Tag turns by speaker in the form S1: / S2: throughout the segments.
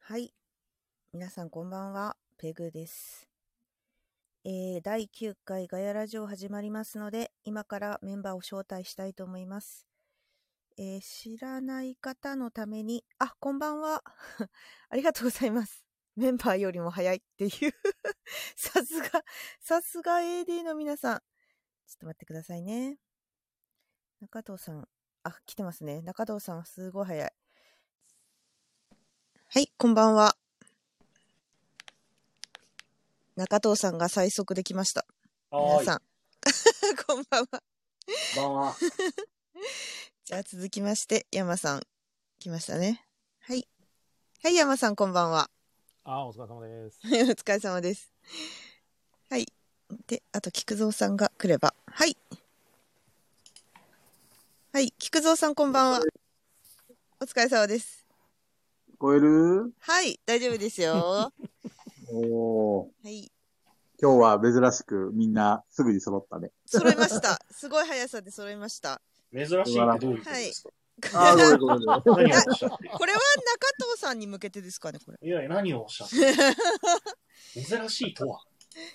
S1: はい。皆さんこんばんは。ペグです。えー、第9回ガヤラジオ始まりますので、今からメンバーを招待したいと思います。えー、知らない方のために、あ、こんばんは。 ありがとうございます。メンバーよりも早いっていう。 さすが、さすが AD の皆さん。ちょっと待ってくださいね。中藤さん。あ、来てますね。中藤さん、すごい早い。はい、こんばんは。中藤さんが最速できました。
S2: は
S1: 皆
S2: ーい。
S1: さん。 こんばんは。
S2: こんばんは。
S1: じゃあ続きまして、山さん、来ましたね。はい。はい、山さん、こんばんは。
S3: あーお疲れ様です。
S1: お疲れ様です。はい。で、あと、菊蔵さんが来れば。はい。はい、菊蔵さん、こんばんは。お疲れ様です。
S2: 聞こえる
S1: はい、大丈夫ですよ。は
S2: おー。
S1: い。
S2: 今日は珍しくみんなすぐに揃ったね。
S1: 揃いました。すごい速さで揃いました。
S4: 珍しいってどういうことですか、
S2: あー、ごめんごめんごめん。
S4: 何をおっしゃってる
S1: これは中藤さんに向けてですかね、これ。
S4: いやいや、何をおっしゃってる珍しいとは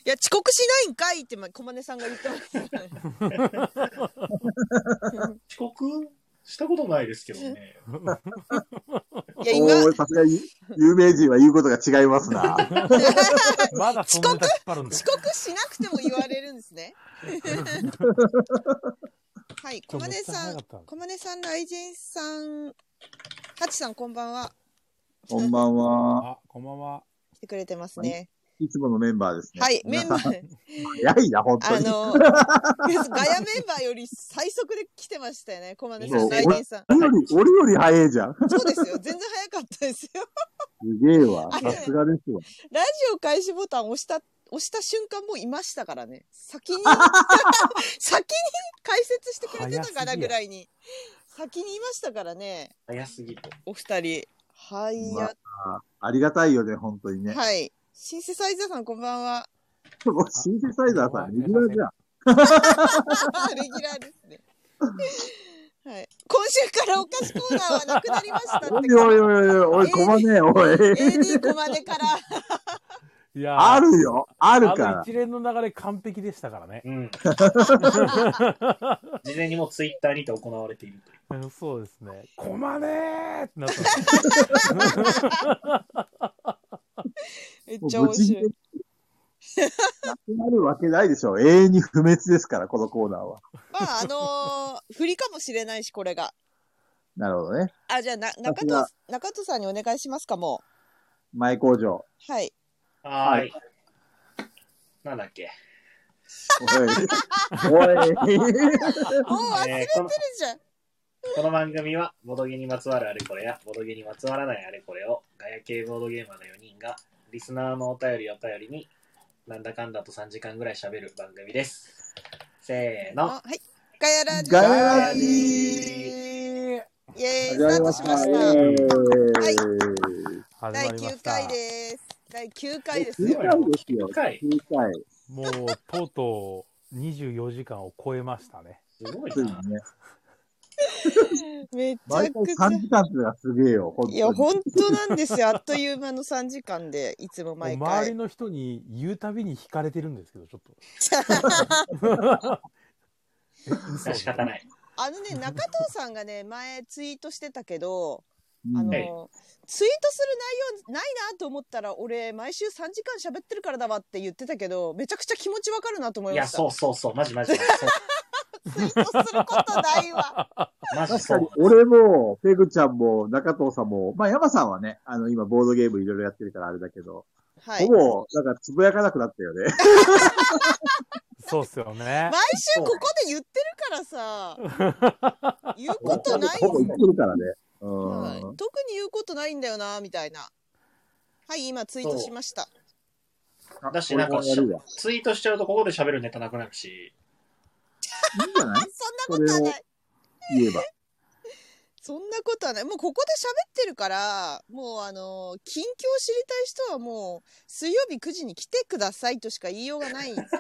S4: い
S1: や、遅刻しないんかいって、ま小金さんが言ってますよね。
S4: 遅刻したことないですけどね。
S1: いや、今、
S2: おー、さすがに有名人は言うことが違いますな。
S3: まだそんなに引っ張るんだよ
S1: 遅。刻しなくても言われるんですね。 はい、小金さん
S3: めっちゃ早か、った
S1: 小金さん、雷神さん、ハチさん、こんばんは。
S2: こんばんは。
S3: あ、こんばんは。
S1: 来てくれてますね。
S2: いつものメンバーですね。
S1: はい、メンバー、
S2: ー。早いな、本当
S1: あ
S2: に。
S1: の、ガヤメンバーより最速で来てましたよね、小金さん、
S4: そう
S1: 雷神さん。
S2: 俺より、俺より早いじゃん。す
S1: そうですよ、全然早かったですよ。
S2: げえわ。
S1: あれ
S2: さすがですわ。
S1: ラジオ開始ボタン押した、押した瞬間もういましたからね。先 に、先に解説してくれてたか
S3: 早すぎ
S1: な
S3: や
S1: ぐらいに。先にいましたからね。
S4: 早すぎと。
S1: お二人。はい、
S2: ま
S1: や
S2: あ、ありがたいよね、本当にね。
S1: はい。シンセサイザーさんこんばんは。
S2: もうシンセサイザーさん、レギュラーじゃん。
S1: レギュラーですね。 はい。今週からお菓子コーナーはなくなりましたって。
S2: おい おいおいおい、おい、こまねえ、おい。
S1: AD コマネから。
S3: いやー
S2: あるよ。あ
S3: あ
S2: る
S3: の
S2: から。
S3: 一連の流れ完璧でしたからね。
S4: うん。事前にもうツイッターにて行われているという。
S3: うんそうですね。こまねーってなったんで
S1: めっ
S2: も
S1: ちゃ
S2: う無
S1: 面
S2: 人
S1: 白
S2: で
S1: い。
S2: なくなるわけないでしょ。永遠に不滅ですから、このコーナーは。
S1: まあ、あ のー振りかもしれないし、これが。
S2: なるほどね。
S1: あ、じゃあ、な、中
S2: さ
S1: 藤、中藤さんにお願いしますか、も
S2: 前工場。
S1: う。はい。
S4: はーい。
S2: はい
S4: なんだっけ。
S2: おい。お
S1: も
S2: い。
S1: う忘れて
S4: え
S1: る
S4: ーこの
S1: じゃん。
S4: この番組は、ボドゲにまつわるあれこれや、ボドゲにまつわらないあれこれを、ガヤ系ボードゲーマーの4人が、リスナーのお便りを頼りに、なんだかんだと3時間ぐらい喋る番組です。せーの。
S1: あはい。ガヤラジ。
S2: ガ
S3: す
S2: ヤラ
S3: よ。
S2: ジ
S1: イエーイ、
S2: 始
S1: スタートしました。
S3: イエーイ
S1: はい
S3: 始
S1: 第
S3: まりま
S1: 9
S3: した。
S1: 回です。第9回です
S2: 9
S1: よ。
S2: 回ですよ。
S4: 深い。
S2: 9回。
S3: もうとうとう24時間を超えましたね。
S4: すごい
S2: ついに
S4: な。
S2: ね。
S1: めちゃ
S2: 毎回
S1: くちゃ
S2: 3。時間ってのがすげえよ。本当
S1: い
S2: に
S1: や、本当なんですよ。あっという間の3時間で、いつも
S3: もう
S1: 毎
S3: 周り
S1: 回。
S3: の人に言うたびに惹かれてるんですけど、ち ょっと。え嘘
S4: 仕方ない。
S1: あのね、中藤さんがね、前ツイートしてたけど、あの、
S2: う
S1: ツイ
S2: ん
S1: ートする内容ないなと思ったら、俺、毎週3時間喋ってるからだわって言ってたけど、めちゃくちゃ気持ちわかるなと思
S4: い
S1: いま
S4: や、
S1: した
S4: そ。うそうそう、マジマジ。そう
S1: ツイートすることないわ。
S4: マジ
S2: 確
S4: そ
S2: かに
S4: う。、
S2: 俺も、ペグちゃんも、中藤さんも、まあ、山さんはね、あの、今、ボードゲームいろいろやってるからあれだけど、
S1: はい。
S2: ほぼ、なんか、つぶやかなくなったよね。
S3: そうっすよね
S1: 毎。週ここで言ってるからさ、言うことない
S2: ほぼ
S1: よ
S2: いってるからね。う
S1: はい
S2: ん。
S1: 特に言うことないんだよなみたいなはい今ツイートしました
S4: だし、なんか
S2: 俺もやるわ、
S4: ツイートしちゃうとここで喋るネタなくなるし、
S2: いいんじゃな
S1: あ
S2: い
S1: そんなことはない
S2: 言えば。
S1: そんなことはないもうここで喋ってるからもうあのー近況知りたい人はもう水曜日9時に来てくださいとしか言いようがない んです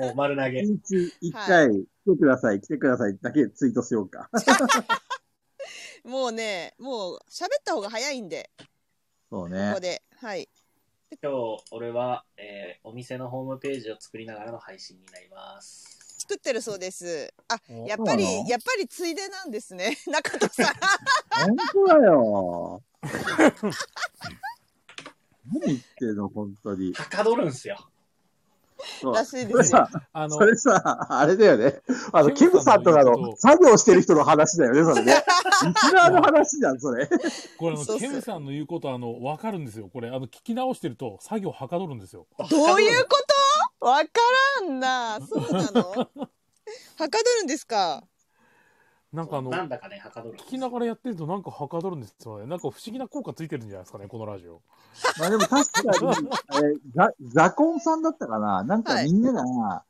S4: もう丸投げ。
S2: 一日一回、来てください、来てくださいだけツイートしようか。
S1: もうね、もう喋った方が早いんで、
S2: そう
S1: こ
S2: ね
S1: こ。で。はい。
S4: 今日、俺は、えーお店のホームページを作りながらの配信になります。
S1: 作ってるそうです。あ、
S3: お
S1: やっぱり
S2: そうな、の
S1: やっぱりついでなんですね。 中戸さん。
S2: 本当だよ。何言ってんの、本当に。
S4: はかどるんすよ。
S2: そう
S1: らしいで
S2: それ
S1: すよ。
S2: さ、
S3: あの
S2: そ、れさ、あれだよね。あの、
S3: ケ
S2: ケ
S3: ム
S2: ム
S3: さ
S2: さ
S3: ん
S2: ん
S3: の
S2: と
S3: 言
S2: か
S3: うこと
S2: の作業してる人の話だよね、それね。リスナーの話じゃん、それ。
S3: これあ
S1: そう
S3: の、
S1: っす
S3: ケムさんの言うこと、あの、わかるんですよ。これ、あの、聞き直してると、作業はかどるんですよ。
S1: どういうことわからんな。そうな のはかどるんですか
S3: なんかあの、
S4: なんだかね、はかどるんです
S3: 聞きながらやってるとなんかはかどるんですよね。なんか不思議な効果ついてるんじゃないですかね、このラジオ。
S2: まあでも確か に、あれザ、ザコンさんだったかななんかみんなが、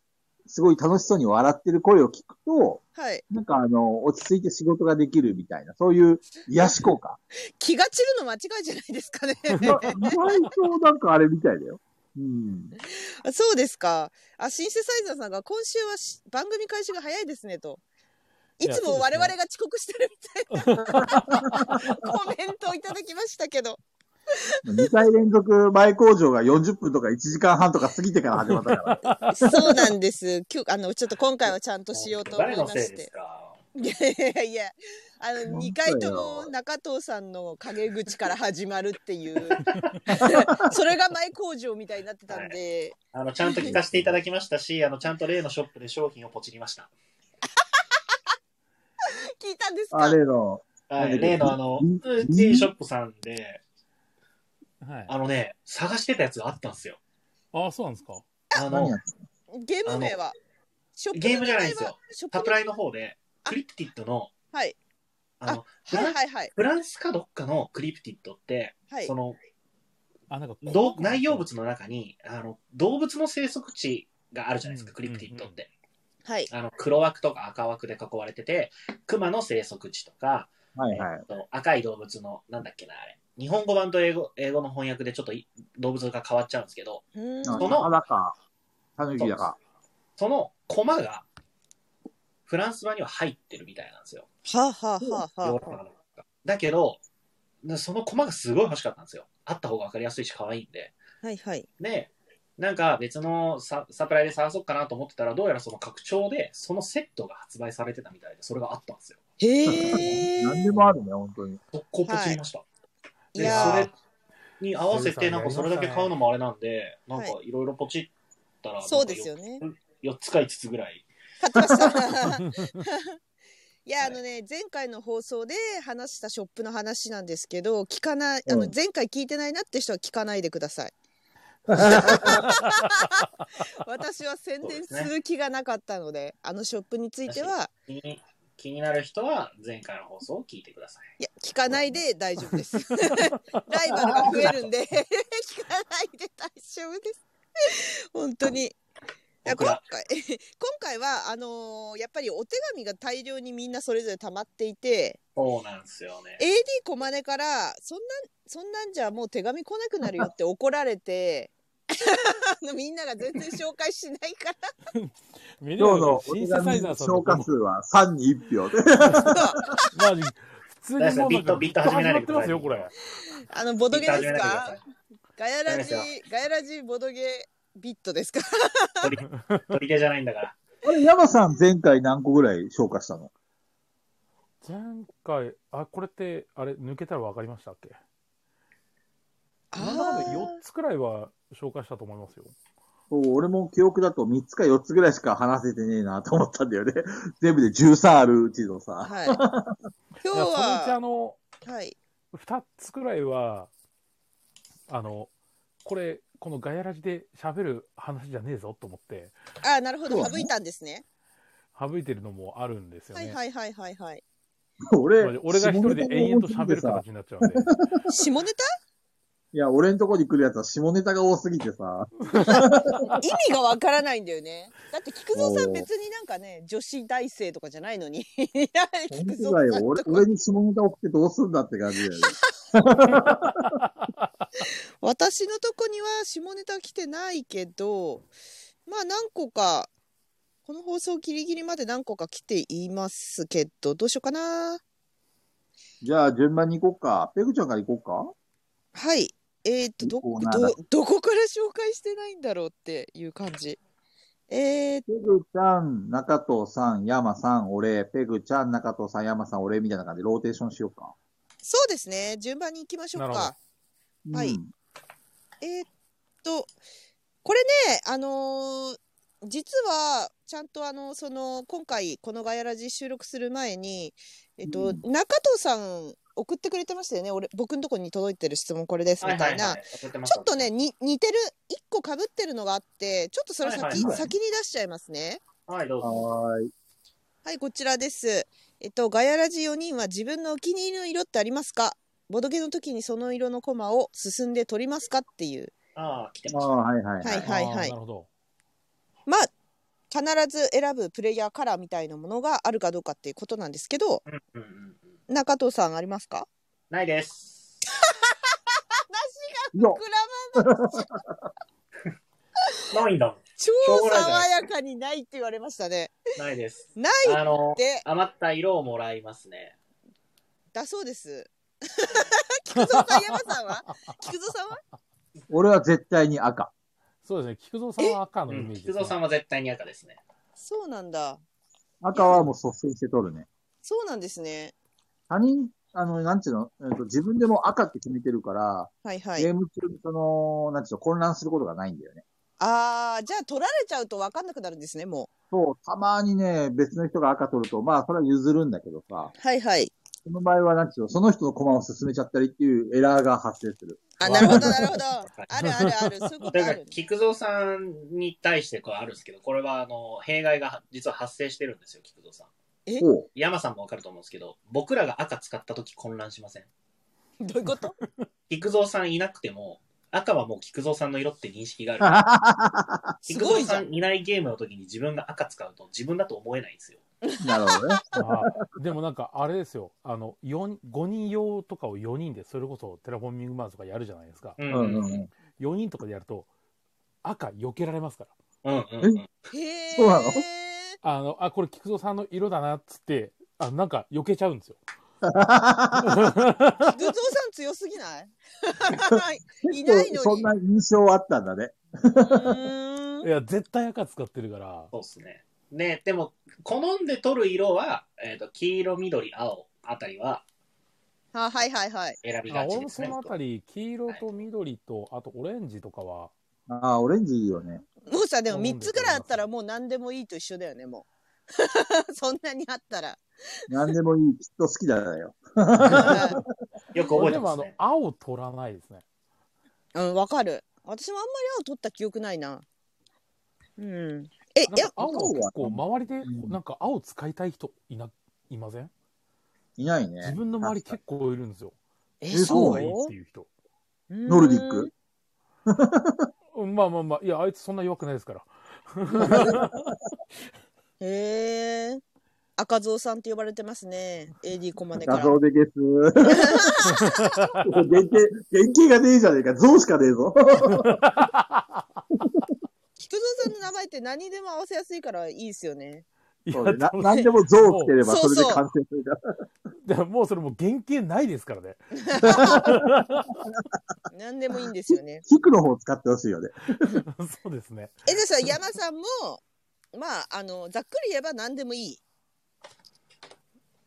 S2: すごい楽しそうに笑ってる声を聞くと、
S1: はい。
S2: なんかあの、落ち着いて仕事ができるみたいな、そういう癒し効果。
S1: 気が散るの間違いじゃないですか ね。
S2: 意外となんかあれみたいだよ。うん。
S1: あそうですか。あ、シンセサイザーさんが今週はし番組開始が早いですねと。
S3: い
S1: い
S3: や
S1: つも我々が遅刻してるみ たいなコメントをいただきましたけど。
S2: 2回連続前工場が40分とか1時間半とか過ぎてから始まった から。
S1: そうなんです。今日、あの、ちょっと今回はちゃんとしようと思い
S4: 誰
S1: ま
S4: のせい
S1: し
S4: です
S1: て。
S4: か
S1: いやいやいや、あの、2
S2: 本当よ
S1: 回とも中藤さんの陰口から始まるって いう。それが前工場みたいになってたんで。
S4: あの、ちゃんと聞かせていただきましたし、あの、ちゃんと例のショップで商品をポチりました。
S1: 聞いたんですか
S2: あれの、
S4: は
S2: なんだ
S4: い、
S2: っけ
S4: 例のあの
S2: ん、
S4: T ショップさんで、
S3: はい。
S4: あのね、探してたやつがあったんですよ。
S3: ああ、そうなんですか。
S4: あ
S2: 何
S4: の
S2: やっ、
S1: ゲーム名はショップの
S4: ゲームじゃないんです
S1: 名
S4: よ
S1: 前はショップ
S4: サ
S1: の
S4: プライの方で、クリプティッドの、
S1: はい。
S4: あの、フ
S1: は
S4: ラ
S1: いはいはい。
S4: フランスかどっかのクリプティッドって、
S1: はい
S4: その、
S3: あ、なんか、
S4: どう内容物の中に、あの、動物の生息地があるじゃないですか、
S3: うん
S4: クリプティッドって。
S1: はい。
S4: あの、黒枠とか赤枠で囲われてて、熊の生息地とか、
S2: はいはい
S4: えっ。と赤い動物の、なんだっけな、あれ。日本語版と英語英語の翻訳でちょっとい動物が変わっちゃうんですけど、
S1: うーん
S2: あ
S4: その
S2: 花か、たぬきだか。
S4: その駒が、フランス版には入ってるみたいなんですよ。
S1: はあ、はあはあ
S4: ヨーロ
S1: は
S4: ッパの方がだけど、なその駒がすごい欲しかったんですよ。あった方が分かりやすいし、可愛いんで。
S1: あ、はいはい。
S4: で、なんか別のササプライで探そうかなと思ってたら、どうやらその拡張で、そのセットが発売されてたみたいで、それがあったんですよ。
S1: へえ。
S2: 何でもあるね、本当に。
S4: 速攻ポチりました。
S1: い
S4: で、
S1: や
S4: そ
S1: ー
S4: れに合わせて、なんかそれだけ買うのもあれなんで、な
S1: はい
S4: んかいろいろポチったら、なんか
S1: そうですよね。
S4: 4つか5つぐらい。
S1: 買ってました。いや、あのね、前回の放送で話したショップの話なんですけど、聞かない、あ
S2: う
S1: の、
S2: ん
S1: 前回聞いてないなって人は聞かないでください。私は宣伝する気がなかったので、あのショップについては、
S4: 気に気になる人は、前回の放送を聞いてください。
S1: いや、聞かないで大丈夫です。 ライバルが増えるんで、聞 かないで大丈夫です。本当に。いや
S4: 僕
S1: 今
S4: ら
S1: 回 今回はあのーやっぱりお手紙が大量にみんなそれぞれ溜まっていて
S4: そうなんですよね
S1: AD。小マネからそんなんそんなんじゃもう手紙来なくなるよ って怒られてあのみんなが全然紹介しないから
S3: メディア
S2: 今日の
S3: の
S2: お
S3: シ
S2: 手
S3: ンセサイ
S2: 紙
S3: ザーさん
S2: 消
S3: の、
S2: 化数は3に1票で。
S3: マジ、普通にもうなんか、
S4: ビットビット始めないで
S3: っ
S4: く
S3: て
S4: だ
S3: ま
S4: さい
S3: すよ、これ。
S1: あのボドゲで
S4: 始め
S1: す
S4: ない
S1: か
S4: でください
S1: ガヤラ
S4: ダメ
S1: ジ
S4: で
S1: ガヤラジボドゲビットですか
S4: 取り手じゃないんだから。
S2: これ、山さん前回何個ぐらい消化したの
S3: 前回、あ、これって、あれ、抜けたら分かりましたっけなんだかんだ
S1: あ
S3: 4つくらいは紹介したと思いますよ。
S2: そう俺も記憶だと3つか4つぐらいしか話せてねえなと思ったんだよね。 全部で13あるうちの
S1: ー
S2: さ。
S1: はい
S3: い
S1: 今日
S3: や、そのうちあ
S1: は
S3: の、
S1: はい
S3: 2つくらいは、あの、これ、このガヤラジで喋る話じゃねえぞと思って、
S1: あなるほ
S2: そう
S1: ど
S2: だね
S1: 省いたんですね
S3: 省いてるのもあるんですよ
S1: は
S3: ね。
S1: いはいはいはいはい
S2: 俺、
S3: 俺が一人で延々と
S2: 下ネタが多
S3: 喋る形
S2: すぎてさ
S3: になっちゃうんで。
S1: 下ネ
S2: いや、俺んとこに来るやつは下ネタが多すぎてさ。
S1: タ意味がわからないんだよねだって菊蔵さん
S2: おー
S1: 別になんかね女子大生とかじゃないのに
S2: 本
S1: 菊
S2: 当だ
S1: 蔵さ
S2: よ。
S1: ん
S2: 俺
S1: と、か
S2: 俺に下ネタ送ってどうすんだって感じだよね。
S1: 私のとこには下ネタ来てないけどまあ何個かこの放送ギリギリまで何個か来ていますけどどうしようかな
S2: じゃあ、順番に行こうか。ペグちゃんから行こ
S1: はい。えーっと、ど、
S2: コーナーだ
S1: ど、どこから紹介してないんだろうっていう感じ。えー、
S2: うか。ペグちゃん、中藤さん、山さん、俺。ペグちゃん、中藤さん、山さん、俺。みたいな感じでローテーションしようか。
S1: そうですね。順番に行きましょう
S3: なるほ
S1: か。はい
S2: うん
S1: えーっと、これね、あのー実は、ちゃんとあの、その、今回、このガヤラジ収録する前に、えっと、
S2: うん
S1: 中藤さん送ってくれてましたよね。俺、僕のとこに届いてる質問これ です、みたいな。
S4: い。送ってまし
S1: ち
S4: た
S1: ょっとね、。に似てる、一個被ってるのがあって、ちょっとそれ先、
S4: はい
S2: はいはい
S1: 先に出しちゃいますね。
S4: はい、どうぞ。
S2: はーい。
S1: はい、こちらです。えっと、ガヤラジ4人は自分のお気に入りの色ってありますかボドゲの時にその色のコマを進んで取りますかっていう。
S4: ああ、来て
S2: あ
S4: ま
S2: あ、
S4: した。
S2: は
S1: は
S2: いはい
S1: いはいはい
S3: あーなるほど。
S1: まあ、必ず選ぶプレイヤーカラーみたいなものがあるかどうかっていうことなんですけど、
S4: うんうんうんうん。
S1: 中藤さんありますか
S4: ないです。
S2: いや
S1: クラマ
S4: ないんだもん。
S1: 超
S4: しょうがないじゃ
S1: 爽
S4: ない
S1: やかにないって言われましたね。
S4: ないです。
S1: ない
S4: あの
S1: っ、て、
S4: 余った色をもらいますね。
S1: だそうです。 菊蔵さん、山さんは菊蔵さんは
S2: 俺は絶対に赤。
S3: そうですね。菊蔵さんは赤の
S4: う
S3: イメ
S4: ん。
S3: ージ
S4: 菊
S3: ですね、
S4: 蔵さんは絶対に赤ですね。
S1: そうなんだ。
S2: 赤はもう率先して取るね。
S1: そうなんですね。
S2: 他人、あの、なんちゅうの、えっと自分でも赤って決めてるから、
S1: はいはい。
S2: ゲーム中にその、なんちゅうの、混乱することがないんだよね。
S1: あー、じゃあ取られちゃうと分かんなくなるんですね、も
S2: そう、たまにね、別の人が赤取ると、まあ、それは譲るんだけどさ、
S1: う。はいはい。
S2: その場合は、なんちゅうの、その人の駒を進めちゃったりっていうエラーが発生する。
S1: あ、
S4: わ
S1: なるほど、なるほど。
S4: い
S1: あるあるある。そういうこと
S4: だ か
S1: あ
S4: ら
S1: る、。
S4: 菊蔵さんに対してこうあるんですけど、これはあの、弊害が実は発生してるんですよ、菊蔵さん。
S1: え
S2: おう
S4: 山さんもわかると思うんですけど、僕らが赤使った時混乱しません
S1: どういうこと
S4: 菊蔵さんいなくても、赤はもう菊蔵さんの色って認識がある。
S1: す
S4: 菊
S1: ごい
S4: 蔵
S1: じゃ
S4: さ
S1: ん。
S4: んいないゲームの時に自分が赤使うと自分だと思えないんですよ。
S2: なるほどね。
S3: あーでもなんかあれですよあの4 5人用とかを4人でそれこそテラフォーミングマウスとかやるじゃないですか、
S4: う
S2: うんん
S4: うんう
S2: うん
S4: ん。
S2: うん。
S3: 4人とかでやると赤避けられますから
S4: うんうんうん。
S1: へー。
S2: そうなの
S3: あのあこれ菊蔵さんの色だなっつってあなんか避けちゃうんですよ
S1: 菊蔵さん強すぎない いないのに
S2: そんな印象はあったんだね。
S1: うーん
S3: いや絶対赤使ってるから
S4: そうですね。ね、でも、好んで取る色は、えっ、と、黄色、緑、青あたりは
S1: あ、はいはいはい。
S4: 選び
S3: あ
S4: が
S3: 俺
S4: ち
S3: も
S4: です
S3: そ
S4: ね。
S3: のあたり黄色と緑とあとオレンジとかは
S2: ああ、オレンジいいよね。
S1: もうさ、でも3つぐらいあったらもう何でもいいと一緒だよね、もう。 そんなにあった ら。
S2: なんでもいい、きっと好きだよ。
S1: は
S4: よく覚え
S3: で
S4: て
S3: も
S4: ま
S3: あ
S4: す
S3: の
S4: ね。
S3: 青取らないですね
S1: いうん、わかる。私もあんまり青取った記憶ないな。うん。え、い
S3: なん
S1: や
S3: か、青は結構
S2: 青
S3: 周りで
S2: うん
S3: なんか青使いたい人いないません
S2: いないね。
S3: 自分の周り結構いるんですよ
S1: え、
S2: え
S1: そ
S3: 青
S2: そう
S3: がいいっ
S1: う
S3: ていう人
S2: ノルディック。
S3: うんまあまあまあいやあいつそんな弱くないですから
S1: へえ。赤蔵さんって呼ばれてますね。AD コマネか
S2: 画
S1: ら。
S2: 像でゲス。 原型、原型がねえじゃねえか。像しかねえ ぞ。
S1: 菊蔵さんの名前って何でも合わせやすいからいいですよね。
S3: い
S2: そう
S3: や
S2: ねな
S3: でも
S2: なんでも像をつければ
S1: そ
S2: そうれで完成するから。
S3: でももうそれもう原型ないですからね
S1: 何でもいいんですよね。
S2: キクの方を使ってほしいよね。
S3: そうですね。
S1: え、でさ、山さんも、まあ、あの、ざっくり言えば何でもいい。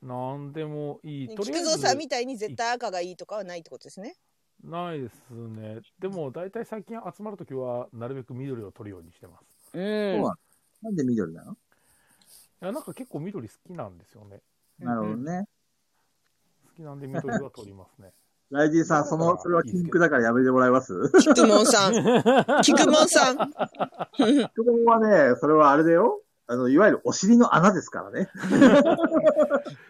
S3: なんでもいい。と
S1: 菊
S3: りあえ
S1: 蔵
S3: ず
S1: さんみたいに絶対赤がいいとかはないってことですね。
S3: ないですね。でも大体最近集まるときはなるべく緑を取るようにしてます。
S1: う
S2: そうんなのなんで緑なの
S3: いやなんか結構緑好きなんですよね。
S2: なるほどね。
S3: 好きなんで緑は取ります ね。
S2: ライジンさん、その、それは禁句だからやめてもらえます
S1: 菊門さん。 菊門さん。
S2: 質問はね、それはあれだよ。あの、いわゆるお尻の穴ですからね。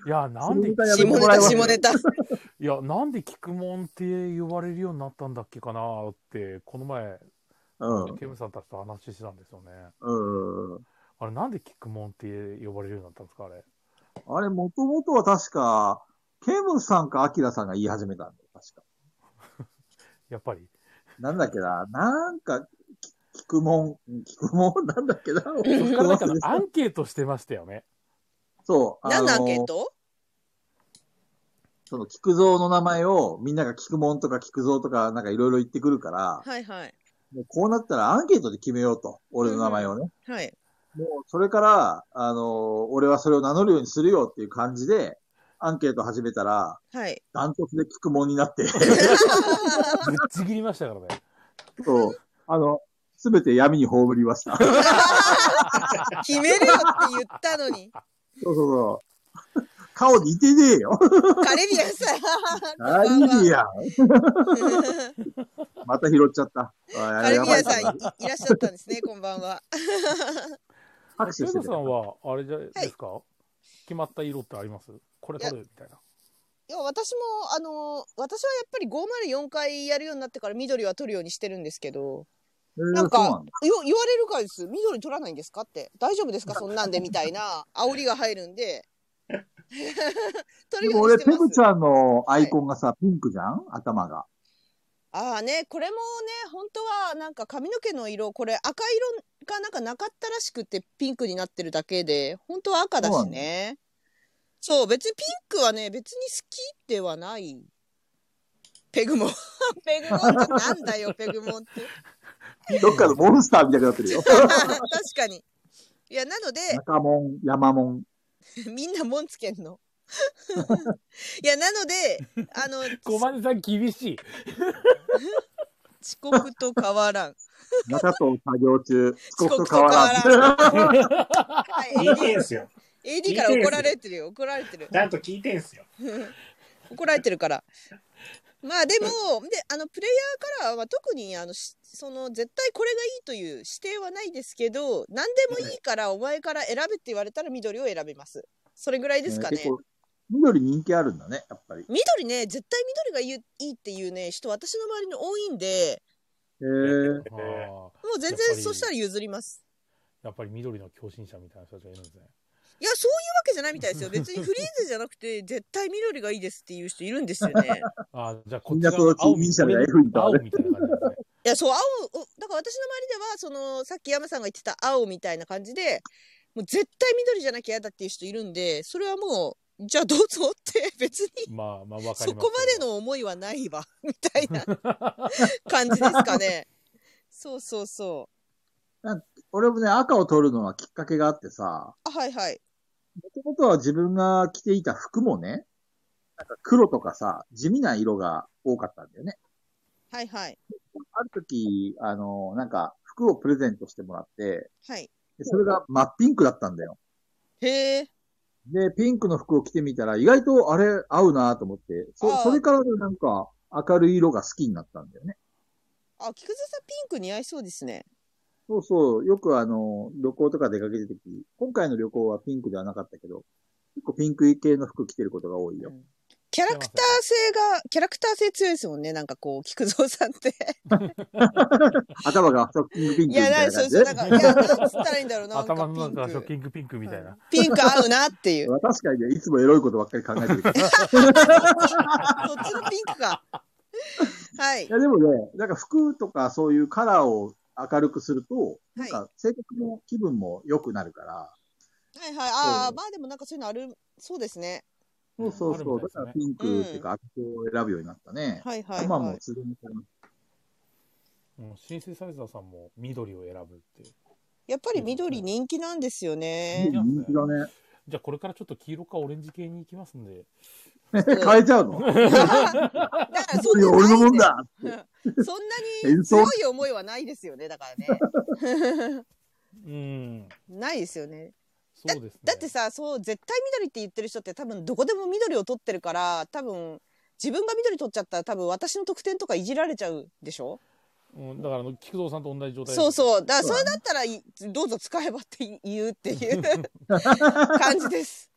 S3: いやなんでい
S2: 下ネタや
S1: 下
S2: めて
S1: ネ
S2: もらえ
S1: タ、
S2: ます
S1: 下ネタ。
S3: やなんで菊門って言われるようになったんだっけかなってこの前
S2: うん。
S3: ケムさんたちと話してたんですよね。
S2: うん。
S3: あれなんで菊門って呼ばれるようになったんですかあれ。
S2: あれ、もともとは確か、ケムさんかアキラさんが言い始めたんだよ、確か。
S3: やっぱ り。
S2: なんだっけな、なんか、き聞くもん、聞くもん、 なんだっけな、
S3: からなんかアンケートしてましたよね。
S2: そう、
S1: 何のアンケー
S2: ト
S1: ト
S2: その、菊蔵の名前を、みんなが菊門とか菊蔵とか、なんかいろいろ言ってくるから、
S1: はいはい。
S2: もうこうなったらアンケートで決めようと。俺の名前をね。
S1: はい。
S2: もう、それから、あの俺はそれを名乗るようにするよっていう感じで、アンケート始めたら、
S1: はい。
S2: ダントツで菊門になって、
S3: ぶっちぎりましたからね。
S2: そう、あの、すべて闇に葬りました。そう
S1: 決めるよって言ったのに。
S2: そうそう。顔似てねえよ。
S1: カレビアンさん。
S2: あ
S1: こんばんは
S2: りや。また拾っちゃった。あ
S1: カレビアン
S2: な
S1: さんいいらっしゃったんですね、こんばんは。
S2: 拍
S3: セ
S2: 手し
S3: イ
S2: て
S3: ドさ
S2: た。
S3: んは、あれじゃないですか、決まった色ってありますこれ取るみたいな。
S1: いや、私も、あの、私はやっぱり504回やるようになってから緑は取るようにしてるんですけど、なんか
S2: えーそうだ
S1: よ言われるからです。緑取らないんですかって。大丈夫 ですかそんなんでみたいな煽りが入るんで。取
S2: で
S1: る
S2: も
S1: ようにし
S2: 俺、
S1: て
S2: ペ
S1: ま
S2: グ
S1: す
S2: ち。ゃんのアイコンがさ、ピンクじゃん頭が。
S1: ああね、これもね、本当はなんか髪の毛の色、これ赤色がなんかなかったらしくてピンクになってるだけで、本当は赤だしね。そう、別にピンクはね、別に好きではない。ペグモン。 ペグモンってなんだよ、ペグ モンって。
S2: どっかのモンスターみたいになってるよ。
S1: 確かに。いや、なので、
S2: 中門、山門。
S1: みんなもんつけんの。 いや、なので、 あの、
S3: ごまねさん厳しい。
S1: 遅刻と変わ らん。
S2: 中と作業中、
S1: 遅刻
S2: 遅刻
S1: と
S2: と
S1: 変
S2: 変
S1: わ
S2: わ
S1: ら
S2: らん。
S1: は
S4: 聞い
S1: い
S4: てんすよ。
S1: AD, AD から怒られてるよ、怒られてる。
S4: ちゃんと聞いてんすよ。
S1: 怒られてるから。まあでも、で、あの、プレイヤーからは特に、あの、しその、絶対これがいいという指定はないですけど、何でもいいから、お前から選べって言われたら緑を選びます。それぐらいですかね
S2: 結。構緑人気あるんだね、やっぱり。へ
S1: 緑ね、絶対緑がいいいいっていうね、人、私の周りに多いんで、
S3: あ
S2: え。
S4: え
S3: ー
S1: もう全
S3: やっぱ
S1: 然
S3: り
S1: そしたら譲ります。
S3: やっぱり緑の狂信者みたいな人たちがいるんです ね。
S1: いや、そういうわけじゃないみたい ですよ。別にフリーズじゃなくて、絶対緑がいいですっていう人いるんですよね。
S3: あーじゃあこ
S2: み
S3: っ
S2: ん
S3: ち
S2: な
S3: が
S2: その
S3: 青
S2: 近
S3: み
S2: 隣
S3: たい
S2: 者が
S3: な
S2: F に倒
S3: 青
S2: れ
S3: みたいな感じですね。
S1: いや、そう、青、おだから私の周りでは、その、さっき山さんが言ってた青みたいな感じで、もう絶対緑じゃなきゃ嫌だっていう人いるんで、それはもう、じゃあどうぞって、別に、
S3: まあま
S1: そ
S3: あわかりますけど。
S1: こまでの思いはないわ、みたいな感じですかね。そうそうそう。
S2: 俺もね、赤を取るのはきっかけがあってさ、
S1: あ、はいはい。
S2: もともとは自分が着ていた服もね、なんか黒とかさ、地味な色が多かったんだよね。
S1: はいはい。
S2: ある時、あの、なんか服をプレゼントしてもらって、
S1: はい。
S2: でそれが真っピンクだったんだよ。
S1: へえ。
S2: で、ピンクの服を着てみたら、意外とあれ合うなと思って、
S1: あ
S2: そ、
S1: あ
S2: それからねなんか明るい色が好きになったんだよね。
S1: あ、菊蔵さんピンク似合いそうですね。
S2: そうそう、よくあの、旅行とか出かけてるとき、今回の旅行はピンクではなかったけど、結構ピンク系の服着てることが多いよ。
S1: キャラクター性が、キャラクター性強いですもんね。なんかこう、菊蔵さん って。
S2: 頭がショッキングピンク
S1: い
S2: みた
S1: や、
S2: い
S1: な
S2: な
S1: そ
S2: 感
S1: う
S2: じ
S1: そう、な
S2: で
S1: んか、いや、なんつったらいいんだろう な。なんか
S3: 頭の
S1: ピン
S3: 中がショッ
S1: ク
S3: キングピンクみたいな。
S1: ピンク合うなっていう。
S2: 確かにね、いつもエロいことばっかり考えて るから。
S1: そ
S2: い
S1: っちのピンクか。はい。
S2: や、でもね、なんか服とかそういうカラーを明るくすると、なんか性格も気分も良くなるから、
S1: はいはい。あ
S2: そ
S1: あ、まあでもなんかそういうのある、そうですね。
S2: そうそうそ
S3: あ
S2: う、
S3: るみ
S2: だ
S3: た
S2: か
S3: いですね
S2: らピンクっていうか、赤を選ぶようになったね。
S1: はいはい、
S2: まあも
S1: は
S2: う
S1: い。
S2: すでにから
S3: うんシンセサイザーさんも緑を選ぶって。
S1: やっぱり緑人気なんですよね。
S2: 人気だね。
S3: じゃあこれからちょっと黄色かオレンジ系に行きますんで。
S2: 変えちゃうの
S1: だからそんな
S2: 俺の
S1: ない
S2: も
S1: ん
S2: ん
S1: で
S2: だ
S1: そんなに強い思いはないですよね。だからね。
S3: うん。
S1: ないですよね。
S3: そうですね。
S1: だってさ、そう、絶対緑って言ってる人って多分どこでも緑を取ってるから、多分、自分が緑取っちゃったら多分私の得点とかいじられちゃうでしょ
S3: うん、だからあの菊蔵さんと同じ状態
S1: そう
S3: う。
S1: そう。だから
S2: そ
S1: そうれ
S2: だ
S1: だったらいどうぞ使えばって言うっていう感じです。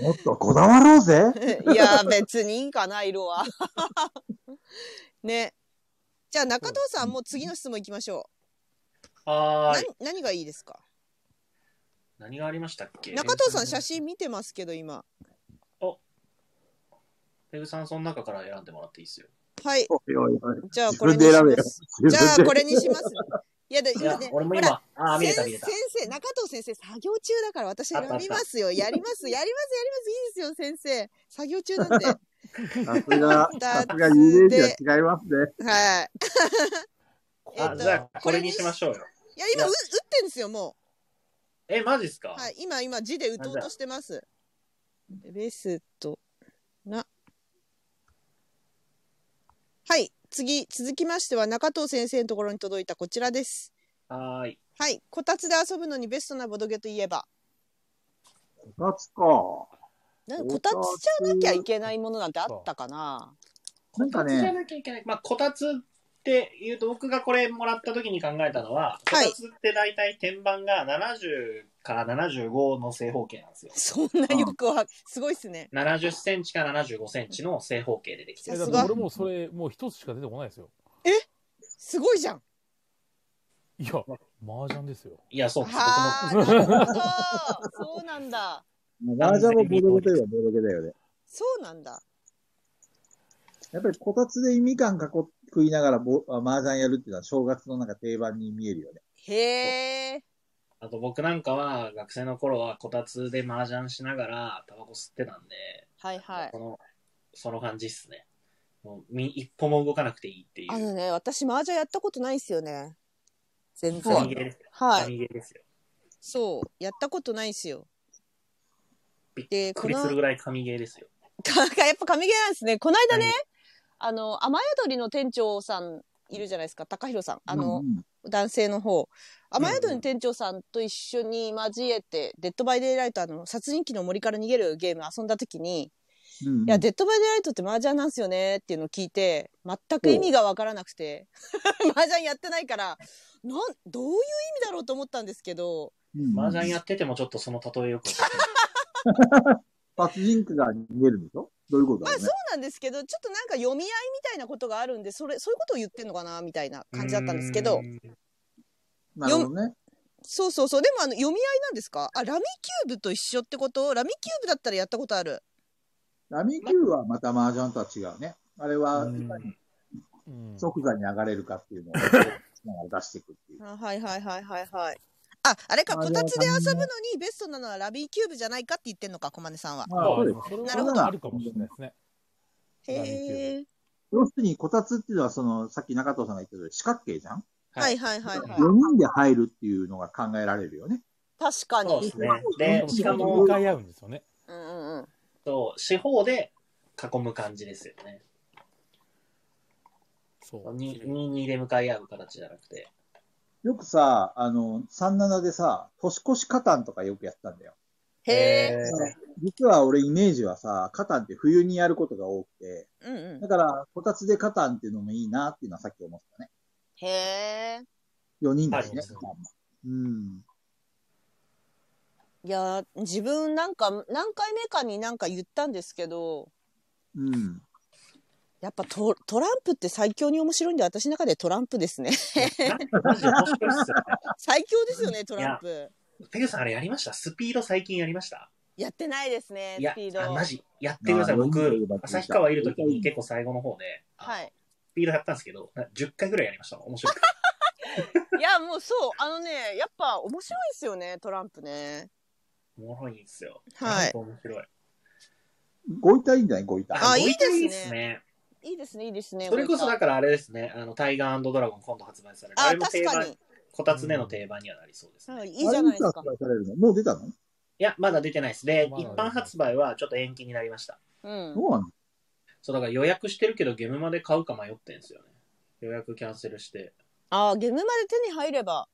S2: もっとこだわろうぜ。
S1: いや、別にいいかな、色は。 ね。じゃあ中藤さん、もう次の質問いきましょう。
S4: はーい。
S1: な何がいいですか
S4: 何がありましたっけ
S1: 中藤さん写。真見てますけど、今。
S4: ペグさん、その中から選んでもらっていいですよ。
S1: はい。
S2: おいおいおい
S1: じゃあ
S2: 自
S1: これ
S2: 分
S1: に
S2: で
S1: し
S2: 選べよ
S1: ま。す。じゃ あこれにします。いや、で
S4: い
S1: 今
S4: や
S1: ね、、
S4: 俺も
S1: ほら
S4: 今、あー、見れた見
S1: 先
S4: れた
S1: 先。生、中藤先生、作業中だから私
S4: あった
S1: 選 びますよ。やります、やります、やります。いいですよ、先生。作業中なんで。
S2: さすが、
S1: だ
S2: さ
S1: っ
S2: すが遊泳児は違いますね。
S1: はい。
S3: こ
S1: え
S4: あ、
S1: っと
S4: じゃあ、これにしましょうよ。
S1: いや、今、う打ってんですよ、も
S4: え、マジっすか
S1: う。はい、今、今、字で打とうとしてます。ベストな。はい、次、続きましては、中藤先生のところに届いたこちらです。
S4: はーい。
S1: はい、こたつで遊ぶのにベストなボドゲといえば。
S2: こたつか。
S1: なんかこたつじゃなきゃいけないものなんてあったかな。
S2: なんか
S4: こたつじ
S2: ね、
S4: ゃなきゃいけない。まあ、こたつって言うと、僕がこれもらった時に考えたのは、こたつって大体天板が70から75の正方形なんですよ。
S1: そんなよくわ、すごいっすね。
S4: 70センチか75センチの正方形でできて
S1: さ
S4: る。
S3: え
S1: す
S3: だ
S1: が
S3: って俺もうそれ、もう一つしか出てこないですよ。
S1: すごいじゃん。
S3: いや、麻雀ですよ。
S4: いや、そうです。
S1: はあ、なるほど。そうなんだ。
S2: ガージャもボロゲといえばボロゲだよね。
S1: そうなんだ。
S2: やっぱりこたつでみかん囲っ食いながらぼあ麻雀やるっていうのは正月のなんか定番に見えるよね。
S1: へえ。
S4: あと僕なんかは学生の頃はこたつで麻雀しながらタバコ吸ってたんで、
S1: はいはい
S4: そ。のその感じっすね。もうみ一歩も動かなくていいっていう。
S1: あのね、私麻雀やったことないですよね。全
S4: ファミ
S1: 然。
S4: ゲーですよ。
S1: は
S4: ファ
S1: い。
S4: ミゲーですよ。
S1: そう、やったことないですよ。
S4: びっ
S1: で、こ
S4: クリ
S1: の、
S4: する
S1: や
S4: ぐらい神ゲーですよ。
S1: っぱ神ゲーなんですね。この間ね
S4: はい、
S1: あの、雨宿りの店長さんいるじゃないですか、高弘さん。あの、
S2: うんうん
S1: 男性の方
S4: ん
S1: 雨宿りの店長さんと一緒に交えて、デッドバイデイライトあの殺人鬼の森から逃げるゲーム遊んだ時に、
S2: うんうん
S1: いや、デッドバイデイライトって麻雀なんすよねっていうのを聞いて、全く意味がわからなくて、 麻雀やってないから、なん、どういう意味だろうと思ったんですけど、
S2: うん
S4: 麻雀やっててもちょっとその例えよくわかんない。
S2: 殺人鬼が逃げるんでしょどういうこと
S1: まあ
S2: だろう
S1: そう
S2: ね。
S1: なんですけど、ちょっとなんか読み合いみたいなことがあるんで、それ、そういうことを言ってんのかなみたいな感じだったんですけ
S4: う
S1: ど
S4: ー、ん。
S2: なるほどね。
S1: そうそうそう、でもあの読み合いなんですかあ、ラミキューブと一緒ってことラミキューブだったらやったことある。
S2: ラミキューはまた麻雀とは違うね。あれは、いかに
S3: うん。
S2: 即座に上がれるかってい うのをしながら出していくっていう。
S1: あはいはいはいはいはい。あ、あれか、
S2: まあ
S1: こたつで
S2: でも
S1: 遊ぶのにベストなのはラビーキューブじゃないかって言ってんのか、コマネさんは。
S2: まあ、そう
S3: で
S2: です
S3: も。それ
S1: なるほ
S3: は
S2: ど
S3: あるかもしれないですね。
S1: へ
S3: ラビーキュー
S1: え。
S2: 要するに、こたつっていうのは、その、さっき中藤さんが言った通り、四角形じゃん、
S4: は
S1: はい
S4: い
S1: はいはいはい。
S2: ?4 人で入るっていうのが考えられるよね。
S1: 確か
S4: そう
S1: に
S4: で。すね。
S3: で
S4: で、
S3: も
S4: しか
S3: 向
S4: も、
S3: かい合うんですよね。
S1: うんうんうん。
S4: そう四方で囲む感じですよね。
S3: そう。
S4: 2、2で向かい合う形じゃなくて。
S2: よくさ、あの、37でさ、年越しカタンとかよくやったんだよ。
S1: へえ。
S2: 実は俺イメージはさ、カタンって冬にやることが多くて、
S1: うんう
S2: だ
S1: ん。
S2: から、こたつでカタンっていうのもいいなっていうのはさっき思ったね。
S1: へえ。
S2: 4人だしね
S4: はい。
S2: うん。
S1: いやー、自分なんか、何回目かになんか言ったんですけど、
S2: うん。
S1: やっぱトトランプって最強に面白いんで、私の中でトランプですね。
S4: マジで面白いっすよね。
S1: 最強ですよね、トランプ。
S4: ペグさんあれやりましたスピード最近やりました
S1: やってないですね、
S4: い
S1: ス
S4: や
S1: ピード。
S4: あ、マジ、やってください。
S2: あーロング
S4: 僕
S2: ローバッ、ク
S4: 旭川いるときに結構最後の方で、
S1: はい。
S4: スピードやったんですけど、な10回ぐらいやりました。面白い。
S1: いや、もうそう、あのね、やっぱ面白いですよね、トランプね。
S4: おもろいんですよ。
S1: はい
S4: トランプ面白い。
S2: ご遺体いいんじゃないご遺体。
S1: あいいですね
S4: これすね。
S1: いいですね、いいですね。
S4: それこそ
S1: な
S4: だ
S1: ん
S4: からあれですね、あの、タイガードラゴン今度発売される。
S1: あ、
S4: れも
S1: 確
S4: 定
S1: か
S4: 番
S1: に。、
S4: こたつでの定番にはなりそうですね。
S1: はい
S4: い、
S1: いいじゃないですか
S2: あ。れいつ発売されるのもう出たの
S4: や、まだ出てないです。で、
S3: まだ
S4: 一
S3: 出てない
S4: 般発売はちょっと延期になりました。
S1: うん。
S2: そうなの
S4: そう、だから予約してるけど、ゲームまで買うか迷ってんですよね。予約キャンセルして。
S1: あー、ゲームまで手に入れば。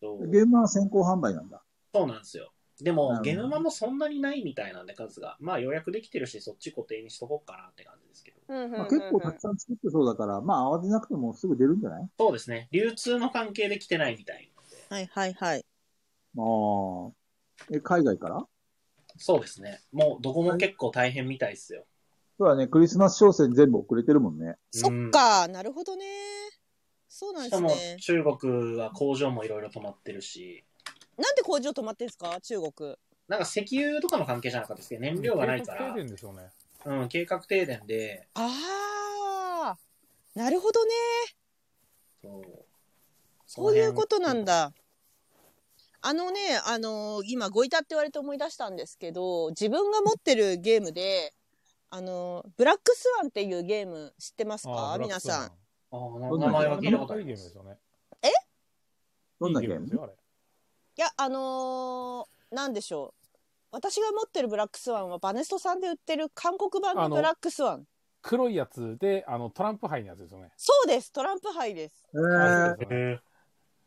S4: そう
S2: ゲームは先行販売なんだ。
S4: そうなんですよ。で
S2: なる
S4: も、
S2: ほど
S4: ゲームマもそんなにないみたいなんで、数が。まあ、予約できてるし、そっち固定にしとこうかなって感じですけど。
S1: うんうんうん
S2: ま
S1: う
S2: あ、
S1: ん
S2: 結構たくさん作ってそうだから、まあ慌てなくてもすぐ出るんじゃない
S4: そうですね。流通の関係で来てないみたいなんで。
S1: はいはいはい。
S2: まあ。え、海外から
S4: そうですね。もう、どこも結構大変みたいですよ。
S2: そうだね、クリスマス商戦全部遅れてるもんね。
S1: そっか、なるほどね。そうなんで
S4: しか
S1: す
S4: も
S1: ね、。
S4: 中国は工場もいろいろ止まってるし、
S1: なんで工場止まってんですか、中国。
S4: なんか石油とかの関係じゃなかったですけど、燃料がないか
S3: 計
S4: ら
S3: 画停、電ですよね。
S4: うん、計画停電で、
S1: あー、なるほどね。
S4: そう。そ
S1: そういうことなん
S4: の
S1: だ。あのね、あのー今、ごいたって言われて思い出したんですけど、自分が持ってるゲームで、あのブラックスワンっていうゲーム知ってますか皆さん。
S4: あー名前は聞いたことあ
S3: いいゲ
S4: り
S3: ームで
S4: ま
S3: す
S4: す。
S3: よね。
S2: どんない
S3: い
S2: ゲ
S3: ゲーム
S2: ーム
S3: ですよ、あれ。
S1: いやあのーなんでしょう私が持ってるブラックスワンはバネストさんで売ってる韓国版
S3: あ
S1: の
S3: の
S1: ブラックスワン
S3: 黒いやつで、あの、トランプ杯のやつですよね。
S1: そうですトランプ杯です
S2: え
S3: そ
S2: ー、
S3: うですよね
S4: へ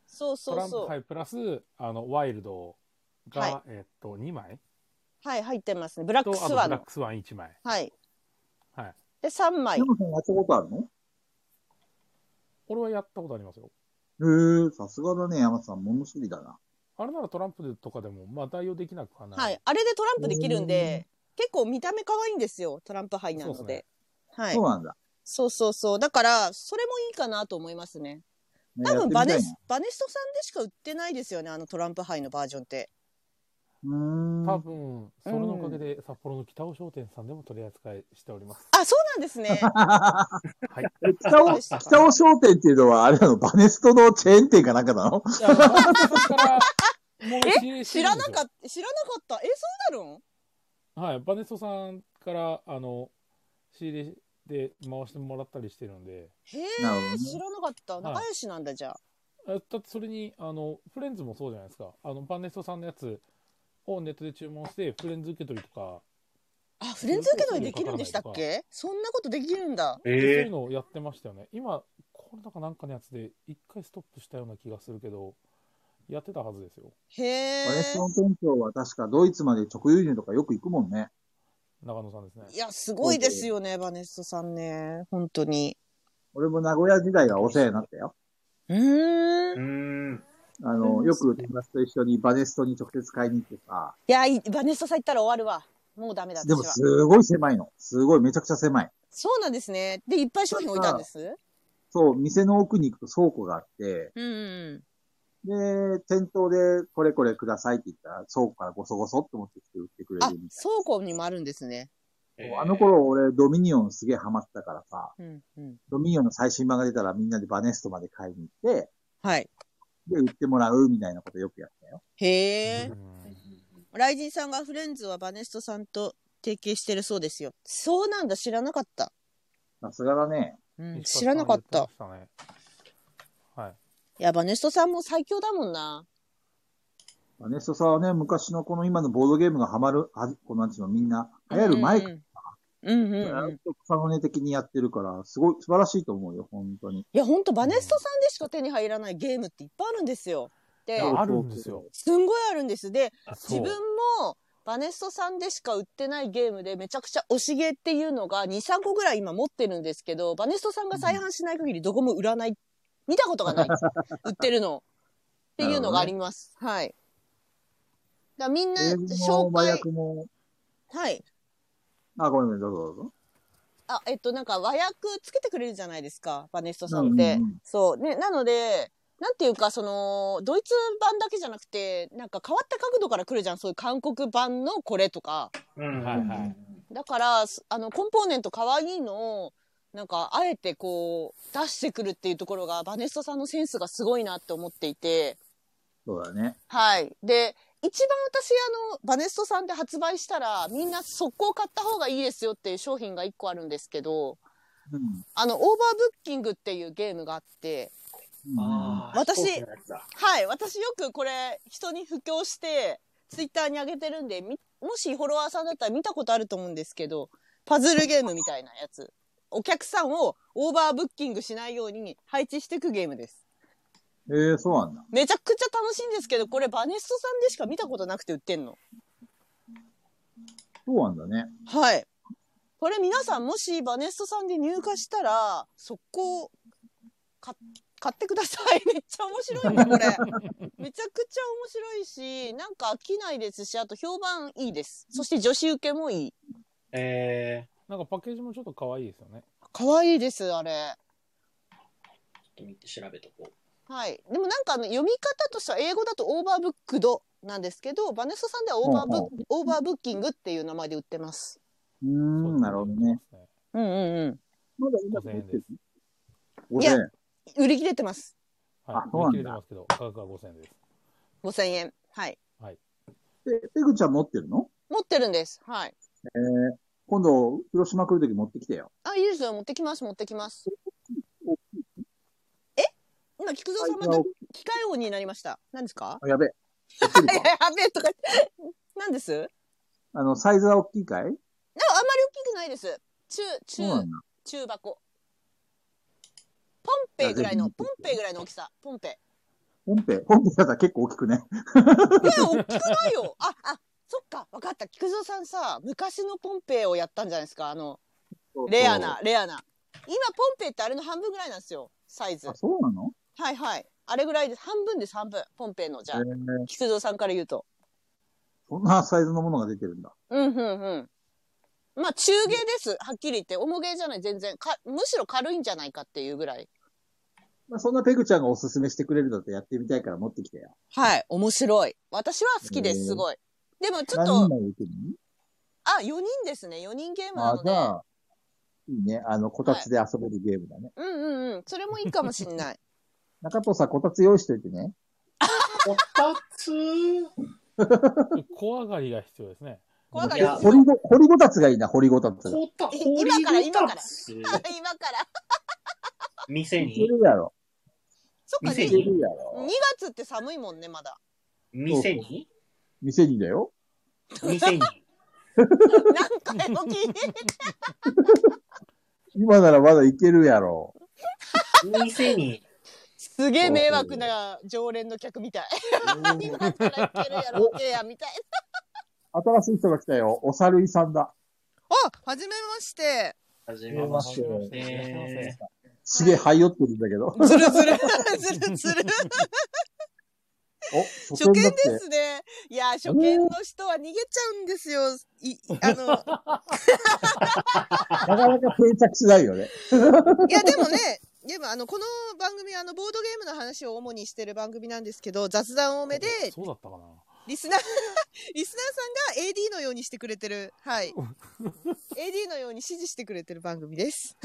S1: そう
S3: ト
S1: そ
S3: ラ
S1: う
S3: ンプ
S1: そう
S3: 杯プラス、あの、ワイルドが、
S1: は
S3: えっと、2枚
S1: はい入ってますねブラッ
S3: と、
S1: ク
S3: あと、
S1: ス
S3: ブ
S1: ワ
S3: ラ
S1: ン
S3: ッ
S1: の
S3: クスワン1枚。
S1: はい
S3: はい。
S1: で3枚
S2: 山さんやったことあるの
S3: 俺はやったことありますよ。
S2: へえー、さすがだね、山さん。物知りだな。
S3: あれならトランプとかでも、まあ、代用できなくはない。
S1: はい、あれでトランプできるんで、結構見た目可愛いんですよ、トランプ杯なの
S3: そうっす
S1: で
S3: ね。
S1: はい
S2: そう、なんだ。
S1: そうそうそう、だから、それもいいかなと思いますね。
S2: ね
S1: 多
S2: やって
S1: 分
S2: み
S1: バ
S2: た
S1: ネ
S2: いな
S1: ス、バネストさんでしか売ってないですよね、あのトランプ杯のバージョンって。
S2: うーん。
S3: 多分、それのおかげで、札幌の北尾商店さんでも取り扱いしております。
S1: あ、そうなんです ね。
S3: はい。
S2: え北
S1: そう
S2: 尾
S1: で、したか
S2: 北尾商店っていうのは、あれなの、バネストのチェーン店かなんかなの
S3: いやまあそこから もう知り
S1: 知らなか
S3: っ
S1: った、知らなかった。え、そうなの
S3: た。はい、バネストさんから、あの、仕入れで回してもらったりしてるんで、
S1: へ
S2: なるほど
S1: え、
S2: ね
S1: 知らなかった。
S3: はい
S1: 仲良しなんだ、じゃあ。
S3: あだってそれに、あの、フレンズもそうじゃないですか。あの、バネストさんのやつをネットで注文して、フレンズ受け取りとか、
S1: あ、フレンズ受け取りできるんでしたっけそんなことできるんだ。
S3: そうい
S4: え
S3: う。のをやってましたよね。今、これだかなんかのやつで、一回ストップしたような気がするけど、やってたはずですよ。
S1: へ
S2: バネス
S1: え
S2: ト。の店長は確かドイツまで直輸入とかよく行くもんね。
S3: 長野さんですね。
S1: いや、すごいですよね、バネストさんね。本当に。
S2: 俺も名古屋時代はお世話になったよ。
S1: うーん
S4: う。ーん。
S2: あ
S1: う
S2: の、
S1: ん
S2: よく友達と一緒にバネストに直接買いに行ってさ。
S1: いや、いバネストさん行ったら終わるわ。もうダメだ、私
S2: でも
S1: は。
S2: すごい狭いの。すごいめちゃくちゃ狭い。
S1: そうなんですね。で、いっぱい商品置いたんです。
S2: そう、店の奥に行くと倉庫があって、
S1: うんうん。
S2: で、店頭でこれこれくださいって言ったら、倉庫からごそごそって持ってきて売ってくれ
S1: あ、
S2: る
S1: 倉
S2: みた
S1: 庫にもあるんですね。
S2: いな。あの頃俺ドミニオンすげえハマったからさ、
S1: うんうん。
S2: ドミニオンの最新版が出たらみんなでバネストまで買いに行って、
S1: はい。
S2: で、売ってもらうみたいなことよくやったよ。
S1: へえ
S3: う。
S4: え
S3: ん
S4: ー。
S1: ライジンさんがフレンズはバネストさんと提携してるそうですよ。そうなんだ、知らなかった。
S2: さすがだね。
S1: うん、
S3: 石川
S1: 知らなかっ
S3: さん
S1: た
S3: 言て。ましたね。はい。
S1: いや、バネストさんも最強だもんな。
S2: バネストさんはね、昔のこの今のボードゲームがハマる、はこうなんちゅうのみんな、流行る前か
S1: うんうんうん
S2: ら、
S1: うんうん。
S2: ずっと草の根的にやってるから、すごい、素晴らしいと思うよ、本当に。
S1: いや、ほんと、バネストさんでしか手に入らないゲームっていっぱいあるんですよ。で、
S3: やあるんですよ。
S1: すんごいあるんです。で、
S3: そう
S1: 自分もバネストさんでしか売ってないゲームでめちゃくちゃ推しゲーっていうのが2、3個ぐらい今持ってるんですけど、バネストさんが再販しない限りどこも売らない、見たことが ない、売ってるの。っていうのがあります。はい。だからみんな
S2: 英語
S1: 紹
S2: も麻
S1: 介、
S2: 薬も、
S1: はい。
S2: あ、ごめんごめん、どうぞどうぞ。
S1: あ、えっと、なんか和訳つけてくれるじゃないですか、バネストさ
S2: うん
S1: っ
S2: んうんう
S1: て。
S2: ん
S1: そう。ね、なので、なんていうか、その、ドイツ版だけじゃなくて、なんか変わった角度から来るじゃん、そういう韓国版のこれとか。
S4: うん。
S3: はいはい
S1: だからすあのコンポーネント可愛いのをなんかあえてこう出してくるっていうところがバネストさんのセンスがすごいなって思っていて
S2: そうだね。
S1: はいで一番私あのバネストさんで発売したらみんな速攻買った方がいいですよっていう商品が1個あるんですけど
S2: うん。
S1: あのオーバーブッキングっていうゲームがあって
S2: うん
S4: あー
S1: 私
S4: 飛行機のやつだ
S1: はい私よくこれ人に布教してツイッターに上げてるんでみもしフォロワーさんだったら見たことあると思うんですけどパズルゲームみたいなやつお客さんをオーバーブッキングしないように配置していくゲームです
S2: ええそうなんだ。
S1: めちゃくちゃ楽しいんですけどこれバネストさんでしか見たことなくて売ってんの
S2: そうなんだね。
S1: はいこれ皆さんもしバネストさんで入荷したら速攻か買ってください めっちゃ面白いんだ これめちゃくちゃ面白いしなんか飽きないですしあと評判いいですそして女子受けもいい
S4: え
S3: なんかパッケージもちょっと可愛いですよね。
S1: 可愛いですあれ
S4: ー。ちょっと見て調べとこ
S1: はいでもなんかあの読み方としては英語だとオーバーブックドなんですけどバネストさんではオーバーブッ
S2: ほう
S1: オーバーブッキングっていう名前で売ってます
S2: うーん、なるほどね。。
S1: うんうんうん
S2: まだ今も売ってるの
S1: いや
S2: 5000円。
S1: 売り切れてます
S3: は
S2: あ
S3: い。
S2: そうなん
S3: 売
S2: だ
S3: り切れてますけど、価格は5000円です。
S1: 5000円はい
S2: で、ペグちゃん持ってるの
S1: 持ってるんですはい
S2: ええ今度、広島来るとき持ってきてよ。
S1: あ、いいですよ。持ってきます、持ってきます。今、菊蔵さんま
S2: あ
S1: た
S2: 今
S1: 機械音になりました。何ですか
S2: あやべえ。落ちる
S1: いや
S2: か
S1: やべえとか言って。何ですああんまり
S2: あの、サイズは大きいかい
S1: 大きくないです。中、
S2: そうな
S1: 中
S2: ん、だ。
S1: 中箱。ポンペイぐらいの、ポンペイぐらいの大きさ。ポンペイ。
S2: ポンペ、ポンペだったら結構大きくね。
S1: いや、大きくないよ。あ、あ、そっか、わかった。菊蔵さんさ、昔のポンペイをやったんじゃないですか。あの、レアな、レアな。今、ポンペイってあれの半分ぐらいなんですよ。サイズ
S2: あ、。そうなの
S1: はいはい。あれぐらいです。半分です、半分。ポンペイの、じゃあ
S2: え、ー
S1: 菊蔵さんから言うと。
S2: そんなサイズのものが出てるんだ。
S1: うん、うん、うん。まあ、中芸です。はっきり言って。重芸じゃない、全然。か、むしろ軽いんじゃないかっていうぐらい。
S2: まあ、そんなペグちゃんがおすすめしてくれるんだってやってみたいから持ってきてよ。
S1: はい。面白い。私は好きで
S2: へ
S1: す、
S2: ー
S1: すごい。でも、ちょっ
S2: 何人
S1: と、
S2: までいける
S1: あ、4人ですね。4人ゲーム
S2: の
S1: な
S2: あ、
S1: の
S2: じ
S1: で。
S2: ゃあ、いいね。あの、こたつで遊べるゲームだね。
S1: うんうんうん。それもいいかもしんない。
S2: 中藤さん、こたつ用意しといてね。
S4: こたつ
S3: 怖がりが必要ですね。
S1: 怖が
S4: い
S1: りで
S4: や
S1: す
S2: 掘りご、掘りごたつがいいな、掘りごたつが。
S4: こた、
S1: え
S4: 氷
S1: 今から今から
S4: こた つ
S1: 今から。
S4: 店
S2: いけ
S4: に、
S2: るやろ。
S1: そっか、
S2: い
S4: 店
S2: け
S4: に
S1: 2
S2: るやろ。
S1: 月って寒いもんね、まだ。
S4: 店に、
S2: 店にだよ。
S4: 店に。
S1: 何回も聞いて。
S2: 今ならまだいけるやろ。
S4: 店に、
S1: すげえ迷惑な常連の客みたい。今から行けるやろ、オッケーや、みたいな。
S2: 新しい人が来たよ。おさるいさんだ。
S1: あ、はじめまして。
S4: はじ
S3: え
S4: めまして。
S3: いらっしゃいませ
S2: すげえ、はいよってるんだけど。
S1: ずるず る。ずるずる。
S2: お、
S1: 初見
S2: だ
S1: で
S2: って。
S1: すね。いや、初見の人は逃げちゃうんですよ。い、あの、
S2: なかなか定着しないよね。
S1: いやでもね、でもあのこの番組あのボードゲームの話を主にしてる番組なんですけど、雑談多めで
S3: そうだったかな。
S1: リスナー リスナーさんが AD のようにしてくれてる、はい、AD のように指示してくれてる番組です。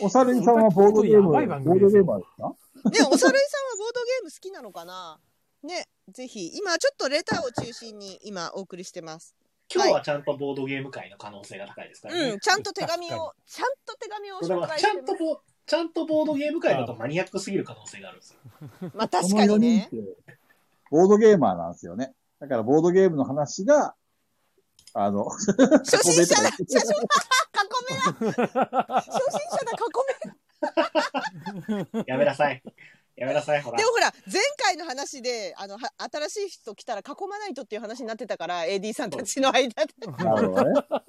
S2: おさるいさんはボードゲ
S3: や
S2: ーム、ボ
S3: ばい
S2: ー
S3: 番
S2: ド
S3: 組です
S2: ゲー
S3: よ
S2: マーですか
S1: ね、おさるいさんはボードゲーム好きなのかな。ね、ぜひ今ちょっとレターを中心に今お送りしてます。
S4: 今日はちゃんとボードゲーム会の可能性が高いですから
S1: う
S4: ね
S1: ん、。ちゃんと手紙
S3: 確
S1: をちゃんと手紙を
S4: これ
S1: 紹
S4: は
S1: 介し
S4: ちゃ
S1: て
S4: んとボー、ちゃんとボードゲーム会だとマニアックすぎる可能性があるんですよ。
S1: ます。まあ確かにね
S2: こ。の4人ってボードゲーマーなんですよね。だから、ボードゲームの話が、あの、
S1: 初心者だ。
S2: 囲
S1: 初
S2: め
S1: 心者だ。囲めだ。初心者だ。囲め。
S4: やめ なさい。やめなさい、ほら
S1: で。もほら前回の話であのは新しい人来たら囲まないとっていう話になってたから AD さんたちの間で
S2: なるほどね。さ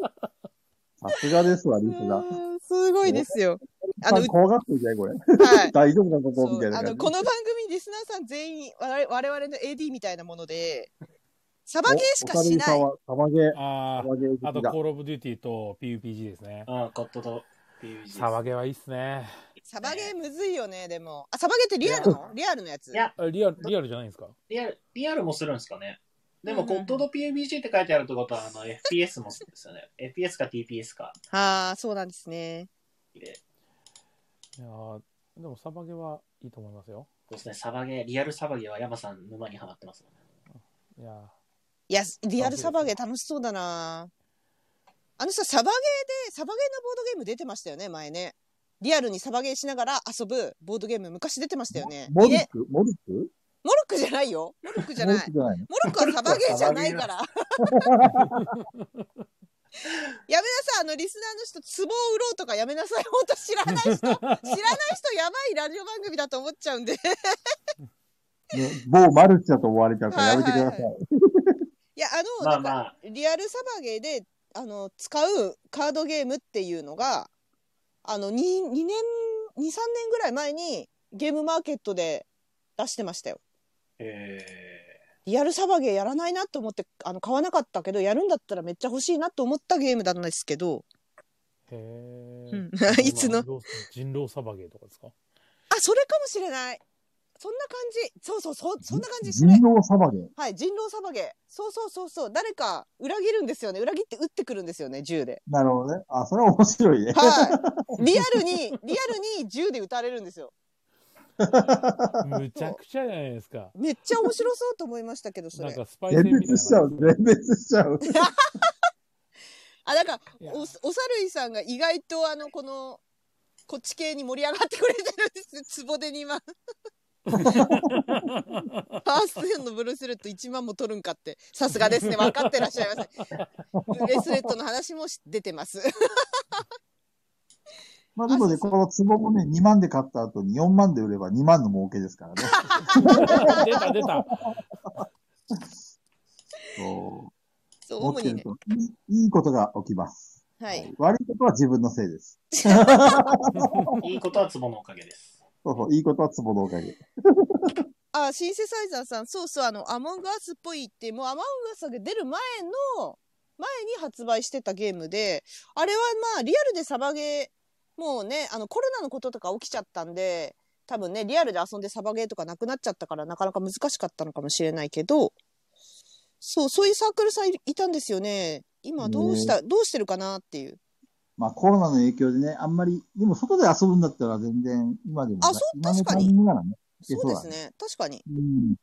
S2: すがですわ、リスナー。
S1: うんすごいですよ。あ
S2: あ
S1: の
S2: の、怖がってるじゃん、これ。
S1: はい。
S2: 大丈夫なこ
S1: そ
S2: とみたいうな
S1: あ
S2: 感
S1: の
S2: じ。
S1: この番組リスナーさん全員我々我々の AD みたいなものでサバゲーしかしない。
S2: おおさるいさんは、たまげ、
S3: あ
S2: たまげ好き
S3: あ、
S2: だ
S3: あと、コールオブデューティーと PUPG ですね。
S4: うん、コットと PUG です。
S3: 騒げはいいっすね。
S1: サバゲーむずいよねでも。あサバゲーってリアルのリアルのやつ。
S4: いや
S3: あリアル、リアルじゃないんですか
S4: リアル、リアルもするんですかね。で
S1: う
S4: も、
S1: んうん
S4: コ
S1: うん
S4: ットと PUBG って書いてあるってことは、あの、FPS もするんですよね。FPS か TPS か。
S1: ああそうなんですね。
S4: で
S3: いやーでも、騒げはいいと思いますよ。
S4: そうですね、サバゲー、リアルサバゲーは山さん沼にはまってますもんね。
S3: いやー
S1: いやリアルサバゲー楽しそうだな。あのさサバゲーでサバゲーのボードゲーム出てましたよね前ね。リアルにサバゲーしながら遊ぶボードゲーム昔出てましたよね。
S2: モル
S1: いいね
S2: クモルク
S1: モルックじゃないよ。モルックじゃ
S2: モ
S1: な
S2: ル
S1: い
S2: ク。じゃないの
S1: モルックはサバゲーじゃないから。や めなさい、あのリスナーの人、壺を売ろうとかやめなさい。ほんと知らない人、知らない人やばいラジオ番組だと思っちゃうんで。
S2: ね某マルチだと思われちゃうからやめてくだ
S1: は
S2: さ
S1: い
S2: い。
S1: いや、あの、
S4: ま
S1: な
S4: あ
S1: ん
S4: ま
S1: か
S4: あ、
S1: リアルサバゲーで、あの、使うカードゲームっていうのが、あの、2、二年、2、3年ぐらい前にゲームマーケットで出してましたよ。
S4: え
S1: リアルサバゲーやらないなと思って、あの、買わなかったけど、やるんだったらめっちゃ欲しいなと思ったゲームなんですけど、
S3: へ
S1: う
S3: え
S1: ん。 いつの。
S3: 人狼サバゲーとかですか
S1: あ、それかもしれない。そんな感じ。そうそう、そうそんな感じ。それ
S2: 人狼サバゲー。
S1: はい、人狼サバゲー。そうそうそうそう。誰か裏切るんですよね。裏切って撃ってくるんですよね、銃で。
S2: なるほどね。あ、それは面白いね。
S1: はい。リアルに、リアルに銃で撃たれるんですよ。
S3: むちゃくちゃじゃないですか。
S1: めっちゃ面白そうと思いましたけど、そ
S3: なん
S1: れ。
S3: かスパイ
S2: 全
S3: 戦みたい
S2: 滅しちゃ
S3: な
S2: う、。全滅しちゃう。
S1: あ、だから、
S3: いや
S1: お、おさるいさんが意外と、あの、この、こっち系に盛り上がってくれてるんです。つぼで2万。 ファーストンのブルースレッド1万も取るんかって。さすがですね。分かってらっしゃいます。ブレスレッドの話もし出てます。
S2: まあでもね、
S1: あそ
S2: こ
S1: う
S2: のツボもね、2万で買った後に4万で売れば2万の儲けですから ね。
S3: 出た 出た。
S2: そ。
S1: そうう、
S2: 持っ
S1: 主
S2: て
S1: に
S2: る
S1: ね。
S2: といい、いいことが起きます。
S1: はい。
S2: 悪いことは自分のせいです。
S4: いいことはツボのおかげ です。
S2: そうそう、いいことはツボのおかげ。
S1: あ、シンセサイザーさん、そうそう、あの、アモングアスっぽいって、もうアモングアスが出る前の、前に発売してたゲームで、あれはまあ、リアルでサバゲー、もうね、あの、コロナのこととか起きちゃったんで、多分ね、リアルで遊んでサバゲーとかなくなっちゃったから、なかなか難しかったのかもしれないけど、そう、そういうサークルさんいいたんですよね。今、どうした、どうしてるかなっていう。
S2: まあコロナの影響でね、あんまり、でも外で遊ぶんだったら全然今でも、
S1: あそう
S2: 今の
S1: 確か
S2: タ
S1: に
S2: イミングならね。いや
S1: そうです
S2: そうだ
S1: ね。確かに。
S2: うん。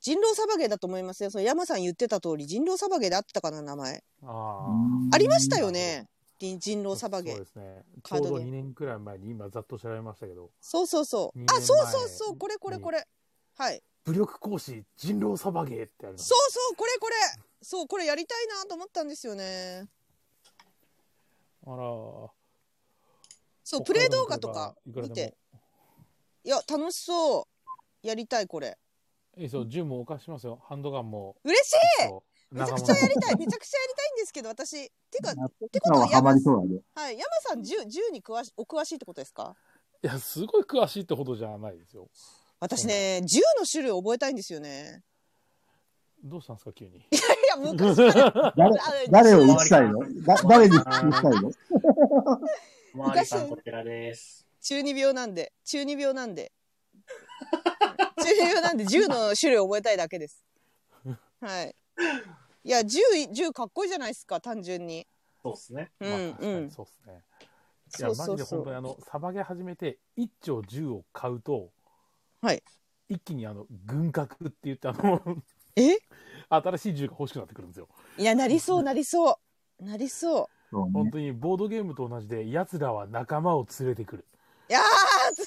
S1: 人狼サバゲーだと思いますよ。その山さん言ってた通り、人狼サバゲーで合ってたかな、名前。
S3: あ
S2: うん
S1: ありましたよね。人人狼サバゲ
S3: そう
S1: ー
S3: で。すね。ち
S1: カ
S3: ょ
S1: ー
S3: う
S1: ドゲー
S3: ど2年くらい前に今ざっと調べましたけど、
S1: そうそうそう。
S3: 二
S1: あ、
S3: 年
S1: そう
S3: 前
S1: そうそう。これこれこれ。はい。
S3: 武力行使人狼サバゲーってあるの。
S1: そうそう、これこれ。そう、これやりたいなと思ったんですよね。
S3: あら。
S1: そう、プレイ動画とか
S3: いくら
S1: 見
S3: でも
S1: て。。いや、楽しそう。やりたい、これ。
S3: え、そう、銃もお貸ししますよ。ハンドガンも。
S1: 嬉しい
S3: そう
S1: めちゃ
S3: 仲
S1: く
S3: 間
S1: ちゃやりたい。めちゃくちゃやりたいんですけど、私。てか、
S2: やって
S1: て
S2: る
S1: こ
S2: 人
S1: とは
S2: はハマりそうだね。
S1: はい。山さん、銃、銃に詳し、お詳しいってことですか
S3: いや、すごい詳しいってほどじゃないですよ。
S1: 私ね、銃の種類覚えたいんですよね。
S3: どうしたんですか、急 に。
S1: いや、昔から、
S2: 誰、
S1: あれ
S2: 誰を打ちたいのだ誰に打ちたいの
S4: おまわりさんこちらです。
S1: 中二病なんで、中二病なんで。 中二病なんで銃の種類を覚えたいだけです。はい。いや、銃、銃かっこいいじゃないですか、単純に。
S4: そうですね。
S1: うん、
S3: まあ
S1: う
S3: 確かに
S1: ん。
S3: そうですね。いや
S1: そうそ
S3: マ
S1: う
S3: ジで
S1: そ
S3: 本当に
S1: う。
S3: あのサバゲ始めて一丁銃を買うと、
S1: はい、
S3: 一気にあの軍拡って言ってあの
S1: え
S3: 新しい銃が欲しくなってくるんですよ
S1: いや、なりそう、なりそう。なりそう。
S2: そう
S3: 本
S2: ね。
S3: 当にボードゲームと同じで奴らは仲間を連れてくる
S1: いやー、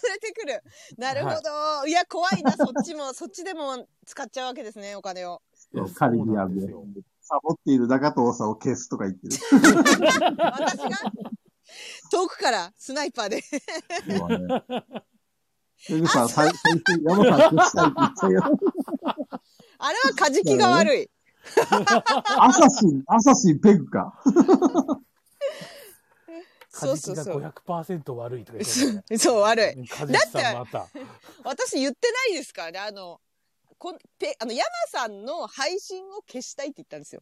S1: 連れてくる。なるほど。い、や、怖いな、そっちも、 そっちでも使っちゃうわけですね、お金を。
S2: そうカリビアンで
S3: そうなんで。
S2: サボっている中藤さんを消すとか言ってる。
S1: 私 が、遠くから、スナイパーで。
S2: そうだね。ペグさん、最最初、山さん消したいって言った よ。
S1: あれはカジキが悪い。
S2: アサシン、アサシンペグか。
S3: カ
S1: そう
S3: ジ
S1: そ
S3: キ
S1: うそ
S3: が
S1: う。
S3: 500%悪いとか言ってた
S1: そう、悪い
S3: よ。ねカジキさんまた
S1: 私言ってないですからねあのこんペあの山さんの配信を消したいって言ったんですよ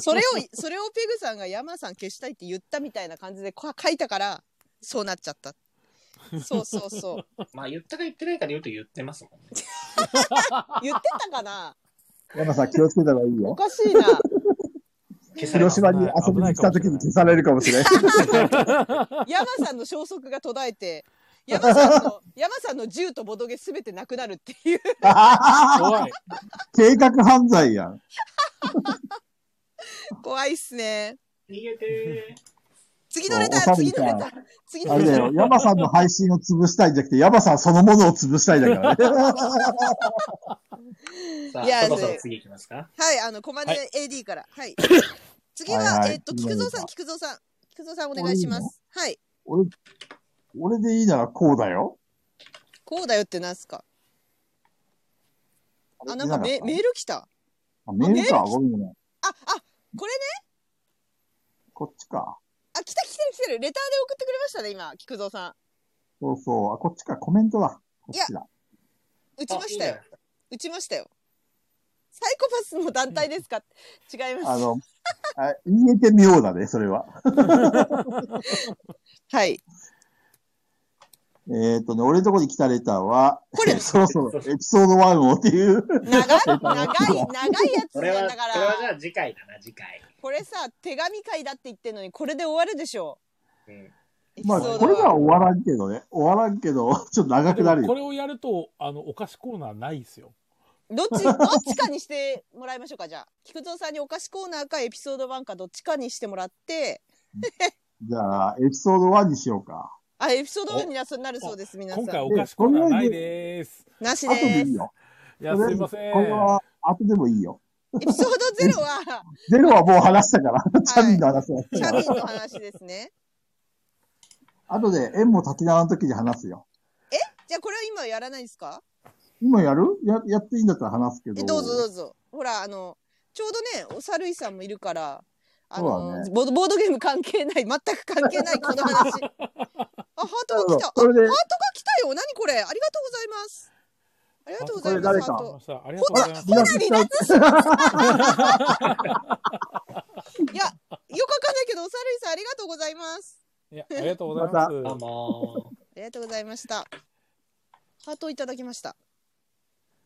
S1: それをそれをペグさんが山さん消したいって言ったみたいな感じでこ書いたからそうなっちゃったそうそうそう
S4: まあ言ったか言ってないかで言うと言ってますもんね。
S1: 言ってたかな
S2: 山さん気をつけた方がいい
S1: お
S2: よ。
S1: かしいな
S4: 消されま
S2: 広
S4: す
S2: 島に遊びに来た時に消されるかもしれない。
S1: 山さんの消息が途絶えて山さんの山さんの銃とボドゲ全てなくなるっていう
S3: 怖い
S2: 計画犯罪やん。
S1: 怖いっすね
S4: 逃げて
S1: 次のレター
S2: おおさび
S1: 次
S2: ち
S1: のレ
S2: ゃ
S1: タ
S2: ん
S1: ー次
S2: あ
S1: の
S2: れ
S1: レ
S2: だ
S1: ター
S2: よ、ヤマさんの配信を潰したいんじゃなくて、ヤマさんそのものを潰したいだからね。
S4: ー。 さ
S1: いや
S4: あ、そろそろ
S1: ね
S4: 次行きますか。
S1: はい、あの、コマネ
S3: は
S1: AD から。はい。次
S2: はい
S1: は、
S2: はい
S1: えっと、菊蔵さん、菊蔵さん。菊蔵さん、お願いします。はい。
S2: 俺、俺でいいならこうだよ。
S1: こうだよってなんすかあ、なんかメメール来た。あ、
S2: あメール
S1: あ
S2: か、
S1: メール
S2: ごめんごめん。
S1: あ、
S2: こっちか。
S1: あ、来た来てる来てる。レターで送ってくれましたね、今、菊蔵さ
S2: そうそう。あ、こっちか、コメントだ。こっちだ。
S1: ん。打ちました
S4: あ
S1: よ。。打ちましたよ。サイコパスの団体ですか違いま
S2: あ
S1: す。
S2: の、あ言えてみようだね、それは。
S1: はい。
S2: えっとね、俺のとこに来たレターは、
S1: これ
S2: そろそろエピソード1をっていう。
S1: 長い、長い、長いやつ
S4: これは、
S1: なんだか
S4: これはじゃ
S1: ら。
S4: あ次回だな、次回。
S1: これさ、手紙会だって言ってんのに、これで終わるでしょ
S4: うん。
S1: う。エピソー
S2: まあ、
S1: ドは
S2: これは終わらんけどね。終わらんけど、ちょっと長くな
S3: で
S2: る
S3: もこ
S2: よ。
S3: れをやるとあのお菓子コーナーないですよ
S1: どっ ち、どっちかにしてもらいましょうか、じゃあ。菊蔵さんにお菓子コーナーかエピソード1かどっちかにしてもらって、
S2: じゃあ、エピソード1にしようか。
S1: あ、エピソード1にななるそうです、皆さん
S3: 今。回お菓子コーナーないです。
S1: なし
S2: 後
S1: で
S2: ですいい。よ。
S3: いや、すいません。
S2: これは後でもいいよ。
S1: エピソード0は、
S2: ゼロはもう話したから。チャミンの話は。
S1: チャミンの話ですね。
S2: 後で縁も立ち縄の時に話すよ。
S1: じゃあこれは今やらないですか
S2: 今やるややっていいんだったら話すけど。
S1: えどうぞどうぞほらあのちょうどねおさるいさんもいるからあ
S2: そう
S1: の、
S2: だね
S1: ボードボードゲーム関係ない全く関係ないこの話あハートが来 たあハート
S2: そ
S1: が
S2: れで、
S1: 来たよ何これありがとうございますありがとうござい
S2: こ
S1: ま
S2: れ
S1: すハ
S2: 誰か
S1: ー
S3: あ
S1: ト
S3: そうありがとうございます。
S1: ほら離脱しますいやよくわかんないけどおさるいさんありがとうございます
S3: いや、ありがとうございます。
S4: あの
S1: ありがとうございましたハートをいただきました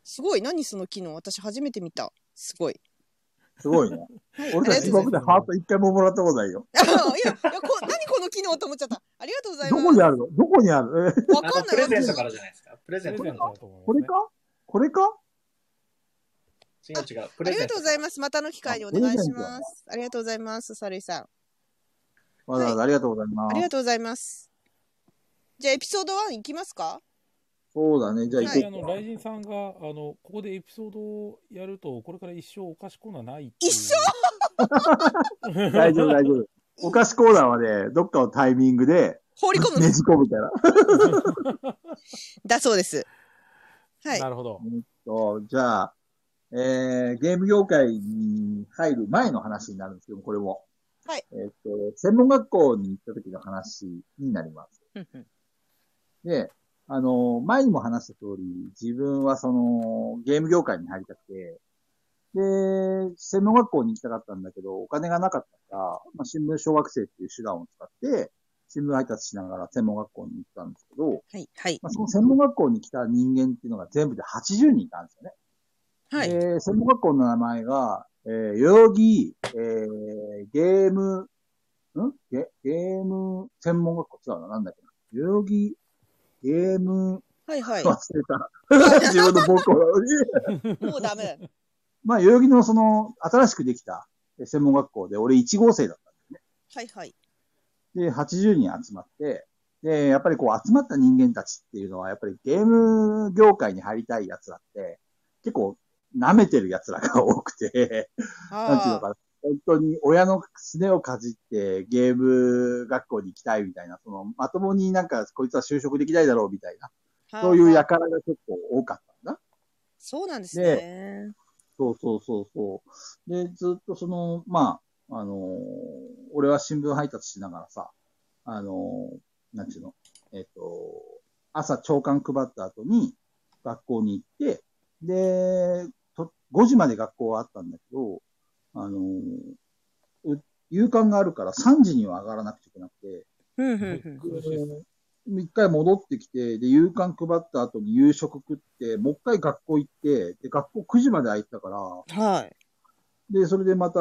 S1: すごい何その機能私初めて見たすごい
S2: すごいね。俺たち今までハート一回ももらったことないよ。
S1: あいや、いやこ、何この機能と思っちゃった。ありがとうござい
S2: ど
S1: ま
S2: こにあるのどこにあるえ
S1: す。わ
S4: ー、な
S1: か
S4: んか
S1: ん
S4: プ
S1: ない
S4: レゼントからじゃないですか。プレ
S3: プ
S4: ゼン
S3: レ
S4: ト
S3: ゼ
S4: か
S3: ン
S4: ら
S3: トだと思います、ね。
S2: これかこれか
S4: 違う違う。
S1: あ
S4: プレ
S1: り
S4: ゼ
S1: が
S4: ン
S1: と
S4: ト
S1: うございます。またの機会にお願いします。ありがとうございます。サルイさん。
S2: わざわざありがとうございま
S1: あ
S2: す。
S1: りがとうございます。じゃあ、エピソード1いきますか
S2: そうだね。じゃあ
S1: はい
S2: 行
S3: あ
S2: こ
S3: の、
S2: うか。
S3: 雷神さんが、あの、ここでエピソードをやると、これから一生お菓子コーナーないっていう
S1: 一生
S2: 大丈夫、大丈夫。お菓子コーナーはね、どっかのタイミングで
S1: 放り込
S2: ね
S1: む。
S2: じ込むから。
S1: だそうです。はい
S3: な。るほど。
S2: そうじゃあ、えー、ゲーム業界に入る前の話になるんですけども、これも。
S1: はい。
S2: えーっ、と、専門学校に行った時の話になります。
S1: うんうん
S2: で、あの、前にも話した通り、自分はその、ゲーム業界に入りたくて、で、専門学校に行きたかったんだけど、お金がなかったから、まあ、新聞小学生っていう手段を使って、新聞配達しながら専門学校に行ったんですけど、
S1: はい。はい。
S2: まあ、その専門学校に来た人間っていうのが全部で80人いたんですよね。
S1: はい。
S2: で、専門学校の名前が、えー、代々木、えー、ゲーム、んゲ、ゲーム専門学校違うな、なんだっけな。代々木、ゲーム、
S1: はい。はい。
S2: 忘れた。 自分の母校なのに。
S1: もうダメ。
S2: まあ、代々木のその、新しくできたえー専門学校で、俺1号生だっ
S1: はい。はい。
S2: た。で、80人集まって、で、やっぱりこう集まった人間たちっていうのは、やっぱりゲーム業界に入りたい奴らって、結構舐めてる奴らが多くて、なんていうの
S1: あ
S2: かな。本当に親のすねをかじってゲーム学校に行きたいみたいな、そのまともになんかこいつは就職できないだろうみたいな、
S1: あ。
S2: そういう
S1: はあ。
S2: 輩が結構多かったんだ。
S1: そうなんですね。
S2: そうそうそうそう。で、ずっとその、まあ、あのー俺は新聞配達しながらさ、あのーなんていうの、えっ、と、朝朝刊配った後に学校に行って、で、と5時まで学校はあったんだけど、あのーう夕刊があるから3時には上がらなくちゃいけなくて、
S1: うんうん
S3: はい
S1: うん。
S3: 苦しいですね。
S2: 一回戻ってきて、で、夕刊配った後に夕食食って、もう一回学校行って、で、学校9時まで空いてたから、
S1: はい。
S2: で、それでまた、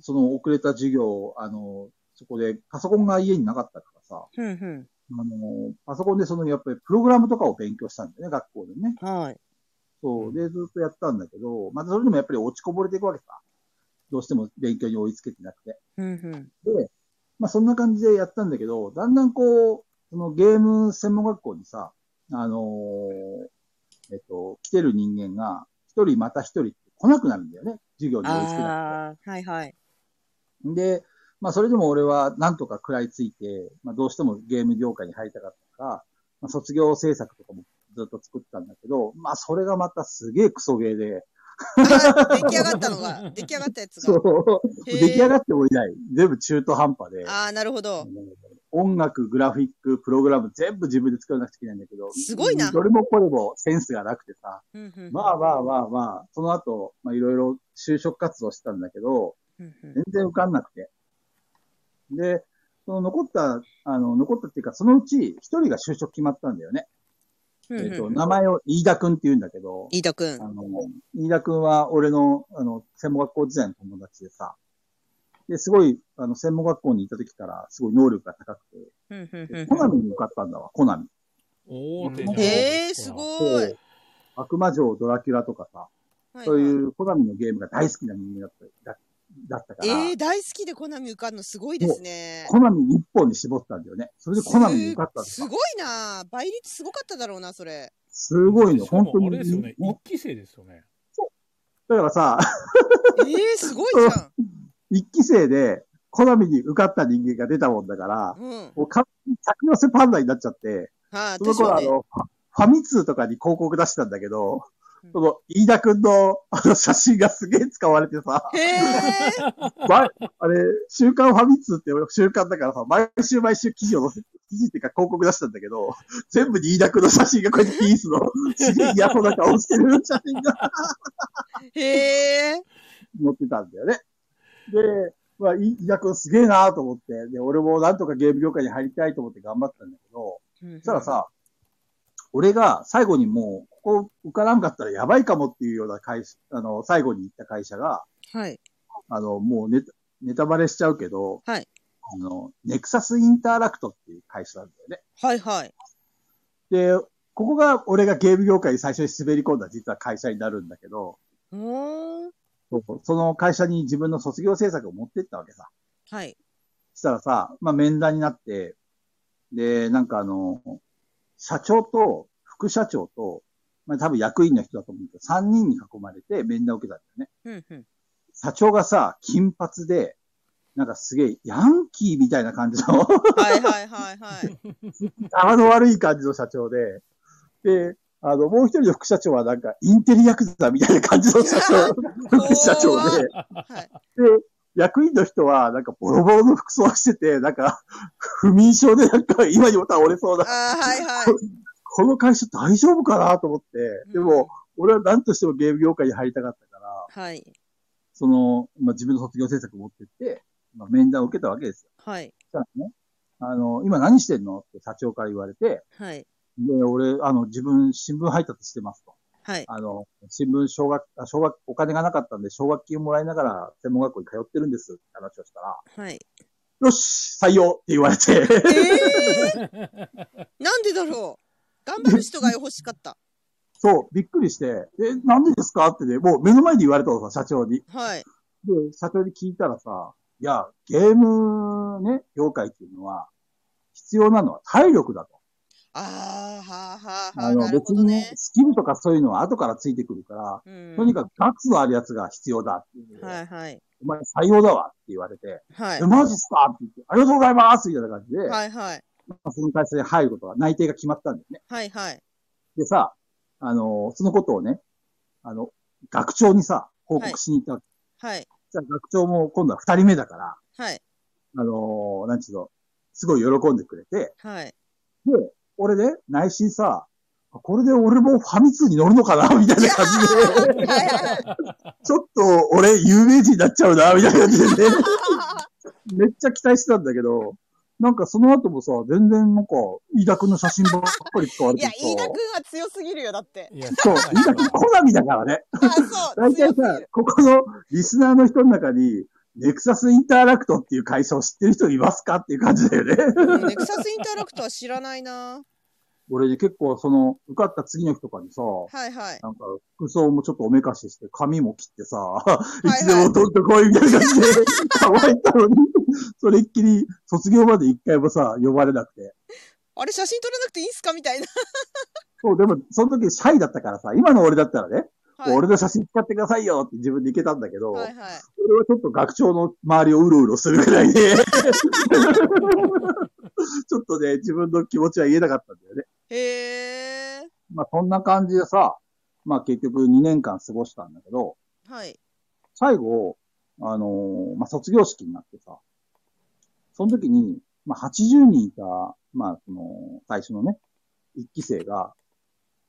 S2: その遅れた授業、あの、そこでパソコンが家になかったからさ、
S1: うんうん。
S2: あの、パソコンでその、やっぱりプログラムとかを勉強したんだよね、学校でね。
S1: はい。
S2: そうう。
S3: ん
S2: で、ずっとやったんだけど、またそれでもやっぱり落ちこぼれていくわけさ。どうしても勉強に追いつけてなくて。
S1: うんうん。
S2: で、まあそんな感じでやったんだけど、だんだんこう、そのゲーム専門学校にさ、あのーえっと、来てる人間が、一人また一人来なくなるんだよね。授業に追いつけなくて。
S1: ああ。はい。はい。
S2: で、まあ、それでも俺はなんとか食らいついて、まあ、どうしてもゲーム業界に入りたかったから、まあ、卒業制作とかもずっと作ったんだけど、まあ、それがまたすげえクソゲーで、
S1: あ出来上がったの が、出来上がったやつ
S2: そ
S1: が。
S2: う、
S1: へー
S2: 出来上がってもいない。全部中途半端で、
S1: ああ、なるほど。
S2: 音楽、グラフィック、プログラム、全部自分で作らなくちゃいけないんだけど、
S1: すごいな
S2: どれもこれもセンスがなくてさ、
S1: うんうん
S2: まあまあまあまあ、その後、まあ、いろいろ就職活動してたんだけど、
S1: うんうん
S2: 全然受かんなくて。で、その残った、あの、残ったっていうか、そのうち一人が就職決まったんだよね。
S1: うん
S2: えっ、と、
S1: うん
S2: 名前を飯田くんって言うんだけど、
S1: 飯田くん
S2: あ。の、飯田くんは俺の、あの、専門学校時代の友達でさ、で、すごい、あの、専門学校に行った時から、すごい能力が高く
S1: うんうん
S2: て、
S1: う
S2: コナミに受かったんだわ、コナミ。
S3: おー、
S4: うん
S3: テンション上がる
S1: んへえ、す
S3: い。
S1: ごい。
S2: 悪魔城ドラキュラとかさ、
S1: はい
S2: そういうコナミのゲームが大好きな人間だっただだったから、
S1: えー、大好きでコナミ受かるのすごいですね。
S2: コナミ一本に絞ったんだよね。それでコナミに受かったんですすよ
S1: ごいな倍率すごかっただろうな、それ。
S2: すごいの、
S3: しか
S2: 本
S3: も
S2: 当に。
S3: あれですよね。
S2: もう
S3: 一期生ですよ ね。
S2: だからさ、
S1: えー、すごいじゃん。
S2: 一期生でコナミに受かった人間が出たもんだから、
S1: うん。はい、
S2: もう完全に着寄せパンダになっちゃって、その
S1: 私
S2: 頃
S1: は
S2: あ
S1: ね。
S2: の、ファミ通とかに広告出してたんだけど
S1: うん、
S2: その、飯田くんの、あの、写真がすげえ使われてさ、
S1: へえ。
S2: ま、あれ、週刊ファミ通って週刊だからさ、毎週毎週記事を載せ記事っていうか広告出したんだけど、全部に飯田くんの写真がこうやってピースの、 すげえ嫌そうな顔してる写真が
S1: へえ。
S2: 載ってたんだよね。で、まあ、い飯田くんすげえなと思って、で、俺もなんとかゲーム業界に入りたいと思って頑張ったんだけど、そしたらさ、俺が最後にもう、ここ受からんかったらやばいかもっていうような会社、あの、最後に行った会社が、
S1: はい。
S2: あの、もうネタネタバレしちゃうけど、
S1: はい
S2: あの、ネクサスインタラクトっていう会社なんだ
S1: はいはい。
S2: よね。で、ここが俺がゲーム業界に最初に滑り込んだ実は会社になるんだけど、
S1: うーん。
S2: そうその会社に自分の卒業制作を持ってったわけさ。
S1: はい。
S2: したらさ、まあ面談になって、で、なんかあの、社長と副社長と、まあ多分役員の人だと思うけど、3人に囲まれて面談を受けたんだよね。
S1: うんうん。
S2: 社長がさ、金髪で、なんかすげえ、ヤンキーみたいな感じの、
S1: はいはいはいはい。
S2: あの悪い感じの社長で、で、あの、もう一人の副社長はなんか、インテリヤクザみたいな感じの社長、副社長で、
S1: はい。
S2: で、役員の人は、なんか、ボロボロの服装をしてて、なんか、不眠症で、なんか、今にも倒れそう
S1: あ
S2: な
S1: ー、はいはい。
S2: この会社大丈夫かなと思って、でも、俺は何としてもゲーム業界に入りたかったから、
S1: はい。
S2: その、まあ、自分の卒業制作を持ってって、まあ、面談を受けたわけですよ。
S1: はい。
S2: そしたらね、あの、今何してんのって社長から言われて、
S1: はい。
S2: で、俺、あの、自分、新聞配達してますと。
S1: はい。
S2: あの、新聞、奨学、あ奨学、お金がなかったんで、奨学金をもらいながら、専門学校に通ってるんですって話をしたら、
S1: はい。
S2: よし採用って言われて、
S1: えー、なんでだろう頑張る人が欲しかった。
S2: そう、びっくりして、え、なんでですかってね、もう目の前で言われたのさ、社長に。
S1: はい。
S2: で、社長に聞いたらさ、いや、ゲームね、業界っていうのは、必要なのは体力だと。
S1: あー、はあはあは
S2: あ
S1: あ。
S2: の、
S1: なる
S2: 別
S1: ほど
S2: に
S1: ね。
S2: スキルとかそういうのは後からついてくるから、
S1: うん
S2: とにかくガッツのあるやつが必要だっていう。
S1: はいはい。
S2: お前採用だわって言われて、
S1: はい
S2: え、。マジっすかって言って、ありがとうございますみたいな感じで、
S1: はいはい。
S2: まあその会社に入ることが、内定が決まったんだよね。
S1: はいはい。
S2: でさ、あの、そのことをね、あの、学長にさ、報告しに行ったわけ。
S1: はい。
S2: じゃあ学長も今度は二人目だから、
S1: はい。
S2: あのーなんちゅうの、すごい喜んでくれて、
S1: はい。
S2: で、俺ね、内心さ、これで俺もファミ通に乗るのかなみたいな感 じ
S1: は
S2: で、
S1: いはいはい。
S2: ちょっと俺有名人になっちゃうなみたいな感じ でね、めっちゃ期待してたんだけど、なんかその後もさ、全然なんか、飯田くんの写真ばっかり使わ
S1: い
S2: れて
S1: や
S2: る、
S1: 飯田くんは強すぎるよ、だって。
S3: いや、
S2: そう、飯田くん、コナミだからね。
S1: あ、そう。
S2: 大
S1: 強
S2: 体
S1: すぎ
S2: さ
S1: る、
S2: ここのリスナーの人の中に、ネクサスインタラクトっていう会社を知ってる人いますかっていう感じだよね。
S1: うんネクサスインタラクトは知らないな。
S2: 俺ね、結構その、受かった次の日とかにさ、
S1: はいはい。
S2: なんか、服装もちょっとおめかしして、髪も切ってさ、
S1: い
S2: いつでも取ってこいみたいな感じで、乾いたのに、 それっきり、卒業まで一回もさ、呼ばれなくて。
S1: あれ、写真撮らなくていいんすかみ たいな。
S2: そう、でも、その時シャイだったからさ、今の俺だったらね、
S1: はい。
S2: 俺の写真使ってくださいよって自分でいけたんだけど、
S1: はいはい。
S2: 俺はちょっと学長の周りをうろうろするぐ らいで、ちょっとね、自分の気持ちは言えなかったんだよね。
S1: へえ。
S2: まあ、そんな感じでさ、まあ、結局2年間過ごしたんだけど、
S1: はい。
S2: 最後、あのーまあ、卒業式になってさ、その時に、まあ、80人いた、まあ、その、最初のね、一期生が、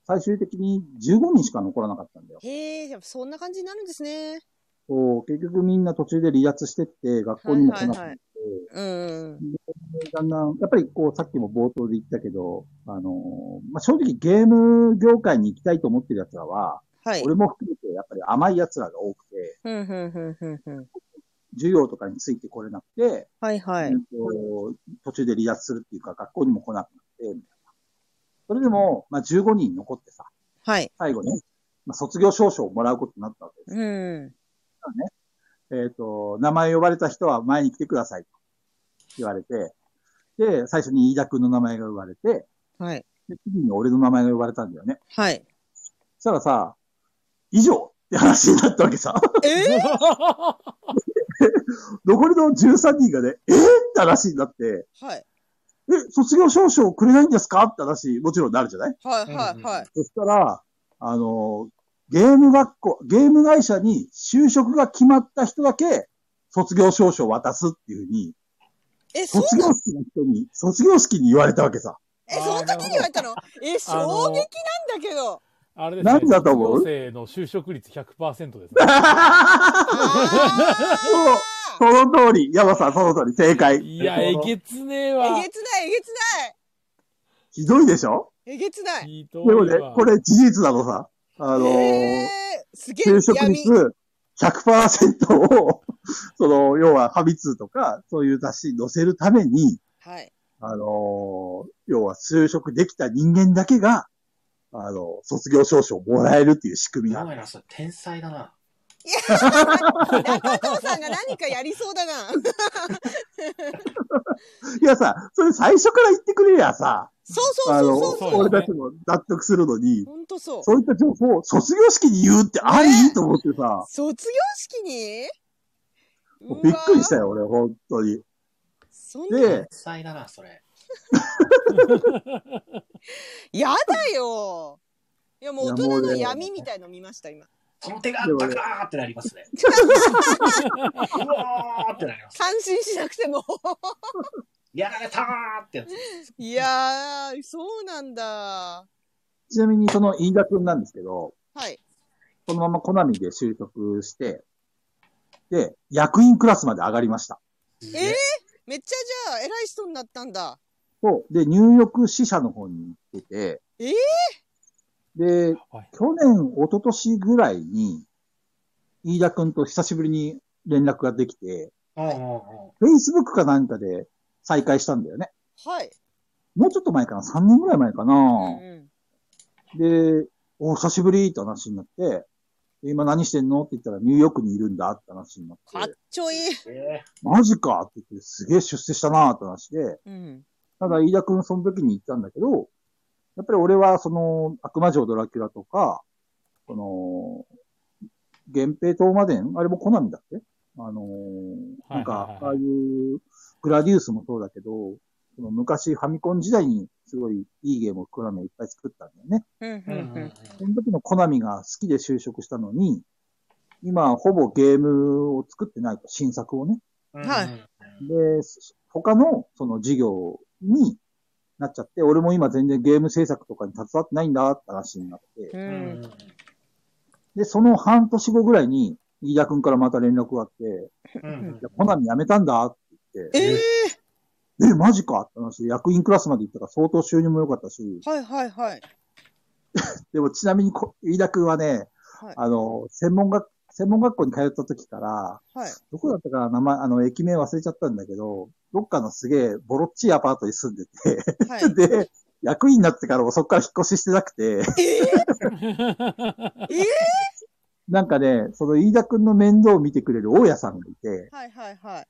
S2: 最終的に15人しか残らなかったんだよ。
S1: へえ、やっぱそんな感じになるんですね。
S2: そう結局みんな途中で離脱してって、学校にも来なくて、
S1: はいはいはうん。
S2: だんだん、やっぱりこう、さっきも冒頭で言ったけど、あのーまあ、正直ゲーム業界に行きたいと思ってる奴らは、
S1: はい。
S2: 俺も含めてやっぱり甘い奴らが多くて、
S1: ふんふんふんふんふん。
S2: 授業とかについてこれなくて、
S1: はいはい
S2: えっ。と途中で離脱するっていうか、学校にも来なくなって、みたいな。それでも、まあ、15人残ってさ、
S1: はい。
S2: 最後ね、まあ、卒業証書をもらうことになったわけです。
S1: うん。
S2: えっ、と、名前呼ばれた人は前に来てくださいと言われて、で、最初に飯田くんの名前が呼ばれて、
S1: はい。
S2: で次に俺の名前が呼ばれたんだよね。
S1: はい。
S2: そしたらさ、以上って話になったわけさ。
S1: えー、
S2: 残りの13人がね、えー、って話になって、
S1: はい。
S2: え、卒業証書をくれないんですかって話、もちろんなるじゃない
S1: はいはいはい。
S2: そしたら、あの、ゲーム学校、ゲーム会社に就職が決まった人だけ、卒業証書を渡すっていうふうに、
S1: え、そう
S2: 卒業式の人に、卒業式に言われたわけさ。
S1: え、その時に言われたの え、衝撃
S3: あ
S1: なん
S3: の
S1: だけど。
S3: あれですね。
S2: 何だと思う
S3: 卒業生の就職率100%ですね。
S1: あ
S2: その通り、山さん、その通り、正解。
S3: いや、えげつねえわ
S1: ーえ。げつない、えげつない。
S2: ひどいでしょ
S1: えげつない。
S3: ひどい
S2: でもね
S3: わ、
S2: これ事実なのさ。あのー
S1: えー、すげえ
S2: 就職
S1: 闇。
S2: 率100%を、その、要は、ハビツとか、そういう雑誌に載せるために、
S1: はい。
S2: あのー要は就職できた人間だけが、あの、卒業証書をもらえるっていう仕組み
S4: や
S2: が。
S4: ばいな、それ天才だな。
S1: 中藤さんが何かやりそうだな。
S2: いやさ、それ最初から言ってくれりゃさ、
S1: そうそう
S2: あの、
S1: そうそう
S3: う
S1: そう。
S2: 俺たちも納得するのに、
S1: ほんとそう。
S2: そういった情報を卒業式に言うってあり、
S1: ね
S2: と思ってさ、
S1: 卒業式にうわ
S2: びっくりしたよ、俺、本当に。
S1: そんな
S2: で
S4: 天、才だな、それ。
S1: やだよいやもう大人の闇みたいの見ました今
S4: その手があったかーってなりますね。 うわーってなります。
S1: 感心しなくても
S4: やられたーってやつ。
S1: いやーそうなんだ
S2: ちなみにその飯田くんなんですけど、
S1: はい
S2: そのままコナミで就職して、で、役員クラスまで上がりました。
S1: えー、めっちゃじゃあ偉い人になったんだ
S2: そう。で、入浴支社の方に行ってて、
S1: え
S2: で、
S3: はい
S2: 去年、一昨年ぐらいに、飯田くんと久しぶりに連絡ができて、
S4: うんうんうん。
S2: Facebook かなんかで再会したんだよね。
S1: はい、
S2: もうちょっと前かな ?3 年ぐらい前か
S1: う、
S2: な
S1: う
S2: ん
S1: ん、
S2: で、お、久しぶりって話になって、で今何してんのって言ったらニューヨークにいるんだって話にな
S1: かっ
S2: って、
S1: ちょいい、
S4: え
S2: マジかって言って、すげえ出世したなって話で、
S1: うん、
S2: ただ、飯田くんその時に言ったんだけど、やっぱり俺はその、悪魔城ドラキュラとか、この、源平島までんあれもコナミだっけあのー、な
S3: はいは
S2: ん
S3: い
S2: か、
S3: はい
S2: ああいう、グラディウスもそうだけど、その昔ファミコン時代にすごいいいゲームをコナミがいっぱい作ったんだよね。
S1: うんうん
S4: え。うんう
S1: うんん
S2: その時のコナミが好きで就職したのに、今ほぼゲームを作ってないと、新作をね。
S4: うん。
S1: はい
S2: で、そ他のその事業になっちゃって、俺も今全然ゲーム制作とかに携わってないんだって話になって、
S1: う
S4: うんうん
S1: ん
S4: うん。
S2: で、その半年後ぐらいに、飯田くんからまた連絡があって、い
S4: うん
S2: や、コナミ辞めたんだって
S1: ええ
S2: え、マジかって話で、役員クラスまで行ったから相当収入も良かったし、
S1: ー、はいはいはい
S2: でもちなみにこ飯田くんはね、
S1: はい
S2: あの、専門学、専門学校に通った時から、
S1: はい
S2: どこだったかな名前、あの、駅名忘れちゃったんだけど、どっかのすげえボロっちいアパートに住んでて、
S1: はい
S2: で、役員になってからもそこから引っ越ししてなくて、
S1: えー、
S2: なんかね、その飯田くんの面倒を見てくれる大家さんがいて、
S1: はいはいはい
S2: あ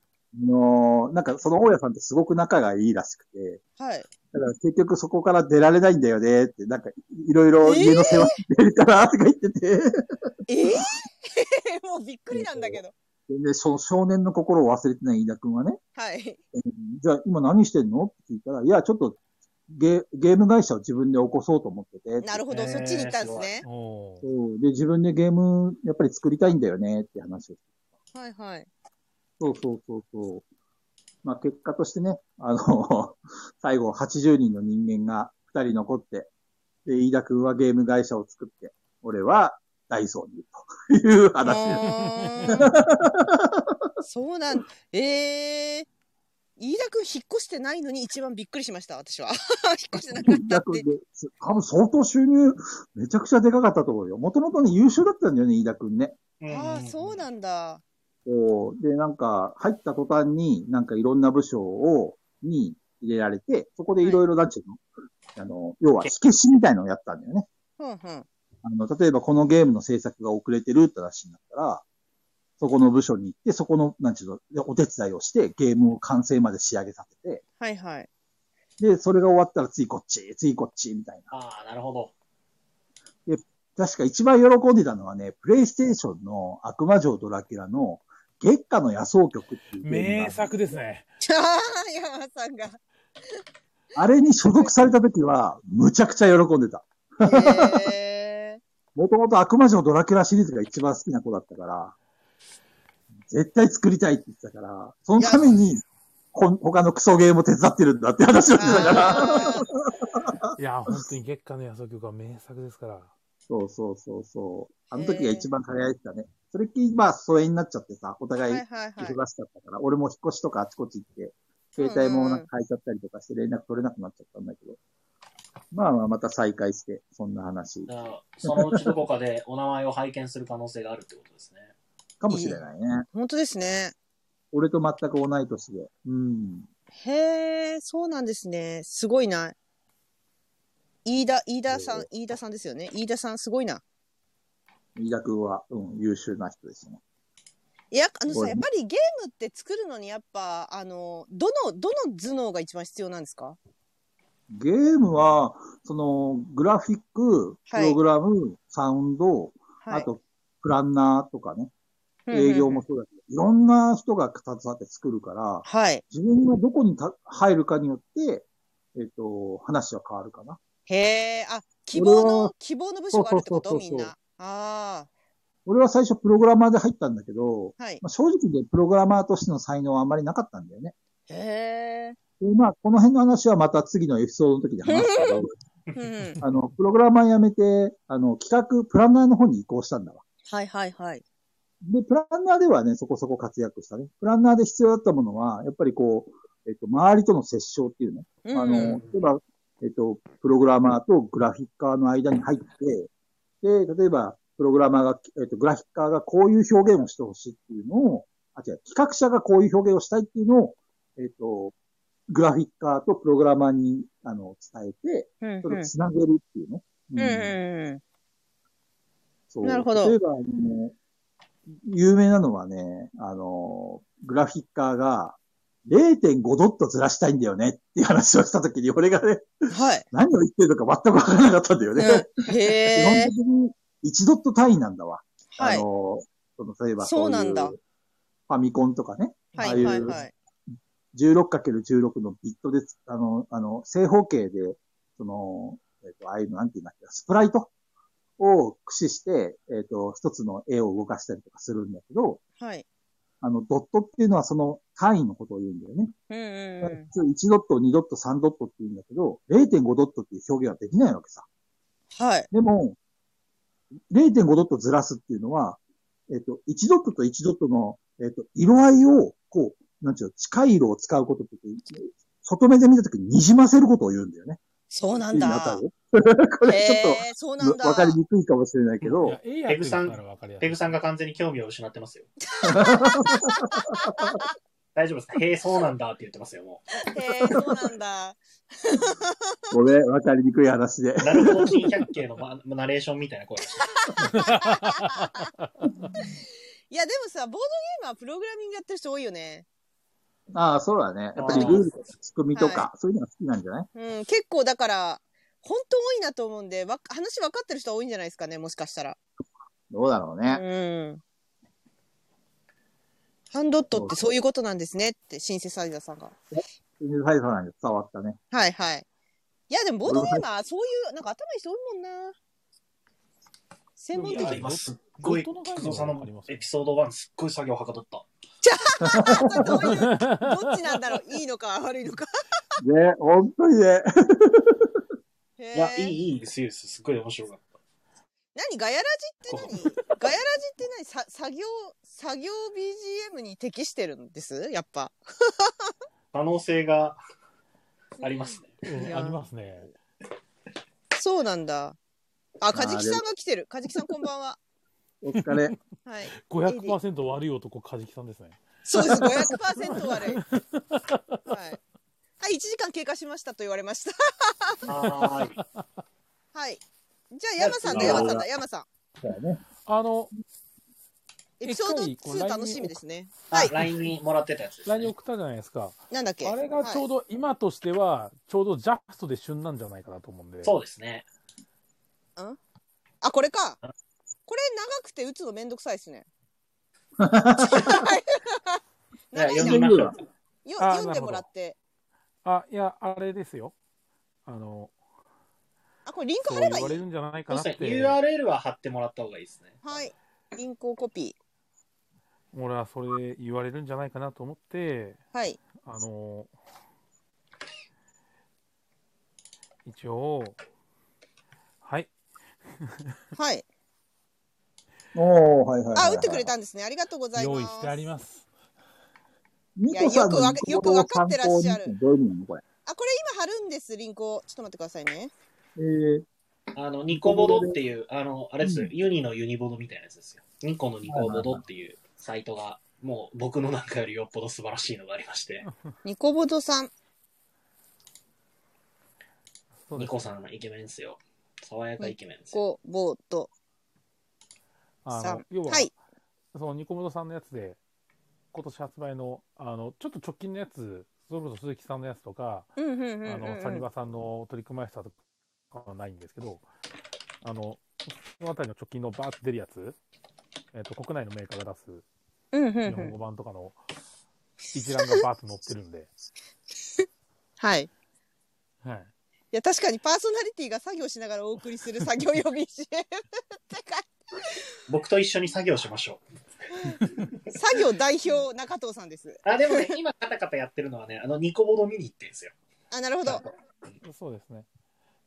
S2: のーなんかその大家さんとすごく仲がいいらしくて、
S1: はい
S2: だから結局そこから出られないんだよねって、なんかいろいろ家の世話してるからとか言ってて、
S1: えー、 もうびっくりなんだけど
S2: で、その少年の心を忘れてない飯田くんはね、
S1: はい
S2: じゃあ今何してんのって聞いたら、いや、ちょっとゲゲーム会社を自分で起こそうと思っててって
S1: なるほど、
S4: えー
S1: そっちに行ったんですね
S3: おー
S2: そうで、自分でゲームやっぱり作りたいんだよねって話を
S1: はいはい
S2: そうそうそうそう。まあ結果としてね、あの、 最後80人の人間が2人残って、で、飯田くんはゲーム会社を作って、俺はダイソーにいるという話です。
S1: あーそうなんえー、飯田君引っ越してないのに一番びっくりしました私は 引っ越してなかっ
S2: 飯
S1: たっ
S2: 田くん
S1: て
S2: です多分相当収入、めちゃくちゃでかかったと思うよ。もともとね、優秀だったんだよね、飯田くんね。
S4: うん。
S1: ああそう
S4: だ。
S1: なんだ
S2: こうで、なんか、入った途端に、なんかいろんな部署を、に入れられて、そこでいろいろ、なんちゅうの、あの、要は、火消しみたいなのをやったんだよね。
S1: ふんふん
S2: あの、例えばこのゲームの制作が遅れてるって話になったら、そこの部署に行って、そこの、なんちゅうの、でお手伝いをして、ゲームを完成まで仕上げさせて、
S1: はいはい。
S2: で、それが終わったら次こっち、次こっち、みたい
S4: ああ、なるほど。
S2: な。確か一番喜んでたのはね、プレイステーションの悪魔城ドラキュラの月下の野草曲っていうゲームがある
S3: 名作ですね。
S1: ああ、山さんが。
S2: あれに所属された時は、むちゃくちゃ喜んでた。
S1: へえ。
S2: もともと悪魔城ドラキュラシリーズが一番好きな子だったから、絶対作りたいって言ってたから、そのために、こん他のクソゲームを手伝ってるんだって話をしてたから。
S1: あー
S3: いや、本当に月下の野草曲は名作ですから。
S2: そうそうそうそう。あの時が一番輝いてたね。それっきり、まあ、疎遠になっちゃってさ、お
S1: は
S2: 互
S1: い
S2: い
S1: はい
S2: 忙
S1: はい。
S2: しかったから、俺も引っ越しとかあちこち行って、携帯もなんか変えちゃったりとかして連絡取れなくなっちゃったんだけど。まあまあ、また再会して、そんな話
S4: じゃあそのうちどこかでお名前を拝見する可能性があるってこ とですね。
S2: かもしれないね。
S1: 本当ですね。
S2: 俺と全く同い年で。うん。
S1: へえ、そうなんですね。すごいな。飯田、飯田さん
S2: お、
S1: 飯田さんですよね。飯田さん、すごいな。
S2: 飯田君は、うん、優秀な人ですね。
S1: いや、あの
S2: すご
S1: さ、
S2: い
S1: やっぱりゲームって作るのに、やっぱ、あの、どの、どの頭脳が一番必要なんですか
S2: ゲームは、その、グラフィック、プ
S1: はい
S2: ログラム、サウンド、
S1: はい。
S2: あと、プランナーとかね、
S1: うんうんうん
S2: 営業も。そうだけど、いろんな人が携わって作るから、
S1: はい。
S2: 自分がどこにた入るかによって、えっ、と、話は変わるかな。
S1: へえ、あ、希望
S2: 俺
S1: の
S2: は、
S1: 希望の部署があるってこと
S2: そうそう
S1: み
S2: そうんそう
S1: な。あ
S2: 俺は最初プログラマーで入ったんだけど、
S1: あ、はい。
S2: まあ、正直でプログラマーとしての才能はあんまりなかったんだよね。
S1: へえ。
S2: でまあ、この辺の話はまた次のエピソードの時で話す けど、
S1: うん。
S2: あの、プログラマー辞めて、あの、企画、プランナーの方に移行したんだわ。
S1: はいはいはい。
S2: で、プランナーではね、そこそこ活躍したね。プランナーで必要だったものは、やっぱりこう、えっと、周りとの接触っていうの。
S1: うん
S2: あ
S1: うん
S2: の、例えば、えっと、プログラマーとグラフィッカーの間に入って、で、例えば、プログラマーが、えっと、グラフィッカーがこういう表現をしてほしいっていうのを、あ、違う、企画者がこういう表現をしたいっていうのを、えっと、グラフィッカーとプログラマーに、あの、伝えて、
S1: うんうん
S2: それをつなげるっていうね。
S1: う
S2: う
S1: んうんうん。
S2: そう
S1: なるほど
S2: 例えば、あの、有名なのはね、あの、グラフィッカーが0.5ドットずらしたいんだよねっていう話をしたときに、俺がね、
S1: はい。
S2: 何を言ってるのか全くわからなかったんだよね。
S1: うんへ
S2: 基本
S1: え。
S2: 的に1ドット単位なんだわ。
S1: は
S2: あ
S1: い。
S2: の、その例えば
S1: そう
S2: そう
S1: な
S2: いう
S1: んだ
S2: ファミコンとかね、
S1: は
S2: ああ
S1: い
S2: いう
S1: はいはい。
S2: 16×16 のビットでつ、あの、あの、正方形で、その、えっ、と、ああいうの、なんていうんだっけ、スプライトを駆使して、えっ、と、一つの絵を動かしたりとかするんだけど、
S1: はい。
S2: あの、ドットっていうのはその単位のことを言うんだよね。
S1: うんうんうん。
S2: 普通1ドット、2ドット、3ドットって言うんだけど、0.5ドットっていう表現はできないわけさ。
S1: はい。
S2: でも、0.5ドットずらすっていうのは、えっ、と、1ドットと1ドットの、えっ、と、色合いを、こう、なんちゅうの、近い色を使うことって、外目で見たときに滲ませることを言うんだよね。
S1: そうな
S2: なん
S1: だ。
S2: これちょっ
S1: へえそう
S2: と、
S1: なんだ。
S2: わかりにくいかもしれないけど、
S3: いや、絵やってるからわかりやすい。
S4: ペグさんが完全に興味を失ってま すよ。大丈夫ですかへえ、そうなんだって言ってますよ、も
S1: へえそうなんだ。
S2: ごめん、わかりにくい話で。
S4: う。なるほど、珍百景のまナレーションみたいな声がして
S1: いや、でもさ、ボードゲームはプログラミングやってる人多いよね。
S2: ああ、そうだね。やっぱりルールとか仕組みとか、そういうのが好きなんじゃない
S1: うん、結構だから、本当多いなと思うんで、わ話分かってる人多いんじゃないですかね、もしかしたら。
S2: どうだろう
S1: う
S2: ね。
S1: ん。ハンドットってそういうことなんですねって、シンセサイザーさんが。
S2: 全然大差なんで伝わったね。
S1: はいはい。いや、でもボードゲーマー、そういう、なんか頭いい人多いもんな。専門
S4: る。
S1: 的
S4: いや、
S1: に。
S4: 今すっごい、菊蔵さんのエピソード1、すっごい作業はかどった。
S1: どういう どっちなんだろういいのか悪いのか。
S2: ね、本当にね。
S1: へ
S4: いや、い
S1: え。
S4: い、いいです、いいです。すっごい面白かっ
S1: 何ガヤラジって何 ガヤラジって何さ作業、作業 BGM に適してるんですやっぱ。
S4: た。可能性があります
S3: う
S4: ね。
S3: ん
S1: いや
S3: ありますね。
S1: そうなんだ。あ、カジキさんが来てる。カジキさんこんば んは。
S2: お疲れ。
S1: はい。
S3: 500%悪い男、カジキさんですね。
S1: そうです。500%悪い。はい。はい、1時間経過しましたと言われました。
S4: はーい。
S1: はい。じゃあ、山さんだ、
S4: いや
S1: 山さんだ、山さん。
S2: だよね。
S3: あの、
S1: エピソード
S3: 一回こう
S1: 2楽しみですね。は
S4: あ
S1: い、
S4: LINE にもらってたやつです、
S3: LINE
S4: ね。
S3: 送ったじゃないですか。
S1: なんだっけ
S3: あれがちょうど今としては、ちょうどジャストで旬なんじゃないかなと思うんで。
S4: そうですね。
S1: あ、これか。これ長くて打つのめんどくさいで すね。
S4: じゃあ
S1: 長いじゃん
S4: 読
S1: よ
S4: みましょう。
S3: あ
S1: 読んでもらって。
S3: あ、いや、あれですよ。あの、
S1: あ、これリンク
S3: そう
S1: 貼ればい
S3: 言われ
S1: い
S3: るんじゃないか
S4: そ
S3: な
S4: うで
S3: っ
S4: すね
S3: て。。
S4: URL は貼ってもらった方がいいですね。
S1: はい。リンクをコピ
S3: 俺はそれ言われるんじゃないかなと思って、
S1: ー。はい。
S3: あの、一応、はい。
S1: はい。
S2: おー、はいはいはい
S1: あ、
S2: はい。
S1: 打ってくれたんですね。ありがとうございます。
S3: 用意してあります。
S2: ミコさんの
S1: いやよくわかよくわかってらっしゃる
S2: 行動を参考にどういう意味なのこれ。
S1: あ、これ今貼るんです、リンクを。ちょっと待ってくださいね。
S2: えー、
S4: あの、ニコボドっていう、あの、あれですよ、
S2: うん
S4: ユニのユニボドみたいなやつですよ。ニコのニコボドっていうサイトが、もう僕の中よりよっぽど素晴らしいのがありまして、
S1: ニコボドさん。
S3: そうで
S4: ニ
S3: す
S4: コさんイケメンですよ。爽やかイケメンですよ。
S1: こう、ボート
S3: あ
S1: さ
S3: の
S1: ん。
S3: 要は、
S1: はい。
S3: そのニコモドさんのやつで、今年発売の、あの、ちょっと直近のやつ、それこそ鈴木さんのやつとか、
S1: うんうんうんうん、
S3: あ
S1: う
S3: の、サニ
S1: ん。
S3: バさんのトリックマイスターとかはないんですけど、あの、そのあたりの直近のバーって出るやつ、えっ、と、国内のメーカーが出す
S1: うんうんう
S3: 日本
S1: ん。
S3: 語版とかの一覧がバーッと載ってるんで、
S1: はい。い
S3: はい。
S1: や、確かにパーソナリティが作業しながらお送りする作業予備 CM ってか、
S4: 僕と一緒に作業しましょう。
S1: 作業代表中藤さんです。
S4: あ、でもね、今カタカタやってるのはね、あの、ニコボド見に行ってんですよ。
S1: あ、なるほど。
S3: そうですね。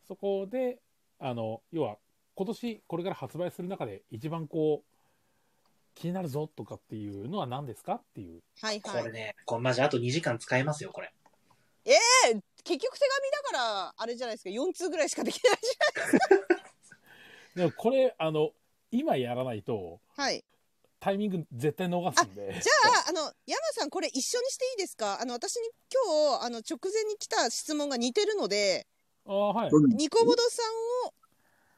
S3: そこで、あの、要は、今年これから発売する中で一番こう、気になるぞとかっていうのは何ですかっていう。
S1: はい
S4: こ
S1: は
S4: れ
S1: い。
S4: ね、これマジあと2時間使えますよ、これ。
S1: 結局手紙だから、あれじゃないですか、4通ぐらいしかできない じ
S3: でもこれ、あの、今やらないと、
S1: ゃん。はい。
S3: タイミング絶対逃すんで。
S1: じゃあ、あの、山さん、これ一緒にしていいですかあの、私に今日、あの、直前に来た質問が似てるので、
S3: ああ、はい。
S2: どういう意味
S1: ニコボドさんを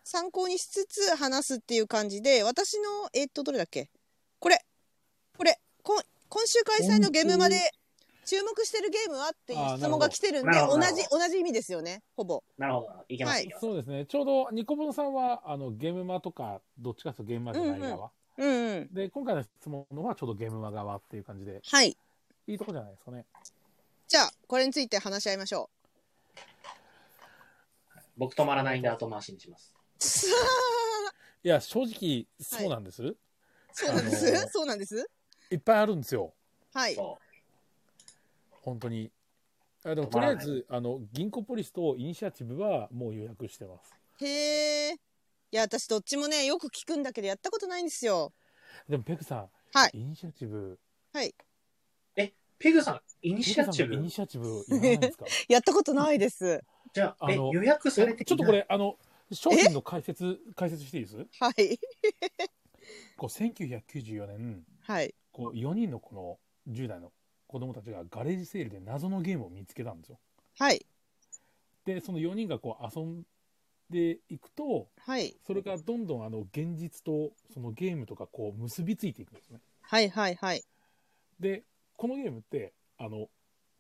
S1: 参考にしつつ話すっていう感じで、私の、えっと、どれだっけこれ、これ、こん今週開催のゲームまで注目してるゲームはっていう質問が来てるんで、
S4: あーな
S1: 同
S4: るほど
S1: じ、同じ意味ですよね、ほぼ。
S4: なるほど。いけます、
S1: はい
S4: いけます。
S3: そうですね。ちょうど、ニコボンさんは、あの、ゲームマとか、どっちかというとゲームマじゃない側。
S1: うんうん。
S3: で、今回の質問のはちょうどゲームマ側っていう感じで、
S1: はい。
S3: いいとこじゃないですかね。
S1: じゃあ、これについて話し合いましょ
S4: 僕止まらないんで後回しにします。
S1: う。そ
S3: いや、正直、そうなんです。
S1: うなんで
S3: あの
S1: す
S3: ー
S1: そうなんです
S3: いっぱいあるんですよ。
S1: はい。
S4: そ
S3: 本当に。あでも
S4: 止
S3: と
S4: ま
S3: りあ
S4: ら
S3: え
S4: ない
S3: ず、あの、銀行ポリスとイニシアチブはもう予約してます。
S1: へえ。いや、私どっちもね、よく聞くんだけど、やったことないんですよ。
S3: でも、ペグさん、
S1: はい
S3: イニシアチブ、
S4: う。ペグさん、イニ
S3: ペグ
S4: シ
S3: さん
S4: ア
S3: の
S4: チ
S3: イ
S4: ブ
S3: ニシアチブ、いらないん ですか
S1: やったことないです。
S4: じゃあ、
S3: あ
S4: え
S3: の、
S4: 予約されて
S3: えちょっとこれ、あの、商品の解説、解説していいです
S1: はい。
S3: こう、1994年、
S1: はい。
S3: こう、4人のこの10代の子供たちがガレージセールで謎のゲームを見つけたんですよ。
S1: はい。
S3: で、その4人がこう、遊んでいくと、
S1: はい。
S3: それがどんどんあの現実とそのゲームとかこう結びついていくんですね。
S1: はい。はい。はい。
S3: でこのゲームってあの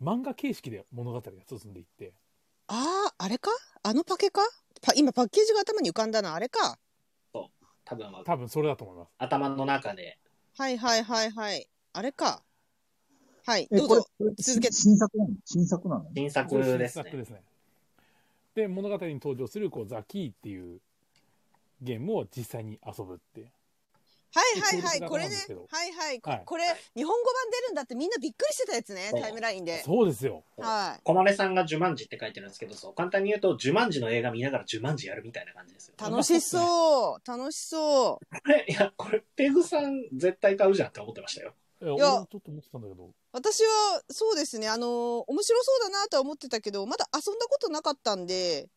S3: 漫画形式で物語が進んでいって
S1: ああ、あれかあのパケかパ今パッケージが頭に浮かんだな。あれか。
S4: 多分は
S3: 多分それだと思います。
S4: 頭の中で。
S1: はい。はい。はい。はい。あれか。はい。
S2: え
S1: どう
S2: これ
S1: ぞ。続けて
S2: 新作なの新作なの
S4: 新
S3: こ
S4: 作
S3: れ新
S4: です
S3: 作
S4: ね。
S3: ですね。で物語に登場するこうザキーっていうゲームを実際に遊ぶって。
S1: はい。はい。はい。
S3: こ
S1: こ
S3: れ
S1: れね
S3: これこ。
S1: はい。はい。
S3: はい
S1: これ、日本語版出るんだってみんなびっくりしてたやつね。
S4: そう
S1: タイムラインで。
S3: そうですよ。
S1: はい。
S4: 小金さんがジュマンジって書いてるんですけど、そう、簡単に言うと、ジュマンジの映画見ながらジュマンジやるみたいな感じですよ。
S1: 楽しそう。楽しそ
S4: こ れ、いや、これ、ペグさん絶対買うじゃんって思ってましたよ。
S3: いや
S1: いや
S3: 俺もちょっと思ってたんだけど。
S1: う。私は、そうですね。あのー面白そうだなとは思ってたけど、まだ遊んだことなかったんで、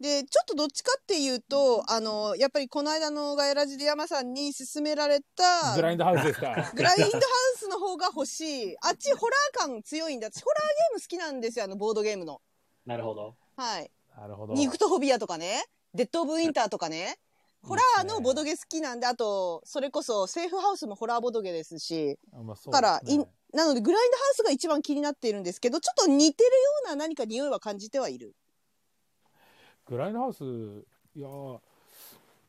S1: で、ちょっとどっちかっていうと、あの、やっぱりこの間のガヤラジで山さんに勧められた、
S3: グ
S1: グ
S3: ラ
S1: ラ
S3: インドハウスですか。
S1: インドハウスの方が欲しい。あっちホラー感強いんだ。私ホラーゲーム好きなんですよ、あの、ボードゲームの。
S4: なるほど。
S1: はい。
S3: なるほど。
S1: ニクトフォビアとかね、デッド・オブ・ウィンターとかね。ホラーのボドゲ好きなんで、あと、それこそ、セーフハウスもホラーボドゲですし、
S3: あまあそう
S1: だから
S3: ですね
S1: なので、グラインドハウスが一番気になっているんですけど、ちょっと似てるような何か匂いは感じてはいる。
S3: グラインドハウス、いやー、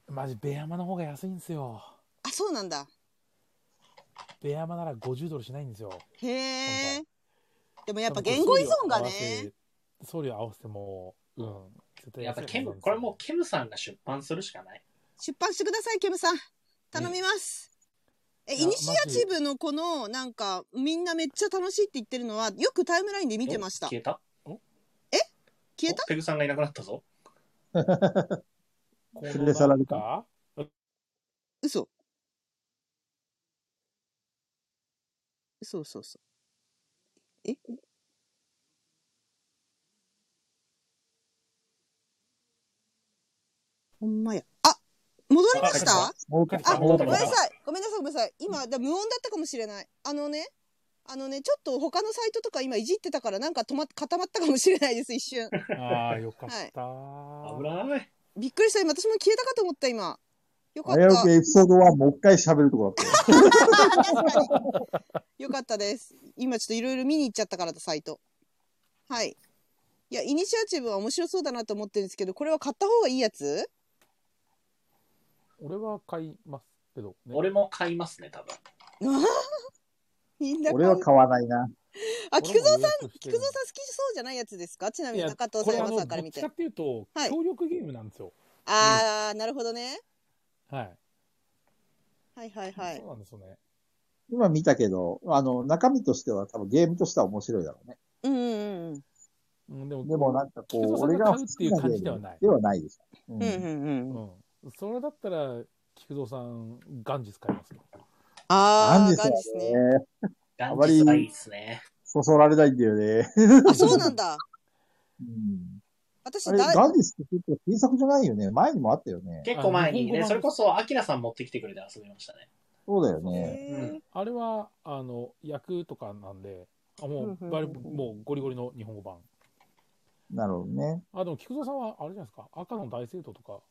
S3: マジ、ベアマの方が安いんですよ。
S1: あ、そうなんだ。
S3: ベアマなら50ドルしないんですよ。
S1: へえ
S3: 今。
S1: でもやっぱ言語依存がね。。
S3: 送料合わせても、うん、絶対
S4: やっぱ
S3: 安い
S4: ケ
S3: と思う
S4: ム、
S3: んですよ
S4: これもうケムさんが出版するしかない。
S1: 出版してください、ケムさん。頼みます。え、
S3: いや
S1: イニシアチブのこの、なんか、みんなめっちゃ楽しいって言ってるのは、よくタイムラインで見てました。
S4: お
S1: 消
S4: 消えた
S1: えた
S4: おペグさんがいなくなったぞ。
S3: この
S2: 連れ去られた
S3: なんか
S1: 嘘。嘘嘘嘘。えほんまや。あ戻りました
S3: あ
S2: もう
S1: あ、
S4: 戻
S1: ご
S4: っ
S1: めん
S4: た戻
S1: な
S4: った
S1: さい。ごめんなさい、ごめんなさい。今、だ無音だったかもしれない。あのね、あのね、ちょっと他のサイトとか今いじってたから、なんか止まっ固まったかもしれないです、一瞬。
S3: あー、よかった。
S4: 危ない。
S1: びっくりした。今、私も消えたかと思った、今。よかっ
S2: 危うく
S1: た。
S2: エピソード1もう一回喋るとこだったよ。
S1: 確かに。 よかったです。今、ちょっといろいろ見に行っちゃったからだ、サイト。はい。いや、イニシアチブは面白そうだなと思ってるんですけど、これは買った方がいいやつ
S3: 俺は買いますけど、ね、
S4: 俺も買いますね、多分。
S1: あーみんな
S2: 俺は買わないな。
S1: あ、菊蔵さん、
S3: さん、
S1: 菊蔵さん好きそうじゃないやつですかちなみ
S3: い
S1: に
S3: や
S1: 中藤
S3: これ
S1: さ
S3: あ
S1: ん、
S3: の
S1: さんから
S3: どっ
S1: 見
S3: ち
S1: て
S3: か。っていうと、
S1: はい
S3: 協力ゲームなんですよ。
S1: ああ、なるほどね。
S3: はい。
S1: はいはいはい
S3: そう。なんですよね。
S2: 今見たけど、あの、中身としては多分ゲームとしては面白いだろうね。
S1: うんうんうん。
S3: うん、でも、
S2: でもなんかこ
S3: 菊蔵
S2: う、
S3: さん
S2: 俺
S3: が
S2: が
S3: 買うっていう感じではない
S2: ではないです。う
S1: うん
S2: ん
S1: うんうん。
S3: うん、それだったら、菊蔵さん、ガンジス買いますよ。
S1: ああ、
S2: なんです
S1: ガ
S2: よ
S1: ンですね。
S2: ね。
S4: ガ
S2: あ
S4: ン
S2: まり
S4: ジスはいいですね。
S2: そそられないんだよね。
S1: あ、そうなんだ。
S2: うん
S1: 私、
S2: あ
S1: だ
S2: れ、
S1: い
S2: ガンディスって結構新作じゃないよね。前にもあったよね。
S4: 結構前に
S3: あ日本語版で
S4: ね、
S3: す
S4: それこそ、アキラさん持ってきてくれて遊びましたね。
S2: そうだよね。
S1: へ
S3: あれは、あの、役とかなんで、あも
S1: うんう
S3: う、
S1: ん
S3: バリ
S1: うんうん
S3: もうゴリゴリの日本語版。
S2: なるほどね。
S3: あ、でも菊蔵さんは、あれじゃないですか、赤の大聖堂とか、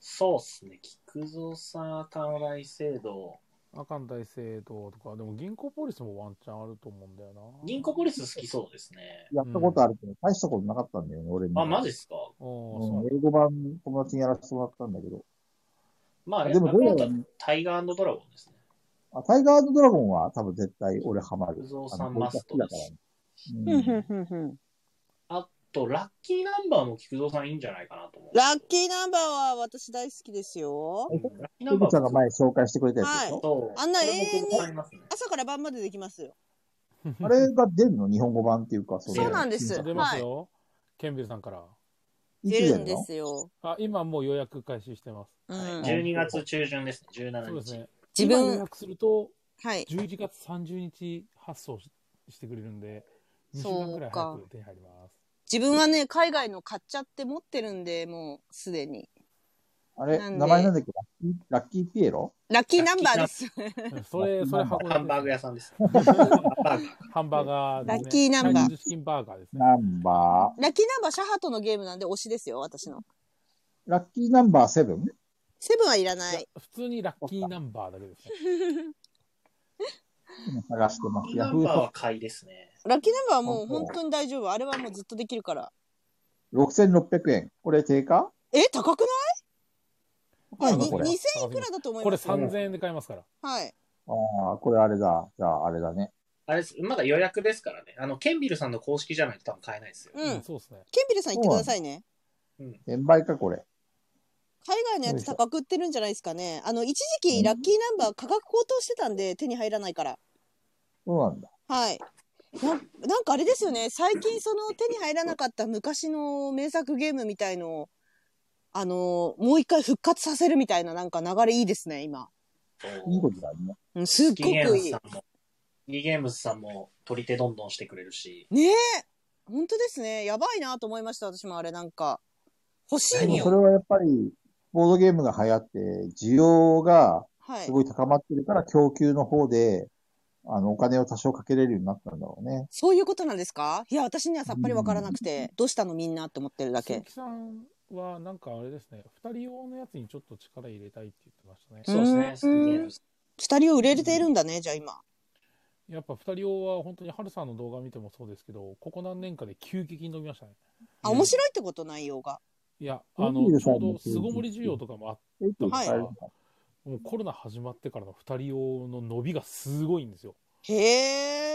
S4: そうっすね。菊蔵さん、赤の大聖堂。
S3: 赤の大聖堂とか、でも銀行ポリスもワンチャンあると思うんだよな。
S4: 銀行ポリス好きそうですね。
S2: やったことあるけど、大したことなかったんだよね、俺に。
S4: あ、マジっすか
S3: おーそうな
S2: うんん
S3: だ
S2: 英語版友達にやらせてもらったんだけど。
S4: まあ、
S2: で
S4: で
S2: も
S4: も
S2: どう
S4: ど
S2: や
S4: う
S2: ら
S4: だタイガードラゴンですね。
S2: あ、タイガードラゴンは多分絶対俺ハマる。
S4: 菊蔵さん
S2: あの
S4: マストです
S1: ー
S2: 俺が好きだからね。
S4: あと、ラッキーナンバーも菊蔵さんいいんじゃないかなと思う。
S1: ラッキーナンバーは私大好きですよ。
S4: うんラッキーナ
S2: うん。
S4: ン
S2: ふ
S4: バ
S2: ぐちゃ
S4: ー
S2: んが
S4: も
S2: 前紹介してくれたやつでしょ、
S4: そう。
S1: あんな
S4: これも僕
S1: 永遠に
S4: 買いますね。
S1: 朝から晩までできますよ。
S2: あれが出るの日本語版っていうか、
S4: そうなん
S1: です
S2: い
S1: よ
S3: 出ますよ、ケンビルさんから。
S2: つ
S1: 出る
S2: 出る
S1: んで
S2: の
S1: すよ。
S3: あ、今もう予約開始してます。
S1: う
S4: はい
S1: ん、
S4: 12月中旬ですね、17日。
S3: そうですね。
S1: 自
S3: 今予
S1: 分、
S3: 約すると、
S1: はい。
S3: 11月30日発送ししてくれるんで、2週間くらい早く手に入ります。
S1: 自分はね、海外の買っちゃって持ってるんで、もうすでに。
S2: あれ、
S1: なんで
S2: 名前なんだっけラッキーラッキーピエロ
S1: ラッキーナンバーです。
S3: そ れ、それ箱
S4: ハンバーグ
S3: 屋。
S4: 屋さんです。
S3: ハンバーガーですね。
S1: ラッキーナンバー
S3: チイニーズチキンバーガーですね。
S2: ナンバ
S1: ラッキーナンバーシャハトのゲームなんで推しですよ、私の。
S2: ー。ラッキーナンバー 7?
S1: セブンはいらない。
S3: 普通にラッキーナンバーだけ ですね。
S2: 今探してま
S4: ラッキ
S2: す。
S4: ー
S2: ヤ
S4: ナ
S2: フ
S4: ン
S2: ー
S4: バー
S2: と
S4: は買いですね。
S1: ラッキーナンバーはもう本当に大丈夫。あれはもうずっとできるから。
S2: 6600円。これ定価
S1: え、高くない
S2: 高いの
S1: いや
S2: これ。
S1: に2000いくらだと思い
S3: これ
S1: ますよ。
S3: 3000円で買えますから。
S1: はい。
S2: ああ、これあれだ。じゃああれだね。
S4: あれです、まだ予約ですからね。あの、ケンビルさんの公式じゃないと多分買えないですよ。
S1: うん。ケン
S3: そうですね。
S1: ビルさん行ってくださいね。
S4: うん。
S2: 転売か、これ。
S1: 海外のやつ高く売ってるんじゃないですかね。あの、一時期ラッキーナンバー価格高騰してたんで手に入らないから。
S2: そうなんだ。
S1: はい。ななんかあれですよね。最近その手に入らなかった昔の名作ゲームみたいのを、あのもう一回復活させるみたいななんか流れいいですね、今。
S2: いいことだね。
S1: うん、すっ
S4: キ
S1: ご
S4: ーゲー
S1: く
S4: ム
S1: い
S4: ズ
S1: い
S4: さ。んも、キーゲームズさんも取り手どんどんしてくれるし、
S1: ねえ本当ですね。やばいなと思いました、私もあれなんか。欲し
S2: で
S1: い
S2: も
S1: よ
S2: そ。れはやっぱり、ボードゲームが流行って、需要が
S1: はい
S2: す。ごい高まってるから、供給の方で、あの、お金を多少かけれるようになったんだろうね。
S1: そういうことなんですかいや、私にはさっぱりわからなくて、どうしたのみんなって思ってるだ
S3: 鈴
S1: け。
S3: 木さんはなんかあれですね、2人用のやつにちょっと力入れたいって言ってましたね。
S4: そうですね。
S1: うん二人を売れてるんだね、じゃあ今。
S3: やっぱ2人用は本当にハルさんの動画見てもそうですけど、ここ何年かで急激に伸びましたね。
S1: あ、面白いってこと内容が。
S3: いや、あの、
S2: 伸びる
S3: ちょ
S2: 方
S3: う
S2: も
S3: ど巣ごもり需要とかもあっ
S2: えっと、
S1: はい
S2: はい
S3: もうコロナ始まってからの2人用の伸びがすごいんですよ。
S1: へ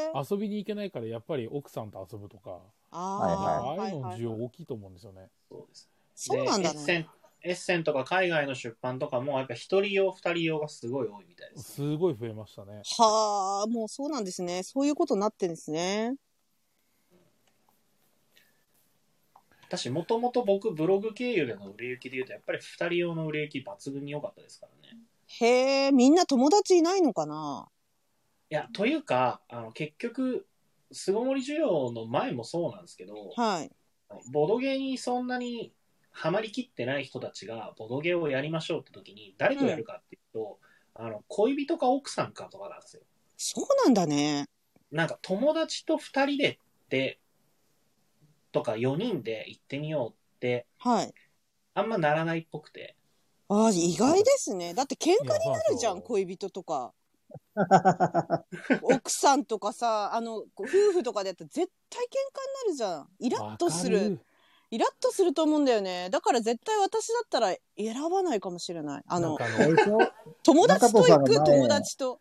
S1: え。
S3: 遊びに行けないからやっぱり奥さんと遊ぶとか、
S1: あー
S3: ああ
S1: はいいう
S3: の
S1: は
S3: の
S1: い
S3: 需要大きいと思うんですよね。
S4: そうです。
S1: そうなんだ
S4: でエッセ
S1: ね。
S4: ンエッセンとか海外の出版とかも、やっぱ一人用、二人用がすごい多いみたいです。
S3: すごい増えましたね。
S1: はあ、もうそうなんですね。そういうことになってんですね。
S4: 私、もともと僕、ブログ経由での売れ行きで言うと、やっぱり二人用の売れ行き抜群に良かったですからね。
S1: へえ、みんな友達いないのかない
S4: や、というか、あの、結局、巣ごもり需要の前もそうなんですけど、
S1: はい。
S4: ボドゲにそんなにハマりきってない人たちが、ボドゲをやりましょうって時に、誰とやるかっていうと、あの、恋人か奥さんかとかなんですよ。
S1: そうなんだね。
S4: なんか、友達と二人でって、とか四人で行ってみようって、
S1: はい。
S4: あんまならないっぽくて。
S1: ああ、意外ですね。だって喧嘩になるじゃ
S3: いやまあそ
S1: ん、
S3: う
S1: 恋人とか。 奥さんとかさ、あの、夫婦とかでやったら絶対喧嘩になるじゃん。イラッとす
S3: わか
S1: る。イラッとすると思うんだよね。だから絶対私だったら選ばないかもしれない。あ
S3: なん
S1: の、
S3: かあ
S2: あれ
S3: の、
S2: でしょ
S1: 友達と行
S2: 中戸さ
S1: く
S2: んが前
S1: 友達と。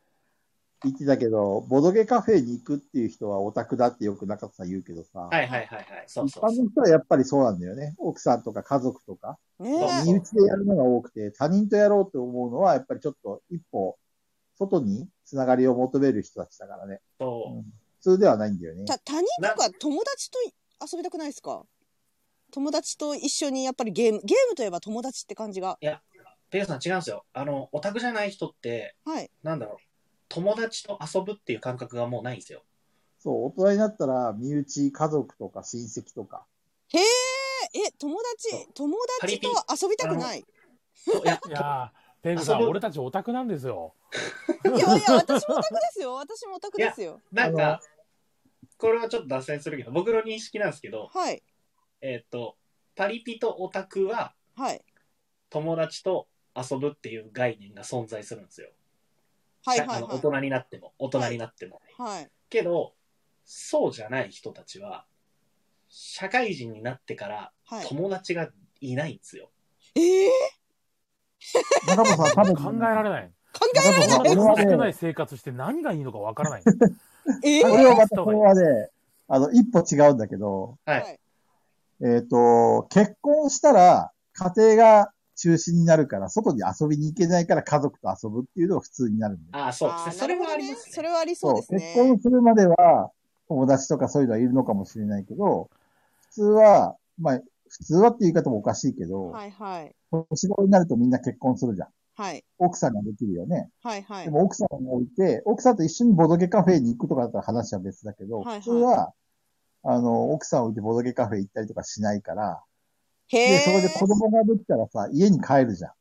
S2: 言ってたけど、ボドゲカフェに行くっていう人はオタクだってよく中田さん言うけどさ、
S4: はいはいはいはい。そう
S2: 一
S4: そう
S2: 般
S4: そう。
S2: の人はやっぱりそうなんだよね。奥さんとか家族とか、
S1: ね
S4: そう
S1: え。
S2: 身内でやるのが多くて、他人とやろうと思うのは、やっぱりちょっと一歩、外につながりを求める人たちだからね。
S4: そう
S2: 普通ではないんだよね。
S1: た他人とか友達と遊びたくないですか友達と一緒にやっぱりゲーム、ゲームといえば友達って感じが。
S4: ペガさん違うんですよ。あの、オタクじゃない人って、
S1: はい。
S4: なんだろう。友達と遊ぶっていう感覚がもうないんですよ。
S2: そう、大人になったら、身内、家族とか親戚とか。
S1: へえ、え、友達、友達と遊びたくない。い
S4: そういや、
S3: いやー、ペグさ
S4: 遊
S3: ん、
S4: ぶ
S3: 俺たちオタクなんですよ。
S1: やいや、私もオタクですよ。私もオタクですよ。
S4: なん
S2: あの
S4: か、これはちょっと脱線するけど、僕の認識なんですけど、
S1: はい。
S4: えっ、と、パリピとオタクは
S1: はい。
S4: 友達と遊ぶっていう概念が存在するんですよ。
S1: はいはい
S4: あの
S1: は
S4: 大
S1: い。
S4: 人になっても、大人になっても。
S1: はい。
S4: けど、そうじゃない人たちは、社会人になってから
S1: はい。
S4: 友達がいないんですよ。
S1: ええ
S2: 中本さん、多分、
S3: 考えられない。
S1: 考え
S2: 中
S1: ら
S2: 本
S1: れ
S2: さ、
S1: なんい。
S2: 俺
S3: 友
S2: は
S3: 達少な
S2: ね、
S3: い生活して何がいいのかわからない。
S1: ええ
S2: 俺はまた、これはね、あの、一歩違うんだけど、
S4: はい。
S1: はい
S2: えっ、と、結婚したら、家庭が中心になるから、外に遊びに行けないから家族と遊ぶっていうのが普通になるんだよ。
S4: ああ、そうです
S1: あ
S4: ね。
S1: ー
S4: それは
S1: な
S4: あ
S1: るほど
S4: り
S1: ね
S4: ます
S1: そ
S4: ね。
S1: れはありそうですね。
S2: 結婚するまでは、友達とかそういうのはいるのかもしれないけど、普通は、まあ、普通はっていう言い方もおかしいけど、
S1: はいはい。
S2: 年頃になるとみんな結婚するじゃん。
S1: はい。
S2: 奥さんができるよね。
S1: はいは
S2: で
S1: い。
S2: も奥さんがいて、奥さんと一緒にボドゲカフェに行くとかだったら話は別だけど、
S1: はいはい
S2: 普通は、あの、奥さんを置いてボドゲカフェ行ったりとかしないから、
S1: へ
S2: で、
S1: え
S2: そ。こで子供ができたらさ、家に帰るじゃん。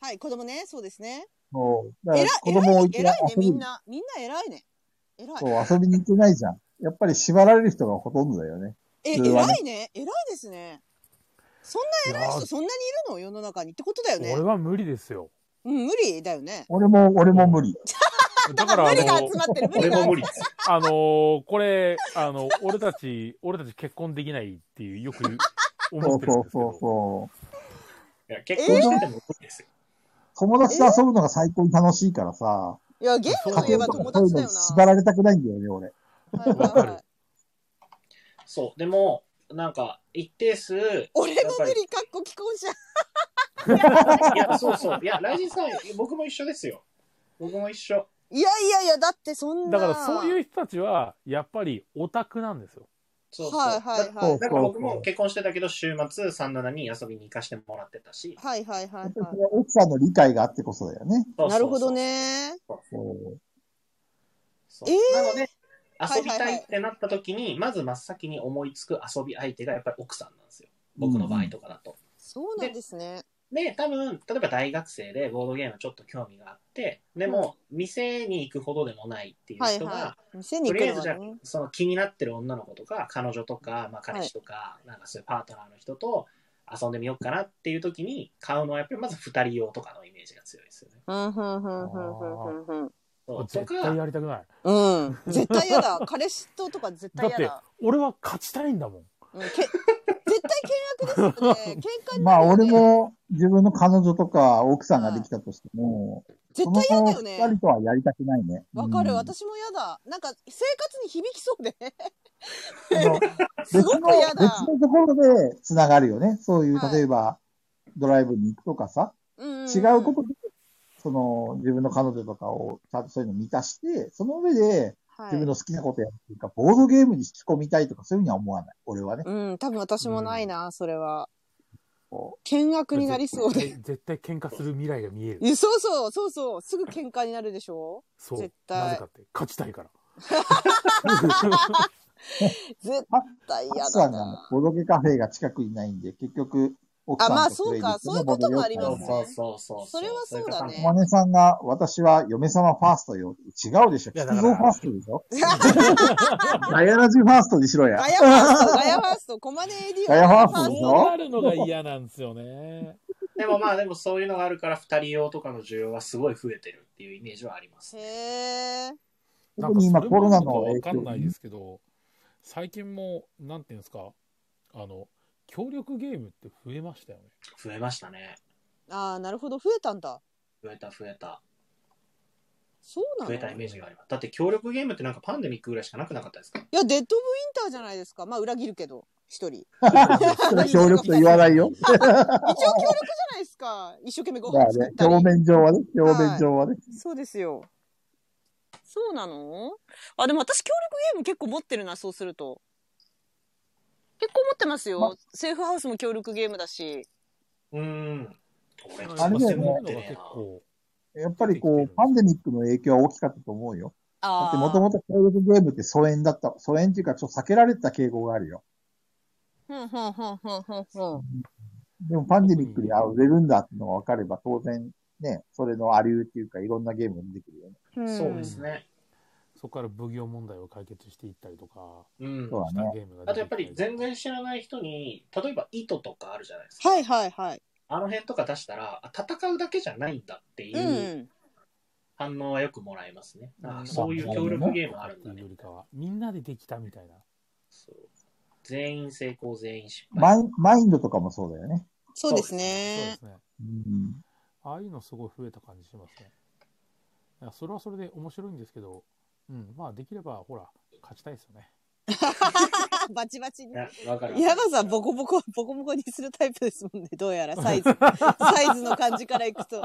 S1: はい、子供ね、そうですね。
S2: そう。だか
S1: え
S2: ら
S1: ら
S2: 子供を置いて
S1: 偉いね、
S2: 遊び
S1: み
S2: に
S1: んな。みんな偉いね。偉い。
S2: そう、遊びに行けないじゃん。やっぱり縛られる人がほとんどだよね。
S1: え、
S2: 普通は
S1: 偉
S2: ね
S1: いね。偉いですね。そん
S3: い
S1: な偉い
S3: や
S1: 人、そんなにいるの世の中にってことだよ
S3: ー、
S1: ね
S3: 俺。は無理ですよ。
S1: うん、無理だよね。
S2: 俺も、俺も無理。
S3: だから、あ
S1: 無理が
S3: の
S1: 集、まってる、無
S4: 俺
S1: 理が集ま
S4: も
S1: っ
S4: 無
S1: て
S4: 理
S1: る。
S4: です。
S3: あのーこれ、あの、俺たち、俺たち結婚できないっていう、よく言う
S2: そ
S3: 思っ
S2: う
S3: てるん
S2: そ
S3: で
S2: う
S3: すけ
S2: そう
S3: ど。
S2: そう。
S4: いや結婚してても無理ですよ。
S2: 友達と遊ぶのが最高に楽しいからさ、
S1: いや、ゲームといえば
S2: と
S1: 友
S2: かそうい
S1: 達
S2: う
S1: だ
S2: の
S1: よ
S2: に縛
S1: な。
S2: られたくないんだよね、俺。
S1: はいはい
S3: わかる
S1: はい
S4: そう。でも、なんか、一定数、い
S1: 俺も無理、かっこ既婚者。
S4: や、そうそう。いや、ライジンさん、僕も一緒ですよ。僕も一緒。
S1: いやいやいや、だってそんな。。
S3: だから、そういうう人たちは、やっぱりオタクなんですよ。
S4: そうそう。
S1: はいはいは
S2: そ
S1: い。
S2: う
S4: なんか僕も結婚してたけど、週末、37に遊びに行かしてもらってたし。
S1: はいはいはい
S2: それ
S1: は
S2: は奥さんの理解があってこそだよね。
S4: そ
S1: い。
S4: うそうそう
S1: なるほど。ね。
S2: そう
S4: そう
S1: えー
S4: なので、遊び
S1: はいは
S4: た
S1: い
S4: い
S1: はい
S4: ってなった時に、まず真っ先に思いつく遊び相手がやっぱり奥さんなんですよ。僕の場合とかだと。
S1: そうなんですね。
S4: で、多分、例えば大学生でボードゲームちょっと興味があって、でも、店に行くほどでもないっていう
S1: はい
S4: 人が、
S1: はい。店に
S4: と
S1: 行
S4: り
S1: く
S4: あえ
S1: の
S4: ず
S1: は
S4: じゃあ
S1: ね。
S4: その気になってる女の子とか、彼女とか、まあ、彼氏とか、なんかそういうパートナーの人と遊んでみようかなっていう時に買うのはやっぱりまず2人用とかのイメージが強いですよね。
S1: うんふんふんふんふんふん
S4: そうと
S3: 絶対
S4: か
S3: やりたくない。
S1: ふんうん絶対やだ彼氏ととか絶
S3: だ
S1: 対
S3: っ
S1: や
S3: て
S1: だ、
S3: 俺は勝ちたいんだもん。
S1: うん、け絶対険悪ですよね喧嘩に
S2: ま
S1: な
S2: あ、
S1: るよね
S2: 俺も自分の彼女とか奥さんができたとしても、
S1: 絶対嫌だよ
S2: その二
S1: ね
S2: 人とはやりたくないね。
S1: わかる、
S2: うん
S1: 私も嫌だなんか生活に響きそうで
S2: あの
S1: す
S2: 別
S1: ご
S2: の、
S1: く嫌
S2: 別
S1: だ
S2: のところで繋がるよね。そういう
S1: は、い
S2: 例えば、ドライブに行くとかさ、 違うことで、その、自分の彼女とかを、ちゃんとそういうの満たして、その上で、
S1: と、はい
S2: 自分の好きなことやるっていうか、ボードゲームに引き込みたいとか、そういうふうには思わない。俺はね。
S1: うん多分私もないな、それは
S2: こ
S1: 険悪になり そうで
S3: 絶対絶対喧嘩する未来が見える。
S1: いやそうそうそうそうすぐ喧嘩になるでしょ
S3: そう。
S1: 絶対
S3: なぜかって、勝ちたいから。
S1: 絶対
S2: う
S1: 嫌
S2: 奥
S1: だ
S2: さんが
S1: な
S2: ボドゲカフェが近くにないんで、結局、奥さん
S1: あまあ
S2: とプレイできて
S1: そうかそういうこともあり
S4: そ
S1: ま
S4: う
S1: すね
S4: そうそうそう
S1: それはそうだね
S2: おまねさんが、私は嫁様ファーストよ。違うでしょ。
S3: いやだ
S2: 菊
S3: から
S2: 蔵ファーストでしょ。ガヤラジファーストにしろ や
S1: ガ。ヤファーストガヤファーストコマネ AD
S2: ガヤファース
S1: は
S2: トで し
S3: そう
S2: ょ
S3: なるのが嫌なんですよね。
S4: でもまあでもそういうのがあるから2人用とかの需要はすごい増えてるっていうイメージはありますね。
S1: へえ
S3: な
S2: 特
S3: んか
S2: に今
S3: それ
S2: コロナ
S3: も
S2: の
S3: なん
S2: 影
S3: かわかん
S2: 響
S3: ないですけど、最近も、なんていうんですか、あの、協力ゲームって増えましたよね。
S4: 増えましたね。
S1: ああなるほど増えたんだ
S4: 増えた増えた。
S1: そうな
S4: 増
S1: の
S4: えたイメージがあります。だって協力ゲームってなんかパンデミックぐらいしかなくなかったですか
S1: いやデッド・オブ・ウィンターじゃないですかまあ裏切るけど一人じ
S2: それは協力 と言わないよ。
S1: ゃないですか一生懸命ご
S2: まあ
S1: 飯作
S2: ね
S1: っ、たり、
S2: 表面上はね、表面上はね。
S1: そうですよそうなのあでも私協力ゲーム結構持ってるなそうすると結構持ってますよ、
S2: ま
S1: セーフハウスも協力ゲームだし
S4: うーん。俺、
S3: あ
S2: あれだよね
S4: 持
S3: のが
S4: ってねえ
S3: 結
S4: な
S3: 構、
S2: やっぱりこう、パンデミックの影響は大きかったと思うよ。だ
S1: あ
S2: ってもともと協力ゲームって疎遠だった、疎遠っていうか、ちょっと避けられてた傾向があるよ。
S1: ふんふんふんふんふんふん
S2: でもパンデミックにあ、売れるんだってのが分かれば、当然、ね、それのありうっていうか、いろんなゲームが出てくるよね。
S4: そうですね。
S3: そこから奉行問題を解決していったりとか、
S4: うん。
S2: そう
S3: し
S2: だ
S3: た
S2: ね。
S3: ゲームが出
S4: あと
S3: て
S4: やっ
S3: きた
S4: ぱ
S3: り
S4: り全然知らない人に、例えば糸とかあるじゃないですか。
S1: はいはいはい
S4: あの辺とか出したら、あ戦うだけじゃないんだっていううん反応はよくもらえますね。
S3: うん
S4: あそういう協力ゲームあるんだ
S3: ってい
S4: ね
S3: うよ。りかは、みんなでできたみたいな。
S4: そう全員成功、全員失敗。
S2: マインマインドとかもそうだよね。
S1: そうです
S3: そうで
S1: ね
S3: すね。
S2: うん。
S3: ああいうのすごい増えた感じしますね。いやそれはそれで面白いんですけど、うん、まあできれば、ほら、勝ちたいですよね。
S1: あバチバチに
S4: いやわかる。
S1: 稲葉さんボコボコ ボコボコにするタイプですもんねどうやらサイズサイズの感じからいくと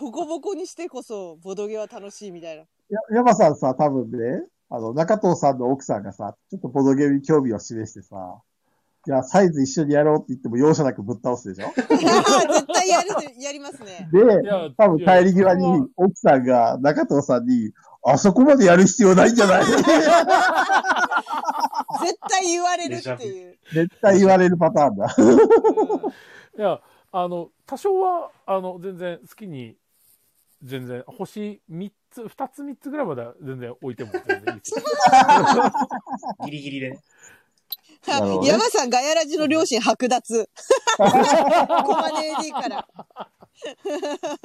S1: ボコボコにしてこそボドゲは楽しいみたいな
S2: や、ヤマさんさ、多分ね、あの、中藤さんの奥さんがさ、ちょっとボドゲームに興味を示してさ、じゃあサイズ一緒にやろうって言っても容赦なくぶっ倒すでしょ
S1: 絶対やるやりますね
S3: い
S2: で
S3: や、
S2: 多分帰り際
S3: いや
S2: に奥さんが中藤さんに、あそこまでやる必要ないんじ ゃない
S1: 絶対言われるっていう、
S2: 絶対言われるパターンだ。
S3: いや、あの、多少は、あの、全然好きに、全然、星3つ、2つ3つぐらいまでは全然置いても全然いいですよ。
S4: ギリギリでね。
S2: なるほどね
S1: 山さんガヤラジの両親剥奪コマネ AD から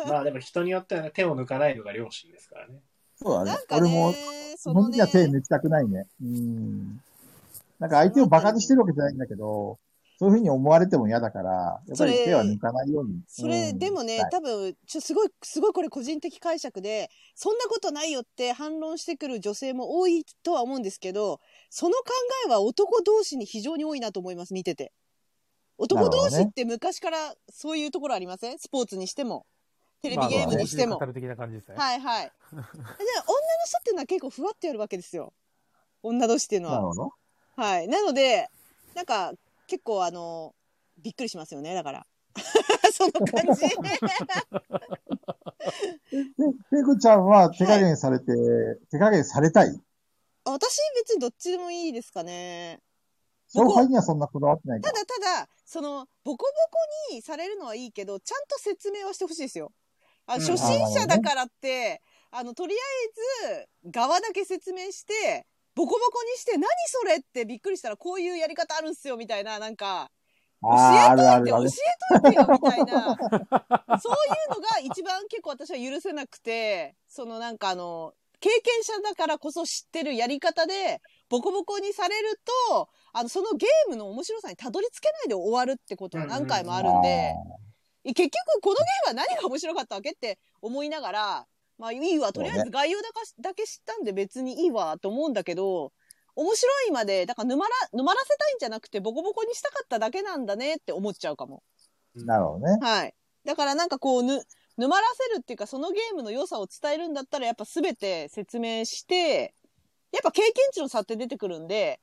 S4: まあでも人によってはね手を抜かないのが良心ですからね。
S2: そうだね
S1: なん。か
S2: 俺も
S1: ね、
S2: そ
S1: そ
S2: の
S1: の
S2: 時は手
S1: ね
S2: 抜きたくないね。うん。なんか相手を馬鹿にしてるわけじゃないんだけど、そういうふうに思われても嫌だから、やっぱり手は抜かないように。
S1: それ、
S2: うん
S1: でもね、
S2: はい
S1: 多分ちょすごいすごいこれ個人的解釈でそんなことないよって反論してくる女性も多いとは思うんですけどその考えは男同士に非常に多いなと思います見てて男同士って昔からそういうところありません、スポーツにしてもテレビゲームにしても、
S3: まあ、語る的な感じですね。
S1: はい はいで女の人っていうのは結構ふわってやるわけですよ女同士っていうの
S2: なる
S1: は
S2: ほど。
S1: はいなのでなんか結構あのびっくりしますよねだから その感じ
S2: で、ペグちゃんは手加減されて、手加減されたい。
S1: あ私別にどっちでもいいですかね。
S2: 勝敗にはそんなこだわってないか
S1: た
S2: ら。
S1: だただ、その、ボコボコにされるのはいいけど、ちゃんと説明はしてほしいですよ。あ
S4: うん
S1: 初心者だからって、あの、とりあえず、側だけ説明して、ボコボコにして、何それってびっくりしたら、こういうやり方あるんすよ、みたいな、なんか、
S2: ああ、あるあ
S1: で
S2: るあ
S1: 教
S2: る。
S1: えといてよみたいなそういうのが一番結構私は許せなくてそのなんかあの経験者だからこそ知ってるやり方でボコボコにされるとあのそのゲームの面白さにたどり着けないで終わるってことは何回もあるんで、結局このゲームは何が面白かったわけって思いながらまあいいわとりあえず概要だかしだけ知ったんで別にいいわと思うんだけど面白いまでだから沼ら沼らせたいんじゃなくてボコボコにしたかっただけなんだねって思っちゃうかも。
S2: なるほどね。
S1: はい。だからなんかこう、ぬ、沼らせるっていうか、そのゲームの良さを伝えるんだったら、やっぱ全て説明して、やっぱ経験値の差って出てくるんで、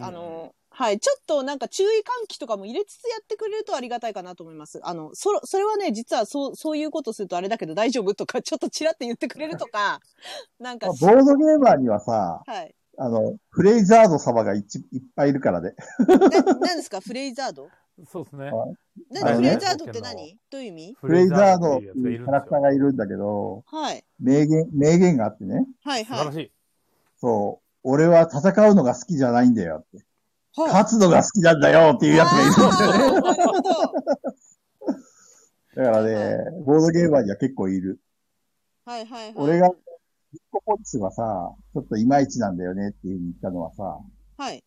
S1: あの、はい、ちょっとなんか注意喚起とかも入れつつやってくれるとありがたいかなと思います。あの、そ、それはね、実はそう、そういうことするとあれだけど大丈夫とか、 ちょっとチラって言ってくれるとか、なん
S2: まあ
S1: か、
S2: ボードゲーマーにはさ、
S1: はい。
S2: あの、フレイザード様がいっちいっぱいいるからね。
S1: な、なんですか、フレイザード
S3: そうですね。
S1: な
S2: あ
S1: んでフ
S2: のね
S1: レイザードって何どういう意味
S2: フレイザード
S3: っ
S2: ってて
S3: い
S2: いう
S3: やつがいる
S2: う
S3: ですよ。
S2: んキャラクターがいるんだけど、
S1: はい。
S2: 名言、名言があってね。
S1: はい、
S3: 素晴ら
S1: は
S3: しい。
S2: そう。俺は戦うのが好きじゃないんだよって。
S1: い。はい。
S2: 勝つのが好きなんだよっていうやつがいるんだよね。
S1: あーなるほど。
S2: だから
S1: は
S2: ね、ボードゲーマーには結構いる。
S1: はい、はい、はい。
S2: 俺が、ビッコポンチがさ、ちょっといまいちなんだよねっていうふうに言ったのはさ、
S1: はい、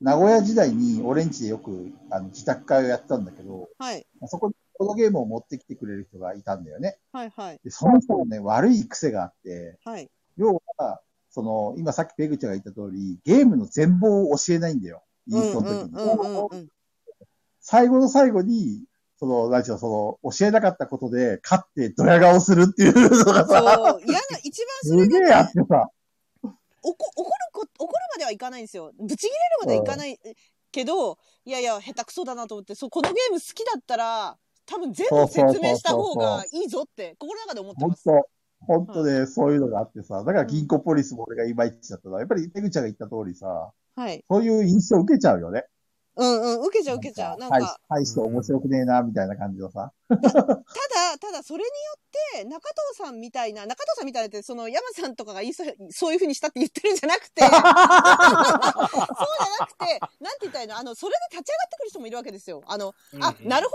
S2: 名古屋時代に俺んちでよくあの自宅会をやってたんだけど、
S1: はい、
S2: そこにボードゲームを持ってきてくれる人がいたんだよね。
S1: はい、はい、
S2: で、その人のね、悪い癖があって、
S1: はい。
S2: 要は、その、今さっきペグちゃんが言った通り、ゲームの全貌を教えないんだよ。
S1: う
S2: イ
S1: ん
S2: ンス
S1: う
S2: トの
S1: ん
S2: 時に。
S1: うんうんうん。
S2: 最後の最後に、その、何しろ、その、教えなかったことで、勝ってドヤ顔するっていうのが
S1: そう
S2: さ、、
S1: 嫌な、一
S2: す
S1: 番そ
S2: げ
S1: れ
S2: え
S1: が、
S2: あっ
S1: ね、
S2: てさ、
S1: 怒怒るこ、怒るまではいかないんですよ。ぶち切れるまではいかないけど、いやいや、下手くそだなと思って、そう、このゲーム好きだったら、多分全部説明した方がいいぞって、心の中で思って
S2: ほん
S1: ま
S2: と
S1: す。、
S2: ほんとね、そういうのがあってさ、だから銀行ポリスも俺がいまいちだったな。やっぱりペグちゃんが言った通りさ、
S1: はい。
S2: そういう印象受けちゃうよね。
S1: うんうん、受けちゃう受けちゃう。なん
S2: 大
S1: か
S2: し、大して面白くねえな、みたいな感じのさ。
S1: ただ、ただそれによって、中藤さんみたいな、中藤さんみたいなって、その山さんとかが言いそう、そういうふうにしたって言ってるんじゃなく て、そうじゃなくて、なんて言ったらいいのあの、それで立ち上がってくる人もいるわけですよ。あの、あ、なるほど、そうだっ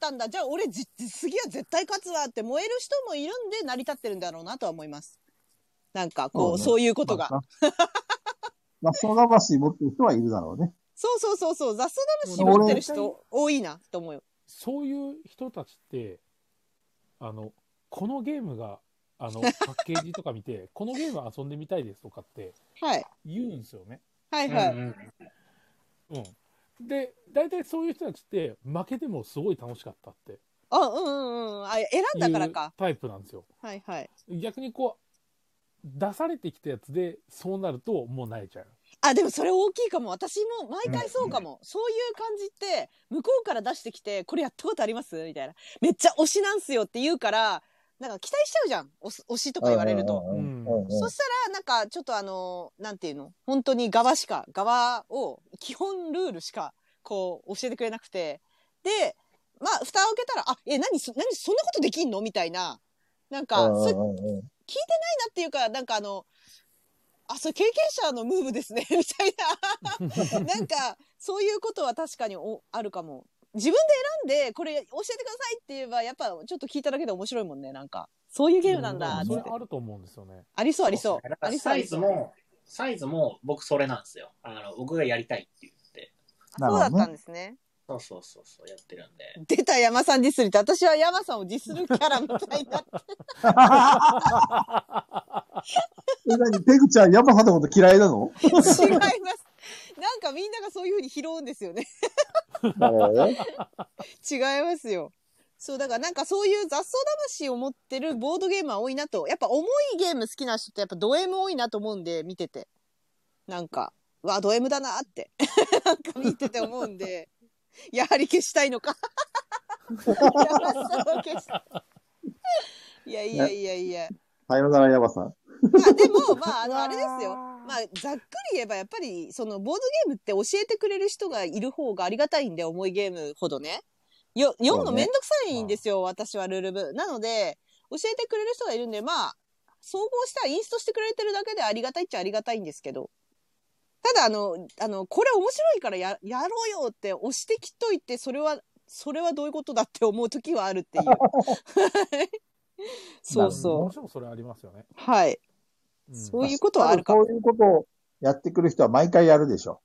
S1: たんだ。じゃあ俺、じ、次は絶対勝つわって燃える人もいるんで、成り立ってるんだろうなとは思います。なんか、こう、
S2: そうね
S1: そういうことが。
S2: まあ。 まあ、そう魂持ってる人はいるだろうね。
S1: そうそうそうそう、雑草魂
S2: 俺
S1: 持ってる人多いな、と思うよ。
S3: そういう人たちって、あの、このゲームが、あの、パッケージとか見て、このゲーム遊んでみたいですとかって
S1: はい。
S3: 言うんですよね。
S1: はい
S4: うん
S1: はい。
S4: うん
S3: うん。で、大体そういう人たちって、負けてもすごい楽しかったって。
S1: あ、うんうんうん。あ、選んだからか。
S3: タイプなんですよ。
S1: はいはい。
S3: 逆にこう、出されてきたやつで、そうなると、もう慣れちゃう。
S1: あ、でもそれ大きいかも。私も毎回そうかも。そういう感じって、向こうから出してきて、これやったことありますみたいな。めっちゃ推しなんすよって言うから、なんか期待しちゃうじゃん。推す推しとか言われると。
S2: うんうんうんうん
S1: そしたら、なんかちょっとあの、なんていうの本当に側しか、側を、基本ルールしか、こう、教えてくれなくて。で、まあ、蓋を開けたら、あ、え、何、そ何、そんなことできんのみたいな。なんか、
S2: うん
S1: そう
S2: うんうんうん
S1: なっていうか、なんかあの、あ、それ経験者のムーブですね、 みたいな。 なんか、そういうことは確かにおあるかも。自分で選んで、これ教えてくださいって言えば、やっぱちょっと聞いただけで面白いもんね、なんか。そういうゲームなんだ、つ
S3: そ
S1: っ
S3: れ
S1: て。
S3: あると思うんですよね。
S1: ありそう、ありそう
S4: そです
S1: うあ
S4: ね。だか
S1: り
S4: ら
S1: そう、あ
S4: サ
S1: り
S4: イ
S1: そ
S4: ズ
S1: う。
S4: も、サイズも僕それなんですよ。あの、僕がやりたいって言って。
S1: あそうだ
S2: なるほどね
S1: ったんですね。
S4: そうそうそうそう、やってるんで。
S1: 出た山さんディスりって、私は山さんをディスるキャラみたいな。
S2: え、なに、ペグちゃん、ヤマハのこと嫌いなの
S1: 違います。なんかみんながそういうふうに拾うんですよね。 違いますよ。そう、だからなんかそういう雑草魂を持ってるボードゲームは多いなと。やっぱ重いゲーム好きな人ってやっぱド M 多いなと思うんで、見てて。なんか、うわ、ド M だなって。 なんか見てて思うんで。やはり消したいの か。やらせたの消したいやいやいやいや。
S2: さよなら、ヤマさん。
S1: まあでも、まああの、あれですよ。まあ、ざっくり言えばやっぱり、そのボードゲームって教えてくれる人がいる方がありがたいんで、重いゲームほどね。よ、読むのめんどくさいんですよ、私はルール部。なので、教えてくれる人がいるんで、まあ、総合したらインストしてくれてるだけでありがたいっちゃありがたいんですけど。ただあの、あの、これ面白いからや、やろうよって押してきといて、それは、それはどういうことだって思う時はあるっていう。そう
S3: も
S1: そう。
S3: ちろんそれありますよね。
S1: はい。
S3: うん
S1: そういうことはあるか
S2: 多
S1: も
S2: 分。そういうことをやってくる人は毎回やるでしょ。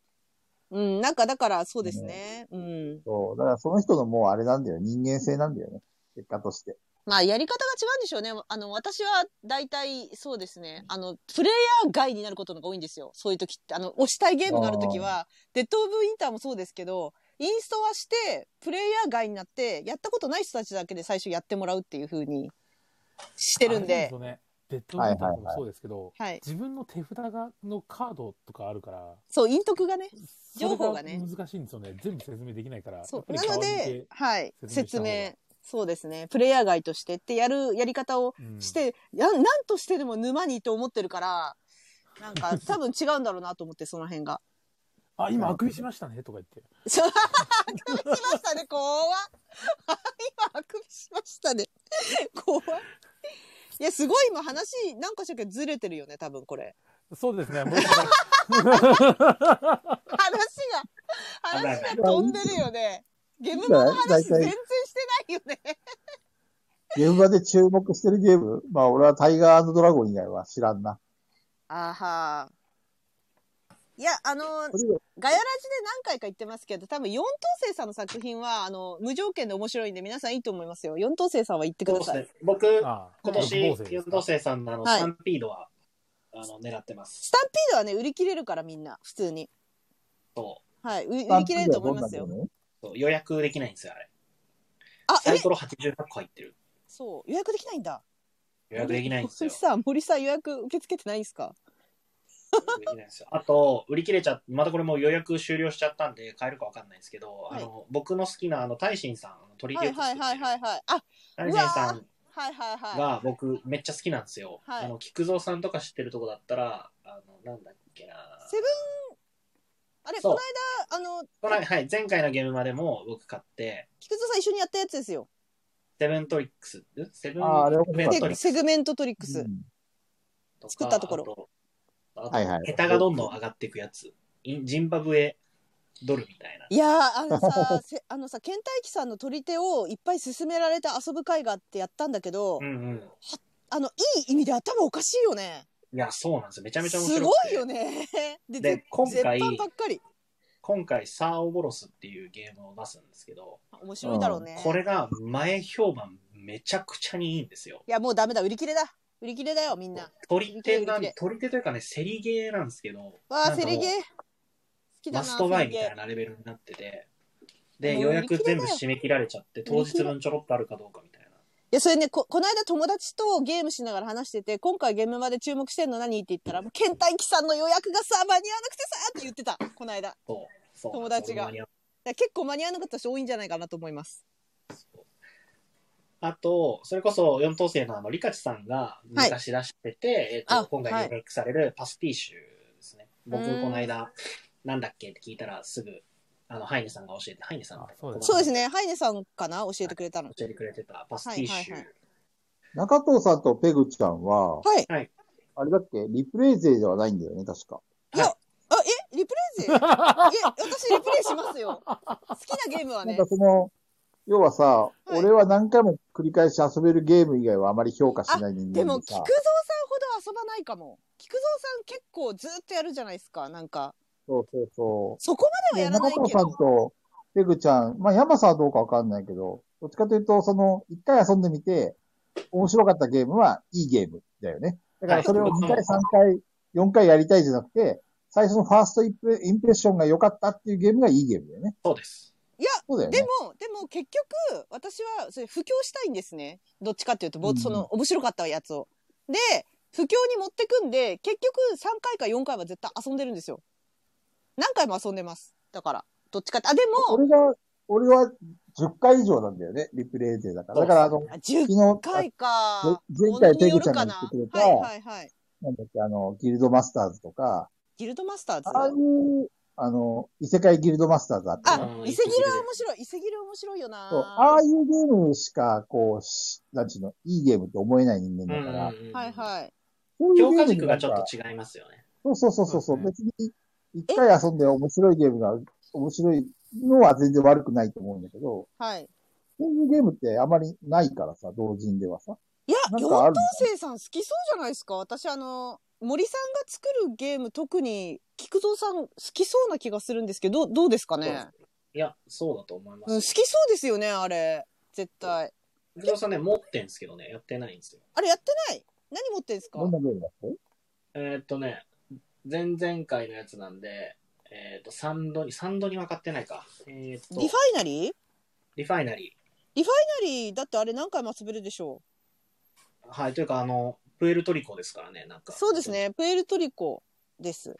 S1: うん、なんかだからそうですね。うん。
S2: そう。だからその人のもうあれなんだよ。人間性なんだよね。結果として。
S1: まあ、やり方が違うんでしょうね。あの、私は大体そうですね。あの、プレイヤー外になることのが多いんですよ。そういう時って。あの、押したいゲームがある時は、デッド・オブ・インターもそうですけど、インストはして、プレイヤー外になって、やったことない人たちだけで最初やってもらうっていう風にしてるん
S3: あれ
S1: で。
S3: そうすよね。デッドリンターもそうですけど、
S1: はい。
S3: 自分の手札がのカードとかあるから、
S1: そう、陰徳がね。
S3: それ
S1: 情報がね
S3: 難しいんですよね。全部説明できないから。
S1: そ
S3: やっ
S1: う。
S3: ぱり
S1: なの
S3: 代わりに
S1: で、はい。
S3: 説
S1: 説
S3: 明した方が
S1: 明。そうですね。プレイヤー外としてってやるやり方を
S3: うん
S1: して、ななんとしてでも沼にと思ってるから、なん か多分違うんだろうなと思って、その辺が。
S3: あ、今あくびしましたねとか言って。
S1: そうあくびしましたね、怖っ。あ今、あくびしましたね。怖い。いや、すごい今話、なんかしらけどずれてるよね、多分これ。
S3: そうですね。もう
S1: 話が、話が飛んでるよね。ゲムマの話全然してないよね。
S2: 現場で注目してるゲームまあ俺はタイガードラゴン以外は知らんな。
S1: あーはーいや、あの、ガヤラジで何回か言ってますけど、多分四等星さんの作品は、あの、無条件で面白いんで、皆さんいいと思いますよ。四等星さんは言ってください。
S4: 僕、
S3: あ
S4: 今年、
S3: 六芒星です
S4: ユンドセイさんのあの、
S1: はい
S4: スタンピードは、あの、狙ってます。
S1: スタンピードはね、売り切れるからみんな、普通に。
S4: そ
S1: はい、う売り切れると思いますよ。
S4: う。そう予約できないんですよ、あれ。
S1: あ、
S4: サ
S1: え
S4: イ、コロ88個入ってる。
S1: そう、予約できないんだ。
S4: 予約できないんですよ
S1: 森。さん、森さん予約受け付けてないんですか
S4: できないですよあと、売り切れちゃっまたこれもう予約終了しちゃったんで、買えるかわかんないですけど、
S1: はい
S4: あの、僕の好きな、あの、大臣さん、あの鳥
S1: は
S4: で
S1: いはいはいはいはい。あ、
S4: 大臣さん
S1: はいはいは
S4: が僕めっちゃ好きなんですよ。
S1: はい。
S4: あの、菊蔵さんとか知ってるとこだったら、あの、なんだっけない
S1: セブン、あれ、
S4: そ
S1: こ
S4: う
S1: の間、あの、
S4: このはい、前回のゲームまでも僕買って、
S1: 菊蔵さん一緒にやったやつですよ。
S4: セブントリックス、んセブン
S2: あーあれ面白
S4: メ
S2: か
S4: ン
S2: った
S4: ト
S1: セ
S4: リックス
S1: セグメントトリックス。
S4: とか
S1: 作ったところ。
S4: あと、あと
S2: はいはい
S4: 桁がどんどん上がっていくやつ。インジンバブエドルみたいな。
S1: いやーあの させあのさケンタイキさんの取り手をいっぱい勧められて遊ぶ会があってやったんだけど、
S4: うんうん。
S1: あのいい意味で頭おかしいよね
S4: いや、そうなんですよ。めちゃめちゃ面白
S1: す
S4: く
S1: ご
S4: て
S1: いよねで
S4: で
S1: ぜ
S4: 今回
S1: 絶版ばっかり
S4: 今回、サーオボロスっていうゲームを出すんですけど、
S1: 面白いだろうね、
S4: これが前評判めちゃくちゃにいいんですよ。
S1: いやもうダメだ売り切れだ売り切れだよみんな
S4: 取り手な
S1: 売り切れ売り切れ
S4: ん、取り手というかね、セリゲーなんですけど、
S1: わ
S4: な
S1: あ
S4: んか
S1: セ
S4: もう
S1: リゲー好きだ
S4: マ
S1: な
S4: ストバイみ
S1: セ
S4: た
S1: リ
S4: い
S1: ゲ
S4: なレベルになってて、で、
S1: もう
S4: 予約全部
S1: 売り切
S4: 締め切られちゃって、当日分ちょろっとあるかどうかみたい
S1: ー
S4: な。
S1: いやそれねここの間友達とゲームしながら話してて今回ゲームまで注目してんの何って言ったらもうケンタイキさんの予約がさ間に合わなくてさって言ってたこの間だか
S4: そう。そう
S1: 友達が
S4: ほんまに
S1: ら結構間に合わなかった人多いんじゃないかなと思います
S4: あと、それこそ4等生のあの、リカチさんが
S1: はい
S4: 昔出してて、えっ、
S1: あ
S4: と、今回リメイクされるパスティッシュですね。僕、
S1: うん
S4: この間、なんだっけって聞いたらすぐ、あの、ハイネさんが教えて、ハイネさんだったかな
S3: あ
S1: そうです。ねハイネさんかな教えてくれたの
S4: 教えてくれてたパスティッシュ。
S1: はいはい
S2: 中藤さんとペグちゃんは、
S1: はい
S2: あれだっけリプレイ勢ではないんだよね、確か。
S1: あ、え、リプレイ 勢え、私リプレイしますよ。好きなゲームは
S2: なん
S1: ね
S2: か。その、要はさ、
S1: い
S2: 俺は何回も繰り返し遊べるゲーム以外はあまり評価しない人
S1: で
S2: 間
S1: も、
S2: で
S1: 菊蔵さん
S2: さ
S1: ほ、ど遊ばないかも。菊蔵さん結構ずっとやるじゃないですか、なんか。
S2: そうそうそ
S1: そこ
S2: う。
S1: までは
S2: で
S1: やら
S2: 中
S1: ない
S2: 藤
S1: け
S2: さん
S1: ど。
S2: とペグちゃん、まあ山さんはどうかわかんないけど、どっちかというと、その、一回遊んでみて、面白かったゲームはいいゲームだよね。だからそれを2回、3回、4回やりたいじゃなくて、最初のファーストインプレインプレッションが良かったっていうゲームがいいゲームだよね。
S4: そうです。
S2: そうだよね。
S1: でも、でも結局、私は、それ、布教したいんですね。どっちかっていうと、ぼ
S2: うん
S1: その、面白かったやつを。で、布教に持ってくんで、結局3回か4回は絶対遊んでるんですよ。何回も遊んでます。だから、どっちかって。あ、でも、
S2: 俺が、俺は10回以上なんだよね、リプレイ勢だから。だから、あの、
S1: あ10
S2: 昨日、
S1: 回か。
S2: 前前回
S1: ものによるか
S2: ペグちゃんが
S1: な
S2: 言ってくれた
S1: はいはいはい。
S2: なんだっけ、あの、ギルドマスターズとか、
S1: ギルドマスターズ
S2: ああいう、あの、異世界ギルドマスターズあったよね
S1: あ
S4: う、ん
S1: 伊勢ギルは面白い。伊勢ギル面白いよな。
S2: そうああいうゲームしか、こうし、なんちゅうの、いいゲームって思えない人間だから、
S4: うんうんうん
S1: はいはい。
S2: そういう
S4: 評
S2: ゲ
S4: 価
S2: ームに
S4: 軸
S2: な
S4: が
S2: ん
S4: ちょ
S2: か
S4: っと違いますよね。
S2: そうそうそうそう、
S3: そうで
S2: 別に、一回遊んで面白いゲームが、面白いのは全然悪くないと思うんだけど、
S1: はい。
S2: そういうゲームってあまりないからさ、同人ではさ。
S1: いや、
S2: なん
S1: 妖
S2: かある
S1: 刀星さん好きそうじゃないですか。私、あの、森さんが作るゲーム、特に、菊蔵さん好きそうな気がするんですけど、どうどうですかね。
S4: いや、そうだと思いま
S1: うん、好
S4: す。
S1: きそうですよね、あれ。絶対。
S4: 藤原さんね、持ってんですけどね、やってないんですよ。
S1: あれ、やってない何持ってんですか
S2: どんなゲームだって
S4: えーっとね、前々回のやつなんで、えーっと、3度に、3度に分かってないか。えーっと、
S1: リファイナリーリフ
S4: リファイナリ
S1: ァイナリーだってあれ何回も遊べるでしょ
S4: ー。はい、というか、あの、プエルトリコですからね、なん
S1: う。
S4: か。
S1: そうです。ね、プエルトリコです。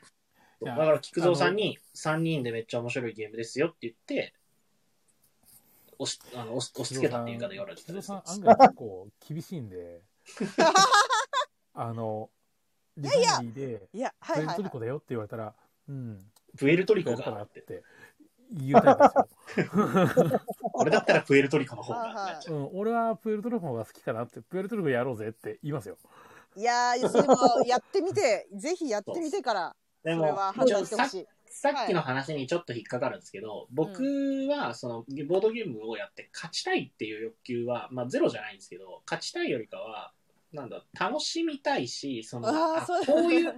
S4: だから、菊蔵さんに、3人でめっちゃ面白いゲームですよって言って、押し、あの、押し押し付けたっていう言い方言われてた
S3: 菊
S4: ん
S3: 蔵
S4: です
S3: さん
S4: よ
S3: 案外結構厳しい んで、あの、リファイナリーで、
S1: いや、は
S3: プ
S1: い
S3: エル
S1: はい、
S3: ト
S1: は
S3: リコだよって言われたら、うん、
S4: プエルト
S3: プエ
S4: リコ
S3: ルトリコ
S4: が
S3: だ
S4: っ。
S3: ってて言うタイプですよ。
S4: 俺だったらプエルトリコの方がってなっちゃう。
S3: うん、俺はプエルトリコの方が好きかなって、プエルトリコやろうぜって言いますよ。
S1: い。いやー、それもやってみ て、ぜひやってみてから、そ
S4: で
S1: れ
S4: も
S1: は、判
S4: 一応
S1: 断してほ
S4: さ
S1: しい。
S4: さっきの話にちょっと引っかかるんですけど、僕はそのボードゲームをやって勝ちたいっていう欲求は、まあ、ゼロじゃないんですけど勝ちたいよりかはなんだ楽しみたいしその
S1: あ
S4: あ
S1: あ、そう
S4: こういう。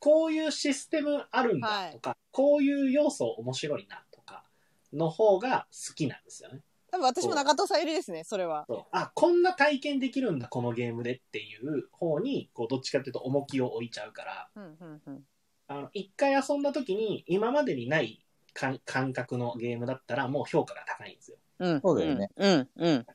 S4: こういうシステムあるん
S1: は
S4: だ
S1: い
S4: とか、こういう要素面白いなとかの方が好きなんですよね。
S1: 多分私も中藤さんよりですね、それは。
S4: そうあこんな体験できるんだこのゲームでっていう方にこうどっちかっていうと重きを置いちゃうから。
S1: うんうんうん。
S4: あの、一回遊んだ時に、今までにない感感覚のゲームだったら、もう評価が高いんですよ。
S1: うん、
S2: そうだよね。
S1: うん、うん。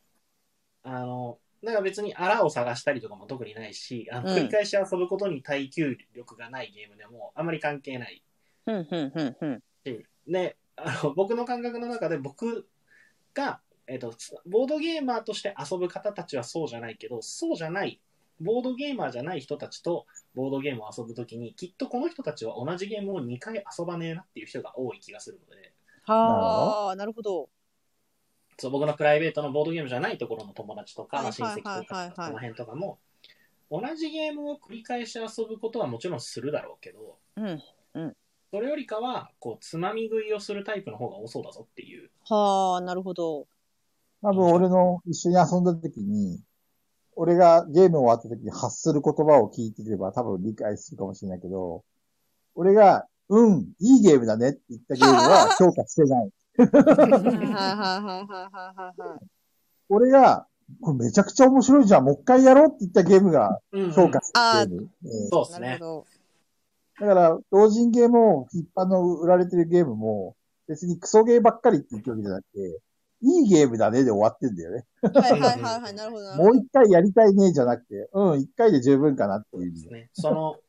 S4: あの、なんか別にあらを探したりとかも特にないし、あの
S1: うん
S4: 繰り返し遊ぶことに耐久力がないゲームでもあまり関係ない
S1: うん、うん、うん、うん。
S4: し、で、あの僕の感覚の中で僕が、えっと、ボードゲーマーとして遊ぶ方たちはそうじゃないけど、そうじゃない、ボードゲーマーじゃない人たちとボードゲームを遊ぶときに、きっとこの人たちは同じゲームを2回遊ばねえなっていう人が多い気がするので、
S1: はあ、なるほど。
S4: そう僕のプライベートのボードゲームじゃないところの友達とか、
S1: はい
S4: まあ親戚と
S1: は
S4: か
S1: いはいはいはい
S4: その辺とかも同じゲームを繰り返し遊ぶことはもちろんするだろうけど
S1: うん。
S4: それよりかはこうつまみ食いをするタイプの方が多そうだぞっていう
S1: はあ、なるほ ど。
S2: 多分俺の一緒に遊んだ時に、俺がゲーム終わった時に発する言葉を聞いてれば多分理解するかもしれないけど、俺が、うん、いいゲームだねって言ったゲーム は評価してな
S1: は
S2: い。
S1: いはいはいはいはいはい。
S2: 俺が、これめちゃくちゃ面白いじゃん、もう一回やろうって言ったゲームが評価するゲーム。えー
S4: そうです
S1: なる
S4: ね
S1: ほど。
S2: だから、同人ゲームも、一般の売られてるゲームも、別にクソゲーばっかりって言ってるわけじゃなくて、いいゲームだねで終わってんだよね。
S1: はいはいはいはい、なるほど。なるほ
S2: も
S1: ど
S2: う一回やりたいねじゃなくて、うん、一回で十分かなっていう意味で
S4: そう。ですねその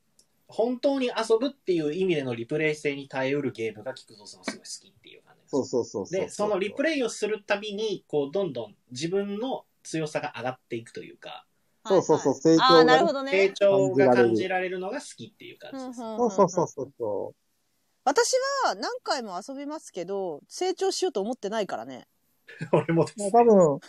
S4: 本当に遊ぶっていう意味でのリプレイ性に耐えうるゲームが菊蔵さんはすごい好きっていう感じです
S2: そうそうそうそう。
S4: でそのリプレイをするたびにこうどんどん自分の強さが上がっていくというか
S2: そうそうそう、成
S1: ああ、
S2: 長
S1: な
S2: が
S1: るほ。ど
S2: ね
S4: 成
S1: ね。
S4: 長が感じられるのが好きっていう感じですね
S2: そうそうそうそうう。そ
S1: 私は何回も遊びますけど、成長しようと思ってないからね。
S4: 俺もです
S2: うもう多分、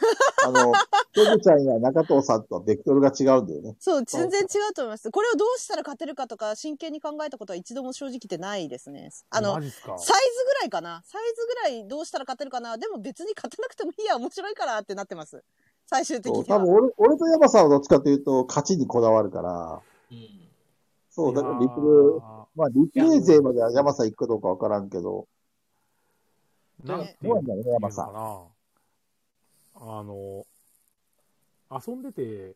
S2: あ の、ペグちゃんや中藤さんとはベクトルが違うんだよね。
S1: そう、全然違うと思います。これをどうしたら勝てるかとか、真剣に考えたことは一度も正直ってないですね。あの
S3: マ、ジっすか。
S1: サイズぐらいかな。サイズぐらいどうしたら勝てるかな。でも別に勝たなくてもいいや、面白いからってなってます。最終的
S2: そ
S1: に
S2: う、多
S1: は
S2: 分。俺、俺と山さんはどっちかというと、勝ちにこだわるから、
S4: うん
S2: そう、だからリプレイ、
S3: レ
S2: まあ、リプレイ勢までは山さん行くかどうかわからんけど、
S3: イ。なんて
S2: ど
S3: いうう
S2: なん
S3: の
S2: だろうね、
S3: か
S2: 山さん。
S3: な。あの、遊んでて、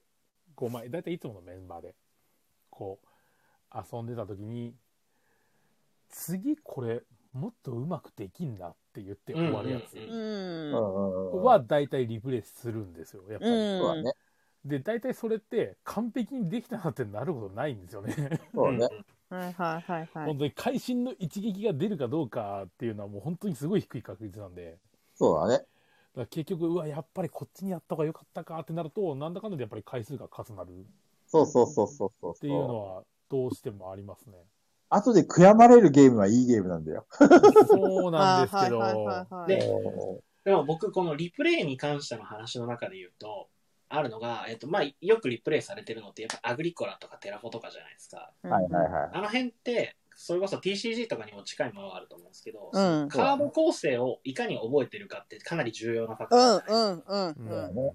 S3: こう、まあ、だいたいいつものメンバーで、こう、遊んでた時に、次これ、もっとうまくできんなって言って終わるやつ
S4: うんうん
S1: うん。
S2: うん
S3: は、だいたいリプレイするんですよ、やっぱり。
S2: そうだ
S1: うん。
S2: ね。
S3: で、大体それって完璧にできたなってなることないんですよね。
S2: そうね。
S1: はいはいはいはい
S3: 本。当に会心の一撃が出るかどうかっていうのはもう本当にすごい低い確率なんで、
S2: そうだね。
S3: だから結局、うわ、やっぱりこっちにやった方が良かったかってなると、なんだかんだでやっぱり回数が重なるっ
S2: そうそうそうそうそう。
S3: ていうのはどうしてもあり ますね。
S2: 後で悔やまれるゲームはいいゲームなんだよ。
S3: そうなんですけど、
S1: はいはいはいはいはい
S4: で
S2: おー
S4: でも僕、このリプレイに関しての話の中で言うと、あるのが、えっと、まあ、よくリプレイされてるのって、やっぱアグリコラとかテラフォとかじゃないですか。
S2: はいはいはい。
S4: あの辺って、それこそ TCG とかにも近いものがあると思うんですけど、
S1: うん
S4: カード構成をいかに覚えてるかってかなり重要なファクタ
S1: う
S4: ー
S1: ん
S4: じゃな
S1: う
S4: い
S1: んうん
S3: う
S1: うん。
S3: ん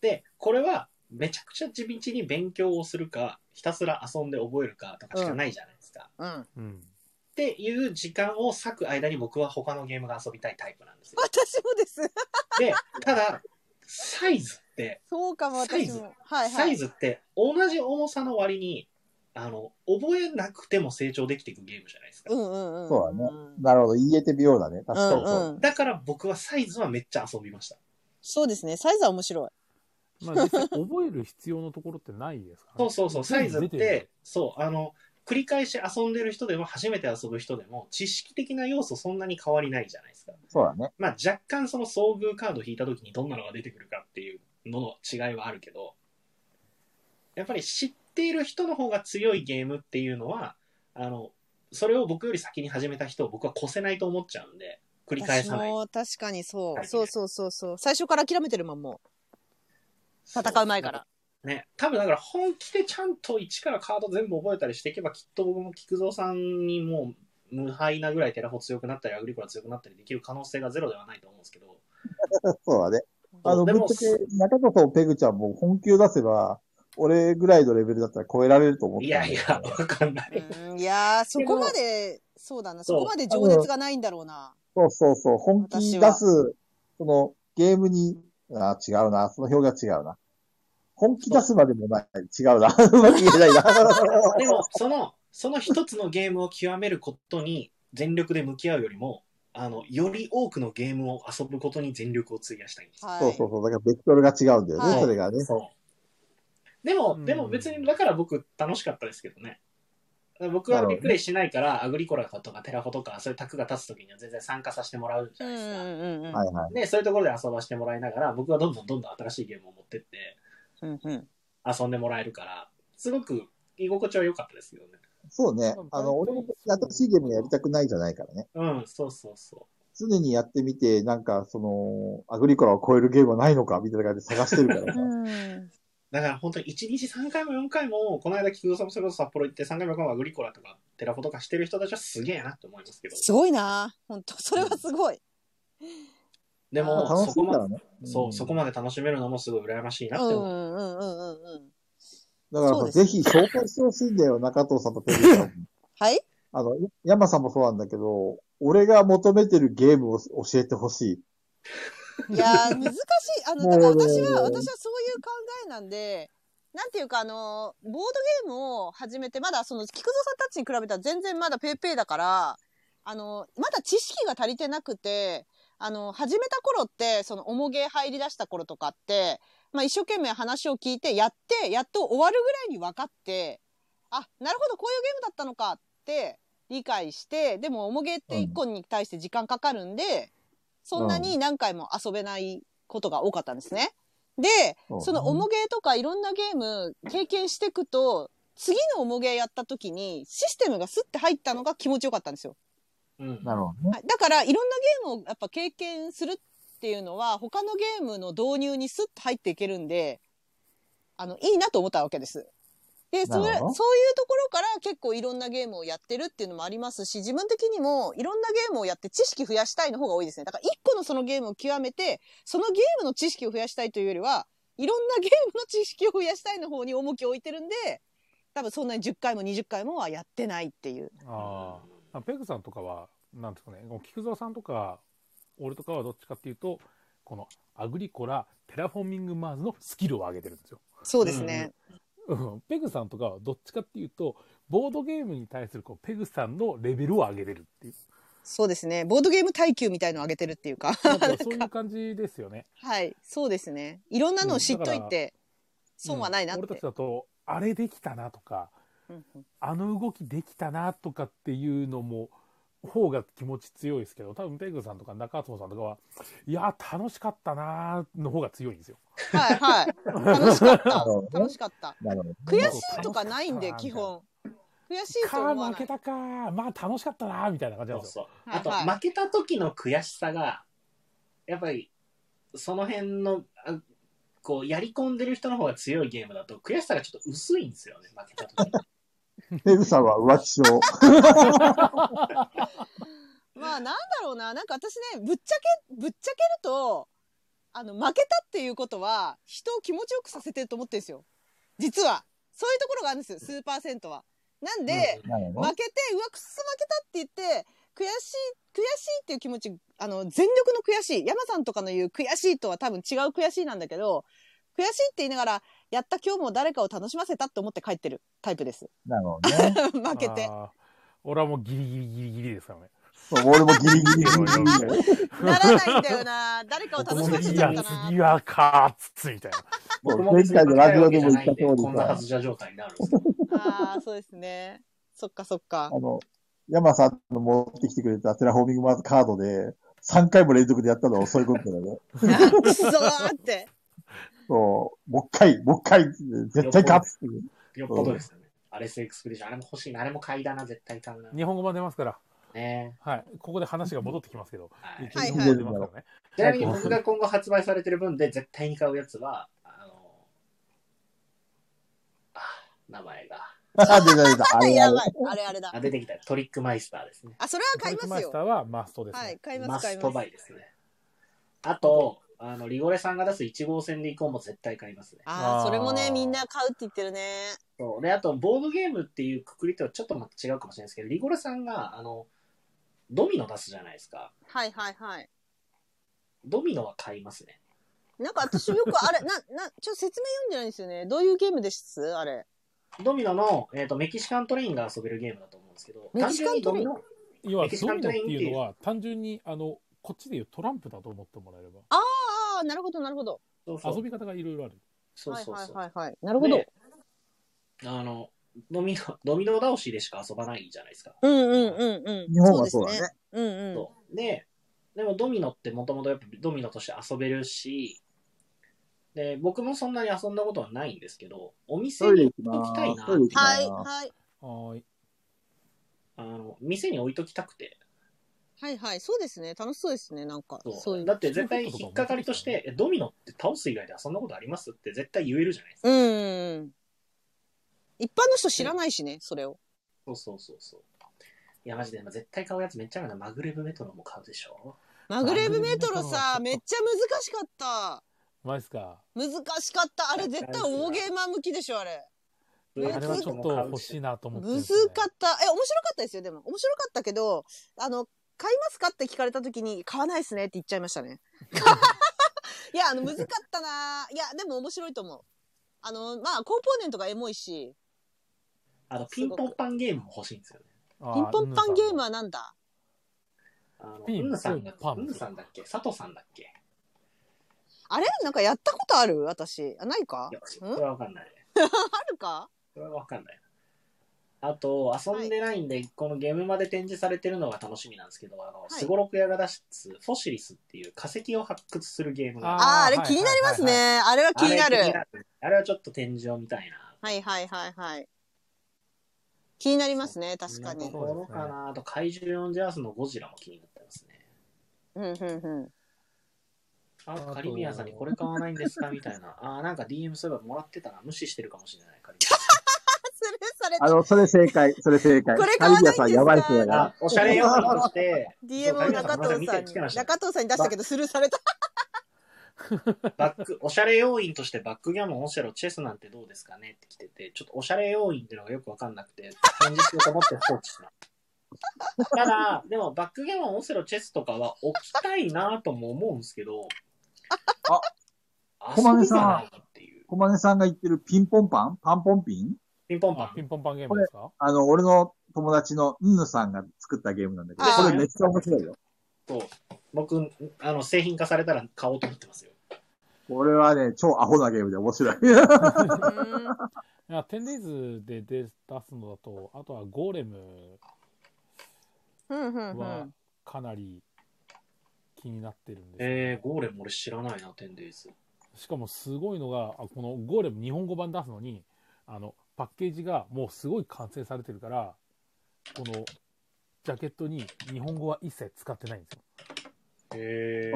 S4: で、これはめちゃくちゃ地道に勉強をするか、ひたすら遊んで覚えるかとかしかないじゃないですか。
S1: うん。あ
S3: うん。
S4: っていう時間を割く間に僕は他のゲームが遊びたいタイプなんですよ。
S1: 私もです。
S4: で、ただ、サイズって、
S1: そうかも
S4: サイ
S1: 私
S4: ズ
S1: も。はい
S4: サ
S1: は
S4: イ
S1: い。
S4: ズって同じ重さの割に、あの、覚えなくても成長できていくゲームじゃないですか
S1: う。んうんうん。
S2: そうだね。なるほど。言えてるようだね。確かにそう。
S1: うんうん。
S4: だから僕はサイズはめっちゃ遊びました。
S1: そうですね。サイズは面白い。
S3: まあ、実際覚える必要のところってないですから
S4: そ
S3: ね
S4: うそうそう、サイズっ
S3: 出る
S4: て、そう、あの、繰り返し遊んでる人でも初めて遊ぶ人でも知識的な要素そんなに変わりないじゃないですか。
S2: そうだね。
S4: まあ若干その遭遇カード引いた時にどんなのが出てくるかっていうのの違いはあるけど、やっぱり知っている人の方が強いゲームっていうのは、あの、それを僕より先に始めた人を僕は越せないと思っちゃうんで、繰り返
S1: 私
S4: さない。
S1: も確かにそ
S4: は
S1: う。
S4: い
S1: そうそうそうそう。最初から諦めてるもんもう。戦う前から。。
S4: ね、多分だから本気でちゃんと一からカード全部覚えたりしていけばきっと僕も菊蔵さんにもう無敗なぐらいテラフォ強くなったりアグリコラ強くなったりできる可能性がゼロではないと思うんですけど
S2: そうだね。あの、ぶ
S4: で
S2: っ
S4: も
S2: ちゃけ、中田とペグちゃんも本気を出せば、俺ぐらいのレベルだったら超えられると思って
S4: い
S2: たんだけ
S4: やい
S2: ど
S4: やわかんない、
S1: うんいやー、そこまで、そうだな。
S4: そ
S1: そうこまで情熱がないんだろうな。
S2: そうそうそう。本気
S1: 私
S2: 出
S1: は
S2: す、その、ゲームに、あ違うな。その表が違うな。本気出すまでもない。違うな。 うまく言えないな。
S4: でもそのその一つのゲームを極めることに全力で向き合うよりもあのより多くのゲームを遊ぶことに全力を費やしたいんです、
S1: はい。
S2: そうそうそう。だからベクトルが違うんだよね。
S1: はい
S2: それがね。
S4: そうでも、でも別にだから僕楽しかったですけどね僕はリプレイしないから、アグリコラとかテラフォとかそういう卓が立つ時には全然参加させてもらうじ
S1: う
S4: ゃ
S1: んう
S4: ないですか、
S1: んうんうん。
S2: はいはい。
S4: でそういうところで遊ばせてもらいながら僕はどんどんどんどん新しいゲームを持ってって
S1: うんうん。
S4: 遊んでもらえるからすごく居心地は良かったですけどね
S2: そうね
S3: ま。あ
S2: あの、
S3: 大体
S2: 俺も新しいゲームやりたくないじゃないからね。
S4: うんそうそうそ
S2: 常にやってみて、なんか、その、アグリコラを超えるゲームはないのかみたいな感じで探してるからさ。
S1: うん
S4: うだから本当に1日3回も4回もこの間菊蔵さんもそれこそ札幌行って3回も4回もアグリコラとかテラフォとかしてる人たちはすげえなって思いますけど
S1: すごいな。本当それはすごい。
S4: でも
S2: 楽
S4: そ
S2: し
S4: こ
S2: いか
S4: ま
S2: ら
S4: で
S2: ね。
S4: そう、そこ
S2: ま
S4: まで楽しめるのもすごい羨ましいな
S1: う
S4: って
S1: んう
S4: 思う。
S1: んうんうんうん。
S2: で。だから
S1: そう
S2: さ、
S1: です
S2: ぜひ紹介してほしいんだよ、中藤さんとペグちゃん に。
S1: はい
S2: あの、山さんもそうなんだけど、俺が求めてるゲームを教えてほしい。
S1: いやー難しい。あの、だから私は、私はそういう考えなんで、なんていうか、あの、ボードゲームを始めて、まだその、菊蔵さんたちに比べたら全然まだペーペーだから、あの、まだ知識が足りてなくて、あの、始めた頃って、その、重げ入り出した頃とかって、まあ、一生懸命話を聞いて、やって、やっと終わるぐらいに分かって、あ、なるほど、こういうゲームだったのかって理解して、でも、重げって一個に対して時間かかるんで、そんなに何回も遊べないことが多かったんですね。で、
S2: うん
S1: その重ゲーとかいろんなゲーム経験していくと、次の重ゲーやった時にシステムがスッて入ったのが気持ちよかったんですよ。
S4: うん
S2: なるほどね。
S1: はいだからいろんなゲームをやっぱ経験するっていうのは他のゲームの導入にスッと入っていけるんで、あの、いいなと思ったわけです。で、それ、そうい
S2: なる
S1: う
S2: ほど
S1: ところから結構いろんなゲームをやってるっていうのもありますし、自分的にもいろんなゲームをやって知識増やしたいの方が多いですね。だから一個のそのゲームを極めて、そのゲームの知識を増やしたいというよりは、いろんなゲームの知識を増やしたいの方に重きを置いてるんで、多分そんなに10回も20回もはやってないっていう。
S3: ああペグさんとかはなんですかねもう菊蔵さんとか俺とかはどっちかっていうとこのアグリコラテラフォーミングマーズのスキルを上げてるんですよ。
S1: そうですね。
S3: うんペグさんとかはどっちかっていうとボードゲームに対するこうペグさんのレベルを上げれるっていう
S1: そうですね。ボードゲーム耐久みたいのを上げてるっていう か。
S3: なんかそういう感じですよ ね。
S1: はい。そうですね。いろんなのを知っといて、損はないなっ
S3: うん俺た
S1: て
S3: ち。だとあれできたなとか
S1: うんうん
S3: あの動きできたなとかっていうのも方が気持ち強いですけど多分ペグさんとか中藤さんとかはいや楽しかったなの方が強いんですよ。
S1: はいはい。楽しかっ
S2: なる
S1: た
S2: ほどね。
S1: 楽しかった。
S2: なるほどね。
S1: 悔しいとかないんで、
S3: 楽し
S1: 基
S3: かった
S1: 本。悔しいと
S3: か
S1: 思わ
S3: 負
S1: な
S3: け
S1: い。
S3: たかまあ楽しかったなみたいな感じ
S4: そ
S3: なん
S4: う
S3: ですよ。
S4: そう。あと、
S1: はいはい
S4: 負けた時の悔しさが、やっぱり、その辺の、あ こう、やり込んでる人の方が強いゲームだと、悔しさがちょっと薄いんですよね、負けた時に。
S2: ペグさんは浮気症。
S1: まあなんだろうな、なんか私ね、ぶっちゃけ、ぶっちゃけると、あの、負けたっていうことは、人を気持ちよくさせてると思ってるんですよ。実は。そういうところがあるんですよ、数パーセントは。なんで、
S2: なるほ
S1: 負
S2: ど。
S1: けて、うわ、くっそ負けたって言って、悔しい、悔しいっていう気持ち、あの、全力の悔しい。山さんとかの言う悔しいとは多分違う悔しいなんだけど、悔しいって言いながら、やった今日も誰かを楽しませたって思って帰ってるタイプです。
S2: なるほどね。
S1: 負けて。
S3: あー。俺はもうギリギリギリギリですからね。
S2: そう、俺もギリギリギリギリだよ。
S1: ならないんだよな。誰かを楽しませ
S3: い
S1: ちゃ
S3: や
S1: ったな。
S3: 次はかーつ みたい
S2: そう
S4: 僕も
S2: 前回のラジオでも言った通
S4: こ
S2: り
S4: んな
S2: さ
S4: は、ずじゃ状態になるんですよ。
S1: ああ、そうですね。そっかそっか
S2: あ。の、山さんの持ってきてくれたテラフォーミングマーズカードで、3回も連続でやったのはそういうことだよね。
S1: あくっそーって。
S2: そう、もう一回、もう一回、絶対勝つっていう。
S4: よっぽどですよね。アレスエクスプレーション、あれも欲しいな、あれも買いだな、絶対買うな
S3: な。。日本語版出ますから、
S4: ね
S3: はい。ここで話が戻ってきますけど、
S4: はい
S3: 一応日
S1: は
S3: 本
S1: いは
S3: 語
S1: い
S3: 出ますからね。
S4: ちなみに僕が今後発売されてる分で絶対に買うやつは、あの、あ名前が。
S2: あ、出た出た。あれあ
S1: や
S2: れ
S1: ばい。あれあれだ
S4: あ、。出てきた。トリックマイスターですね。
S1: あ、それは買い
S3: トリック
S1: ま
S3: マ
S1: す
S3: イスター
S1: よ。
S3: はマストですね。
S1: はい、買いま
S4: マ
S1: す、買い
S4: スト
S1: ます
S4: バ。イですね。あと、あの、リゴレさんが出す1号線で行こうも絶対買いますね。
S1: ああ、
S3: あー
S1: それもね、みんな買うって言ってるね。
S4: そう。で、あと、ボードゲームっていうくくりとはちょっとまた違うかもしれないですけど、リゴレさんが、あの、ドミノ出すじゃないですか。
S1: はいはいはい。
S4: ドミノは買いますね。
S1: なんか私よくあれ、な、 な、ちょっと説明読んでないんですよね。どういうゲームですあれ。
S4: ドミノの、えっ、と、メキシカントレインが遊べるゲームだと思うんですけど、
S1: メキシカントレイン
S4: 単純にドミ
S3: 要は
S4: メキシ
S3: ド
S4: カ
S3: ミノ
S4: ント
S3: って
S4: レインっていう
S3: いうのは単純にあのこっちでいうトランプだと思ってもらえれば
S1: ああ、なるほどなるほど。
S4: ノそうそ
S3: 遊
S4: う
S3: び方がいろいろある
S4: そうそうそう。
S1: はいはいはいはい。なるほど
S4: で。あの、ドミノ、ドミノ倒しでしか遊ばないじゃないですか。
S1: うんうんうんうん。
S2: 日本はそうだね
S1: です。うんうん。
S4: そうで、でもドミノってもともとやっぱドミノとして遊べるし、で、僕もそんなに遊んだことはないんですけど、お店
S2: トイレ
S4: に
S2: 行きま
S4: 行きたい
S2: ー
S4: な
S2: す。トイレ行きま
S1: はい
S2: ーす。
S1: はい。
S3: はーい
S4: あの、店に置いときたくて。
S1: はいはい。そうですね。楽しそうですね。なんか、
S4: そう
S1: そういう。
S4: だって絶対引っかかりとして、えドミノって倒す以外で遊んだことありますって絶対言えるじゃないですか。
S1: うんうんうん。一般の人知らないしね、それを。
S4: そうそうそうそう。いや、マジで、まあ絶対買うやつめっちゃあるな。マグレブメトロも買うでしょ。
S1: マグレーブメトロさ、
S3: マグレ
S1: め
S3: ー
S1: っちゃ難しかった。
S3: マジっすか
S1: 難しかった。あれ絶対大ゲーマー向きでしょ、あれ。
S4: あ
S1: え
S3: あれはちょっと欲しいなと思ってるん
S1: む
S3: です
S1: ず
S3: よね
S1: かった。え、面白かったですよ、でも。面白かったけど、あの、買いますかって聞かれた時に、買わないですねって言っちゃいました ね。いや、あの、難かったな。いや、でも面白いと思う。あの、まあ、コンポーネントがエモいし、
S4: あの、ピンポンパンゲームも欲しいんですよね。
S3: あ
S1: ピンポンパンゲームはなんだ
S4: あの、
S3: ピン
S4: ウンさんが、
S3: ポンパン
S4: ウンさんだっけ佐藤さんだっけい
S1: あれなんかやったことある私。あ、ないか
S4: や、それはわかんない。
S1: あるか
S4: それはわかんないな。あと、遊んでないんで、このゲームまで展示されてるのが楽しみなんですけど、あの、
S1: い
S4: スゴロク屋が出す、フォシリスっていう化石を発掘するゲームが
S1: ああ、あれ
S3: はい
S1: 気になりますね。あれは気にな
S4: あれ気に
S1: る。
S4: あれはちょっと展示を見たいな。
S1: はいはいはいはい。気になりますね、確か
S4: こん
S1: に
S4: な。ところかなあと、怪獣オンジャースのゴジラも気になってますね。
S1: うんうんうん。
S3: あ
S4: あ
S3: と、
S4: カリビアンさんにこれ買わないんですかみたいな。ああ、なんか DM そういえばもらってたな。無視してるかもしれない、カリビ
S1: それそれ
S2: あの、それ正解、それ正解。
S1: これ買わないんですか
S2: カリビアさんやばい人だ
S4: アンさん。
S2: な。
S4: あ、おしゃれ用品として、
S1: DM を中藤さんに、
S4: ごめんなさい
S1: 中藤さんに出したけどスルーされた。
S4: バック、おしゃれ要因としてバックギャモン、オセロ、チェスなんてどうですかねって来てて、ちょっとおしゃれ要因っていうのがよくわかんなくて、返事しようと思って放置した。ただ、でもバックギャモン、オセロ、チェスとかは置きたいなとも思うんですけど、あ
S2: 小金
S4: び
S2: さん
S4: がないっていう。
S2: 小金さんが言ってるピンポンパンパンポンピン
S4: ピンポンパ
S3: あピ
S4: ン。
S3: ンポンパンゲームですか
S2: あの、俺の友達のンヌさんが作ったゲームなんだけど、
S1: あー
S2: これめっちゃ面白いよ。
S4: そう。僕、あの、製品化されたら買おうと思ってますよ。
S2: これはね、超アホなゲームで面白い。
S3: いや 10days で出すのだとあとはゴーレム
S1: うんうんうんう
S3: は
S1: ん。
S3: かなり気になってるんですよね、
S4: えー、ゴーレム俺知らないな、テンデイズ。
S3: しかもすごいのがあこのゴーレム日本語版出すのにあのパッケージがもうすごい完成されてるからこのジャケットに日本語は一切使ってないんです
S4: え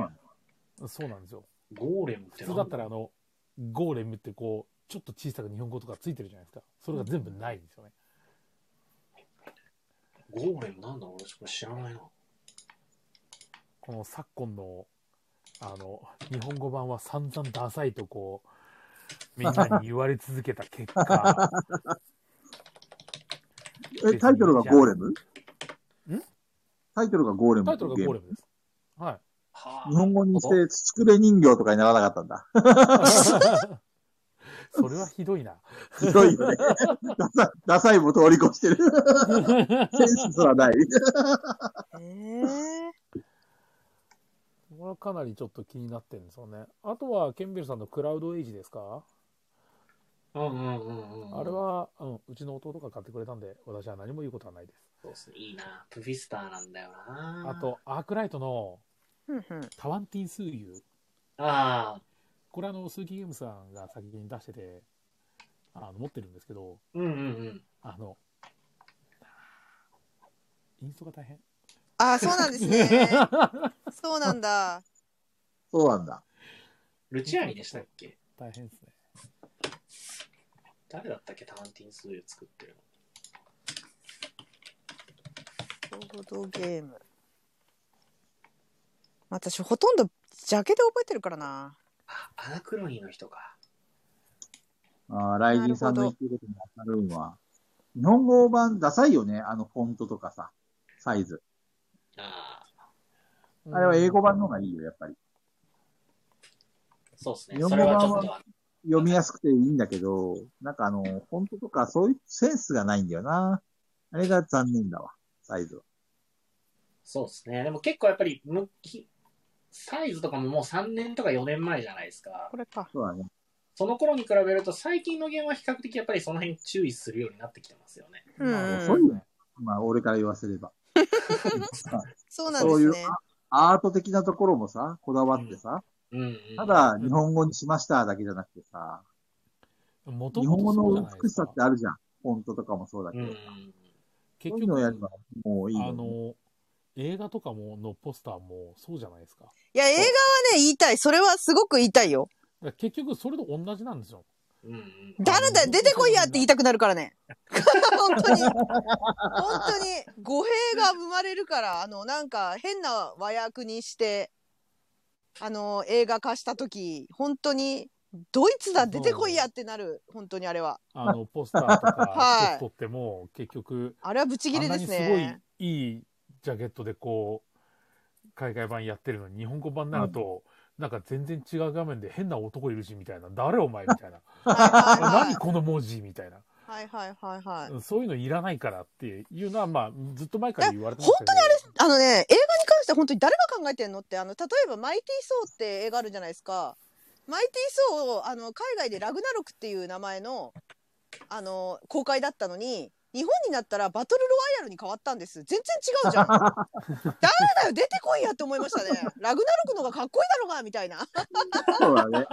S4: ー、
S3: よそうなんですよ
S4: ゴーレムって
S3: 普
S4: な
S3: 通
S4: ん
S3: だったらあのゴーレムってこうちょっと小さく日本語とかついてるじゃないですかそれが全部ないんですよね、
S4: ゴーレムなんだ俺これ知らないな。
S3: この昨今の、あの、日本語版は散々ダサいとこう、みんなに言われ続けた結果、
S2: え、タイトルがゴーレム
S3: ん
S2: タイトルがゴーレム
S3: タ
S2: っ
S3: イ
S2: て
S3: ト
S2: い
S3: ル
S2: うゲ
S3: が
S2: ー
S3: ゴーレ
S2: ム。
S3: ムです。はい。
S4: は
S2: 日本語に
S4: な
S2: して、
S4: る
S2: つくべ人形とかにならなかったんだ。
S3: それはひどいな。
S2: ひどいよね。ダサダサいも通り越してる。センスすらない。
S1: えー、
S3: これはかなりちょっと気になってるんですよね。あとは、ケンベルさんのクラウドエイジですか、
S4: ほどうんうんうんうん。
S3: あれは、うん、うちの弟が買ってくれたんで、私は何も言うことはないです。
S4: そうですね。いいな。プフィスターなんだよな。
S3: あ。と、アークライトの
S5: ふんふん
S3: タワンティンスーユー。
S4: ああ。
S3: これあの、スーキーゲームさんが先に出してて、あの、持ってるんですけど、
S4: うんうんうん。
S3: あの、インストが大変。
S1: あーそうなんですね。そうなんだ。
S2: そうなんだ。
S4: ルチアニでしたっけ
S3: 大変ですね。
S4: 誰だったっけタワンティンスーユ作ってるの。
S1: ボードゲーム。私ほとんどジャケで覚えてるからな。
S4: あ、アナクロニーの人か。
S2: ああ、ライジンさんの言ってることに当たるんは。日本語版ダサいよね。あのフォントとかさ、サイズ。
S4: ああ。
S2: あれは英語版の方がいいよ、やっぱり。
S4: そうですね。
S2: 日本
S4: そ
S2: 語
S4: れ
S2: 版は
S4: はちょっとあ
S2: 読みやすくていいんだけど、なんかあの、フォントとかそういうセンスがないんだよな。あれが残念だわ、サイズは。
S4: そうですね。でも結構やっぱり向き、サイズとかももう3年とか4年前じゃないですか
S1: こ。れか。
S2: そうだね。
S4: その頃に比べると最近のゲームは比較的やっぱりその辺注意するようになってきてますよね。
S1: うん
S3: まあ
S2: 遅いよね。まあ、俺から言わせれば。
S1: そうなんで
S2: そう
S1: す
S2: いう
S1: ね。
S2: アート的なところもさ、こだわってさ、
S4: うん、うん。
S2: た、だ日本語にしましただけじゃなくてさ、
S3: 元
S2: 日
S3: 々
S2: 本語
S3: そうじゃ
S2: の
S3: ないで
S2: 美し
S3: す
S2: さ
S3: か
S2: ってあるじゃん。フォントとかもそうだけ
S4: う
S2: ど。
S4: ん。
S3: 結
S2: そういうのをやれ
S3: 局
S2: ば、もういい
S3: あ
S2: よね。
S3: の、映画とかものポスターもそうじゃないですか。だか
S1: いや、映画はね、言いたい。それはすごく言いたいよ。
S3: ら結局それと同じなんですよ。
S4: うんうん。
S1: 誰だよ、出てこいやって言いたくなるからね。 本当に。本当に。語弊が生まれるから、あの、なんか変な和訳にして、あの、映画化した時、本当に、ドイツだ、出てこいやってなる。本当にあれは。
S3: あの、ポスターと
S1: はい
S3: か、ポストっても、結局、
S1: あれはブチギ
S3: あん
S1: レ
S3: な
S1: で
S3: に
S1: す
S3: すごい
S1: ね。
S3: いいジャケットでこう、海外版やってるのに、日本語版になると、なんか全然違う画面で変な男いるし、みたいな。誰お前み たいな。
S1: はいはいはい
S3: 何この文字みたいな。
S1: はいはいはいはい。
S3: そういうのいらないからっていうのは、まあ、ずっと前から言われてましたけど。
S1: あのね、映画に関して本当に誰が考えてんのって、あの、例えばマイティー・ソーって映画あるじゃないですか。マイティー・ソーを、あの、海外でラグナロクっていう名前の、あの、公開だったのに、日本になったらバトルロワイヤルに変わったんです。全然違う じゃん。誰だよ、出てこいやって思いましたね。ラグナロクの方がかっこいいだろうが、みたいな。
S2: そうだね。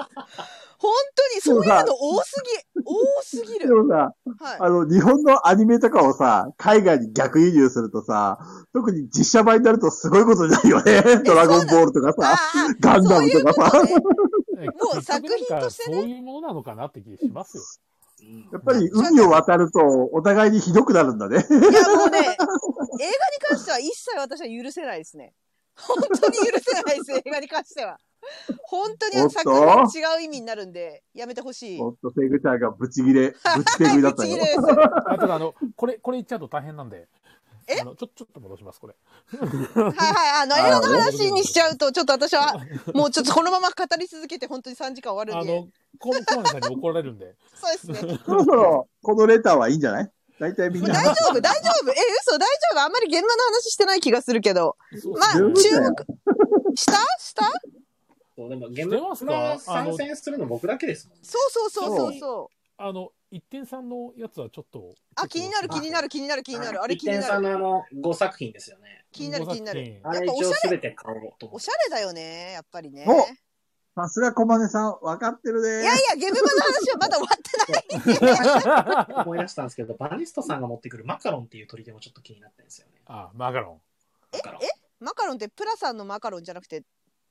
S1: 本当に、そういうの多すぎ、多すぎ
S2: で
S1: る。
S2: もさ、
S1: はい。
S2: あの、日本のアニメとかをさ、海外に逆輸入するとさ、特に実写版になるとすごいことになるよね。ドラゴンボールとか
S1: あ
S2: さ、
S1: あ、
S2: ガンダムとか
S1: そ
S2: さ
S1: う。いうことね
S3: も
S1: もう作品としてね
S3: そういうものなのかなって気しますよ。
S4: うん
S2: やっぱり海を渡るとお互いにひどくなるんだ
S1: い
S2: ね。
S1: やもうね、映画に関しては一切私は許せないですね。本当に許せないです、 映画に関しては。本当にあ
S2: お
S1: の
S2: っと
S1: 作品と違う意味になるんで、やめてほしい。
S2: おっと、ペグちゃんがブチギレ、ブチペグだっ た
S1: ぶち切
S2: よ
S1: れ。です
S3: あ、ただあの、これ、これ言っちゃうと大変なんで。
S1: え
S3: あのちょ、ちょっと戻します、これ。
S1: はいはい、あの、
S2: あ
S1: 映画の話にしちゃうと、ちょっと私は、もうちょっとこのまま語り続けて、本当に3時間終わ
S3: あ
S1: るんで。
S3: の、ココナンさんに怒られるんで。
S1: そうですね。も
S2: そろそろ、このレターはいいんじゃない大体みん
S1: う
S2: な。
S1: 大丈夫、大丈夫。え、嘘、大丈夫。あんまり現場の話してない気がするけど。
S3: そう
S1: まあ、
S2: 十
S1: 注目
S2: 分だよ、
S1: したした
S4: そうでも、ゲー
S3: 知ってます
S4: ム
S3: か
S4: は参戦するの僕だけですもんね。
S1: そうそうそうそうそう。
S3: あの、一点さんのやつはちょっと。
S1: あ、気になる、気にな
S3: る。
S1: る、気になる、気になる。あれ
S4: 一
S1: 気に
S4: 点
S1: な
S4: さん
S1: る。
S4: のあの、5作品ですよね。
S1: 気になる、気になる。
S3: る
S4: あれ
S1: やっぱおしゃれ
S4: 一応すべて買おうと思
S1: お
S4: っ。
S1: してゃれだよね、やっぱりね。い
S2: おさすが小金さん、わかってるね。
S1: やいや、ゲブマの話はまだ終わってない。
S4: 思い出したんですけど、バニストさんが持ってくるマカロンっていう取り手もちょっと気になったんですよね。
S3: あ、マカロン。
S4: マカロン。
S1: マカロンってプラさんのマカロンじゃなくて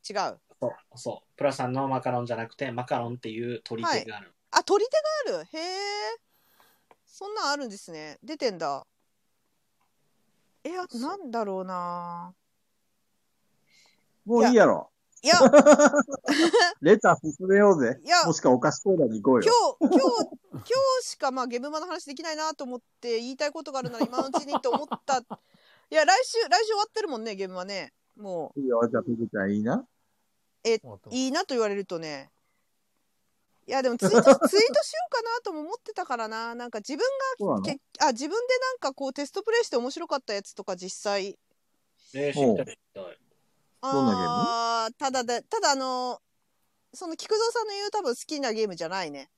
S1: 違う。あ、
S4: そう、そう。プラさんのマカロンじゃなくて、マカロンっていう取り手がある。
S1: 取り手がある。へえ。そんなんあるんですね。出てんだ。
S5: え、あとなんだろうな
S2: もういいやろ。
S1: いや、
S2: レター進めようぜ。
S1: いや、
S2: もしかお菓子コーナーに行こう
S1: 今
S2: よ。
S1: 日、今日、今日しか、まあ、ゲブマの話できないなと思って、言いたいことがあるなら今のうちにと思った。いや、来週、来週終わってるもんね、ゲブマね。もう、
S2: いいよ、じゃあ、ペグちゃんいいな。
S1: いいなと言われるとね。いや、でもツイー ト、ツイートしようかなとも思ってたからな。なんか自分
S2: そうなの
S1: けあ自分でなんかこうテストプレイして面白かったやつとか実際
S4: えー、知りたい知りたい。
S2: どんなゲーム
S1: あーただでただあのその菊蔵さんの言う多分好きなゲームじゃないね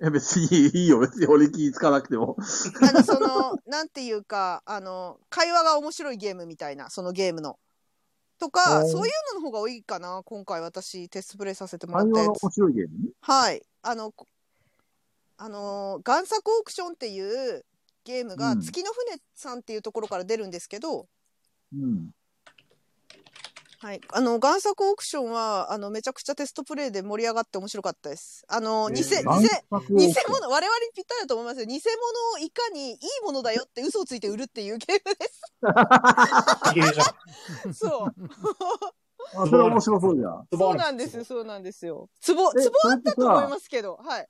S2: いや、別にいいよ。別に俺気ぃつかなくても。
S1: あのその なんていうかあの会話が面白いゲームみたいなそのゲームのとか
S2: おー
S1: そういうのの方が多いかな今回私テストプレイさせてもら
S2: 会
S1: っ
S2: 話
S1: た
S2: が
S1: やつ
S2: 面白いゲームね
S1: はいあのこあの贋作オークションっていうゲームが
S2: うん
S1: 月の船さんっていうところから出るんですけど、
S2: うん。
S1: はい、あの贋作オークションはあのめちゃくちゃテストプレイで盛り上がって面白かったです。あの
S4: えー
S1: 偽偽偽
S4: 贋
S1: 物
S2: 万
S1: 我
S2: 博を
S1: 々にぴったりだと思いますよ。偽物をいかにいいものだよって嘘をついて売るっていうゲームで
S4: いけるじゃん。
S1: す。そう、
S2: あ、それ面白そうじゃん。
S1: そうなんですよ、そうなんですよ。ツボ
S2: え
S1: ツボ
S2: それって
S1: だと思い
S2: さ、
S1: ますけど、はい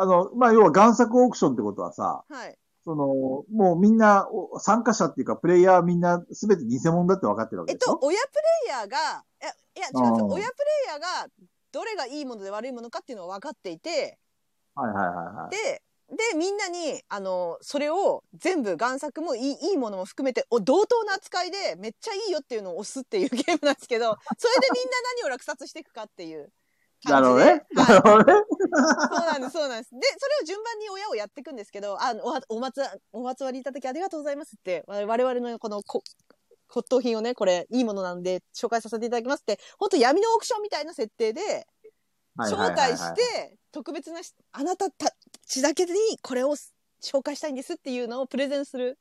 S2: あの、まあ、要は贋作オークションってことはさ、
S1: はい
S2: その、もうみんな、お参加者っていうか、プレイヤーみんな、すべて偽物だって分かってるわ
S1: え
S2: け
S1: っ
S2: でしょ
S1: と、親プレイヤーがいやいや違うんですよ親プレイヤーがどれがいいもので悪いものかっていうのは分かっていて、
S2: はいはいはいはい。
S1: で、で、みんなに、あの、それを全部贋作もいい、いいものも含めて、お、同等な扱いで、めっちゃいいよっていうのを押すっていうゲームなんですけど、それでみんな何を落札していくかっていう
S2: な
S1: 感じ
S2: るほど
S1: で。
S2: ね。な
S1: はい
S2: るほどね。
S1: そうなんです、そうなんです。で、それを順番に親をやっていくんですけど、あおは、おまつ、おまつわりいただきありがとうございますって、わ我々のこのこ、骨董品をね、これ、いいものなんで、紹介させていただきますって、本当闇のオークションみたいな設定で、
S2: はいはい
S1: 招
S2: はいはい
S1: 待して、特別なし、あなたたちだけにこれを紹介したいんですっていうのをプレゼンする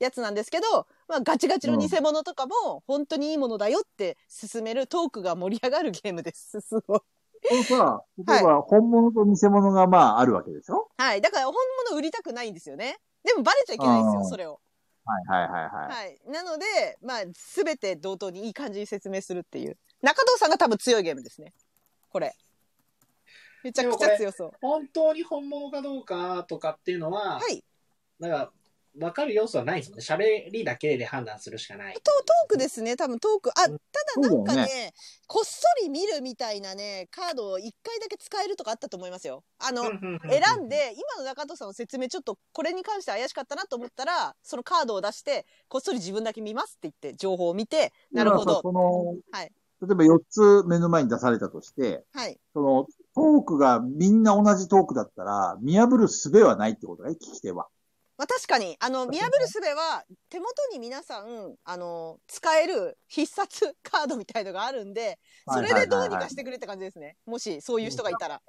S1: やつなんですけど、まあ、ガチガチの偽物とかも本当にいいものだよって進めるトークが盛り上がるゲームです。すごい。
S2: このさ、例えば、本物と偽物がまあ、あるわけでしょ
S1: はい。だから本物売りたくないんですよね。でもバレちゃいけないんですよ、
S2: あー
S1: それを。
S2: はいはいはいはい。
S1: はい。なので、まあ、すべて同等にいい感じに説明するっていう。中藤さんが多分強いゲームですね。これ。めちゃくちゃ強そう。
S4: 本当に本物かどうかとかっていうのは、
S1: はい。
S4: なんか、わかる要素はないですもんね。喋りだけで判断するしかない。
S1: トトークですね多分トークあた
S4: うん
S1: だなんか
S2: そうだ
S1: ね
S2: よ
S1: こっそり見るみたいなねカードを1回だけ使えるとかあったと思いますよあの、選んで今の中戸さんの説明ちょっとこれに関して怪しかったなと思ったらそのカードを出してこっそり自分だけ見ますって言って情報を見てなるほ
S2: だからさ
S1: ど
S2: この、
S1: はい
S2: 例えば4つ目の前に出されたとして、
S1: はい
S2: その、トークがみんな同じトークだったら、見破る術はないってことね、聞き手は。。
S1: まあ、確かにあの見破る術は手元に皆さんあの使える必殺カードみたいのがあるんでそれでどうにかしててくれって感じですねもしそういう人がいたら。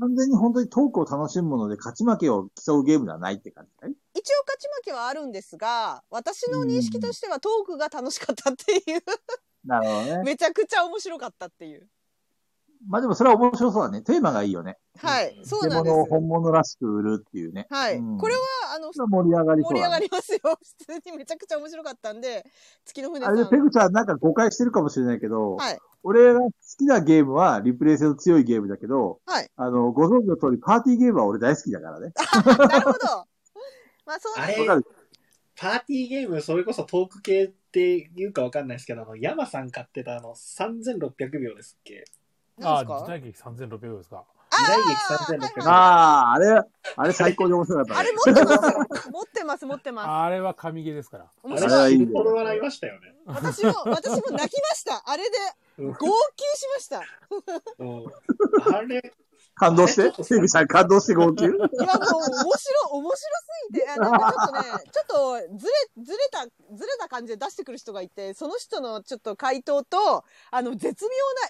S2: 完全に本当にトークを楽しむもので、勝ち負けを競うゲームではないって感じね。
S1: 一応勝ち負けはあるんですが私の認識としてはトークが楽しかったっていう
S2: なるほどね。
S1: めちゃくちゃ面白かったっていう
S2: まあでもそれは面白そうだね。テーマがいいよね。
S1: はい
S4: うん
S1: そう
S2: 偽
S1: なんで
S2: 物を
S1: す
S2: 本物らしく売るっていうね。
S1: はい、
S2: うん
S1: これはあの
S2: それは盛り上がりそ
S1: 盛
S2: う
S1: り上
S2: だ
S1: が
S2: ね。
S1: りますよ 普通にめちゃくちゃ面白かったんで月の船
S2: あ
S1: さん
S2: れでペグちゃんなんか誤解してるかもしれないけど、
S1: はい
S2: 俺が好きなゲームはリプレイ性の強いゲームだけど、
S1: はい
S2: あの、ご存知の通りパーティーゲームは俺大好きだからね。
S1: なるほどまあそう
S4: あ
S1: なんで
S4: れ
S1: す
S2: わかる
S4: パーティーゲーム、それこそトーク系っていうかわかんないですけど、あの、山さん買ってたあの、3600秒ですっけ
S1: なん
S3: あ
S1: です
S3: ー、
S1: か
S3: 時代劇3600秒ですか。
S4: 時代
S1: あー
S4: 劇3600秒。
S2: ああ、あれ、あれ最高に面白かったね。
S1: あれ持ってますよ持ってます持ってます
S3: あれは神ゲーですから。
S1: 面
S2: あれは
S1: 白
S2: い
S1: い
S2: い
S4: 死ぬほど笑いましたよね。
S1: 私も私も泣きましたあれで
S4: うん
S1: 号泣しました
S4: うんあれ、
S2: 感 動してペグちゃん感動して号
S1: い
S2: 泣
S1: やもう面白面白すぎてあなんかちょっとねちょっとずれずれたずれた感じで出してくる人がいてその人のちょっと回答とあの絶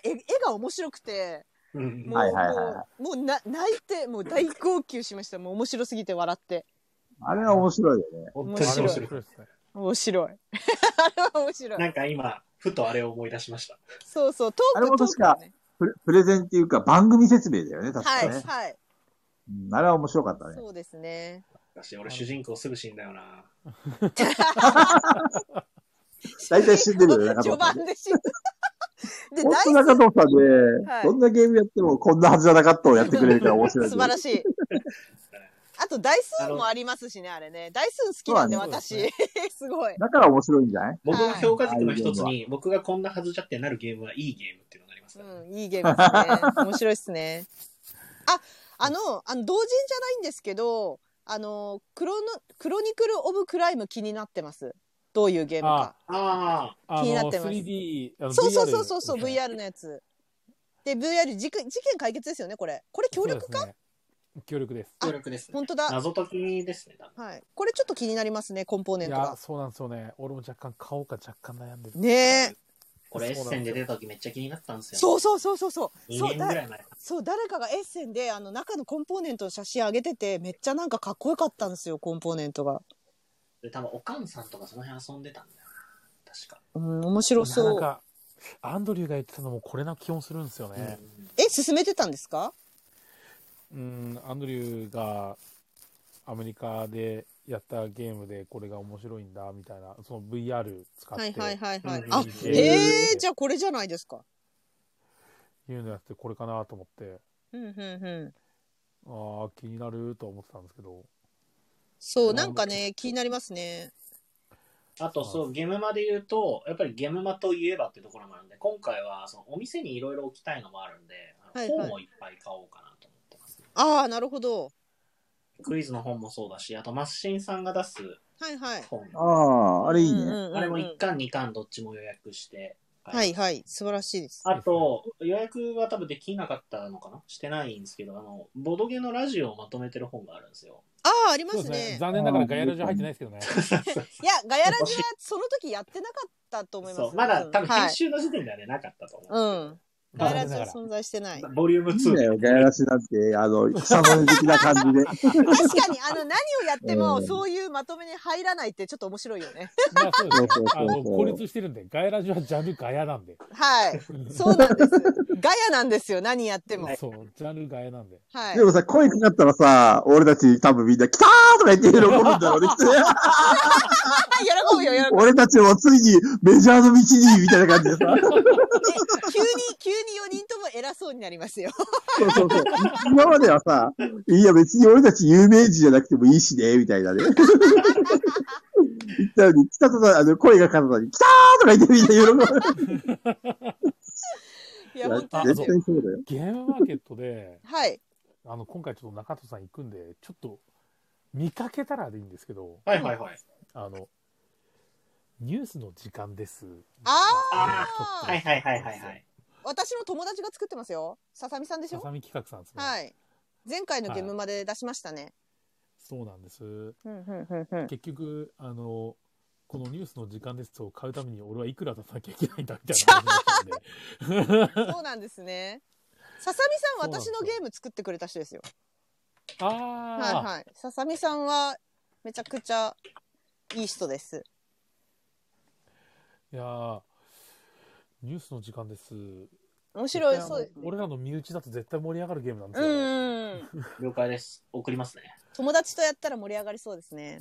S1: 妙な絵絵が面白くて
S4: うん
S1: もう,、
S2: はいはいはいは
S1: もうもうな泣いてもう大号泣しましたもう面白すぎて笑って
S2: あれは面白いよね。
S4: 本
S1: 面
S4: 当に
S1: 白い
S3: あれは面。白
S4: 面白い
S3: いですね。
S1: 面白い あれは面白い
S4: なんか今、ふとあれを思い出しました。
S1: そうそうト
S2: あ
S1: ー
S2: れも
S1: クトー
S2: 確
S1: クだ
S2: か
S1: ね
S2: プレプレゼンっていうか番組説明だよね、確
S1: は
S2: か
S1: い
S2: ね。
S1: はい
S2: うんあれは面白かったね。
S1: そうですね
S4: 私、俺主人公すぐ死んだよな。
S2: 大体死んでる よね
S1: 序盤で死んだ。で、
S2: 本当
S1: 大
S2: 中藤さんね、
S1: はい
S2: どんなゲームやってもこんなはずじゃなかったをやってくれるから面白い。
S1: 素 晴らしい。 あと台数もありますしね、あれね。台数好きなんで、
S3: そうだね
S1: 私。 すごい。
S2: だから面白いんじゃない
S4: 僕の評価軸の一つに、僕がこんなはずじゃってなるゲームはいいゲームっていうのがありますからね。
S1: うん、いいゲームですね。面白いですね。あ、あの、あの同人じゃないんですけど、あの、クロノ、クロニクル・オブ・クライム気になってます。どういうゲームか。
S4: あ
S3: あ
S1: 気にな
S3: の
S1: ってます
S3: 3D あの
S1: そうそうそうそうそう、
S3: VR
S1: VR のやつ。で、VR 事件、事件解決ですよね、これ。これ協力か、
S3: そうですね協力です
S4: あ、協力ですね。
S1: 本当だ。
S4: 謎解きですね、多分。
S1: はい。これちょっと気になりますね、コンポーネン
S3: い
S1: ト
S3: や
S1: が。
S3: そうなんですよね俺も若干買おうか若干悩んでる
S1: ねえ。
S4: これエッセンで出た時めっちゃ気になったんですよ、ね。
S1: そうそうそうそうそう。
S4: 2
S1: そう
S4: 年
S1: だ
S4: ぐらい前。
S1: そう誰かがエッセンであの中のコンポーネントの写真上げててめっちゃなんかかっこよかったんですよコンポーネントが、
S4: で、多分、おかんさんとかその辺遊んでたんだよな。確か。
S1: うん、面白
S3: なか
S1: そ
S3: な
S1: う
S3: かアンドリューが言ってたのもこれな気温するんですよね
S4: うん
S1: え進めてたんですか
S3: うんアンドリューがアメリカでやったゲームでこれが面白いんだみたいなその VR 使っ
S1: はい
S3: て
S1: はいはいはい、
S4: うん
S1: あ
S3: えー
S1: えー、じゃあこれじゃないですか
S3: いうのやってこれかなと思って
S1: うんうんうん
S3: ああ気になると思ってたんですけど
S1: そうなんかね気になりますね
S4: あと、そう、ゲムマで言うと、やっぱりゲムマといえばっていうところもあるんで、今回は、その、お店にいろいろ置きたいのもあるんで、あの
S1: はいはい
S4: 本をいっぱい買おうかなと思ってます、ね
S1: ああなるほど
S4: クイズの本もそうだし、あと、マッシンさんが出す
S1: はいはい
S4: 本。
S2: ああ、あれいい
S1: うん
S2: ね。
S1: うんうん
S4: あれも1巻、2巻、どっちも予約して。
S1: はいはい素晴らしいです
S4: あと、予約は多分できなかったのかなしてないんですけど、あの、ボドゲのラジオをまとめてる本があるんですよ。
S1: ああありま
S3: そう
S1: す
S3: ですね
S1: ね
S3: 残念ながらガヤラジオ入ってないですけどね
S1: いやガヤラジはその時やってなかったと思います
S4: そう、まだ多分
S1: は
S4: 編
S1: い、
S4: 集の時点ではね、なかったと思
S1: う
S4: うんん
S1: ガ
S4: です
S1: ヤラ
S4: けど。
S1: ジは存在してない
S4: ボリューム
S2: いいんだ
S4: 2。
S2: よ、ガヤラシなんて、あの、草の根的な感じ で。
S1: 確かに、あの、何をやっても、
S2: うん
S1: そういうまとめに入らないってちょっと面白いよね。
S3: まあそうですね
S2: そうそう
S3: あ
S2: そうそう
S3: の孤立してるんでガヤラジオはジャンルガヤなんで
S1: はい。そうなんです。ガヤなんですよ、何やっても。はい。
S3: そうジャンルガヤなんで
S1: はい
S2: で。もさ、声かかったらさ、俺たち多分みんな、来たーとか言って喜ぶんだろうね。
S1: 喜ぶよ、喜ぶ。
S2: 俺たちもついにメジャーの道に、みたいな感じでさ。
S1: 急に、急に4人とも偉そうになりますよ。
S2: そうそうそう。今まではさ、いや別に俺たち有名人じゃなくてもいいしね、みたいなね。言ったのに、来たとた、あの、声がかかったのに、来たーとか言ってみんな喜ぶ。
S1: いや、本当
S3: あ
S1: で
S2: 絶
S1: す
S2: 対
S1: よ。
S2: そうだよ。
S3: ゲームマーケットで
S1: はい。
S3: あの今回ちょっと中戸さん行くんでちょっと見かけたらでいいんですけど
S4: はいはいはい。
S3: あのニュースの時間です
S1: あ
S3: あ
S1: ー
S4: はいはいはいはいはい。
S1: 私の友達が作ってますよ。ささみさんでし
S3: さ
S1: ょ
S3: さみ企画さんですね、
S1: はい。前回のゲームまで出しましたね。
S3: そうなんです
S1: うん、うん、うん、うん。
S3: 結局あのこのニュースの時間ですを買うために俺はいくら出さなきゃいけないんだみたいな話になっ
S1: そうなんですね。ささみさん、私のゲーム作ってくれた人ですよ。
S3: たんであ
S1: はい
S3: あ、
S1: はい。ささみさんはめちゃくちゃいい人です。
S3: い、やーニュースの時間です
S1: 面白いそうですね。
S3: 俺らの身内だと絶対盛り上がるゲームなんで
S1: う
S3: すよ、
S1: ん。
S4: 了解です。送りますね。
S1: 友達とやったら盛り上がりそうですね。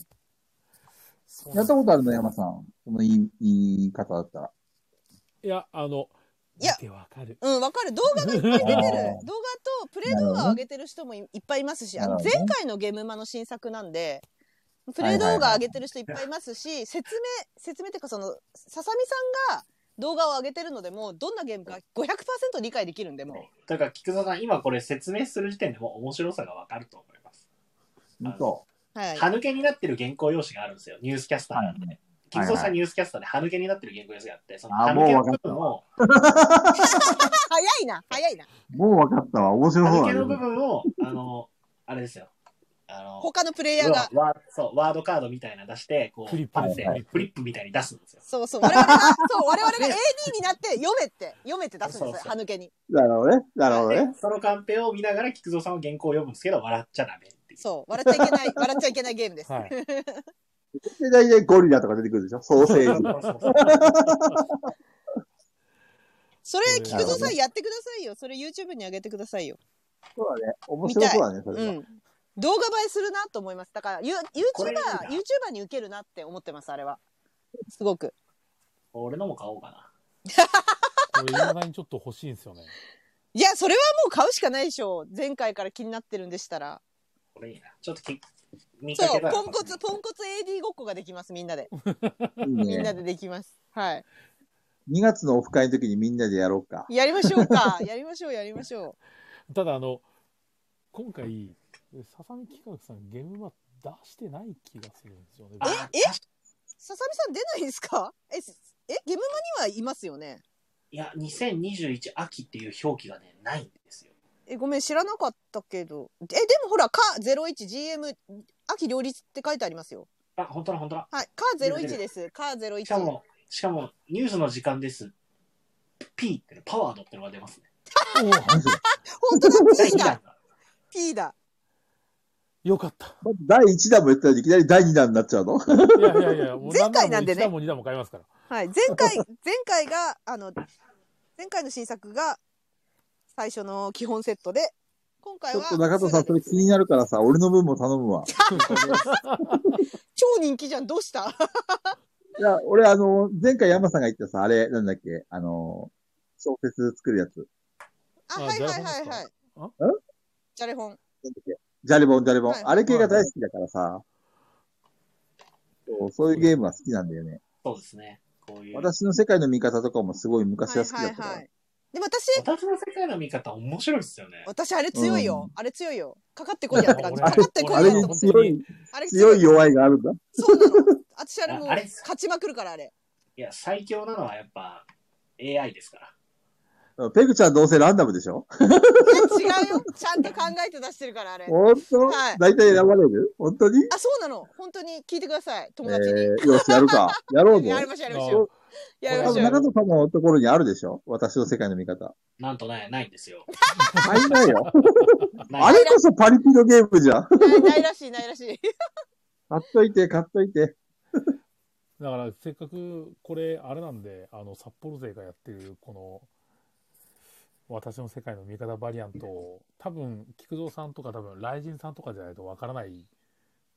S3: そうな
S2: や
S3: ん
S2: っ
S3: です
S2: たことあるの、山さん。この言い言い方だったら。
S3: いやあの
S1: いや
S3: 見てわかる
S1: うん、わかる。動画がいっぱい出てる
S2: あー。
S1: 動画とプレイ動画を上げてる人 もいいっぱいいますし、あの
S2: なるほ
S1: 前
S2: どね
S1: 回のゲームマの新作なんで、プレイ動画上げてる人いっぱいいますし、説明、説明っていうかその、ささみさんが動画を上げてるのでもう、どんなゲームか500%理解できるんで、もう。
S4: だから、菊蔵さん、今これ説明する時点でもう面白さがわかると思います。
S2: 本当。
S1: はい。
S4: 歯抜けになってる原稿用紙があるんですよ。ニュースキャスターなんで。菊蔵さんニュースキャスターで歯抜けになってる原稿用紙があって、その歯抜けの部分を、
S1: 早いな、早いな。
S2: もう分かったわ。面白
S4: 歯
S2: そう
S4: 抜
S2: だ
S4: けの部
S2: ね。
S4: 分を、あの、あれですよ。あの、
S1: 他のプレイヤーが。
S4: ワーそうワードカードみたいなの出して、こう、
S3: フリップ
S4: パッて
S3: はい
S4: フリップみたいに出すんですよ。
S1: そうそう、我々 が、そう、我々が AD になって、読めって、読めって出すん
S4: そう
S1: で
S4: そう
S1: すよ、歯抜けに。
S2: なるほどね。なるほどね
S4: で。そのカンペを見ながら、菊蔵さんは原稿を読むんですけど、笑っちゃダメ っていう。
S1: そう、笑っちゃいけない、 笑っちゃいけないゲームです。
S3: はい
S2: で、大体ゴリラとか出てくるでしょソーセージ。
S4: そうそうそう
S1: それ、
S3: な
S1: 菊
S3: るほど
S1: 蔵さんやってくださいよ。それ YouTube に上げてくださいよ。
S2: そうだね。面白そうだね、そ
S1: うん。
S2: れは。
S1: 面動画映えするなと思います。だから、ユー
S4: これいいな
S1: YouTuber、YouTuber に受けるなって思ってます、あれは。すごく。
S4: 俺のも買おうかな。
S3: これ、今さんにちょっと欲しいんですよね。
S1: いや、それはもう買うしかないでしょ。前回から気になってるんでしたら。
S4: これいいな。ちょっとき見
S1: そ
S4: か
S1: う、
S4: けたら。
S1: ポンコツ、ポンコツ AD ごっこができます、みんなで。
S2: いい
S1: みんな
S2: ね。
S1: でできます。はい。
S2: 2月のオフ会の時にみんなでやろうか。
S1: やりましょうか。やりましょう、やりましょ
S3: ただ、あの、今回、ささみ企画さん、ゲームは出してない気がするんですよね。
S1: う。え、えささみさん出ないんですかえ、すえ、ゲムマにはいますよね。
S4: いや、2021秋っていう表記がね、ないんですよ。
S1: え、ごめん、知らなかったけど。え、でもほら、か 01GM、秋両立って書いてありますよ。
S4: あ、本当だ、本当だ。
S1: はい、か01です。か01。
S4: しかも、しかも、ニュースの時間です。P ってね、パワードってのが出ますね。
S3: お
S2: マ
S3: ー
S2: ジで
S1: 本当だ、
S4: 第
S1: P だ
S4: 2弾、が。
S1: P だ。
S3: よ かった。
S2: まず第1弾も言ってたのにいきなり第2弾になっちゃうの
S3: いやいやいや、もう
S1: 前回なんでね
S3: 何も1弾も2弾も買いますから。
S1: はい、前回、前回が、あの、前回の新作が最初の基本セットで、今回
S2: ちょ
S1: は
S2: っと中田さん、
S1: ツ
S2: そ
S1: ー
S2: れ
S1: です
S2: 気になるからさ、俺の分も頼むわ。
S1: 超人気じゃん、どうした
S2: いや、俺、あの、前回山さんが言ったさ、あれ、なんだっけ、あの、小説作るやつ。
S1: あ、
S3: あ
S1: はいはいはい
S3: ジャ
S1: は
S3: レ
S1: いジャレ
S3: 本。
S1: 本。
S2: なんだっけジャレボン、ジャレボン。
S1: はい
S2: あれ系が大好きだからさ、そうそういうゲームは好きなんだよね。
S4: そうですね。こういう。
S2: 私の世界の見方とかもすごい昔は好き
S1: は
S2: だ
S1: い
S2: った
S1: はい
S2: か
S1: は
S2: ら
S1: い。。でも私、
S4: 私の世界の見方面白いですよね。
S1: 私あれ強いよ。
S2: う
S1: あれ強いよ。かかってこいやって感じ。
S3: いや
S1: かかってこ
S2: あ
S1: いやって
S2: れに
S1: 感じ。
S2: 強い、
S1: あれ
S2: 強い
S1: よ。
S2: 弱いがあるんだ。
S1: そうなの。私あれもう
S4: ああれ
S1: 勝ちまくるから、あれ。
S4: いや、最強なのはやっぱ AI ですから。
S2: ペグちゃんどうせランダムでしょ
S1: いや違うよ。ちゃんと考えて出してるから、あれ。
S2: 本当
S1: はい
S2: 大体選ばれる本当に
S1: あ、そうなの。本当に聞いてください。友達に。
S2: えー、よし、やるか。 やろうぞ。
S1: やりましょう、やりまし
S3: あ
S1: ょ
S3: ー
S1: う。やりま
S2: 多
S1: しょ
S2: 分
S1: う。
S2: 中田さんのところにあるでしょ私の世界の見方。
S4: なんとない、ないんですよ。
S2: 入んないよ。
S4: な
S2: あ
S4: い
S2: れこそパリピのゲーム じゃん。
S1: ないないらしい、ないらしい。
S2: 買っといて、買っといて。
S3: だから、せっかく、これ、あれなんで、あの、札幌勢がやってる、この、私の世界の味方バリアントを、多分、菊蔵さんとか、多分、雷神さんとかじゃないとわからない、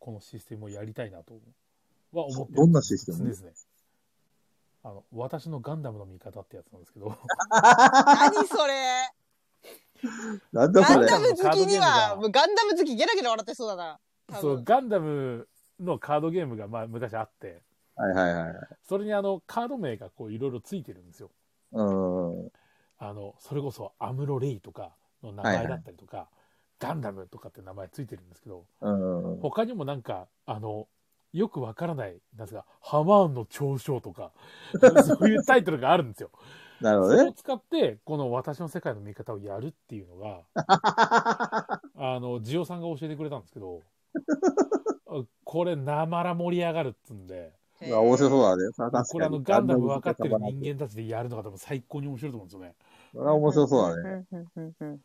S3: このシステムをやりたいなと、は思ってる
S2: どんなシステム
S3: ですね。あの、私のガンダムの味方ってやつなんですけど、
S1: 何それ。
S2: なんだ
S1: ガ
S2: そ
S1: ン
S2: れ。
S1: ダム好きに
S3: カードゲーム
S1: は、
S3: が
S1: もうガンダム好きゲラゲラ笑ってそうだな。多分
S3: そう、ガンダムのカードゲームが、まあ、昔あって、
S2: はいはいはい。
S3: それにあの、カード名がこう、いろいろついてるんですよ。
S2: うん。
S3: あの、それこそアムロ・レイとかの名前だったりとか、ガンダムとかって名前ついてるんですけど、
S2: うん。
S3: 他にもなんか、あの、よくわからない、なんですが、ハマーンの長所とか、 そういうタイトルがあるんですよ。
S2: なるほ
S3: そ
S2: ど
S3: れを
S2: ね。
S3: 使って、この私の世界の見方をやるっていうのが、あの、ジオさんが教えてくれたんですけど、これ、なまら盛り上がるっつんで、
S1: へ
S2: う
S1: ー
S2: わ面白そうだね。さあ確かに。
S3: これあの、ガンダム分かってる人間たちでやるのが多分最高に面白いと思うんですよね。
S2: それは面白そうだね。
S1: うんうんうんうんうん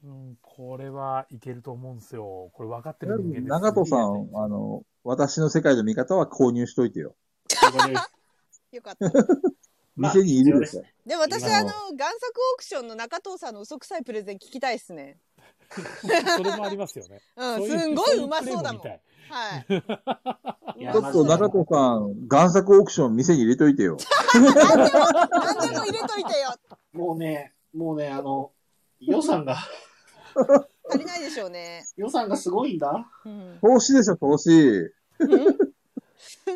S3: 多分これはいけると思うんですよ。これ分かってる人間です。
S2: 長戸さん、あの、私の世界の見方は購入しといてよ。
S1: よかった。
S4: まあ
S2: 店にいるでしょ。
S4: 必要
S1: でも私、
S3: 今は
S1: あの、贋作オークションの中藤さんの嘘くさいプレゼン聞きたいっすね。
S3: それもありますよね。
S1: うん、
S3: そ
S1: す
S3: うん
S1: ごいうまそうだもん。
S3: そい
S1: は
S3: プレイ見たい
S1: い。
S4: いや
S2: ちょっと
S4: まず
S2: 長戸さん、贋作オークション店に入れといてよ。
S1: 何でも入れといてよ。
S4: もうね、もうね、あの、予算が、
S1: 足りないでしょうね。
S4: 予算がすごいんだ。
S1: うん。
S2: 投資でしょ、投資。全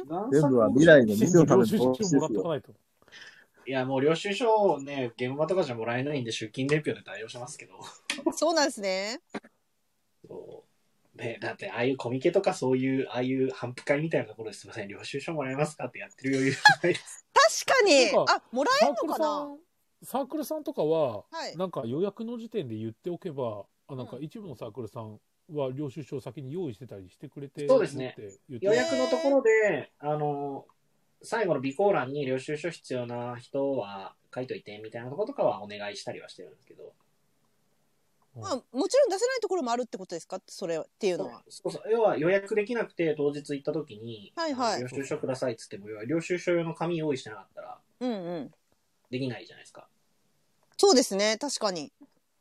S2: 部は未来の
S3: 新
S2: 店
S3: 規
S2: のため
S3: 領
S2: の
S3: 収
S2: 投資
S3: 書
S2: で
S3: もらっ
S2: す
S3: とか
S2: よ。
S3: ないと。
S4: いや、もう領収書をね、現場とかじゃもらえないんで、出勤伝票で対応しますけど。
S1: そうなんですね。
S4: そうね、だって、ああいうコミケとか、そういう、ああいう反復会みたいなところですいません、領収書もらえますかってやってる余裕ないです。
S1: 確かに
S3: なん。か
S1: あ、もらえ
S3: サー
S1: るの
S3: クル
S1: か
S3: さ、
S1: なん
S3: サークルさんとかは、
S1: はい
S3: なんか予約の時点で言っておけば、あなんか一部のサークルさんは領収書を先に用意してたりしてくれて、
S4: そうですね
S3: って言って
S4: 予約のところで、あの、最後の備考欄に領収書必要な人は書いといてみたいなところとかはお願いしたりはしてるんですけど。
S1: まあ、もちろん出せないところもあるってことですかそれっていうのは。
S4: そうそう要は予約できなくて当日行った時に、
S1: はいはい
S4: あの領収書くださいっつっても要は領収書用の紙用意してなかったら
S1: うんうん。
S4: できないじゃないですか
S1: そうですね。確かに。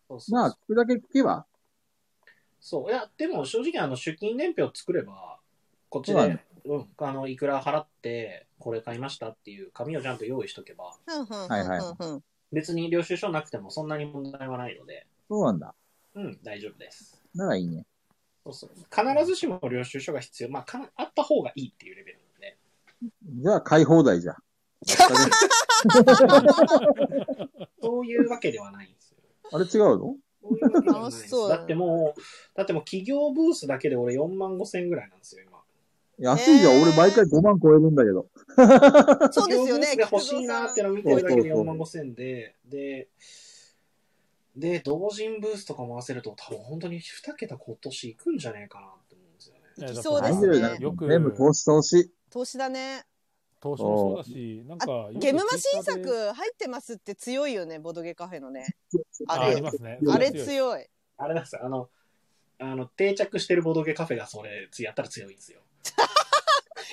S4: そうそう
S2: まあ、聞くだけ聞けば。
S4: そう。いや、でも正直、あの、出勤年表作れば、こっち
S2: そうだ
S4: で
S2: ね、
S4: うん、あの、いくら払って、これ買いましたっていう紙をちゃんと用意しとけば、
S1: うんうんうんうんうん
S2: はいはい
S4: 別に領収書なくてもそんなに問題はないので、
S2: そうなんだ。
S4: うん、大丈夫です。
S2: ならいいね。
S4: そうそう。必ずしも領収書が必要。まあ、かなあった方がいいっていうレベルなんで。
S2: じゃあ、買い放題じ ゃん。
S4: そういうわけではないんですよ。
S2: あれ違うの
S4: そういうわけではないで
S1: 楽し
S4: す
S1: そうだ
S4: だ
S1: な
S4: ってもう、だってもう企業ブースだけで俺4万5千ぐらいなんですよ、今。
S2: 安いじゃん。
S1: えー
S2: 俺毎回5万超えるんだけど。
S1: そうですよね
S4: 企業ブース が欲しいなってのを見てるだけで4万5千で、で、で、同人ブースとかも合わせると多分本当に2桁今年いくんじゃねえかなって思うんですよね。
S1: いきそうで
S2: 大
S1: す
S2: 丈
S1: ね
S2: 夫
S1: だ
S2: だ
S3: よく、
S2: 全部投資投資。
S1: 投資だね
S3: 投資もそうだし、なんか
S1: あ、ゲムマ新作入ってますって強いよねボドゲカフェのね
S3: あ
S1: あ
S3: あり
S1: れ
S3: ますね。
S1: あれ
S3: 強い
S1: 強い
S4: あれなんですよ、あの、あの定着してるボドゲカフェがそれやったら強いんですよ。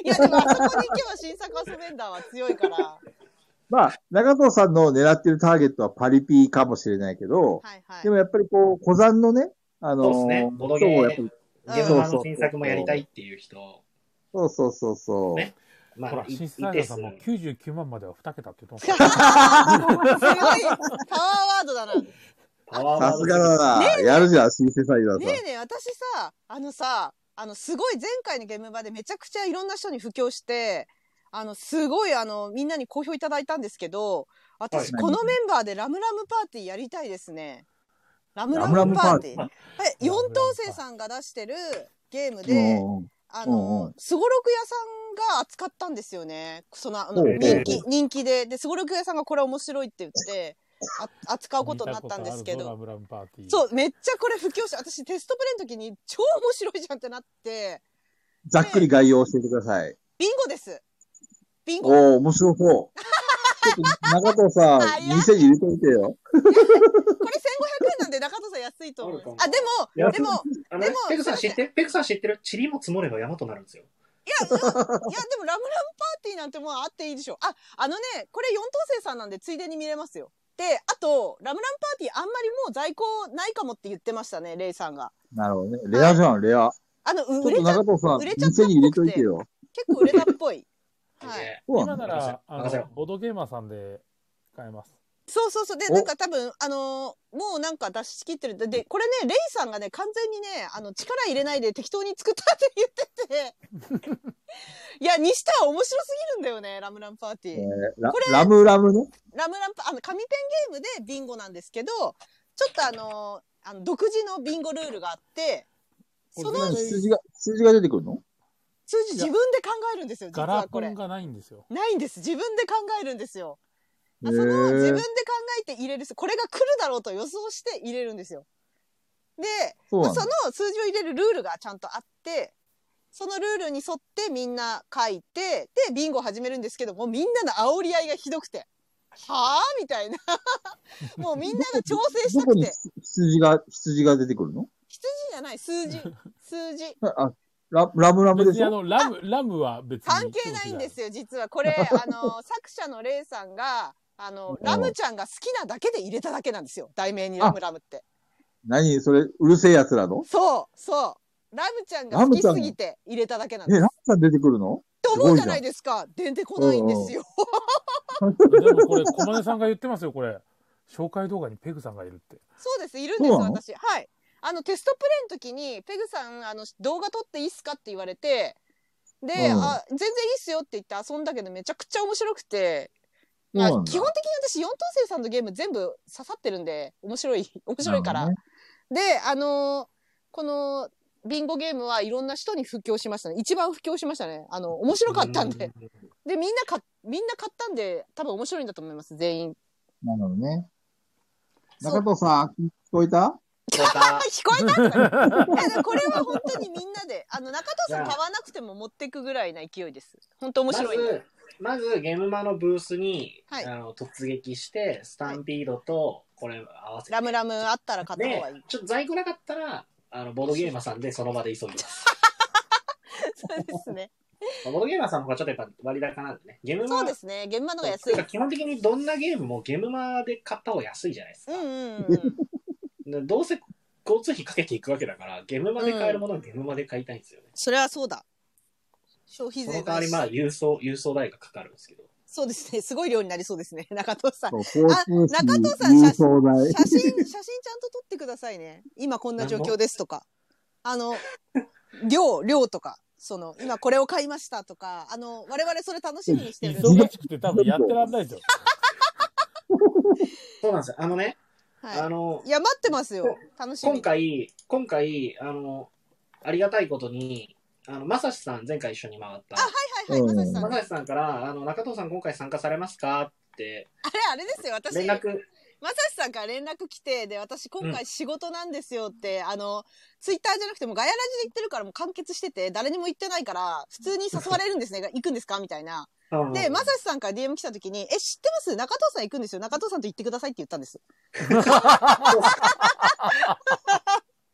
S1: いやでもあそこに行けば新作遊べんだは強いからは
S2: まあ、中藤さんの狙ってるターゲットはパリピかもしれないけど、
S1: いはい
S2: でもやっぱりこう、小山のね、あのー
S4: そうっすねボドゲ
S2: 人をやっぱ
S1: う
S2: り
S1: ん
S4: ゲームマの新作もやりたいっていう人、
S2: そうそうそうそう。
S4: ねま
S3: ほ
S4: あ
S3: ら、、
S4: い
S3: 新
S4: 一
S3: 作
S4: 定
S3: さ
S4: 数
S3: んも99万までは2 桁って言ってまし
S1: すご
S3: た。
S1: いパワーワードだ な。ね
S4: パワーワ
S2: さ
S4: ード
S2: すがだな。やるじゃん、シンセサイザー
S1: え
S2: さん。
S1: ねえ、私さ、あのさ、あの、すごい前回のゲーム場でめちゃくちゃいろんな人に布教して、あの、すごいあの、みんなに好評いただいたんですけど、私、
S2: はい
S1: このメンバーでラムラムパーティーやりたいですね。ラムラ
S2: ラ
S1: ム
S2: ムラム
S1: パ
S2: パ
S1: ー
S2: ー
S1: ティ
S2: テ
S1: ー。
S4: ィ
S1: え、四等星さんが出してるゲームで、
S2: うん
S1: あ
S2: うんう
S1: の
S2: ん、
S1: すごろく屋さんが扱ったんですよね。その、あの
S2: ほうほう
S1: 人気、人気で。で、すごろく屋さんがこれ面白いって言って、あ扱うことになったんですけ
S3: 見た
S1: ど
S3: こ。とあるぞラムラムパーティー。
S1: そう、めっちゃこれ布教して、私テストプレイの時に超面白いじゃんってなって、
S2: ざっくり概要を教えてください。
S1: ビンゴです。ビンゴ。
S2: おー、面白そう。ちょっと中藤さん、
S1: 早い
S2: 店に入れてみてよ。
S1: これ1500円なんで中藤さん安いと思う
S4: そう。か
S1: あ、でも、
S4: 安い
S1: でも、い
S4: あのね
S1: でも
S4: ペグさん知って、ペグさん知ってる塵も積もれば山となるんですよ。
S1: や、うんいや、でもラムラムパーティーなんてもうあっていいでしょ。あ、あのね、これ4等星さんなんでついでに見れますよ。で、あと、ラムラムパーティーあんまりもう在庫ないかもって言ってましたね、レイさんが。
S2: なるほどね。レアじゃん、レア。
S1: あの、
S2: ちょ
S1: う
S2: っ
S1: 売れち
S2: と
S1: ゃ、
S2: 中
S1: 結
S2: 藤さん、
S1: 売れちゃった
S2: 店に入れといてよ。
S1: 構売れたっぽい。はい。
S4: で
S2: そうな
S3: 今
S2: ん
S3: な
S2: だ。
S3: ら、あ
S4: 任せ
S3: の
S4: ろ、
S3: ボードゲーマーさんで買えます。
S1: そうそうそう。で、
S2: お
S1: なんか多分、あのーもうなんか出し切ってる。でで、これね、レイさんがね、完全にね、あの、力入れないで適当に作ったって言 ってて。いや、にしては面白すぎるんだよね、ラムラムパーティ
S2: え
S1: ー。
S2: ーラ
S1: これ
S2: ラムラムね。
S1: ラムランパ、あの、紙ペンゲームでビンゴなんですけど、ちょっとあのーあの、独自のビンゴルールがあって、その
S2: 何数字が、数字が出てくるの
S1: 数字自分で考えるんですよ、実
S3: ガ
S1: は
S3: ラ
S1: こ
S3: ポ
S1: れ
S3: ン。がないんですよ。
S1: ないんです。自分で考えるんですよ。あ
S2: へ
S1: その自分
S2: ー
S1: で考えて入れる、これが来るだろうと予想して入れるんですよ。で、
S2: そう
S1: ま
S2: な
S1: あ
S2: ん
S1: そ
S2: だ。
S1: の数字を入れるルールがちゃんとあって、そのルールに沿ってみんな書いて、で、ビンゴ始めるんですけど、もうみんなの煽り合いがひどくて、はぁみた いな。もうみんなが調整し
S2: ど
S1: た
S2: こ
S1: く
S2: に
S1: て、
S2: 羊が、羊が出てくるの
S1: 羊じゃない、数 字。数字。
S2: あ、ララムラムで
S3: 別
S2: し
S3: にあ
S2: ょ
S3: の、ラム、ラムは別に。
S1: 関係ないんですよ、実は。これ、 あの、作者のレイさんが、あの、ラムちゃんが好きなだけで入れただけなんですよ。題名にラムラムって。
S2: 何それ、うるせえ奴らの
S1: そう、そう。ラムちゃんが好きすぎて入れただけなん
S2: え、
S1: で
S2: ラ
S1: す。
S2: ムさん出てくるの
S1: と思うじゃないですか。出てこないんですよ。
S3: よ。でもこれ、小金さんが言ってますよ、これ。紹介動画にペグさんがいるって。
S1: そうです、いるんです、
S2: そうなの
S1: 私。はい。あの、テストプレイの時に、ペグさん、あの、動画撮っていいっすかって言われて、で、
S2: うん
S1: あ、全然いいっすよって言って遊んだけど、めちゃくちゃ面白くて、
S2: そう
S1: まあ
S2: なん、だ
S1: 基本的に私、四等星さんのゲーム全部刺さってるんで、面白い、 面白いから。
S2: なる
S1: で、あのーこの、ビンゴゲームはいろんな人に布教しましたね。一番布教しましたね。あの、面白かったんで。
S4: う
S1: で、みんなか、みんな買ったんで、多分面白いんだと思います、全員。
S2: なるほどね。
S1: そう
S2: 中藤さん、聞こえた
S4: また
S1: あ、聞こえたとか言っていやでもこれは本当にみんなで、あの、中藤さん買わなくても持ってくぐらいな勢いです。本当面白いんで。
S4: まず、まずゲームマのブースに、
S1: はい
S4: あの突撃して、スタンピードと、これ合わせて。
S1: ラムラムあったら買った方がいい
S4: で。、ちょっと在庫なかったら、あの、ボードゲーマーさんでその場で急ぎます。
S1: そうですね。
S4: まあボードゲーマーさんの方がちょっとやっぱ割高なんでね。ゲームマ
S1: そうですね。現場のが安い。
S4: てか基本的にどんなゲームもゲームマで買った方が安いじゃないです
S1: う
S4: か
S1: ん。うんうん。
S4: でどうせ交通費かけていくわけだから、ゲームまで買えるものはゲームまで買いたいんですよね。
S1: それはそうだ。消費
S4: そ
S1: 税
S4: の代わり、まあ、郵送、郵送代がかかるんですけど。
S1: そうですね。すごい量になりそうですね。中藤さん。
S2: そう交通
S1: あ
S2: 費
S1: 中藤さん
S2: 郵送代
S1: 写真、写真ちゃんと撮ってくださいね。今こんな状況ですとか。あの、量、量とか。その、今これを買いましたとか。あの、我々それ楽しみにしてるんで。
S3: 忙しくて多分やってらんないですよ。
S4: そうなんですよ。あのね、あ
S1: は
S4: の
S1: い。い、や、待ってますよ。楽しみ
S4: 今
S1: に。
S4: 回、今回、あの、ありがたいことに、あの、まさしさん、前回一緒に回った。
S1: はいはい、まさしさん。
S4: ま
S1: あれ、
S4: さしさんから、あの、中藤さん今回参加されますかって、
S1: あれですよ。私、
S4: 連絡、
S1: まさしさんから連絡来て、で、私今回仕事なんですよって、あの、ツイッターじゃなくてもうガヤラジで言ってるからもう完結してて、誰にも言ってないから、普通に誘われるんですね。 行くんですかみたいな。
S4: うん
S1: で、まさしさんから DM 来た時に、え、知ってます中藤さん行くんですよ。中藤さんと行ってくださいって言ったんです。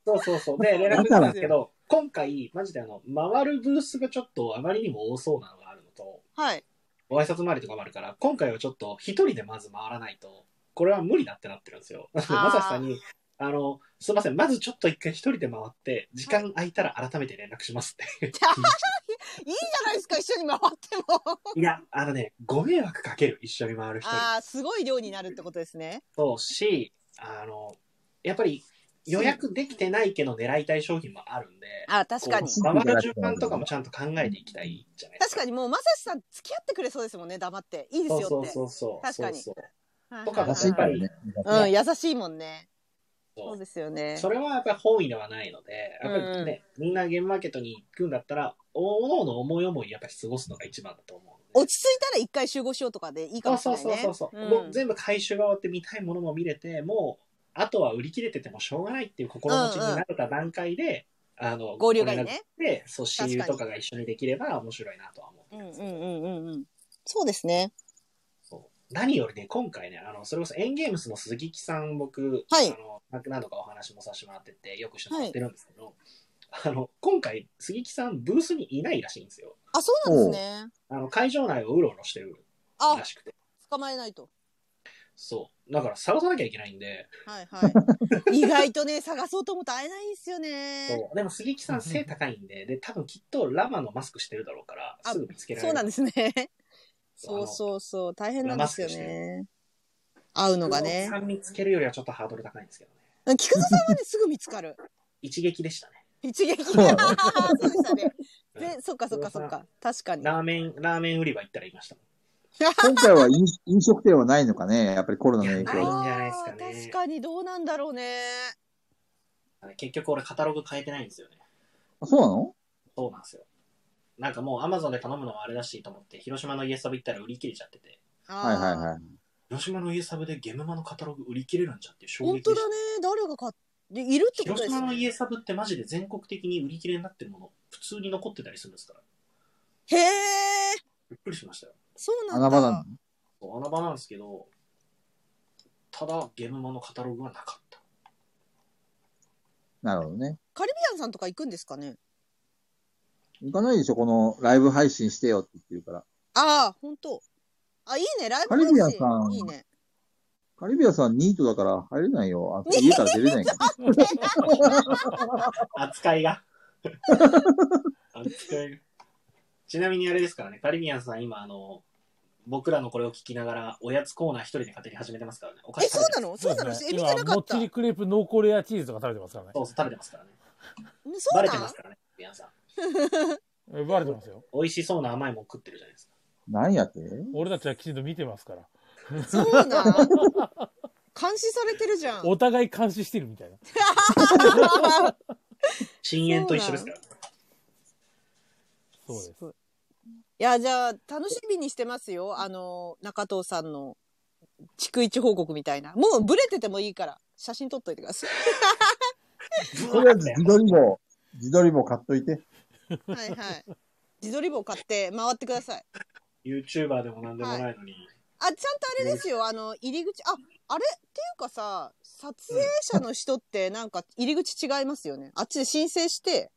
S4: そうそうそう。で、連絡来たんですけど、今回、マジであの、回るブースがちょっとあまりにも多そうなのがあるのと、
S1: はい。
S4: ご挨拶回りとかもあるから、今回はちょっと一人でまず回らないと、これは無理だってなってるんですよ。 ま
S1: ー
S4: さしさんに、あの、すいません、まずちょっと一回一人で回って、時間空いたら改めて連絡します って。
S1: いいじゃないですか、一緒に回って も。
S4: いや、あのね、ご迷惑かける、一緒に回る人に。
S1: ああ、すごい量になるってことですね。
S4: そうし、あの、やっぱり予約できてないけど狙いたい商品もあるんで、
S1: ああ、確かに
S2: こ。
S4: こう回る順番とかもちゃんと考えていきたいじゃないです
S1: 確
S4: か。
S1: かにもう、まさしさん付き合ってくれそうですもんね、黙って。いいですよって。
S4: そうそうそうそう。
S1: 確かに
S4: そうそう
S1: はい
S4: とか
S2: 優しいからね。
S1: うん、優しいもんね。
S4: そう
S1: そうですよね。
S4: それはやっぱり本意ではないので、やっぱりね、みんなゲームマーケットに行くんだったら、おのおの思い思いやっぱり過ごすのが一番だと思うの
S1: 落
S4: で。
S1: ち着いたら一回集合しようとかでいいか
S4: そう
S1: もし
S4: そ
S1: れ
S4: う
S1: ない
S4: そう
S1: ね。
S4: そうそう、もう全部回収が終わって見たいものも見れて、もう、あとは売り切れててもしょうがないっていう心持ちになれた段階で、あの、
S1: 合流がいい
S4: ご連絡
S1: ね。
S4: で、そう、
S1: か
S4: 親
S1: に
S4: 友とかが一緒にできれば面白いなとは思
S1: う
S4: うんん
S1: う
S4: で
S1: ん
S4: す
S1: う
S4: けど、
S1: んうんうん。そうですね。
S4: そう何よりね、今回ね、あの、それこそエンゲームスの鈴木さん、僕、
S1: はい
S4: あの、な何度かお話もさせてもらってて、よくしてもらってるんですけど、あの、今回、鈴木さん、ブースにいないらしいんですよ。
S1: あ、そうなんですね。
S4: あの、会場内をうろうろしてる
S1: あ
S4: ら、しくて。
S1: 捕まえないと。
S4: そう。だから探さなきゃいけないんで、
S1: はいはい。意外とね、探そうと思うと会えないんですよね。
S4: そう。でも杉木さん背高いんで、で、多分きっとラマのマスクしてるだろうから、
S1: あ
S4: すぐ見つけられ
S1: そう
S4: る。
S1: なんですね。
S4: そうあ
S1: そうそ
S4: の
S1: うそう。大変なんですよ
S4: マスクし
S1: ね。会うのがね
S4: さ。ん見つけるよりはちょっとハードル高いんですけどね。
S1: 菊蔵さんはね、すぐ見つかる。
S4: 一撃でしたね。
S1: 一撃。
S2: そう
S1: そうでしたね。で、そっかそっかそっか。確かに。
S4: ラーメン、ラーメン売り場行ったらいましたもん。
S2: 今回は飲飲食店はないのかねやっぱりコロナの影
S4: ないん
S2: 響
S4: じゃないですかね
S1: あー確かにどうなんだろうね。
S4: あの結局俺カタログ変えてないんですよね。
S2: あそうなの
S4: そうなんですよ。なんかもうアマゾンで頼むのはあれだしと思って、広島の家サブ行ったら売り切れちゃってて、
S2: はいはい
S1: い。
S2: はい。
S4: 広島の家サブでゲムマのカタログ売り切れるんじゃっていう衝
S1: 本
S4: 撃
S1: 当
S4: でし
S1: だ
S4: た。
S1: ね。誰が買って、いるってこと
S4: 広
S1: です
S4: 島の
S1: ね。
S4: 家サブってマジで全国的に売り切れになってるもの、普通に残ってたりするんですから。
S1: へえ、
S4: びっくりしましたよ。
S1: そうなんだ。
S2: 穴場な
S4: そう穴場なんですけど、ただゲムマのカタログはなかった。
S2: のなるほどね。
S1: カリビアンさんとか行くんですかね。
S2: 行かないでしょこのライブ配信してよって言ってるから。
S1: ああ、本当。あ、いいね。ライブ
S2: カリビアンさん
S1: 配信いいね。
S2: カリビアさんニートだから入れないよ。あ家から出れないから。
S4: 扱いが。 扱いが。ちなみにあれですからね、カリビアンさん今、あの、僕らのこれを聞きながら、おやつコーナー一人で勝手に始めてますからね。お菓
S1: え、
S4: 子
S1: そ
S4: 食べ
S1: う
S4: て
S1: な
S4: ます
S1: の そうなのえ、見て
S3: 今
S1: なか
S3: もっ
S1: った。
S3: ち
S1: ん
S3: りクレープ濃厚レアチーズとか食べてますからね。
S4: そうそう、食べてますからね。
S1: そう
S4: バレ
S1: な
S4: てま
S1: の
S4: すからね、カリビアンさん。
S3: えバレてますよ。
S4: 美味しそうな甘いもん食ってるじゃないですか。
S2: 何やって
S3: 俺たちはきちんと見てますから。
S1: そうなの監視されてるじゃん。
S3: お互い監視してるみたいな。
S4: 深淵と一緒ですからね。
S3: そう です。
S1: いや、じゃあ、楽しみにしてますよ。あの、中藤さんの、逐一報告みたいな。もう、ブレててもいいから、写真撮っといてください。
S2: とりあえず自撮り棒、自撮り棒買っといて。
S1: はいはい。自撮り棒買って、回ってください。
S4: YouTuber でもなんでもないのに。
S1: あ、ちゃんとあれですよ。あの、入り口、あ、あれっていうかさ、撮影者の人って、なんか、入り口違いますよね。あっちで申請して、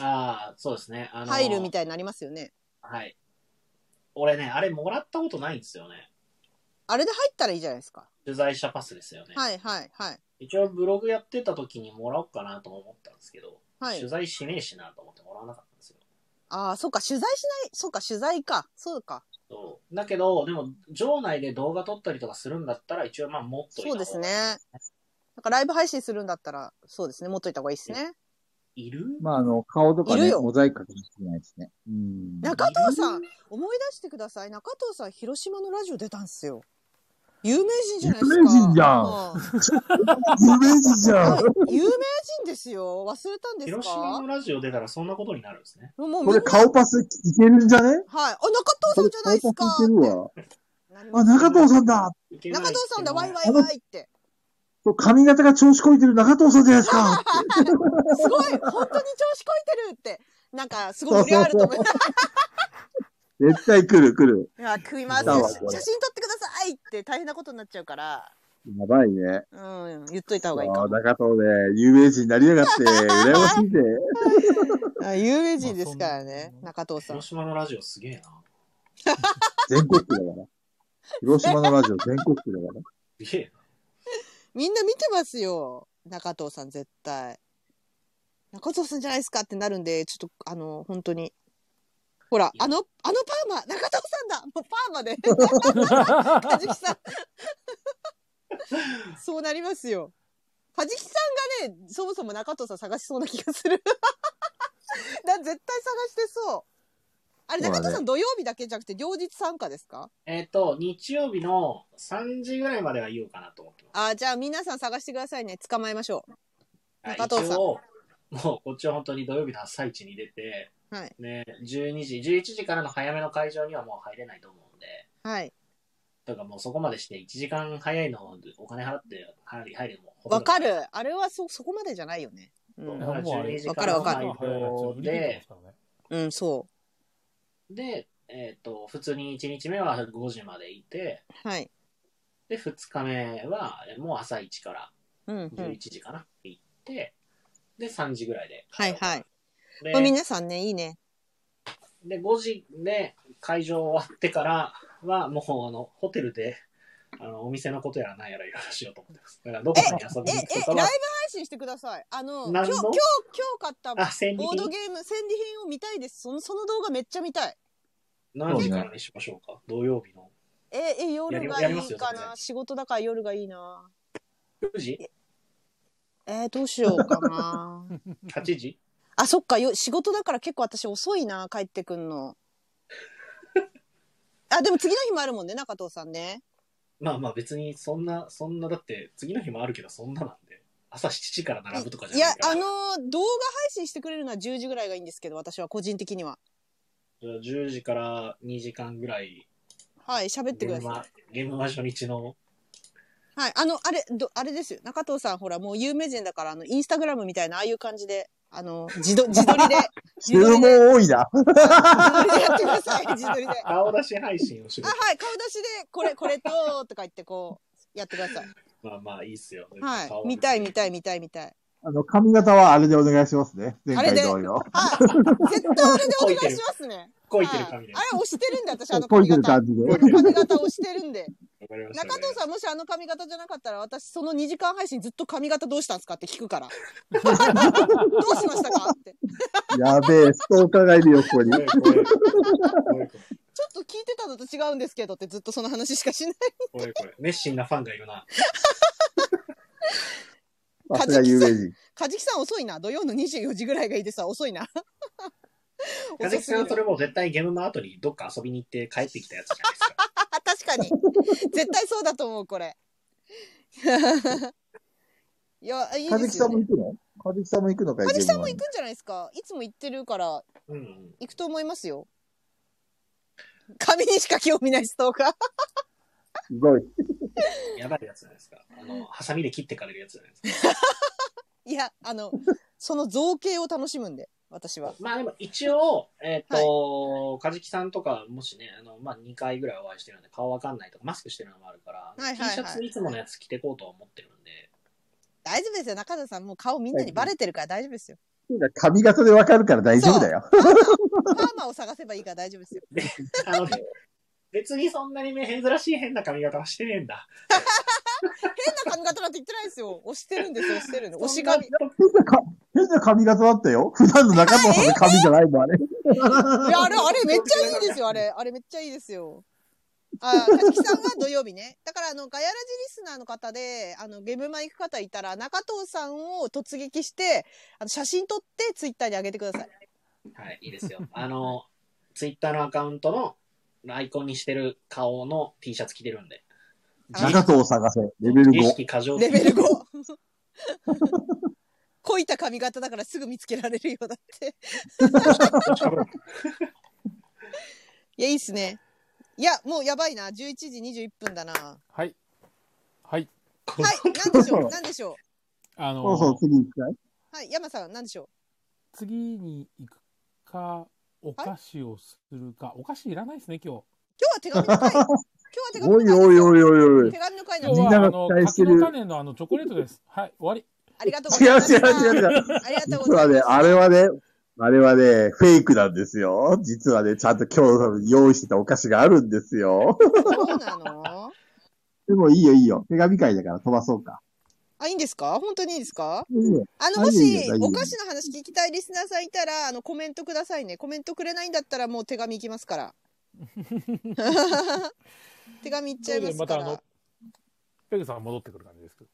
S4: ああ、そうですね。あの
S1: 入るみたいになりますよね。
S4: はい。俺ね、あれもらったことないんですよね。
S1: あれで入ったらいいじゃないですか。
S4: 取材者パスですよね。
S1: はいはいはい。
S4: 一応ブログやってた時にもらおうかなとも思ったんですけど、
S1: はい
S4: 取。材しねえしなと思ってもらわなかったんですよ。
S1: ああ、そうか、取材しない、そうか、取材か。そうか。
S4: そうだけど、でも、場内で動画撮ったりとかするんだったら、一応まあ持っ
S1: そ
S4: といた
S1: う
S4: 方が
S1: ですね。なんかライブ配信するんだったら、そうですね、持っといた方がいいですね。
S4: いる
S2: まあ、あの、顔とか
S1: いる
S2: ね、
S1: よ
S2: モザイクかけなきゃいけないですね。うん。
S1: 中藤さん、思い出してください。中藤さん、広島のラジオ出たんですよ。有名人じゃないですか。
S2: 有名人じゃん
S1: う
S2: イメージじゃん。
S1: ん有名人ですよ。忘れたんです
S4: 広島
S1: か
S4: のララジオ出たらそんなことになるんですね。
S1: もうみ
S2: こ
S1: ん
S2: れ
S1: な、
S2: 顔パスいけるんじゃね
S1: はい。あ、中藤さんじゃないですか
S2: これ顔パスいけるわ。
S1: って
S2: あ、中藤さんだ
S4: いけないっ
S1: 中
S4: て
S1: 藤さんだ、ワイワ
S4: イ。
S1: イワイって。
S2: そう髪型が調子こいてる中藤さんじゃないで すか
S1: すごい本当に調子こいてるって。なんか、すごい盛り上がると思 います。
S2: 絶対来る来る。
S1: いや、食います。写
S2: 来た
S1: 真写
S2: わ
S1: 真
S2: これ
S1: 撮ってくださいって大変なことになっちゃうから、
S2: やばいね。
S1: うん、言っといた
S2: あ
S1: 方がいい
S2: ー
S1: かも。
S2: 中藤で、有名人になりやがって、羨ましいぜ。
S1: あ有名人ですからね、
S3: ま
S1: 中藤さん
S4: 広。島のラジオすげえな。
S2: 全国区だから。広島のラジオ全国区だ から。
S4: すげえな。
S1: みんな見てますよ、中藤さん絶対。中藤さんじゃないですかってなるんで、ちょっと、あの、本当に。ほら、あの、あのパーマ、中藤さんだもうパーマで、はじきさん。そうなりますよ。はじきさんがね、そもそも中藤さん探しそうな気がする。 だ絶対探してそう。あれ、
S2: そうだ
S1: 中
S2: ね
S1: 藤さん土曜日だけじゃなくて、両日参加ですか
S4: えっ、と、日曜日の3時ぐらいまでは言おうかなと思ってます。
S1: あーじゃあ皆さん探してくださいね。捕まえましょ
S4: はい
S1: 中藤さん
S4: 一応、もうこっちは本当に土曜日の朝一に出て、
S1: う。はい。
S4: ね、12時、11時からの早めの会場にはもう入れないと思うんで、
S1: はい。
S4: だからもうそこまでして1時間早いのをお金払って入り入るのもほと
S1: わ
S4: んど
S1: かる。あれはそ、そこまでじゃないよね。う
S4: だ
S1: ん
S4: か。ら12時
S1: わ
S4: か
S1: からる
S4: の
S1: わかる
S4: 配布で、
S1: うん、そ
S4: で、えっ、と、普通に1日目は5時までいて、
S1: う。はい。
S4: で、2日目はもう朝1から
S1: うん、う
S4: 11
S1: ん。
S4: 時かな、行って、で、3時ぐらいで。
S1: はいはい。
S4: で
S1: まあ、皆さんね、いいね。
S4: で、5時で会場終わってからは、もうあの、ホテルで、あの、お店のことやら何やらいろいろしようと思ってます。だから、どこかに遊
S1: え、
S4: びに行くと
S1: え、
S4: か
S1: ライブ
S4: は
S1: 配、信してください。あの、今日、
S4: 何の
S1: 今日、今日買った
S4: あ、千
S1: ボード
S4: 里
S1: ゲーム、戦利品を見たいです。その、その動画めっちゃ見たい。
S4: 何時からにしましょうか土曜日の。
S1: え、え、夜が
S4: や
S1: い
S4: ります
S1: い
S4: よ
S1: か
S4: 全
S1: な。
S4: 然
S1: 仕事だから夜がいいな。
S4: 9時
S1: えーどうしようかな。
S4: ?8 時
S1: あ、そっか、よ、仕事だから結構私遅いな、帰ってくん の。あ、でも次の日もあるもんね、中藤さんね。
S4: まあまあ別にそんな、そんな、だって次の日もあるけどそんななんで。朝7時から並ぶとかじ
S1: い
S4: ゃ
S1: や
S4: ない、から。
S1: あのー動画配信してくれるのは10時ぐらいがいいんですけど、私は個人的には。
S4: じゃあ10時から2時間ぐらい、
S1: はい、喋って
S4: ゲ
S1: く
S4: ー
S1: だ
S4: ム
S1: さ
S4: は、ゲームは初日
S1: い。
S4: の、
S1: はい、あの、あれ、ど、あれですよ。中藤さん、ほら、もう有名人だから、あの、インスタグラムみたいな、ああいう感じで、あの、自撮、自撮 りで、自
S2: 注
S1: 撮
S2: 文
S1: りで、
S2: 多いな。
S1: 自撮りでやってください、自撮りで。あ、
S4: 顔出し配信をしろ。
S1: はい、顔出しで、これ、これと、とか言って、こう、やってください。
S4: まあまあいいっすよ。
S1: はい
S4: 顔。
S1: 見たい、見たい、見たい、見たい。
S2: あの、髪型はあれでお願いしますね。前回同様。
S1: はい。絶対あれでお願いします ね。
S4: こいてる髪で。
S1: はい
S4: わ
S1: あれ押してるんで、私、あの
S2: こう
S1: 髪
S2: いう
S1: 型。
S2: 感じで。
S1: あの髪型押してるんで。
S4: かりました、ね。
S1: 中藤さん、もしあの髪型じゃなかったら、私、その2時間配信ずっと髪型どうしたんですかって聞くから。どうしましたかって。
S2: やべえ、ストーカーがいるよ、こ こに。
S4: 怖い怖い怖い怖い
S1: ちょっと聞いてたのと違うんですけどって、ずっとその話しかしない。
S4: 怖い怖い熱心なファンがいるな。
S2: さすが有名人。
S1: カジキさん遅いな。土曜の24時ぐらいがいいですわ。遅いな。
S4: 矢
S1: 遅
S4: 崎
S1: すぎ
S4: さん
S1: る
S4: はそれもう絶対ゲームの後にどっか遊びに行って帰ってきたやつじゃないですか。
S1: あ確かに。絶対そうだと思う、これ。 いや、いい
S2: か
S1: で
S2: ずき
S1: す
S2: さ
S1: よ、
S2: んも
S1: ね
S2: 行。くのかずきさんも行くのかい
S1: カジキさんも行
S2: ゲ
S1: くんじゃないですか。いつも行ってるから、
S4: うんうん。
S1: 行くと思いますよ。髪にしか興味ないストーカー。
S2: ームはすごい。
S4: やばいやつじゃないですか。あの、ハサミで切ってかれるやつじゃないですか。
S1: いや、あの、その造形を楽しむんで、私は。
S4: まあでも一応、えっ、と、カジキさんとか、もしね、あの、まあ2回ぐらいお会いしてるんで、顔わかんないとか、マスクしてるのもあるから、
S1: いはいはい
S4: T シャツいつものやつ着てこうとは思ってるんで、
S1: 大丈夫ですよ、中田さん。もう顔みんなにバレてるから大丈夫ですよ。
S2: 髪型でわかるから大丈夫だよ。
S1: パーマを探せばいいから大丈夫ですよ。
S4: あのね、別にそんなにね、珍しい変な髪型はしてねえんだ。
S1: な髪型なんて言ってないですよ。押してるんですよ、押してるの。押し髪。い
S2: 変なか、変な髪型だったよ。普段の中藤さんの髪じゃないの、あれ。
S1: や、あれ、あれめっちゃいいですよ、あれ。あれめっちゃいいですよ。あ、かじきさんが土曜日ね。だから、あの、ガヤラジリスナーの方で、あの、ゲブマ行く方いたら、中藤さんを突撃して、あの写真撮って、ツイッターに上げてください。
S4: はい、いいですよ。あの、ツイッターのアカウントのアイコンにしてる顔の T シャツ着てるんで。
S1: あ
S2: 中藤を探せ。レベル
S4: 意
S2: 5。
S4: 識過剰。
S1: レベル5。こいた髪型だからすぐ見つけられるようだ って。いや、いいっすね。いや、もうやばいな。11時21分だな。は
S3: はい。はい。
S1: い、なんでし ょうなんでしょ
S3: あの
S2: そうそう、次行きたい。
S1: うはい、山さん、なんでしょ
S3: 次に行くか、お菓子をするか、お菓子いらないですね、今日。
S1: う今日は手紙 の回。今日は手紙の
S2: お
S1: 回
S2: い
S1: ですよ。
S2: おいおいおいおい。
S1: 手紙の回な
S3: 今
S1: ん
S3: 日
S1: で
S2: み
S3: は、
S2: んな
S3: あ
S2: が
S3: の
S2: 期、待して
S3: 柿
S2: る
S3: の種のあの、チョコレートです。はい、終わり。
S1: ありがとうござ
S2: 違
S1: いうます。
S2: 違う違う違う。
S1: ありがとうご
S2: 実
S1: ざ
S2: はいね
S1: ま、す。
S2: あれはね、あれはね、フェイクなんですよ。実はね、ちゃんと今日用意してたお菓子があるんですよ。
S1: そうなの
S2: でもいいよいいよ。手紙会だから飛ばそうか。
S1: あ、いいんですか本当にいいんですか
S2: いいよ
S1: あの、
S2: あ
S1: も
S2: いいよ
S1: し
S2: 大丈、夫
S1: お菓子の話聞きたいリスナーさんいたら、あの、コメントくださいね。コメントくれないんだったら、もう手紙いきます から。手紙いっちゃいますか
S3: なのでま
S1: ら
S3: た。ペグさん戻ってくる感じですけど。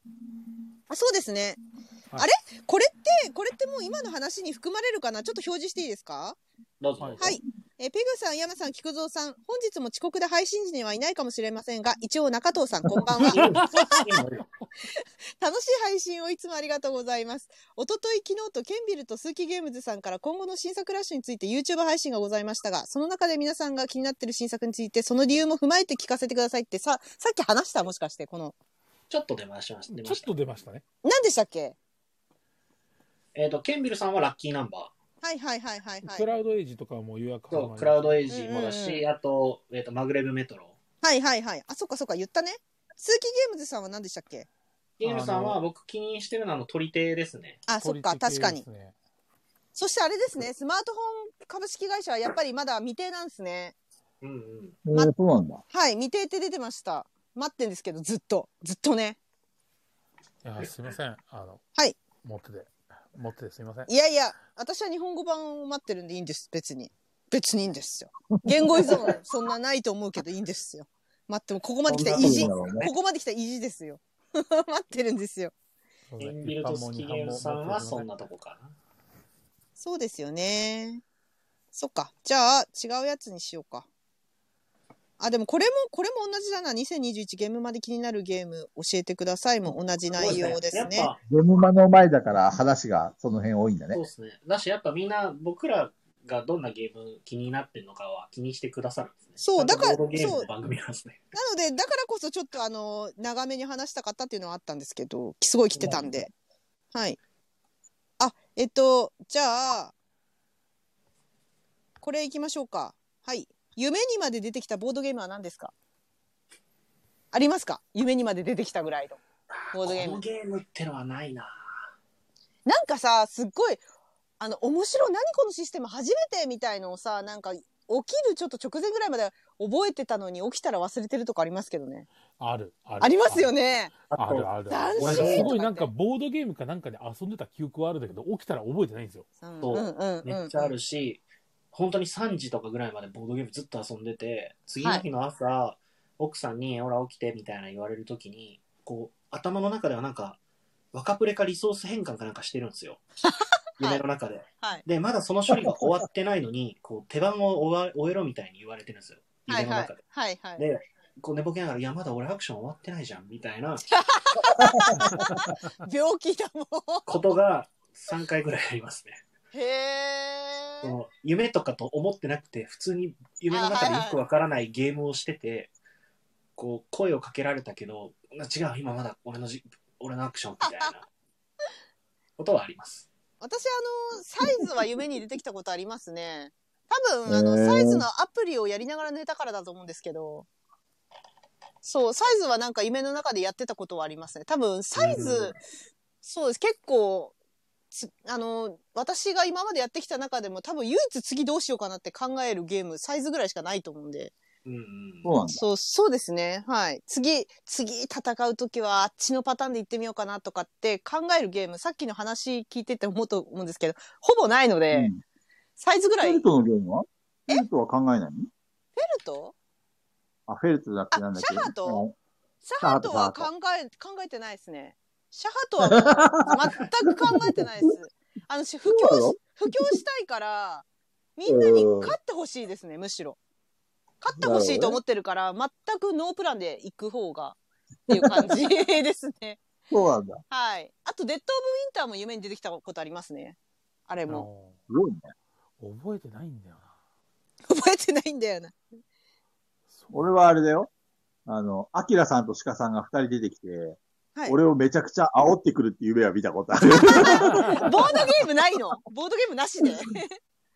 S1: あそうですね。
S3: はい
S1: あれこれって、これってもう今の話に含まれるかなちょっと表示していいですか
S4: どうぞ。
S3: はい
S1: はい。えーペグさん、山さん、菊蔵さん、本日も遅刻で配信時にはいないかもしれませんが、一応中藤さん、こんばん は。楽しい配信をいつもありがとうございます。おととい、昨日とケンビルとスーキゲームズさんから今後の新作ラッシュについて YouTube 配信がございましたが、その中で皆さんが気になってる新作について、その理由も踏まえて聞かせてくださいって、さ、さっき話したもしかして、この、
S4: ちょっと出ましました。出
S3: ち
S4: ま
S3: ょっ
S4: した
S3: と出ましたね。
S1: 何でしたっけ
S4: えっ、と、ケンビルさんはラッキーナンバ
S1: はいはいはいはいは
S3: ク
S1: い。
S3: ラウドエイジとかも予約
S4: ー。そう、クラウドエイジーもだし、
S1: うんうんう
S4: あと、えっ、と、マグレブメトロ。
S1: はいはいはい。あ、そっかそっか、言ったね。スーキゲームズさんは何でしたっけ
S4: ケンビルさんは僕気にしてるのはあの鳥亭ですね。
S1: あ、そっか、確かに。
S3: ね、
S1: そしてあれですね、スマートフォン株式会社はやっぱりまだ未定なんですね。
S4: うんうん。
S2: えー、そうなんだ。
S1: はい、未定って出てました。待ってんですけど、ずっと。ずっとね。
S3: いやすいません。あの、
S1: はい
S3: 持ってて、持っててすいません。
S1: いやいや、私は日本語版を待ってるんでいいんです、別に。別にいいんですよ。言語依 存、そんなないと思うけどいいんですよ。待っても、ここまで来たら意地。
S2: そんな
S1: こ
S2: もんだろうね
S1: こまで来たら意地ですよ。 待ってるんですよ。
S3: そう
S4: ケ
S3: ね
S4: ンビルとスキゲームズさんはそんなとこかな。
S1: そうですよね。そっか。じゃあ、違うやつにしようか。あ、でもこれも、これも同じだな。2021ゲームまで気になるゲーム教えてくださいも同じ内容ですね。
S4: やっぱ
S2: ゲムマの前だから話がその辺多いんだね
S4: そう。ですね。だし、やっぱみんな、僕らがどんなゲーム気になってるのかは気にしてくださるんですね。
S1: そうだから
S4: ボードゲームの番組なんですね。
S1: なので、だからこそちょっとあの、長めに話したかったっていうのはあったんですけど、すごい来てたんで。はい。あ、えっと、じゃあ、これ行きましょうか。はい。夢にまで出てきたボードゲームは何ですかありますか夢にまで出てきたぐらいの。ボードゲー
S4: この
S1: ム。
S4: ゲームってのはないな。
S1: なんかさ、すっごい、あの、面白い、何このシステム初めてみたいのをさ、なんか、起きるちょっと直前ぐらいまで覚えてたのに起きたら忘れてるとかありますけどね。
S3: ある、ある。
S1: ありますよ
S3: ね。
S1: ね。
S3: ある、
S4: あ
S3: ある。
S1: 斬
S3: 俺
S4: 新とかって
S3: すごいなんかボードゲームかなんかで遊んでた記憶はあるんだけど、起きたら覚えてないんですよ。
S1: うん
S4: そう
S1: うん
S4: とめっちゃあるし、本当に3時とかぐらいまでボードゲームずっと遊んでて、次の日の朝、奥さんに、ほら起きてみたいな言われるときに、こう、頭の中ではなんか、若プレかリソース変換かなんかしてるん ですよ。夢の中で。
S1: はい
S4: で、まだその処理が終わってないのに、こう、手番を終わ終えろみたいに言われてるんですよ。
S1: は
S4: 夢
S1: い
S4: の
S1: は
S4: 中
S1: い
S4: で。
S1: はいはい。
S4: で、こう寝ぼけながら、いや、まだ俺アクション終わってないじゃん、みたいな
S1: 病気だもん。
S4: ことが3回ぐらいありますね。
S1: へえ
S4: そ。の夢とかと思ってなくて、普通に夢の中でよくわからないゲームをしてて、こう、声をかけられたけど、な違う、今まだ俺のじ、俺のアクションみたいなことはあります。
S1: 私あのサイズは夢に出てきたことありますね。多分あの
S2: へー
S1: サイズのアプリをやりながら寝たからだと思うんですけど。そうサイズはなんか夢の中でやってたことはありますね。多分サイ
S4: う
S1: ズそうです結構つあの私が今までやってきた中でも多分唯一次どうしようかなって考えるゲームサイズぐらいしかないと思うんで。
S4: うんうん。
S2: そうなんだ。
S1: そう、そうですね。はい。次、次戦うときはあっちのパターンで行ってみようかなとかって考えるゲーム、さっきの話聞いてて思うと思うんですけど、ほぼないので、
S2: うん
S1: サイズぐらい。
S2: フェ
S1: フェル
S2: ルトのゲームはフェルトは考えないの
S1: ト
S2: あ、フェルトだっけなんだっけ
S1: あシャハト
S2: うん
S1: シャハとは考え、考えてないですね。シャハとはもう全く考えてないです。あの、し布
S2: そう
S1: 教
S2: なの
S1: し、布教したいから、みんなに勝ってほしいですね、むしろ。勝ってほしいと思ってるから、全くノープランで行く方が、っていう感じですね。
S2: そうなんだ。
S1: はい。あと、デッド・オブ・ウィンターも夢に出てきたことありますね。あれ
S3: あ
S1: も。
S3: の
S2: すごいね。
S3: 覚えてないんだよな。
S1: 覚えてないんだ よな。
S3: そう。
S2: 俺はあれだよ。あの、アキラさんとシカさんが二人出てきて、
S1: はい。
S2: 俺をめちゃくちゃ煽ってくるっていう夢は見たことある。
S1: ボードゲームないのボードゲームな しで。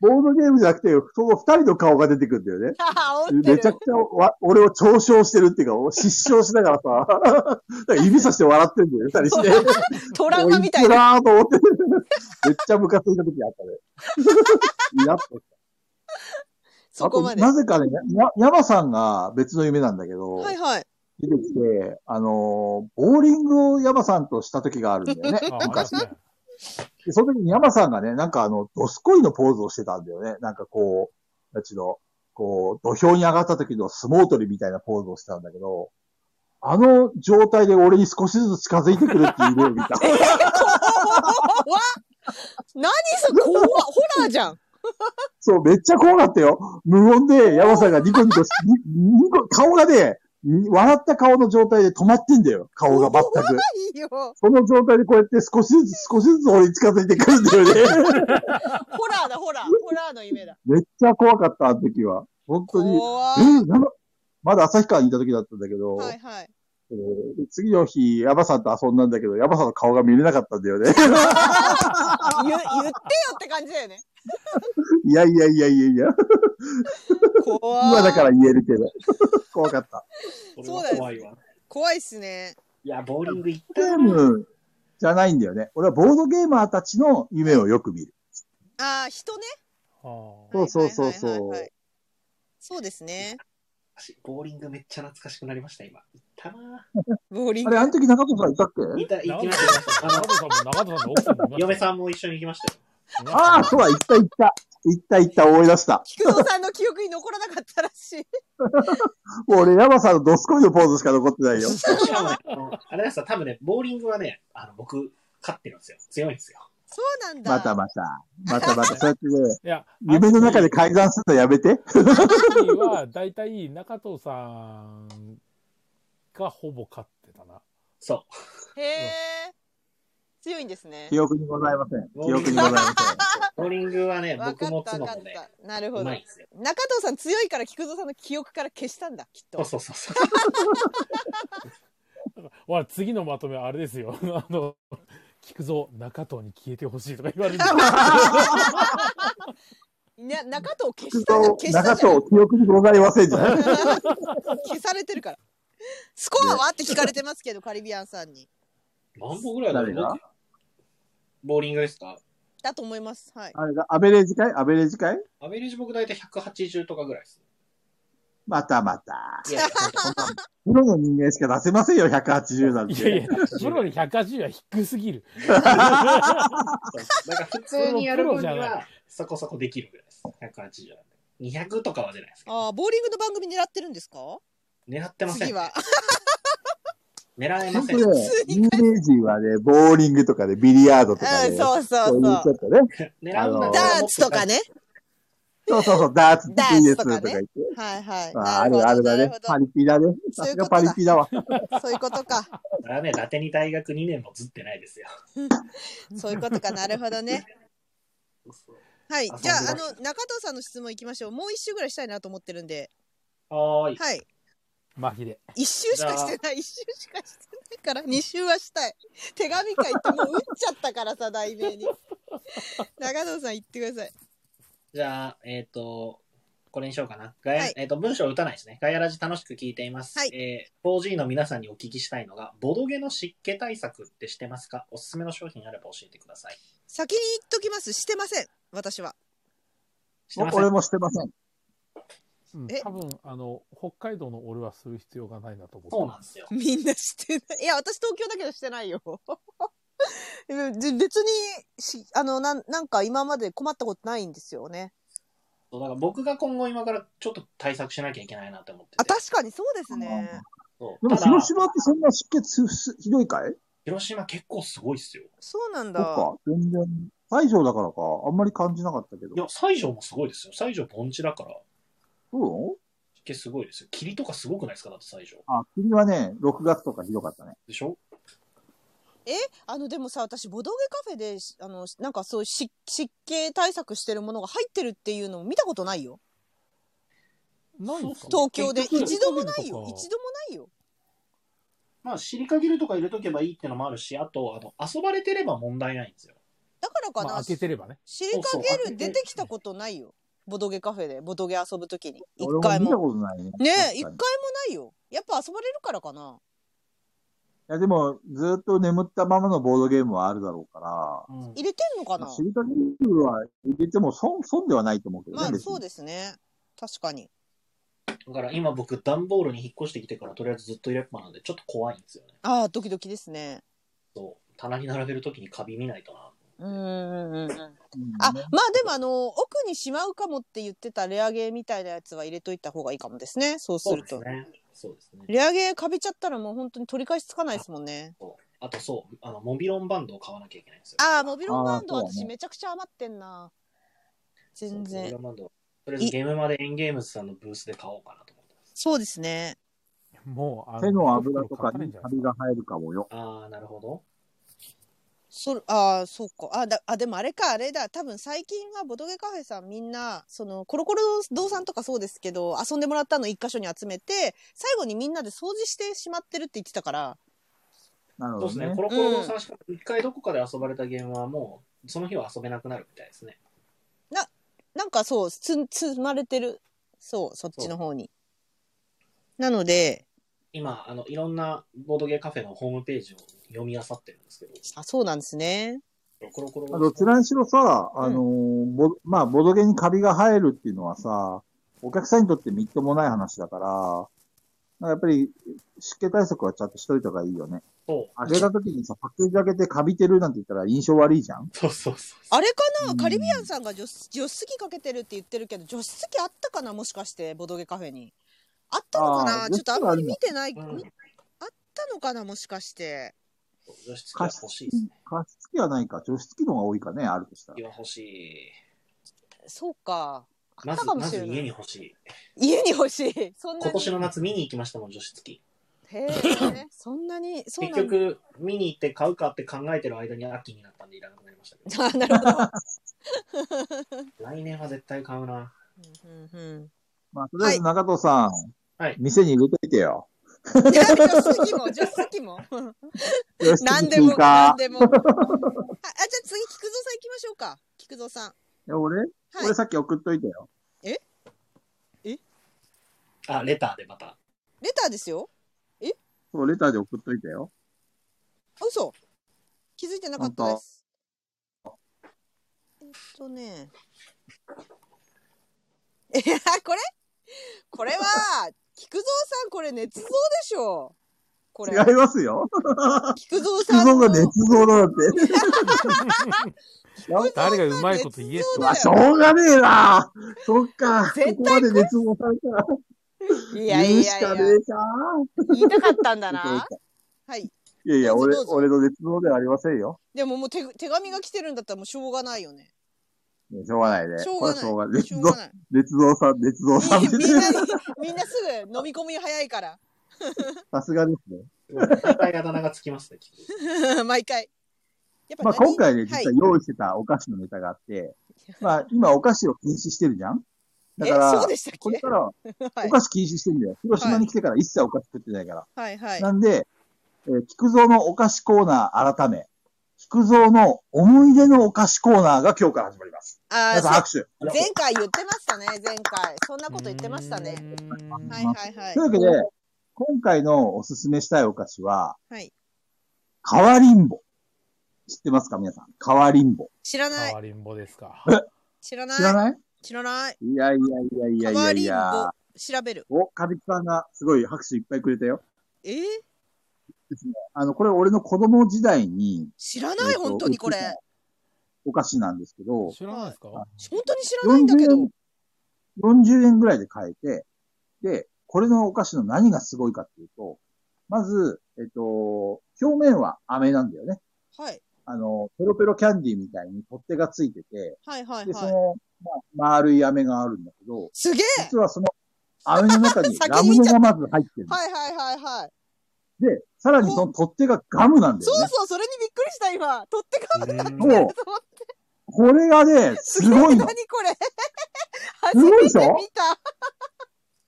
S2: ボードゲームじゃなくて、その二人の顔が出てくるんだよね。
S1: あ煽って
S2: め
S1: る
S2: ちゃ。くちゃわ俺を嘲笑してるっていうか、お失笑しながらさ、 だから指さして笑ってるんだよね、二人して。
S1: トラウマみたい
S2: こ
S1: な。
S2: つらーと思って。めっちゃムカついた時あ ったね。やっ
S1: そこまで。
S2: あ
S1: は
S2: となぜかね、や山さんが別の夢なんだけど、
S1: いはい。
S2: 出てきて、あのーボーリングを山さんとした時があるんだよね
S3: あ、昔ね。
S2: でその時に山さんがね、なんかあの、ドスコイのポーズをしてたんだよね。なんかこう、うちの、こう、土俵に上がった時の相撲取りみたいなポーズをしてたんだけど、あの状態で俺に少しずつ近づいてくるっていう夢を見た。
S1: 何それ怖っホラーじゃん。
S2: そう、めっちゃ怖かったよ。無音で、山さんがニコニコし、ニニコ、顔がね、に笑った顔の状態で止まってんだよ。顔が全く。
S1: いいよ。ホ
S2: その状態でこうやって少しずつ少しずつ俺に近づいてくるんだよね。
S1: ラーだ、ホラー。ホラーの夢だ。
S2: めっちゃ怖かった、あの時は。本当に。
S1: 怖
S2: え
S1: い。
S2: ーなまだ旭川にいた時だったんだけど、
S1: はいはい。
S2: えー次の日、山さんと遊んだんだけど、山さんの顔が見れなかったんだ よね。
S1: 言、言ってよって感じだよね。
S2: いやいやいやいやいや。
S1: 怖い。
S2: 今だから言えるけど。 怖かった。
S4: それは怖いわ。
S1: 怖いっすね。
S4: いや、ボーリング行った
S2: ゲームじゃないんだよね。俺はボードゲーマーたちの夢をよく見る。
S1: ああ、人ね。
S3: はあ
S2: そうそうそうそう
S1: はいはいはいはいそうですね。
S4: し。ボーリングめっちゃ懐かしくなりました、今。行ったな
S1: ボーリン
S2: あ
S1: グ。
S2: れ、あの時中藤さんいたっけ
S4: ぁ。いた、行
S3: 長藤
S4: きま
S3: さ
S4: した。
S3: ん
S4: あ
S3: も長藤
S4: の、
S3: さんも奥さんもいました
S4: 嫁さんも一緒に行きましたよ。
S2: ああ、そうだ、行った行った。行った行った、思い出した。
S1: 菊蔵さんの記憶に残らなかったらしい。
S2: もう俺、山さんのドスコイのポーズしか残ってないよ。
S4: しかもね、あのあれですよ、多分ね、ボーリングはね、あの、僕、勝ってるんですよ。強いんですよ。
S1: そうなんだ。
S2: またまた。またまた。そうやってね、
S3: いや、
S2: 夢の中で改ざんするのやめて。
S3: 時は、だいたい中藤さんがほぼ勝ってたな。
S4: そ
S1: へえ。強いんですね。
S2: 記憶にございません。記憶にございません。
S4: う。ボーリング はね、
S1: わ
S4: 僕
S1: かっ
S4: も
S1: た
S4: 妻
S1: わかっ
S4: もね、
S1: た。なるほ
S4: う
S1: ど。
S4: まいん
S1: 中
S4: ですよ。
S1: 藤さん強いから菊蔵さんの記憶から消したんだ、きっ
S4: そう
S1: と。
S4: そうそうそう。
S3: わ、次のまとめあれですよ。 あの、菊蔵、中藤に消えてほしいとか言われる。
S1: いや中藤を消したんだ。消した
S2: 中
S1: んじゃない
S2: 藤、記憶にございませんじゃない
S1: 消されてるから。スコアはって聞かれてますけど、カリビアンさんに。
S4: 何本ぐらいだろ
S2: 誰が
S4: うボーリングですか
S1: だと思います。はい。
S2: あれが、アベレージかいアベレージかい
S4: アベレージ僕大体180とかぐらいです。
S2: またまた。
S4: いやいや、
S2: プロの人間しか出せませんよ、180なん
S3: いやい
S2: て。
S3: や、プロに180は低すぎる。
S4: だから普通にやる分に
S3: それもプロじゃ
S4: はそこそこできるぐらいです。180なんで。200とかは出ないですけど。
S1: ああ、ボーリングの番組狙ってるんですか
S4: 狙ってませ
S1: 次
S4: ん。
S1: は。
S4: 狙えま
S2: 本
S4: せ
S2: 当
S4: ん。
S2: ね、有名人はね、ボーリングとかで、ビリヤードとか
S1: う
S2: で、
S1: ん、 そう
S2: そ
S1: そうう
S2: い
S1: そ
S2: うちょ
S1: う。
S2: っとね、
S4: 狙うんだった
S1: ダ
S4: ら
S1: ーツとか。ね。
S2: そうそうそう、ダーツいいですとか言って。
S1: はいはい。
S2: あ
S1: な
S2: あ
S1: るほ
S2: る
S1: ど
S2: あるだ
S1: なる
S2: ね
S1: ほ。
S2: パリピだね。
S1: そ
S2: さ
S1: ういうことだ
S2: すがパリピだわ。
S1: ど。そういうことか。
S4: だからね、伊達に大学2年もずってないですよ。
S1: そういうことか。なるほどね。はい。
S4: 遊んで
S1: じゃあ、あ
S4: ま
S1: の、
S4: す
S1: 中藤さんの質問いきましょう。もう一周ぐらいしたいなと思ってるんで。
S4: はーい。
S1: はい。
S3: マヒで。
S1: 一周しかしてない。一周しかしてないから、二周はしたい。手紙書いてもう打っちゃったからさ、題名に。 中藤さん言ってください。
S4: じゃあ、えっ、と、これにしようかな。ガヤ
S1: はい
S4: えっ、と、文章を打たないですね。ガヤラジ楽しく聞いています。
S1: はい
S4: えー、4G の皆さんにお聞きしたいのが、ボドゲの湿気対策ってしてますかおすすめの商品あれば教えてください。
S1: 先に言っときます。してません。私は。
S4: してません
S2: 俺もしてません。
S3: うん
S1: え
S3: 多分、あの、北海道の俺はする必要がないなと思って。
S4: そうなんですよ。
S1: みんなしてない。いや、私東京だけどしてないよ。 で別にし、あの、なん、なんか今まで困ったことないんですよね。
S4: そうだから僕が今後今からちょっと対策しなきゃいけないなと思って
S1: あ、
S4: て。
S1: 確かにそうですね。
S4: そう
S2: でも
S4: ただ
S2: 広島ってそんな出血ひどいかい
S4: 広島結構すごいっすよ。
S1: そうなん
S2: そっ
S1: だ。
S2: か、全然。西条だからか、あんまり感じなかったけど
S4: い。や、西条もすごいですよ。西条盆地だから、
S2: そう
S4: 湿気すごいですよ。霧とかすごくないですかだって西条。
S2: あ、国はね、6月とかひどかったね。
S4: でしょ
S1: あの、でもさ、私、ボドゲカフェで、あの、なんかそういう湿湿気対策してるものが入ってるっていうのを見たことないよ。
S3: ないんですか
S1: 東京で。
S4: 結局
S1: 一度もないよ。
S3: ボドゲとか
S1: 一度もないよ。
S4: まあ、シリカゲルとか入れとけばいいってのもあるし、あと、あの、遊ばれてれば問題ないんですよ。
S1: だからか
S3: まあ、
S1: な、
S3: 開けてればね。
S1: シリカ
S4: そうそう
S1: ゲル出てきたことないよ。ボドゲカフェで、ボドゲ遊ぶときに。一
S2: 俺
S1: 回
S2: も見た
S1: も。
S2: ことないね。
S1: ねえ、
S2: 確
S1: 一
S2: か
S1: 回
S2: に
S1: もないよ。やっぱ遊ばれるからかな。
S2: いや、でも、ずっと眠ったままのボードゲームはあるだろうか、
S4: うん
S1: 入れてんのからな
S2: シリカゲームは入れても損、損ではないと思うけどね。
S1: まあ
S2: 別に
S1: そうですね。確かに。
S4: だから今僕、段ボールに引っ越してきてからとりあえずずっと入れっぱなんで、ちょっと怖いんですよね。
S1: ああ、ドキドキですね。
S4: そう。棚に並べるときにカビ見ないとな。
S1: うんうんうんうん。
S2: うん
S1: あ、まあでもあの、奥にしまうかもって言ってたレアゲーみたいなやつは入れといた方がいいかもですね。そうす
S4: そう
S1: る
S4: です
S1: と。
S4: ね。そうですね。
S1: レアゲーかびちゃったらもう本当に取り返しつかないですもんね。
S4: あとそう、あの、モビロンバンドを買わなきゃいけないんですよ。
S1: ああ、モビロンバンド
S2: あーそうだ
S1: 私
S2: ね
S1: めちゃくちゃ余ってんな。全
S4: モビ
S1: 然
S4: ロ。ンバンドをとりあえずゲームまでエンゲームズさんのブースで買おうかなと思ってます。
S1: そうですね。
S3: もう、あ
S2: 手の油とかに
S3: 一袋買ったらいいんじゃな
S2: カ
S3: いです
S2: ビ
S3: か
S2: が入るかもよ。
S4: ああ、なるほど。
S1: そああ、そうか。あだあ、でもあれか、あれだ。多分最近はボドゲカフェさんみんな、その、コロコロ堂さんとかそうですけど、遊んでもらったの一箇所に集めて、最後にみんなで掃除してしまってるって言ってたから、
S2: なる
S4: そ
S2: ほ
S4: う
S2: ど
S4: です
S2: ね。
S4: ね。コロコロの探し方、一回どこかで遊ばれたゲームはもう、その日は遊べなくなるみたいですね。
S1: なんかそう、つ、積まれてる。そう、そっちの方に。なので、
S4: 今、あの、いろんなボードゲーカフェのホームページを読み漁ってるんですけど、
S1: あ、そうなんですね。
S4: コロコロ
S2: まあどちらにしろさ、
S1: ん
S2: あのーぼまあ、ボドゲにカビが生えるっていうのはさ、お客さんにとってみっともない話だから、まあやっぱり湿気対策はちゃんとしといた方がいいよね。
S4: そう
S2: 開けた時にさ、パッケージ開けてカビてるなんて言ったら印象悪いじゃん
S4: そうそうそうそう。
S1: あれかな、
S2: うん
S1: カリビアンさんが除湿除湿機かけてるって言ってるけど、除湿機あったかなもしかして、ボドゲカフェに。あったのか
S2: あ
S1: な
S2: ー
S1: ちょっとあんまり見てない、
S4: うん
S1: 見たのかなもしかして。
S4: 除湿機は欲しいですね。
S2: 加湿器はないか、除湿器の方が多いかね、あるとしたら
S4: い。や欲しい。
S1: そうか。あ
S4: ま
S1: った
S4: ず、
S1: かも
S4: ま
S1: し
S4: ず
S1: れない。
S4: 家に欲しい。
S1: 家に欲しい。そんな
S4: 今
S1: に。
S4: 年の夏見に行きましたもん、除湿機。
S1: へえ、そんなに、そう
S4: 結
S1: なんだ。
S4: 局、見に行って買うかって考えてる間に秋になったん でいらなくなりましたけ
S1: あなるほど。
S4: ど、来年は絶対買うな。
S1: うんうんうん。
S2: まあ、とりあえず中藤さん、
S4: はい
S2: 店に入れといてよ。
S1: 除湿機も、除湿機も。
S2: よし
S1: 何で
S2: 次
S1: も、
S2: 行くか
S1: 何でも。あ、あじ ゃあ次、菊蔵さん行きましょうか。菊蔵さん。
S2: いや俺、
S1: はい
S2: 俺。さっき送っといてよ。
S4: あ、レターでまた。
S1: レターですよ。
S2: そう、レターで送っといてよ。
S1: あ、嘘。気づいてなかったです。えっとね。 いや、これこれは、菊蔵さん、これ、捏造でしょ。これ、
S2: 違いますよ。
S1: 菊蔵
S2: 菊
S1: さん
S2: 蔵
S1: の。
S2: が熱造だって。
S3: 誰がうまいこと言えって
S1: そう
S2: う
S1: だよ
S2: わ、しょうがねえなそっか、
S1: 絶対
S2: ここまで熱望されたら
S1: いやい
S2: 言
S1: うや
S2: し
S1: いや
S2: かね、えか。
S1: 言いたかったんだ
S2: 言う
S1: な
S2: と。
S1: はい。
S2: いやいや、
S1: どう
S2: 俺、
S1: ぞどうぞ
S2: 俺の熱望ではありませんよ。
S1: でももう手手紙が来てるんだったらもうしょうがないよね。
S2: ねしょうがないね。
S1: しょうがない。
S2: これはしょうがな
S1: しょうが、な
S2: い。熱造
S1: い。
S2: 熱造さん、熱造さん
S1: み
S2: です
S1: みんな
S2: ね。
S1: に、みんなすぐ飲み込み早いから。
S2: さすがですね。
S4: すごい絶対あだ名がつきますね、きっと
S1: 毎回。やっぱ
S2: まあ今回ね、
S1: 何
S2: 実
S1: はい
S2: は用意してたお菓子のネタがあって、まあ今お菓子を禁止してるじゃんだか
S1: え、
S2: ら
S1: そう、でしたっ
S2: これ
S1: け
S2: からは
S1: は
S2: お
S1: い
S2: 菓子禁止してるんだよ。広島に来てから一切お菓子食ってないから。
S1: はいはい。
S2: なんで、えー菊蔵のお菓子コーナー改め、菊蔵の思い出のお菓子コーナーが今日から始まります。
S1: あ
S2: 皆
S1: ー
S2: さん
S1: そう
S2: 拍手。
S1: 前回言ってましたね、前回。そんなこと言ってましたね。はいはいはい
S2: という。わけで、今回のおすすめしたいお菓子は、
S1: はい。
S2: 変わりんぼ。知ってますか皆さん。変わりんぼ。
S1: 知らな
S3: 変
S1: い。
S3: わりんぼですか。
S1: 知らない。
S2: 知らない
S1: 知らない。
S2: いやいやいやいやいやいや。
S1: 調べる。
S2: お、かびきさんがすごい拍手いっぱいくれたよ。
S1: えー、
S2: あの、これ俺の子供時代に、
S1: 知らない、
S2: えっと
S1: 本当にこれ。
S2: 売ってたお菓子なんですけど、
S3: 知らないですか、
S1: 本当に知らないんだけど。
S2: 40円ぐらいで買えて、で、これのお菓子の何がすごいかっていうと、まず、えっと、表面は飴なんだよね。
S1: はい。
S2: あの、ペロペロキャンディーみたいに取っ手がついてて、
S1: はいはい
S2: で、そ
S1: はい。
S2: の、まあ、丸い飴があるんだけど、
S1: すげえ
S2: 実はその飴の中 に
S1: 先
S2: ラ
S1: に
S2: ム
S1: 見
S2: ネ
S1: ちゃ
S2: がまず入ってる。
S1: はいはいはいはい。
S2: で、さらにその取っ手がガムなんだ
S1: そ
S2: よ
S1: う
S2: ね。
S1: そう、それにびっくりした、今。取ってか
S4: うん
S2: そうこれ がね、すごい
S1: 何
S2: の。
S1: これ 初
S2: すごい
S1: め
S2: でしょ
S1: て見た。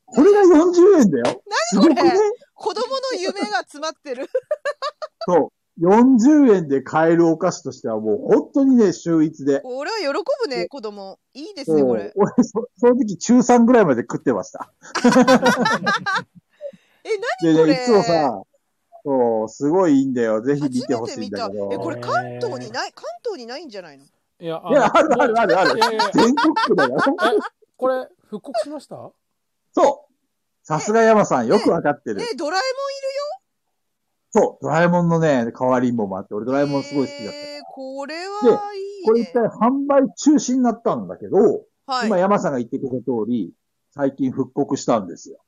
S2: これが40円だよ。すごくね
S1: これ子供の夢が詰まって る。
S2: そう。40円で買えるお菓子としてはもう本当にね、秀逸で。
S1: 俺は喜ぶね、子供。いいですね、
S2: も
S1: こ
S2: う
S1: れ。
S2: 俺そ、その時中3ぐらいまで食ってま した。
S1: え、
S2: で
S1: これ
S2: ね、いつもさ、そう、すごいいいんだよ。ぜひ見
S1: 初
S2: てほ
S1: めて
S2: しい
S1: 見
S2: んだ
S1: た。
S2: け
S1: え、
S2: ど。
S1: これ関東にない、関東にないんじゃないの
S3: いや、
S2: いや、あるあるあるあ
S3: い
S2: る。
S3: やいや
S2: 全国区だよ。
S3: これ、復刻しました
S2: そう。さすが山さん、よくわかってる
S1: ね。、ドラえ
S2: そう、ドラえもんのね、変わりんぼもあって、俺ド
S1: もんい
S2: ラえ
S1: るよ。
S2: もんすごい好きだった。
S1: えー、これはいい
S2: これ一
S1: ね。
S2: 回販売中止になったんだけど、今
S1: はい。
S2: 山さんが言ってくれた通り、最近復刻したんですよ。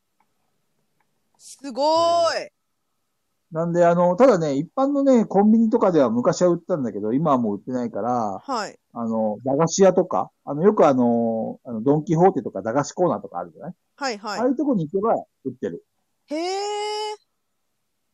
S1: すごーい。
S2: なんで、あの、ただね、一般のね、コンビニとかでは昔は売ったんだけど、今はもう売ってないから、
S1: はい。
S2: あの、駄菓子屋とか、あの、よくあの、あのドンキホーテとか駄菓子コーナーとかあるじゃない、
S1: はい
S2: ああ
S1: は
S2: いうとこに行けば売ってる。
S1: い。へえ。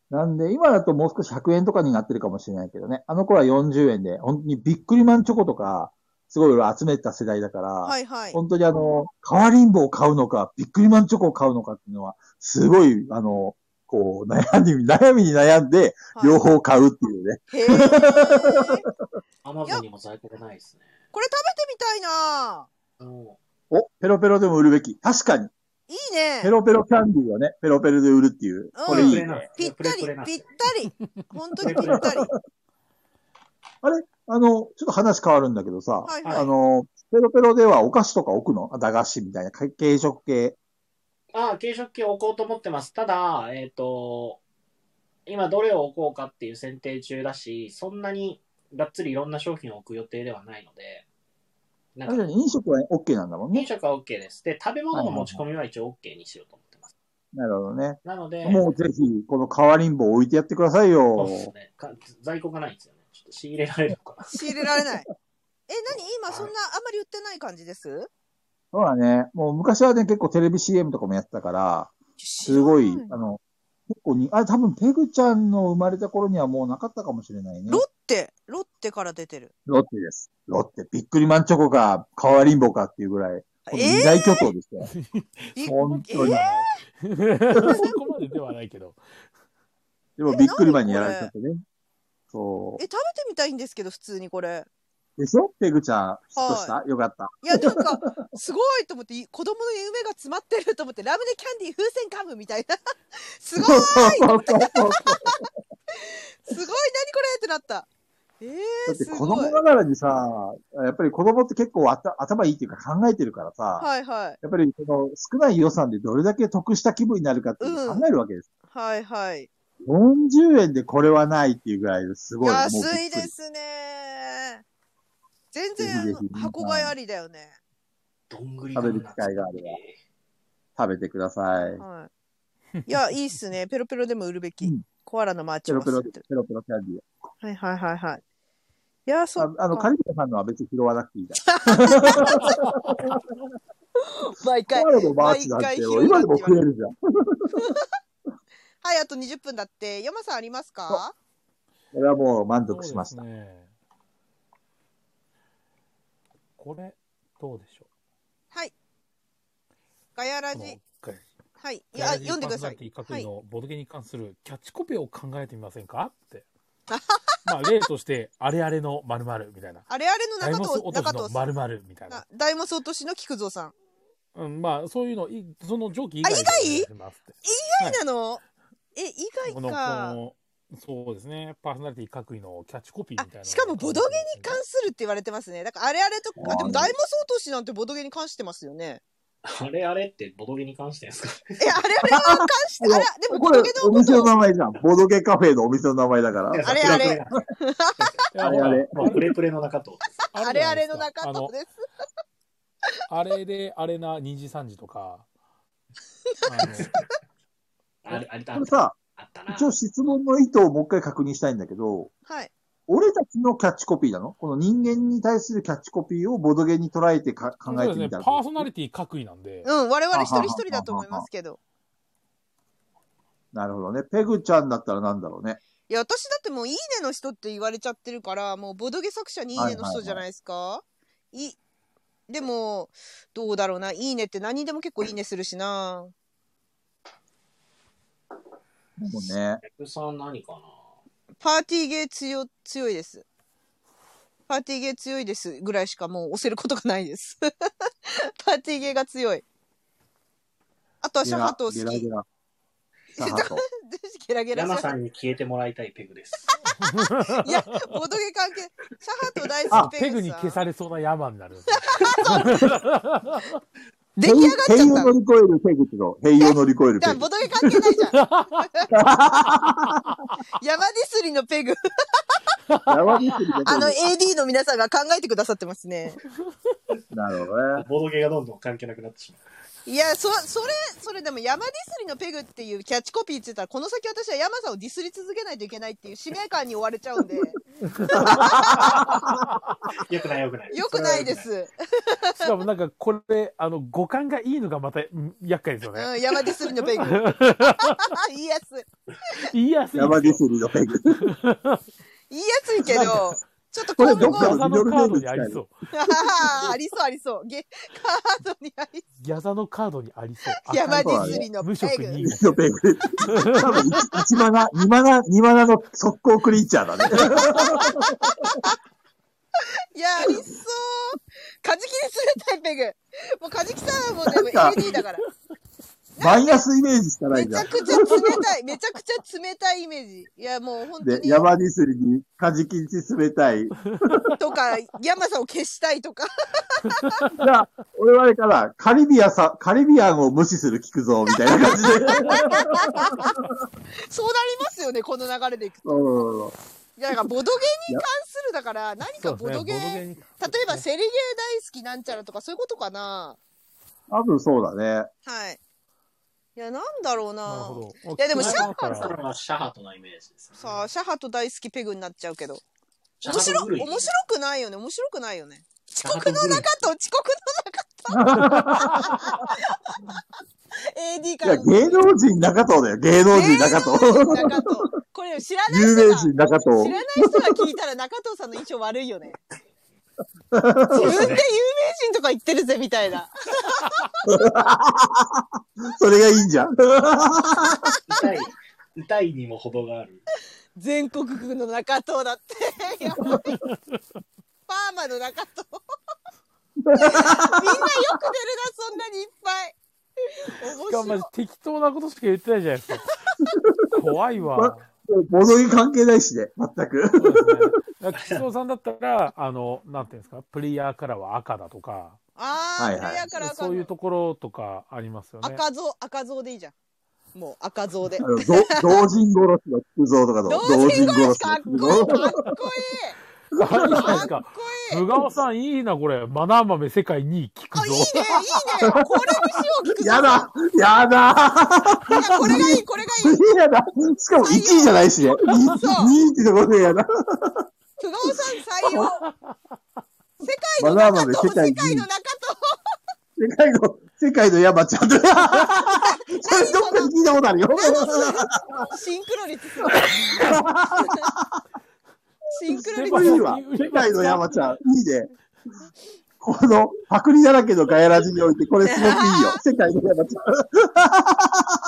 S2: なんで、今だともう少し100円とかになってるかもしれないけどね、あの頃は40円で、本当にビックリマンチョコとか、すごい俺集めてた世代だから、
S1: はいはい。
S2: 本当にあの、変わりんぼを買うのか、ビックリマンチョコを買うのかっていうのは、すごい、あの、こう、悩み、悩みに悩んで、
S1: はい
S2: 両方買うっていうね。
S1: へえ。これ食べて
S4: アマゾンにも在庫がないですね。
S1: みたいな。
S4: うん
S2: お、ペロペロでも売るべき。確かに、
S1: いいね
S2: ペ。ロペロキャンディーはね、ペロペロで売るっていう。これいいね。
S1: ぴったり
S4: プレプレな、んで
S1: ぴったり。本当にぴったり。
S2: あの、ちょっと話変わるんだけどさ、
S1: はい
S4: はい
S2: あの、ペロペロではお菓子とか置くのあ駄菓子みたいな、か軽食系。
S4: ああ、軽食器を置こうと思ってます。ただ、えっ、と、今どれを置こうかっていう選定中だし、そんなにがっつりいろんな商品を置く予定ではないので、な
S2: 確か
S4: んか、
S2: に飲食は OK なんだもん
S4: 飲
S2: ね。
S4: 食は OK です。で、食べ物の持ち込みは一応 OK にしようと思ってます。
S2: なるほどね。
S4: なので、
S2: もうぜひ、この変わりんぼを置いてやってください
S4: そう
S2: よ。
S4: ですねか在庫がないんですよね。ちょっと仕入れられる のかな。
S1: 仕入れられない。 え、何今そんな、あんまり売ってない感じです
S2: そうだね。もう昔はね、結構テレビ CM とかもやってたから、すごい
S1: 知ら、な
S2: あの、結構に、あ、多分ペグちゃんの生まれた頃にはもうなかったかもしれないね
S1: ロ。ッテ、ロッテから出てる。
S2: ロッテです。ロッテ、ビックリマンチョコか、変わりんぼかっていうぐらい、この
S1: え
S2: 二大巨頭ですよ。
S1: え
S2: 本当に。
S1: え
S3: そこまでではないけど。
S2: でもビックリマンにやられちゃってね。そ
S1: え、食べてみたいんですけど、普通にこれ。
S2: う。でしょペグちゃん、ヒットした、よか った。
S1: いや、なんか、すごいと思って、い子供の夢が詰まってると思って、ラムネキャンディー風船ガムみたいな。 すごいすごい
S2: そうそうそう
S1: 何これってなった。え
S2: だ
S1: ー、
S2: って
S1: す
S2: 子
S1: ごい
S2: 供。ながらにさ、やっぱり子供って結構あた頭いいっていうか考えてるからさ、
S1: はいはい。
S2: やっぱりその少ない予算でどれだけ得した気分になるかっていうのを考えるわけです。
S1: はいはい。
S2: 40円でこれはないっていうぐらいですごい。もうびっく
S1: 安
S2: り
S1: いですね。全
S2: ぜひ
S1: 然
S2: ぜひ
S1: 箱買いありだよね。
S4: どんぐり
S2: 食べる機会があれば食べてください。
S1: はい。いや、いいっすね。ペロペロでも売るべき。
S2: うん
S1: コアラのマーチ
S2: ペ
S1: を
S2: ロペロ、
S1: 忘
S2: ペ
S1: れてる。
S2: ロペロキャンディー。
S1: はいはいはいはい。いや、そ
S2: あ
S1: う。
S2: あの、カリビアさんのは別に拾わなくていいじゃん。
S1: 毎回。
S2: コアラのマーチなんてよ、今でも食えるじゃん。
S1: はい、あと20分だって。山さんありますか
S2: これはもう満足しました。
S3: そうですね。これ、どうでしょ
S1: はい。ガヤラ
S3: うこの
S1: ジ。
S3: ガヤ
S1: はい。い
S3: ガヤ
S1: や、
S3: ラジー
S1: 読んでください
S3: パーソナリ。ティ各
S1: は
S3: 位
S1: い。
S3: のボドゲに関するキャッチコピーを考えてみませんかって。まあ、例として、あれあれの〇〇みたいな。
S1: あれあれの
S3: ダイモ
S1: 中
S3: ス
S1: 藤、
S3: 落とし
S1: 中
S3: の
S1: 藤さん。
S3: 〇〇みたいな
S1: な。ダイモス落としの菊蔵さん。
S3: うん、まあ、そういうの、いその上記以
S1: あ
S3: 外でお願いしますってはい
S1: なのえ、以外
S3: この、こ
S1: か。
S3: の、そうですね。パーソナリティ各位のキャッチコピーみたいなの
S1: あ
S3: を。
S1: しかもボドゲ に関するって言われてますね。だからあれあれとか、あでも大魔総都市なんてボドゲに関してますよね。
S4: あれあれってボドゲに関してですか
S1: え、あれあれは関して、あれ、でも、
S2: こ
S1: ボ
S2: れ
S1: ドゲ、
S2: お
S1: のこ
S2: 店の
S1: と
S2: 名前じゃん。ボドゲカフェのお店の名前だから。
S1: あれあれ。
S2: あれあれ
S4: まあプレプレの中と。
S1: あれあれの中
S3: あの
S1: 藤です。
S3: あれで、あれな、2時3時とか。
S4: あれ、あれだ
S2: これさ、
S4: あったな。
S2: 一応質問の意図をもう一回確認したいんだけど、
S1: はい。
S2: 俺たちのキャッチコピーなのこの人間に対するキャッチコピーをボドゲに捉えてか
S3: あ
S2: 考
S3: の
S2: え
S3: そうです
S2: て
S3: ね
S2: みたら。
S3: パーソナリティ各位なんで、
S1: うん、我々一人一人だと思いますけど。
S2: なるほどね。ペグちゃんだったらなんだろうね。
S1: いや、私だってもう、いいねの人って言われちゃってるから、もう、ボドゲ作者にいいねの人じゃないですか。いでも、どうだろうな。いいねって何にでも結構いいねするしな。
S2: もうね。
S4: ペグさん何かな
S1: パーティーゲー強、強いです。パーティーゲー強いですぐらいしかもう押せることがないです。 パーティーゲーが強い。あとはシャハト好き。
S2: ゲ
S1: ゲ
S2: ラ
S1: ラ
S2: ゲラ。シャハト。
S1: ゲラ
S4: 山
S1: シャ
S4: さ
S1: ハ
S4: んに消えてもらいたいペグです。
S1: トいや、ボドゲ関係。シャハト大
S3: あ
S1: 好き
S3: ペグに消さ
S1: れ
S3: れそうな山になるんですよ。
S1: 出来上がっちゃ
S2: 塀
S1: っ
S2: を
S1: た。
S2: 乗り越えるペグと、塀を乗り越える
S1: じゃ
S2: ペ
S1: あ、
S2: グ
S1: ボ。ドゲ関係ないじゃん。 山ディスリのペ グ。
S2: やばいすぎて
S1: あの、AD の皆さんが考えてくださってますね。
S2: なるほどね。
S4: ボドゲがどんどん関係なくなってしまう。
S1: いや、そ、それ、それでも山ディスりのペグっていうキャッチコピーついたら、この先私は山さんをディスり続けないといけないっていう使命感に追われちゃ うんで、
S4: よくないよくない。
S1: よくないです。
S3: しかもなんかこれ、あの、五感がいいのがまたうん厄介ですよね。
S1: うん、山ディスりの ペグ。言いやすい。
S3: 言いやすいんですよ。
S2: 山ディスリのペグ。
S1: 言いやすいけど、ちょっと
S2: これ
S1: 今後、
S2: どっか
S1: あ
S2: の
S3: 技のカードにありそう。
S1: ーありそうありそう。ゲ、カードにあり
S3: ヤザのカードにありそう。
S1: そう。山デ
S2: ディ
S1: ィスりのペ
S3: 無職に
S1: グ。。
S2: のペグ。多分一マナ、二マナ、二マナの速攻クリーチャ ーだね。
S1: いや、ありそう。カジキにするタイペグ。もうカジキさんはもうでも AD だから。
S2: マイナスイメージしかな
S1: め
S2: いじ
S1: ち
S2: ゃ
S1: ゃ
S2: ん。
S1: くちゃ冷たい、めちゃくちゃ冷たいイメージ。いや、もう本当
S2: で、
S1: に。
S2: 山ディスリに、カジキに冷たい。
S1: とか、山さんを消したいとか。
S2: じゃあ、俺はあれから、カリビアさ、カリビアンを無視する聞くぞ、みたいな感 じで。
S1: そうなりますよね、この流れでいくと。
S2: そうそうそう
S1: いや、だからボドゲに関するだから、何か
S3: そう
S1: ボ
S3: で
S1: ド
S3: すね。ボド
S1: ゲ、
S3: ゲ
S1: 例
S3: に。
S1: えばセリゲー大好きなんちゃらとかそういうことかな。
S2: 多分そうだね。
S1: はい。いや、なんだろうな。
S3: なるほど。い
S1: やでも
S4: シ
S1: ャーパン
S4: 山さんはシャハトなイメージです、
S1: さあ、シャハと大好きペグになっちゃうけど。
S4: シャハ
S1: 面白、
S4: ト狂い
S1: 面白くないよね、面白くないよね。
S4: シ
S1: 遅
S4: ャハ
S1: 刻の
S4: ト狂い
S1: 中と遅刻の中と。AD
S2: い
S1: から
S2: や、
S1: の。
S2: 芸能人中藤だよ、芸能人中
S1: 芸
S2: 藤。
S1: 能人中藤これ知らない
S2: 有
S1: 人
S2: 名
S1: が
S2: 人中
S1: 知ら
S2: 藤
S1: な。い人が聞いたら中藤さんの印象悪いよね。自分で有名人とか言ってるぜみたいな。
S2: それがいいんじゃん。
S4: 痛い。痛いにも程がある。
S1: 全国区の中藤だって。やばいパーマの中藤。みんなよく出るな、そんなにいっ
S3: しかも
S1: ぱい。面白い
S3: ま。適当なことしか言ってないじゃないですか。怖いわ。
S2: ボドゲ関係ないしね、全く。
S3: そうですね。だから吉尾さんだったら、あの、なんていうんですか、プレイヤーからは赤だとか、
S1: ああ、
S2: はいはい
S1: プレイヤーから赤
S3: そういう
S1: の
S3: ところとかありますよね。
S1: 赤像、赤像でいいじゃん。もう赤像で
S2: あ。の、ど同人殺しの菊蔵とかの、
S1: 同人殺しかっこいい。
S2: 同人殺し
S1: かっこ
S3: あいいじ ゃないで
S1: いい。
S3: す
S1: かっ
S3: か。
S1: こいい。
S3: 無顔さんいいな、これ。マナー豆世界2位聞く
S1: あ、いい
S3: ぞ
S1: ね、い。いね。これにしよう、菊蔵
S2: やだやだ
S1: いや、これがいい、これがいい。
S2: やだしかも1位じゃないしね。2位ってところでやだ。
S1: 久我さん採用。世界
S2: ま
S1: の
S2: だ
S1: 中と
S2: まだ世、
S1: 世
S2: 界に
S1: 界の中と。
S2: 世界の、世界の山ちゃんと。それどっかで聞いたことあるよ。
S1: シンクロ率すごい。シンクロ
S2: こ
S1: 率。
S2: れいいわ。世界の山ちゃん。いいね。この、パクリだらけのガヤラジにおいて、これすごくいいよ。世界の山ちゃん。
S1: 世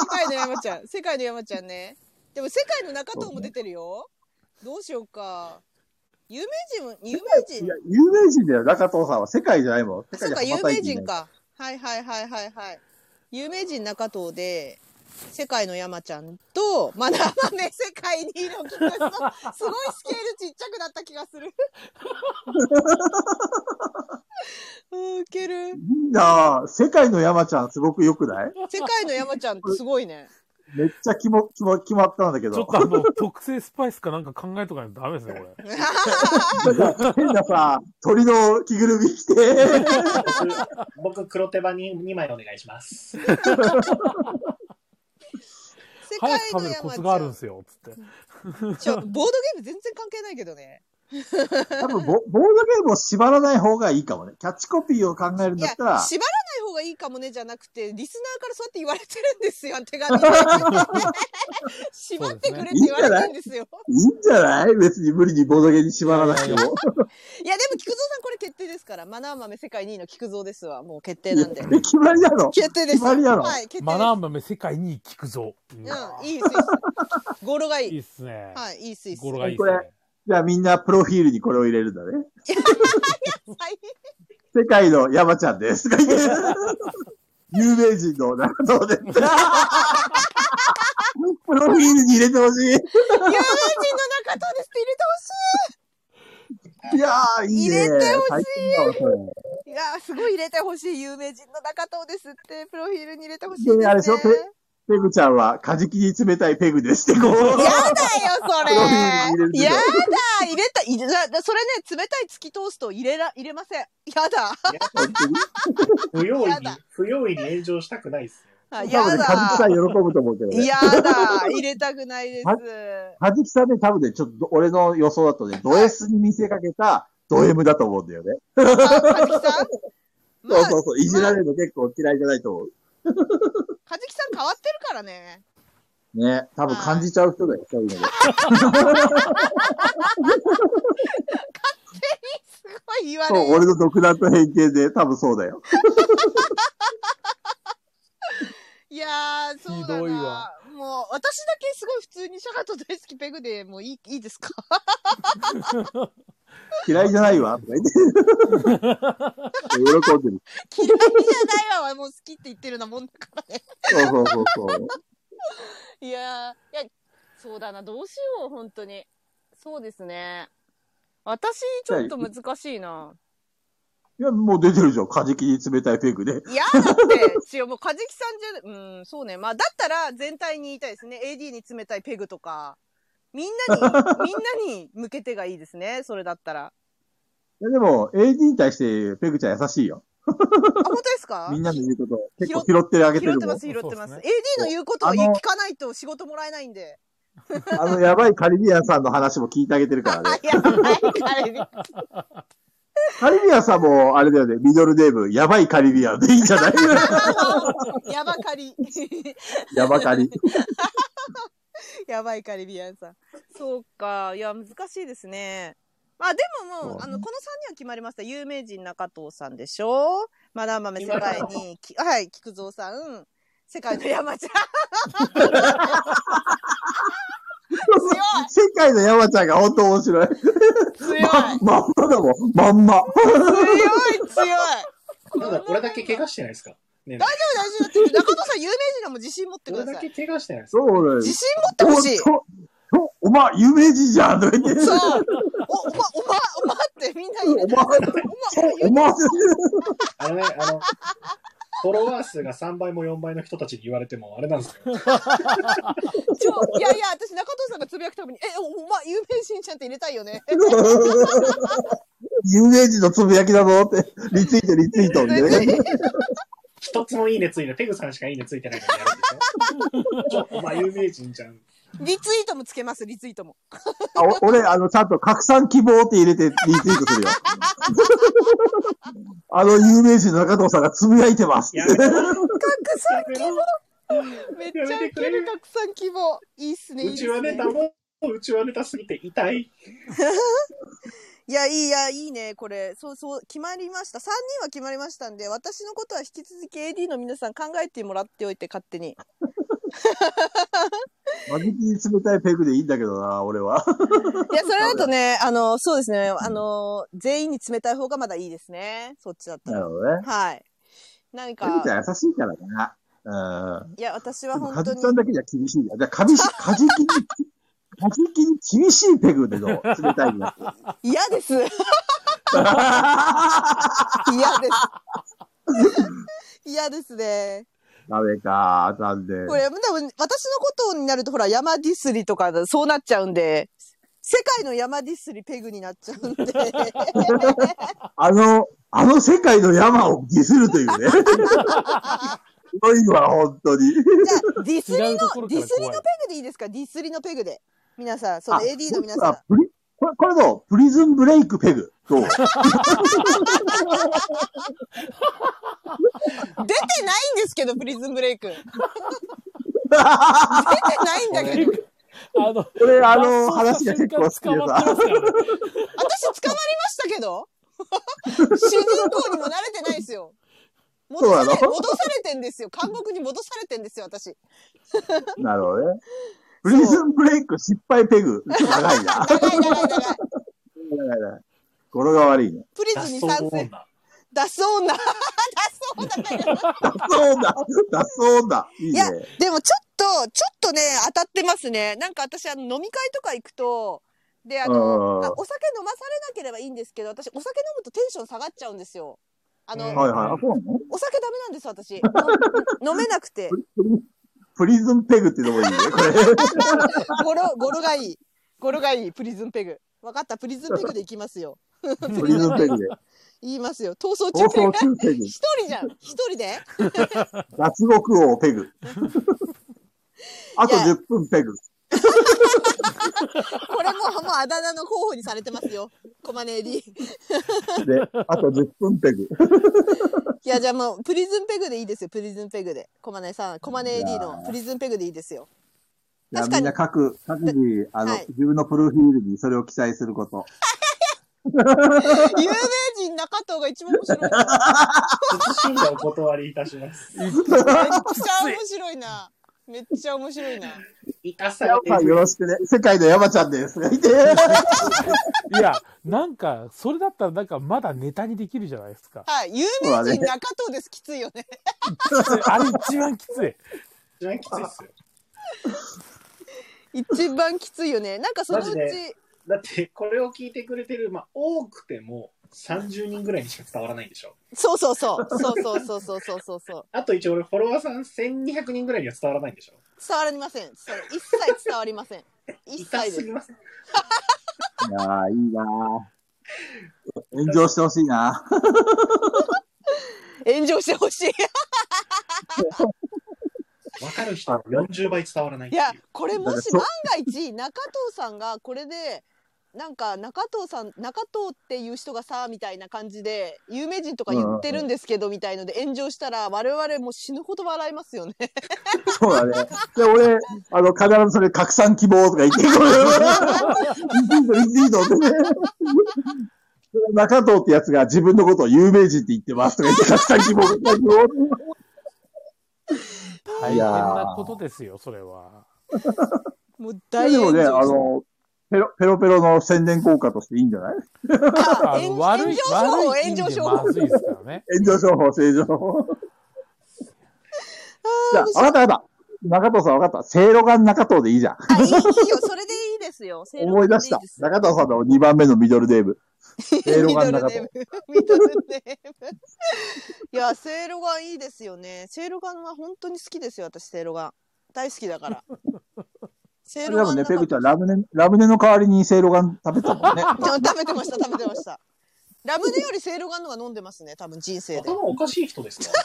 S1: 界の山ちゃん。世界の山ちゃんね。でも世界の中とも出てるよ。どうしようか。有名人も、有名
S2: い
S1: 人
S2: や。、有名人だよ、中藤さんは。世界じゃないもん。世界
S1: そう
S2: じ
S1: か、
S2: ゃ羽
S1: 有
S2: ばたい
S1: 名
S2: ていない
S1: 人。か。はいはいはいはいはい。有名人中藤で、世界の山ちゃんと、まだま ね、世界にいるの気がする。すごいスケールちっちゃくなった気がする。うん、ウケる。
S2: みんな、世界の山ちゃんすごく良くない
S1: 世界の山ちゃんってすごい ね。
S2: めっちゃ決ま、決ま、決まったんだけ
S3: ちょっ
S2: ど。
S3: とあの、特製スパイスかなんか考えとかないとダメですね、これ。
S2: なんか変なさ、鳥の着ぐるみ着て、
S4: 僕、僕黒手羽に2枚お願いします。
S1: 世
S3: 早く
S1: 界
S3: 食
S1: の
S3: べる
S1: 山
S3: コツ
S1: ち
S3: が
S1: ゃ
S3: あるん
S1: ん
S3: で。すよ、つって。
S1: ちょボードゲーム全然関係ないけどね。
S2: 多分ボ、ボードゲームを縛らない方がいいかもね。キャッチコピーを考えるん
S1: い
S2: だ
S1: や、縛
S2: った
S1: ら
S2: ら
S1: な、い方がいいかもねじゃなくて、リスナーからそうやって言われてるんです よ、手紙で。 縛ってくれって言われてるんですよ。
S2: いいんじゃない別に無理にボードゲームに縛らなくても。
S1: いや、でも、菊蔵さんこれ決定ですから。マナー豆世界2位の菊蔵ですわ。もう決定
S2: いや
S1: なんで。
S2: 決まりだろ。
S1: 決定です。
S2: 決まりだろ
S1: はい、決定です。
S3: マナー豆世界に聞くぞ。うん
S1: うん、いいです。語呂がい
S3: いい
S1: い。
S3: っすね。
S1: はい、いいスイス。
S3: 語呂がいいっ
S2: こ
S3: すね
S2: れ。じゃあみんなプロフィールにこれを入れるんだね。
S1: はい。
S2: 世界の山ちゃんです。とか言って有名人の中野です。プロフィールに入れてほし
S1: 有名人の中藤ですって入れて
S2: い。いやー、いいね。
S1: 入れてほしい
S2: 最高だわそれ
S1: ほしい。いやー、すごい入れてほしい。有名人の中藤ですって、プロフィールに入れてほしいです、
S2: で
S1: ね。
S2: あれでしょペペグちゃんは、カジキに冷たいペグですって、こう。
S1: やだよ、そ
S2: プロフィール
S1: れ。
S2: に入れるけど
S1: やだ、入れた、いれだそれね、冷たい突き通すと入れら、入れません。やだ。
S2: 本当に
S4: 不用意に
S1: やだ、
S4: 不用意に炎上したくないですよ。
S1: あ
S2: 多分
S1: や
S2: ね、カジキさ
S1: だ
S2: ん。喜ぶと思うけどね。
S1: やだ、入れたくないです。
S2: はカジキさんね、多分ね、ちょっと、俺の予想だとね、ド S に見せかけた、ド M だと思うんだよね。
S1: あ、かずき さんま
S2: そう
S1: あ、
S2: そうそう。いじられるの結構嫌いじゃないと思う。
S1: かずきさん変わってるからね。
S2: ね。多分感じちゃう人だよ、そういうので。
S1: すごい言われ
S2: そう、
S1: る。
S2: 俺の独断と偏見で、多分そうだよ。
S1: いやー、そうだな。
S3: ひどいわ
S1: もう、私だけすごい普通にシャカと大好きペグでもういい、いいですか
S2: 嫌いじゃないわ、とか言って。
S1: 嫌いじ
S2: 喜んでる。
S1: ゃないわ、もう好きって言ってるようなもんだからね。
S2: そうそうそうそう。
S1: いやー、いや、そうだな、どうしよう、本当に。そうですね。私、ちょっと難しいな。
S2: いや、もう出てるじゃん。カジキに冷たいペグで。
S1: いやだって、違う、もう、かじきさんじゃ、うん、そうね。まあ、だったら、全体に言いたいですね。AD に冷たいペグとか、みんなに、みんなに向けてがいいですね。それだったら。
S2: いや、でも、AD に対してペグちゃん優しいよ。
S1: あ、本当ですか
S2: みんなの言うことを結構
S1: 拾
S2: 拾ってあげて
S1: 拾っ
S2: る
S1: て
S2: もん
S1: ま。す、拾ってます。
S3: そう
S1: AD の言うことを
S2: あの
S1: 聞かないと仕事もらえないんで。
S2: あの、やばいカリビアンさんの話も聞いてあげてるから
S1: あ。
S2: ね
S1: や ばい彼に
S2: カリビアンさんも、あれだよね、ミドルネーム、やばいカリビアンでいいんじゃない
S1: やばかり。
S2: やばカリ。
S1: やばいカリビアンさん。そうか。いや、難しいですね。まあでももう、
S2: そうね
S1: あの、この3人は決まりました。有名人中藤さんでしょマダン豆世界に、きはい、菊蔵さん。世界の山ちゃん。
S2: 世界の山ちゃんが本当面白い。
S1: 強い。
S2: まんまだもん。まんま。
S1: 強い、強い。
S4: まだ俺だけ怪我してないですかねえね
S1: 大丈夫、大丈夫。中藤さん、有名人でも自信持っ
S4: え
S1: てく
S4: 俺
S1: だ
S4: だ
S1: さ
S4: け
S1: い。
S4: 怪我してないですか
S2: そうだよ。
S1: 自信持ってほしい。
S2: おおおお前、有名人じゃんとか言って。
S1: そう。お、おま、おま、おまってみんな言
S2: お
S1: う。
S2: 前、
S1: お
S2: お
S1: ま、
S2: 前、
S4: あのね、あの、フォロワー数が3倍も4倍の人たちに言われても、あれなんですよ。
S1: ちょ、いやいや、私中藤さんがつぶやくために、え、お、おま、有名人ちゃんって入れたいよね。
S2: 有名人のつぶやきだぞって、リツイート、リツイートみたいな。
S4: 一つもいいねついて、ペグさんしかいいねついてないからやるでしょ。ちょ、お前有名人じゃん。
S1: リツイートもつけます、リツイートも。
S2: あお俺、あの、ちゃんと拡散希望って入れてリツイート するよ。あの有名人の中藤さんがつぶやいてます。
S4: やめろ。
S1: 拡散
S4: や
S1: めっちゃウケる拡散希望。いいっすね、
S4: め
S1: いい
S4: ろ。
S1: っす
S4: うちはネ
S1: ね。
S4: タも、うちはネタすぎて痛い。
S1: いや、いいや、いいね、これ。そうそう、決まりました。3人は決まりましたんで、私のことは引き続き AD の皆さん考えてもらっておいて、勝手に。
S2: マジキに冷たいペグでいいんだけどな、俺は。
S1: いや、それだとね、あの、そうですね、あの、全員に冷たい方がまだいいですね。そっちだった
S2: な
S1: ら。
S2: るほどね。
S1: はい。何
S2: ペ
S1: か、
S2: グちゃん優しいからな。うん。
S1: いや、私
S2: で
S1: は
S2: もカ
S1: 本
S2: ジ
S1: 当に
S2: キちゃんだけじゃ厳しいよ。じゃあ、カ ビシ、カジキに、 カジキに厳しいペグでどう冷たいになって。
S1: 嫌です。嫌です。嫌ですね。
S2: ダメか、残念。
S1: これ、でも私のことになると、ほら、山ディスりとか、そうなっちゃうんで、世界の山ディスりペグになっちゃ うんで。
S2: あの、あの世界の山をディスると いうね。すごいわ、本当に。
S1: じゃあ、ディスり
S3: 違
S1: の
S3: うとこ、ろ
S1: デ
S3: か
S1: ィ
S3: ら
S1: スりの
S3: 怖い
S1: ペグでいいですかディスりのペグで。皆さん、その
S2: あ
S1: AD の皆
S2: 僕
S1: さ
S2: はプリこれ、これの、プリズンブレイクペグ。 どう
S1: ん。出てないんですけど、プリズンブレイク。出てないんだけど。
S3: あの、
S2: こ れ、あ
S3: 脱走した
S2: の、話が結構好き
S3: 瞬間捕
S2: で
S3: まってま
S2: さ。
S3: すからね
S1: 私捕まりましたけど 主人公にも慣れてないですよ戻され
S2: そうなの
S1: 戻されてんですよ監獄に戻されてんですよ私
S2: なるほどね。プリズンブレイク失敗ペグ。長 いな。
S1: 長い長い長い
S2: 長い長い語呂が悪いね。
S1: プリズンに参 戦
S4: 女。
S1: 脱走女 脱走女がいる
S2: 脱走 だ脱走だいい
S1: い
S2: ね
S1: や。でもちょっとちょっとね当たってますねなんか私あの飲み会とか行くとであの
S2: うん
S1: あお酒飲まされなければいいんですけど私お酒飲むとテンション下がっちゃうんですよあの、
S3: うん
S2: はいはい。あ、そうなの
S1: お酒ダメなんです私 の飲めなくて
S2: プリズンペグってのもいいね。これ。
S1: ゴロ、ゴロがいい。ゴロがいい、プリズンペグ。分かった、プリズンペグで行きますよ。
S2: プリズンペグで。
S1: 言いますよ。逃走
S2: 放
S1: 中ペ
S2: 送
S1: グ。
S2: 中ペ グ。
S1: 一人じゃん。一人で
S2: 脱獄王 ペグ。あと
S1: いや
S2: 10分ペグ。
S1: これもう、もうあだ名の候補にされてますよ。コマネーディ。い
S2: で、あと10分ペグ。
S1: や、じゃあもう、プリズンペグでいいですよ。プリズンペグで。コマネさん、コマネーディのプリズンペグでいいですよ。
S2: じゃあ
S1: 確か
S2: みん
S1: に
S2: な各、各自、あの、
S1: はい
S2: 自分のプロフィールにそれを記載すること。
S1: 有名人中藤が一番面白いな。
S4: 謹んでお断りいたします。
S1: めっちゃ面白いな。めっちゃ面白いな。
S4: 生かされ
S2: 山
S4: て
S2: さんよろしくね。世界の山ちゃ んです。いて。い
S3: いや、なんか、それだったらなんかまだネタにできるじゃないですか。
S1: はい。有名人中藤です。きついよね。
S3: あれ一番きつい。
S4: 一番きついっすよ。
S1: 一番きついよね。なんかそのう
S4: マジ
S1: ち
S4: で、だって、これを聞いてくれてる、まあ、多くても30人ぐらいにしか伝わらないんでしょ。
S1: そうそうそう。そうそうそうそうそうそうそう。
S4: あと一応俺、フォロワーさん1200人ぐらいには伝わらないんでしょ。
S1: 伝わりません。それ一切伝わりません。一
S4: 痛
S1: 切
S4: す
S1: で
S4: ぎ
S1: す。
S4: ません。
S2: やー、いいなー炎上してほしい な
S1: 炎上してほしい。
S4: わかる人は40倍伝わらないっ
S1: い
S4: ていう。
S1: や、これも
S2: だって
S1: し
S2: そ
S1: 万が一、中藤さんがこれで、なんか中藤さん、中藤っていう人がさ、みたいな感じで、有名人とか言ってるんですけど、みたいので炎上したら、我々もう死ぬほど笑いますよね。
S2: そうだね。で、俺、あの、必ずそれ拡散希望とか言って、これ、リツイート、リツイートってね。中藤ってやつが自分のことを有名人って言ってますとか言って、拡散希望、拡散希望。
S3: 大変なことですよ、それは。
S1: もう
S2: いや
S1: 大
S2: でも
S1: 炎
S2: ね、あ
S1: 上。
S2: の、ペロペロペロの宣伝効果としていいんじゃない
S1: あ
S3: あ
S1: 炎
S3: の
S1: 炎
S3: 悪
S1: 上
S3: い、
S1: 商法、
S3: 悪い意
S1: 炎
S3: 味
S1: 上
S3: で
S1: 商
S3: ま
S1: 法。
S3: ずいですからね。
S2: 炎上商法、正常法。じゃあ
S1: 面、白
S2: わ
S1: い
S2: かったわかった。中藤さんわかった。せいろがん中藤でいいじゃん。
S1: あいいいいよ、それでいいですよ。正論
S2: 思い出した
S1: でです。
S2: 中藤さんの2番目のミドルネーム。せいろがん中
S1: ミドルネー
S2: 藤
S1: ム。ミドルネーム。いや、せいろがんいいですよね。せいろがんは本当に好きですよ、私、せいろがん。大好きだから。せい
S2: で
S1: ろが
S2: も
S1: ん
S2: ね、
S1: 中
S2: ペ
S1: 藤。
S2: グちゃん、ラムネ、ラムネの代わりにせいろがん食べてたもんね。
S1: 食べてました、食べてました。ラムネよりせいろがんのが飲んでますね、多分人生で。
S4: 頭おかしい人ですか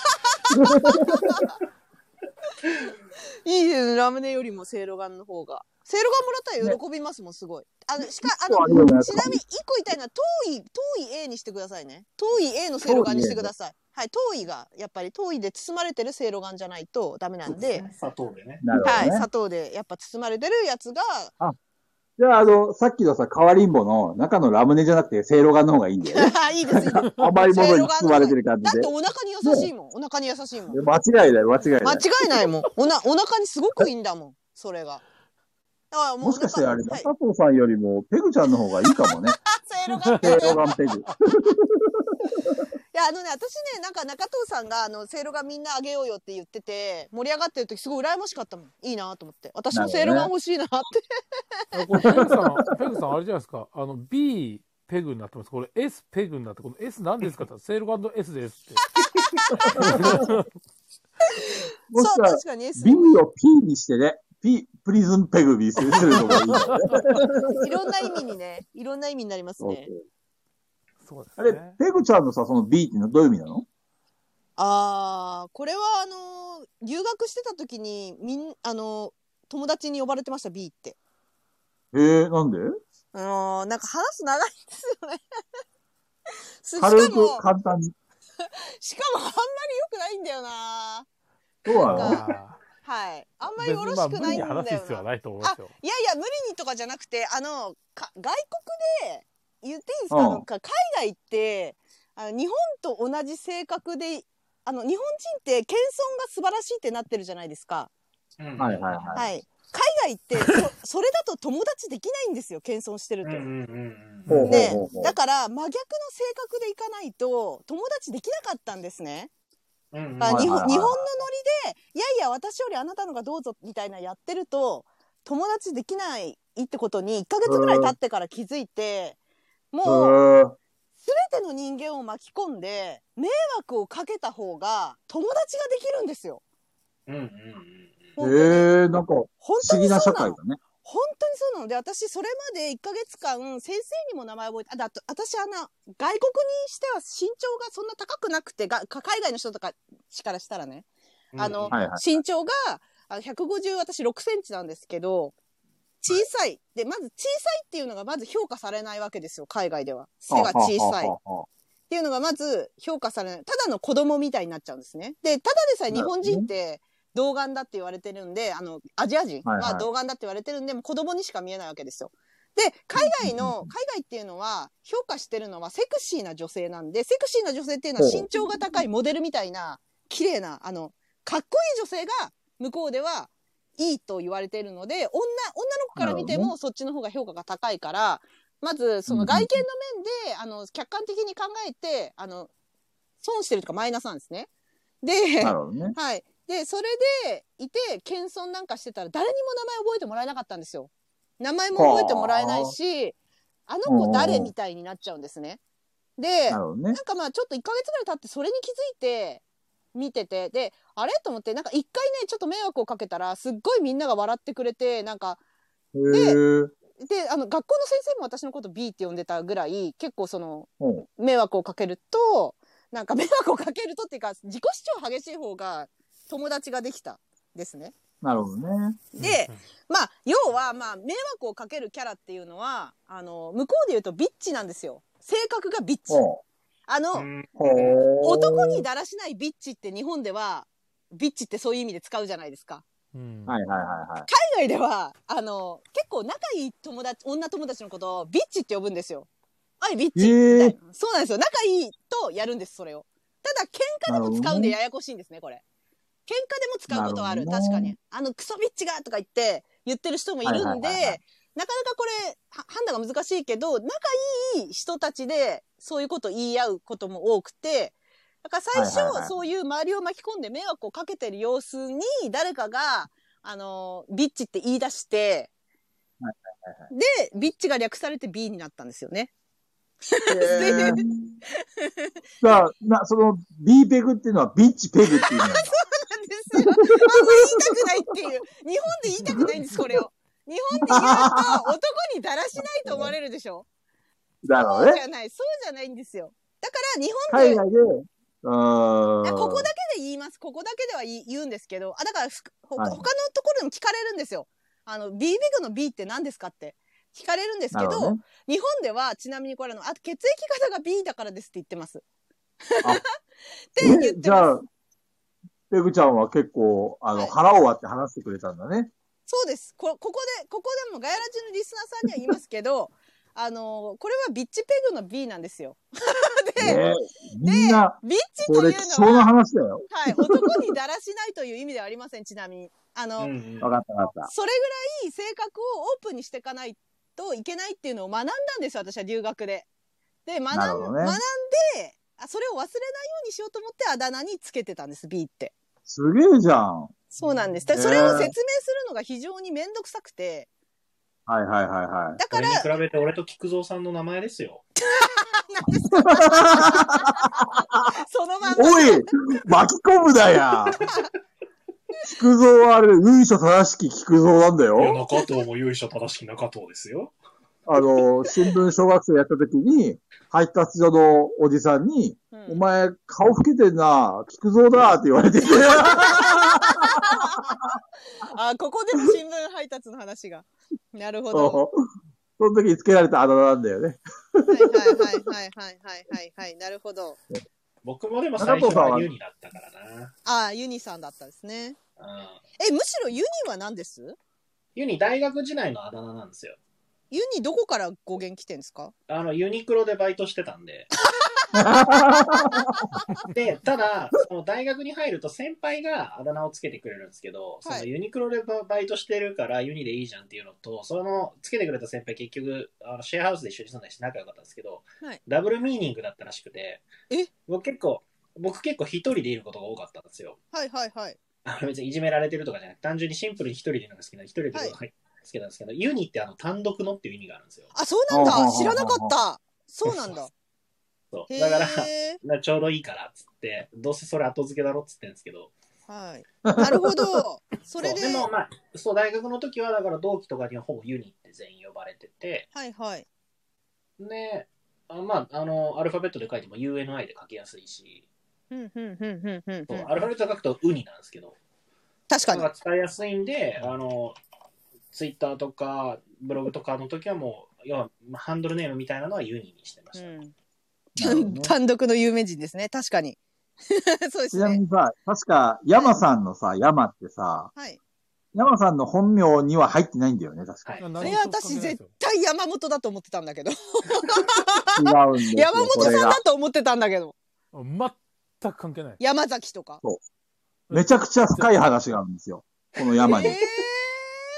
S1: いいですね、ラムネよりもせいろがんの方が。せいろがんもらったら喜びますもん、すごい。あの、しか、あの、
S2: ありがとうございます
S1: ちなみに、一個言いたいのは、遠い、遠い A にしてくださいね。遠い A のセいろがんにしてください。はい、遠いが、やっぱり遠いで包まれてるセいろがんじゃないとダメ なんで、
S4: 砂糖でね。
S2: なるほ
S1: はい、
S2: どね。
S1: 砂糖でやっぱ包まれてるや つが、
S2: じゃあ、あの、さっきのさ、変わりんぼの中のラムネじゃなくて、せいろがんの方がいいんだよね。
S1: いいです、いいです。だって
S2: 甘いものに包まれてる感じで。
S1: お腹に優しいもん、お腹に優しいもん。
S2: 間違いない、間違いな
S1: 間
S2: い
S1: 違。いないもん。おな、お腹にすごくいいんだもん、それが。だからもう
S2: もしかしてあれ、
S1: はい
S2: 中藤さんよりも、ペグちゃんの方がいいか もね。
S1: せいろがんって
S2: せいろがんペ
S1: い
S2: グ。
S1: やあのね私ねなんか中藤さんがあのせいろがみんなあげようよって言ってて盛り上がってる時すごい羨ましかったもんいいなと思って私もせいろが欲しいなって、
S3: これペグさん、ペグさんあれじゃないですか。あの、B ペグになってます。これ S ペグになって、この S 何ですかって言ったら、セール &S ですって。
S2: もし
S1: そう、
S2: くは
S1: 確、かに S
S2: B を P にしてね、P、プリズンペグビーするのがいいんだよね。
S1: いろんな意味にね、いろんな意味になります
S2: そう
S1: ね
S2: そ。う
S3: そうで
S2: あ
S3: す
S2: れ、
S3: ね。
S2: ペグちゃんのさ、その B ってのはどういう意味なの
S1: ああ、これはあのー留学してた時にみんあのー友達に呼ばれてました B って。
S2: ええなんで
S1: あのーなんか話す長いんです よね。すしかも
S2: 軽く簡単に。
S1: しかもあんまり良くないんだよな。
S2: どうな
S1: あ
S2: の
S1: ー
S3: あ
S1: はい。あん
S3: ー
S1: まりよろしく
S3: 別にまあ無
S1: な
S3: 理
S1: いん
S3: に
S1: だよな。
S3: 話す必要はないと思いますよ。
S1: いやいや、無理にとかじゃなくて、あの、か外国で、言っていいですか、あ
S2: う
S1: の
S2: ん
S1: か海外って、あの日本と同じ性格で、あの、日本人って謙遜が素晴らしいってなってるじゃないですか。
S4: うん
S2: はいはいはい。
S1: はい。海外って そ、それだと友達できないんですよ、謙遜してる
S4: う
S1: と。
S4: んうんうん
S2: ほうほう
S1: ね
S2: ほうほう。
S1: だから、真逆の性格でいかないと、友達できなかったんですね。
S4: うんうんうん
S1: あ
S2: はい
S1: 日
S2: はいは
S1: 本
S2: い
S1: 日本のノリで、いやいや、私よりあなたのがどうぞみたいなやってると、友達できないってことに、1ヶ月ぐらい経ってから気づいて、もう、
S2: へー
S1: すべての人間を巻き込んで、迷惑をかけた方が、友達ができるんですよ。
S4: うんうんうん
S1: 本当に
S2: ええなんか、不
S1: 本当
S2: 思議
S1: に
S2: な
S1: そ
S2: 社
S1: うな
S2: 会
S1: の
S2: だ。ね。
S1: 本当にそうなので、私、それまで1ヶ月間、先生にも名前覚えて、あ、だと、私、あの、外国にしては身長がそんな高くなくて、が海外の人とか、しからしたらね。
S4: うん
S1: あの、
S2: はいはい
S1: 身長が、あの150、私6センチなんですけど、小さい。で、まず小さいっていうのがまず評価されないわけですよ、海外では。背が小さい。っ
S2: はあはあはあは
S1: ていうのがまず評価されない。ただの子供みたいになっちゃうんですね。で、ただでさえ日本人って、童顔だって言われてるんで、あの、アジア人
S2: はい
S1: が
S2: はい
S1: 童顔だって言われてるんで、もう子供にしか見えないわけですよ。で、海外の、海外っていうのは、評価してるのはセクシーな女性なんで、セクシーな女性っていうのは身長が高いモデルみたいな、綺麗な、あの、かっこいい女性が向こうではいいと言われているので、女、女の子から見て
S2: なるほど
S1: もそっちの方が評価が高いから、まずその外見の面で、あの、客観的に考えて、あの、損してるとかマイナスなんですね。で、
S2: あなるほどね。
S1: はい。で、それでいて、謙遜なんかしてたら、誰にも名前覚えてもらえなかったんですよ。名前も覚えてもらえないし、あの子誰
S2: うん
S1: みたいになっちゃうんですね。で、
S2: なるほどね
S1: な。んかまあちょっと1ヶ月ぐらい経ってそれに気づいて見ててであれと思ってなんか一回ねちょっと迷惑をかけたらすっごいみんなが笑ってくれてなんか
S2: へえ。
S1: であの学校の先生も私のこと B って呼んでたぐらい結構その
S2: うん
S1: 迷惑をかけるとなんか迷惑をかけるとっていうか自己主張激しい方が友達ができたですね。
S2: なるほどね。
S1: で、まあ要はまあ迷惑をかけるキャラっていうのはあの向こうで言うとビッチなんですよ。性格がビッチ。
S2: ほ
S1: あの、
S4: うん
S2: う。ほう
S1: 男にだらしないビッチって日本ではビッチってそういう意味で使うじゃないですか
S3: うん。
S2: はいはいはい はい。
S1: 海外ではあの結構仲いい友達女友達のことをビッチって呼ぶんですよあいビッチみたいな、そうなんですよ仲いいとやるんですそれをただ喧嘩でも使うんでややこしいんですねこれ喧嘩でも使うことはある
S2: なるほ
S1: 確
S2: ど
S1: かにあのクソビッチがとか言って言ってる人もいるんで、
S2: はいはいはいはい
S1: なかなかこれは判断が難しいけど仲いい人たちでそういうこと言い合うことも多くてだから最初、
S2: はいはいはい
S1: そういう周りを巻き込んで迷惑をかけてる様子に誰かがあのビッチって言い出して、
S2: はい
S1: でビッチが略されて B になったんですよ ね。
S2: へーじゃあ、な、その、B ペグっていうのは、ビッチペグっていうのなんだ
S1: なんですよ。あんまり言いたくないっていう。日本で言いたくないんです、これを。日本で言うと、男にだらしないと思われるでしょ。
S2: だ
S1: そう
S2: ろう
S1: じ
S2: ね。
S1: ゃない、そうじゃないんですよ。だから日本で
S2: 海、外で、うー
S1: あ
S2: ん。
S1: ここだけで言います。ここだけでは言い言うんですけど、あ、だからふく、ほ
S2: はい
S1: 他のところでも聞かれるんですよ。あの、B ビグの B って何ですかって聞かれるんです
S2: な
S1: け
S2: る
S1: ど、
S2: ほどね。
S1: 日本ではちなみにこれあの、あ、血液型が B だからですって言ってます。 って言って
S2: え
S1: ます。
S2: じゃあ、ペグちゃんは結構、あの、
S1: はい
S2: 腹を割って話してくれたんだね。
S1: そうです。こ、ここで、ここでもガヤラジのリスナーさんには言いますけど、 あのこれはビッチペグの B なんですよ。 で、
S2: ねみんな、
S1: ビッチ
S2: こと
S1: い
S2: れ
S1: う
S2: 貴
S1: の
S2: 重な
S1: は、
S2: 話だよ。
S1: はい、男にだらしないという意味ではありません、ちなみに。あの、
S4: うんうん
S2: わかったわかっ
S1: それぐらい性格をオープンにしていかないといけないっていうのを学んだんですよ、私は留学で。で、学ん,、
S2: なるほどね
S1: 学んであ、それを忘れないようにしようと思ってあだ名につけてたんです、B って。
S2: た。すげえじゃん。
S1: そうなんです。でそれを説明するのが非常に面倒くさくて、
S2: はいはいはいはい。
S1: だ
S4: そ
S1: か
S4: れ
S1: ら
S4: に、比べて俺と菊蔵さんの名前ですよ。
S1: なんですかそのまんま。
S2: おい巻き込むなや菊蔵はあれ、由緒正しき菊蔵なんだ
S4: いや、
S2: よ。
S4: 中藤も由緒正しき中藤ですよ。
S2: あの、新聞小学生やった時に、配達所のおじさんに、
S1: うん
S2: お前、顔老けてんな、菊蔵だって言われてて。
S1: あ、ここでの新聞配達の話が。 なるほど。は
S2: その時につけられたあだ名なんだよね。
S1: いはいはいはいはいはいはいはい。なるほど。
S4: 僕もでも最初はユになったからな。
S1: あ、ユニさんだったんですね。
S4: うん
S1: え、むしろユニは何です
S4: ユニ大学時代のあだ名なんですよ。
S1: ユニどこから語源来てんですか
S4: あの、ユニクロでバイトしてた んで。で、ただ、その大学に入ると先輩があだ名をつけてくれるんですけど、そ
S1: は
S4: の
S1: い
S4: ユニクロでバイトしてるからユニでいいじゃんっていうのと、そのつけてくれた先輩結局、あのシェアハウスで一緒に住んだりして仲良かったんですけど、
S1: はい
S4: ダブルミーニングだったらしくて
S1: え、
S4: 僕結構、僕結構一人でいることが多かったんですよ。
S1: はいはいはい。
S4: あの別にいじめられてるとかじゃなくて、単純にシンプルに一人でいるのが好きな、一人でいるのが好きなんですけど、ユニってあの単独のっていう意味があるんですよ。
S1: あ、そうなん
S2: ほうほう
S1: だ。
S2: ほう
S1: 知らなかった。そうなんだ。
S4: そう
S1: へ
S4: だから、
S1: え。
S4: なちょうどいいからっつって、どうせそれ後付けだろっつってんですけど、
S1: はい。なるほど。それで。
S4: そうでもまあ、そう、大学の時は、だから同期とかにはほぼユニって全員呼ばれてて、
S1: はいはい。
S4: で、あまあ、あの、アルファベットで書いても UNI で書きやすいし、
S1: うんうんうんうんうんう
S4: そう、
S1: ん。
S4: アルファベットで書くとウニなんですけど、
S1: 確か
S4: なん
S1: に。
S4: か使いやすいんで、あの、ツイッターとかブログとかの時はもう、要はハンドルネームみたいなのはユニにしてました。
S1: うん単単独の有名人ですね。確かに。 そうで
S2: ち
S1: す
S2: なみ
S1: ね。
S2: にさ、確か、山さんのさ、山ってさ、
S1: はい。
S2: 山さんの本名には入ってないんだよね、確か。
S4: はい。
S3: そ
S1: それは私絶対山本だと思ってたんだけど。
S2: 違うんですよ。
S1: 山本
S2: こ
S1: さん
S2: れが
S1: だと思ってたんだけど。
S3: 全く関係ない。
S1: 山崎とか。
S2: めちゃくちゃ深い話があるんですよ。この山
S1: え
S2: に。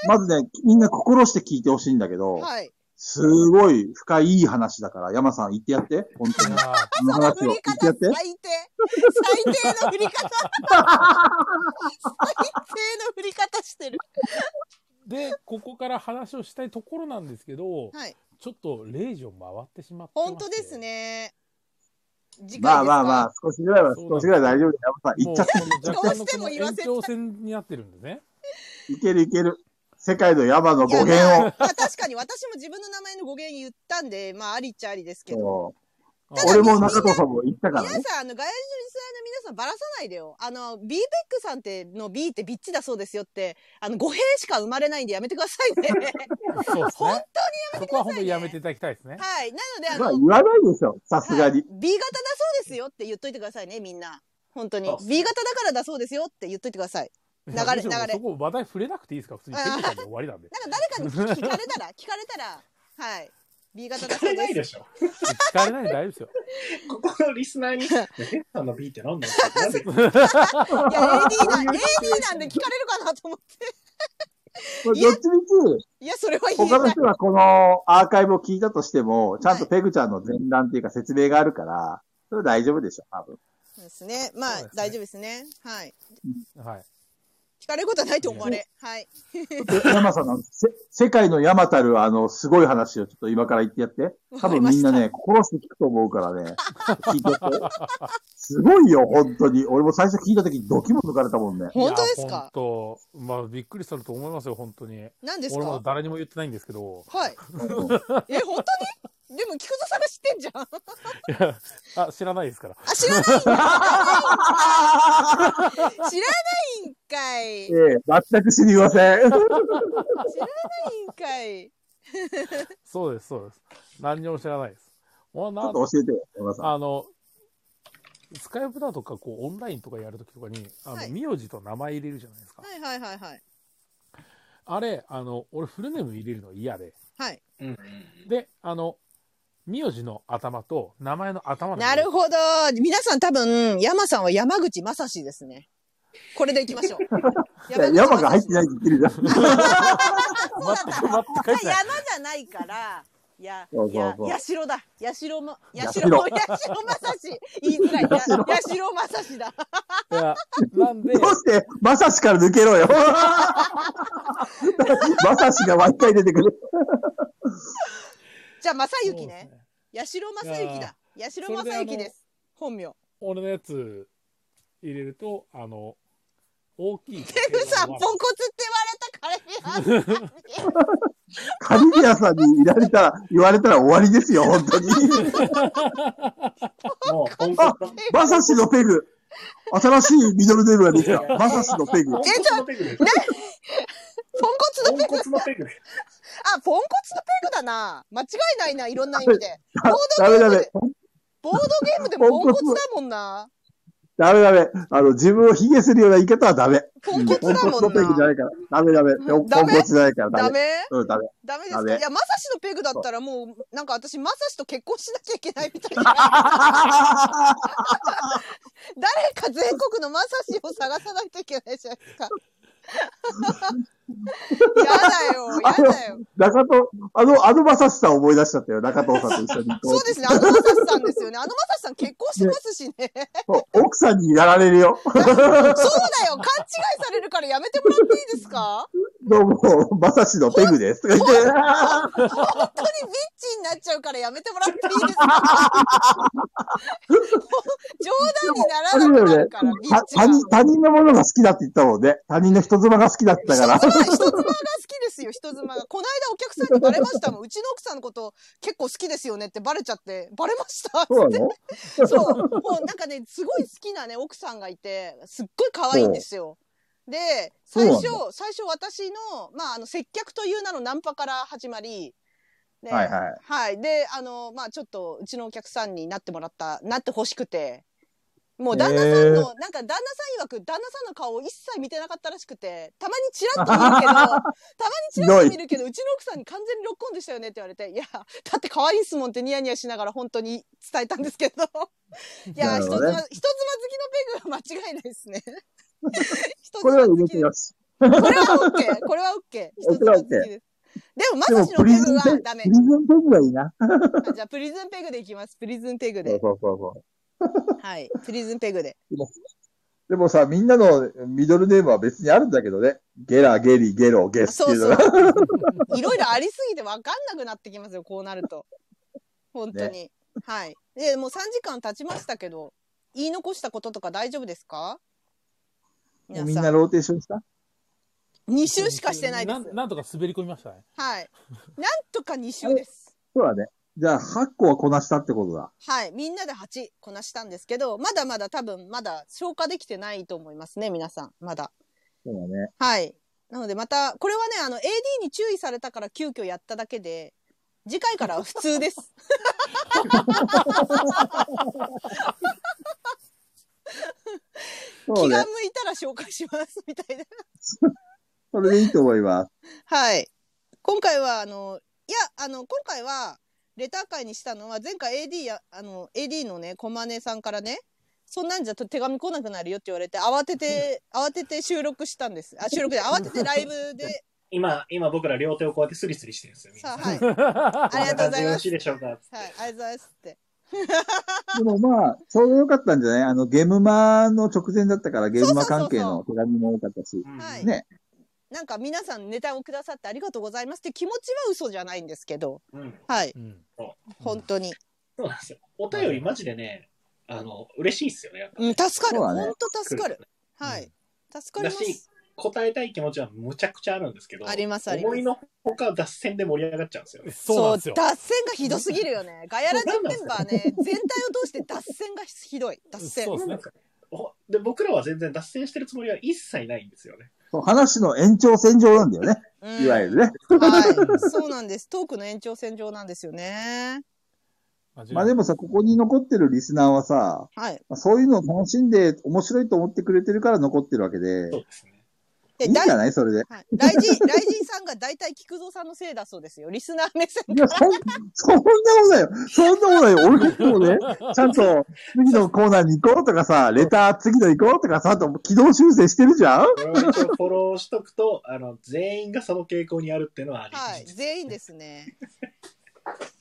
S2: まずね、みんな心して聞いてほしいんだけ
S1: ー
S2: ど、
S1: はい。
S2: すごい深いいい話だから、山さん言ってやって、本当
S3: い
S2: に
S3: や。
S2: この
S1: その
S2: 話
S1: 振
S2: を
S1: り
S2: 言ってや
S1: 方
S2: っ
S1: 最
S2: て
S1: 低。。最低の振り方。最低の振り方してる。
S3: で、ここから話をしたいところなんですけど、
S1: はい。
S3: ちょっと0時を回ってしまってまして
S1: 本当です。ね。次回ですか。
S2: まあまあまあ、少しぐらいは、少しぐらい大丈夫で、山さん言
S3: も
S2: っ
S3: う
S2: ちゃって、
S3: この若干
S1: ど
S3: のこ
S1: うしても
S3: の
S1: 言わせ
S3: 延
S1: たい
S3: 長戦になってるんでね。
S2: いけるいける。世界の山の語源を。
S1: まあ確かに私も自分の名前の語源言ったんで、まあありっちゃありですけど。
S2: そう
S1: ただ
S2: 俺も中藤さんも言ったか
S1: 皆
S2: らね。
S1: さん、あの、ガヤジュリスナーの皆さんばらさないでよ。あの、b ペックさんって、の B ってビッチだそうですよって、あの、語弊しか生まれないんでやめてください ね。
S3: そうですね。そこは本当にやめていただきたいですね。
S1: はい。なので、あ
S2: まあ
S1: の、
S2: 言わないでしょ、さすが
S1: はい
S2: に。
S1: B 型だそうですよって言っといてくださいね、みんな。本当に
S4: そうっ。す
S1: B 型だからだそうですよって言っといてください。流れ
S3: いやむしろ
S1: 流れ
S3: そこ話題触れなくていいですか普通にテレビさんで終わりなんで。
S1: なんか誰かに聞かれたら、聞かれたら、はい。B 型だ
S4: 使
S1: そう
S4: えない
S1: で。
S4: ですし ょ。
S3: 聞かれないで大丈夫ですよ。
S4: ここのリスナーに、レッさんの B っ て何なのなんで
S1: いや、AD な、AD なんで聞かれるかなと思って。
S2: これどっちみち、
S1: いや、それは言え
S2: 他
S1: な
S2: の
S1: い。
S2: 人がこのアーカイブを聞いたとしても、ちゃんとペグちゃんの前段っていうか説明があるから、それは大丈夫でしょ、多分。
S1: そうですね。まあ
S3: そうですね、
S1: 大丈夫ですね。はい。
S3: はい。
S1: 聞かれることはないと思われ。はい。
S2: で山さんの、せ世界の山たるあの、すごい話をちょっと今から言ってやって。多分みんなね、心して聞くと思うからね、聞いてやって。すごいよ、本当に。俺も最初聞いた時ドキも抜かれたも んね。
S1: 本当です
S3: いや
S1: か
S3: 本当。まあ、びっくりすると思いますよ、本当に。
S1: 何です
S3: 俺も
S1: か
S3: 誰にも言ってないんですけど。
S1: はい。え、本当にでも、菊田さんが知ってんじゃん。あ、
S3: いやあ、知らないですから。
S1: 知らないんだ。知らないんかい。
S2: え
S1: 知
S2: え全く知りません。
S1: らないんかい。
S3: そうです、そうです。何にも知らないです。もう
S2: ちょ
S3: な
S2: っ、と教えてよ、山さん。
S3: あの、スカイプだとか、こう、オンラインとかやるときとかに、あ
S1: は
S3: の、
S1: い
S3: 名字と名前入れるじゃないですか。
S1: はいはいはいはい。
S3: あれ、あの、俺、フルネーム入れるの嫌で。
S1: はい。
S4: うんうん
S3: で、あの、名字の頭と名前の頭で
S1: なるほど。皆さん多分、山さんは山口正史ですね。これでいきましょう。
S2: いや山が入って
S1: い。
S2: ないって言ってるじゃん。
S3: 待って、待って、書いて
S1: 山
S3: ない。
S1: じゃないから、や、
S2: そうそうそう
S1: や、やしろだ。やしろも、や
S2: や
S1: しろ
S2: し
S1: も、
S2: ろ
S1: やしろまさし。言いづらい。ややしろまさしだ。
S3: いや、なんで
S2: ど、うして、まさしから抜けろよ。まさしが毎回出てくる。
S1: じゃあ、まさゆき
S3: そうです
S1: ね。やしろまさゆきだ。八
S3: そ
S1: 代
S3: れであ
S1: 正
S3: の
S1: 幸です。本名。
S3: 俺のやつ入れると、あの、大きい。
S1: ペグさん、ポンコツって言われたカレビ アンさん。
S2: カリビアンさんにいられたら、言われたら終わりですよ、本当に。
S4: もう、ポンコツの、
S2: 馬刺しのペグ。新しいミドルネームができた。馬刺しのペグ
S4: ポン。コツのペグです。
S1: ポンコツの
S4: ポン
S1: ペグ。
S4: コツのペグ。
S1: あ、ポンコツのペグだな。間違いないな、いろ んな意味で。
S2: ダメダメ。
S1: ボードゲームでもポンコツだもんな。
S2: ダメダメ。あの、自分を卑下するような言い方はダメ。
S1: ポンコツ
S2: ポン
S1: だ
S2: コ
S1: も
S2: ツの
S1: ん
S2: ペグじゃな
S1: な。
S2: いから。ダメダメ。ポン
S1: ダメ
S2: コツじゃないから
S1: ダ
S2: ダメ。
S1: メ
S2: うん、ダメ。
S1: ダメです
S2: ダ
S1: か
S2: メ
S1: いや、まさしのペグだったらもう、なんか私、まさしと結婚しなきゃいけないみたいな。誰か全国のまさしを探さないといけないじゃないですか。 やだよ、やだよ。
S2: 中藤、あの、あの馬刺しさん思い出しちゃったよ。中藤さんと一緒に。
S1: そうですね、あのまさしさんですよね。あのまさしさん結婚してます しね。
S2: そう奥さんにやられるよ。
S1: そうだよ、勘違いされるからやめてもらっていいですか
S2: どうも、まさしのペグです。と か言って
S1: 本当にビッチになっちゃうからやめてもらっていいですか冗談にならなくなるから、ビッ
S2: た
S1: チが。
S2: 他人、他人のものが好きだって言ったもんね。他人の人妻が好きだったから。
S1: 人妻人妻が好きですよ、人妻が。この間お客さんにバレましたもん。うちの奥さんのこと結構好きですよねってバレちゃって、バレました
S2: そうなの
S1: そう。もうなんかね、すごい好きなね、奥さんがいて、すっごい可愛いんですよ。で、
S2: そう
S1: 最
S2: なん
S1: 初
S2: だ、
S1: 最初私の、まあ、あの、接客という名のナンパから始まり、で
S2: はいはい
S1: はい。で、あの、まあ、ちょっと、うちのお客さんになってもらった、なってほしくて、もう旦那さんの、なんか旦那さん曰く、旦那さんの顔を一切見てなかったらしくて、たまにチラッと見るけど、たまにチラッと見るけど、うちの奥さんに完全にロックオンでしたよねって言われて、いや、だって可愛いっすもんってニヤニヤしながら本当に伝えたんです けど、いや、
S2: な
S1: 人
S2: るほ
S1: 妻、人
S2: どね
S1: 妻好きのペグは間違いないです ね。人
S2: こ
S1: 妻
S2: れは
S1: 好
S2: 動
S1: き
S2: きよし。
S1: これはオッケー。これはオッケ ー。人妻好きです。でも、ま
S2: で
S1: さ
S2: も、
S1: しの
S2: プ
S1: ペ
S2: リズ
S1: グ
S2: ンペ
S1: は
S2: グ、
S1: ダメ
S2: プリ。ズンペグがいいな。
S1: あじゃあ、プリズンペグでいきます。プリズンペグ
S2: そう
S1: で。
S2: そうそうそう。
S1: はい。プリズンペグで。
S2: でもさ、みんなのミドルネームは別にあるんだけどね。ゲラ、ゲリ、ゲロ、ゲスっ
S1: そ
S2: て
S1: う
S2: いう
S1: そ
S2: のが。
S1: う。いろいろありすぎて分かんなくなってきますよ、こうなる と。本当に。はい。で、もう3時間経ちましたけど、言い残したこととか大丈夫ですか皆
S2: みん
S1: さ。
S2: なんローテーションした
S1: 2週しかしてないで
S3: な
S1: す。
S3: んなんとか滑り込みましたね。
S1: はい。なんとか2週です。
S2: そうだね。じゃあ、8個はこなしたってことだ。
S1: はい。みんなで8こなしたんですけど、まだまだ多分、まだ消化できてないと思いますね、皆さん。まだ。
S2: そうだね。
S1: はい。なのでまた、これはね、あの、AD に注意されたから急遽やっただけで、次回からは普通です。
S2: そ
S1: 気
S2: う
S1: が向。
S2: ね
S1: いたら紹介します、みたいな。
S2: それでいいと思います。
S1: はい。今回は、あの、いや、あの、今回は、レター会にしたのは、前回 AD や、あの、AD のね、コマネさんからね、そんなんじゃと手紙来なくなるよって言われて、慌てて、慌てて収録したんです。あ、収録で、慌ててライブで、
S4: 今、今僕ら両手をこうやってスリスリしてるんですよ、みんな
S1: さあ、はい。
S4: こん
S1: あり
S4: な
S1: がとうござ
S4: 感じ
S1: い
S4: でよ
S1: ま
S4: ろ
S1: す。
S4: しいでしょうか。
S1: はい、ありがとうございますって。
S2: でもまあ、ちょうどよかったんじゃないあの、ゲムマの直前だったから、ゲムマ関係の手紙も多かったし。
S4: うん
S1: はい
S2: ね。
S1: なんか皆さんネタをくださってありがとうございますって気持ちは嘘じゃないんですけど、
S4: うん
S1: はい、
S3: うん
S4: そ
S1: 本当に。
S4: そうなんですよ。お便りマジでね、あの、嬉しいっすよね。やっぱ
S1: うん、助かる。
S2: そうだね
S1: 本当助かる。。はい。助かりま
S4: だし
S1: す。
S4: 答えたい気持ちはむちゃくちゃあるんですけど、
S1: あります、ありま
S4: 思い
S1: す。
S4: のほか脱線で盛り上がっちゃうんですよね。
S3: そうなんですよ。
S1: 脱線がひどすぎるよ ね。ガヤラジ
S4: そう
S1: メ
S4: なんです
S1: ン
S4: よ
S1: バーね、全体を通して脱線がひどい。脱線
S3: そ。うです
S4: な
S3: ね
S4: んかおで僕らは全然脱線してるつもりは一切ないんですよね。
S2: そう話の延長線上なんだよね。
S1: うん
S2: いわゆる。ね。
S1: はい。そうなんです。トークの延長線上なんですよね。
S3: ま
S2: まあでもさ、ここに残ってるリスナーはさ、
S1: はい。
S2: まあそういうのを楽しんで面白いと思ってくれてるから残ってるわけで
S4: そう、ですね。
S1: で、
S2: いいんじ
S1: だい
S2: ゃないそれで。
S1: はい、ライジン、ライジンさんが大体菊蔵さんのせいだそうですよ。リスナー目線
S2: いや、そん、 そんなことないよ。そんなことないよ。俺結構 ね、ちゃんと次のコーナーに行こうとかさ、レター次の行こうとかさ、と軌道修正してるじゃん
S4: これを一応フォローしとくと、あの、全員がその傾向にあるっていうのはあります、
S1: はい、全員ですね。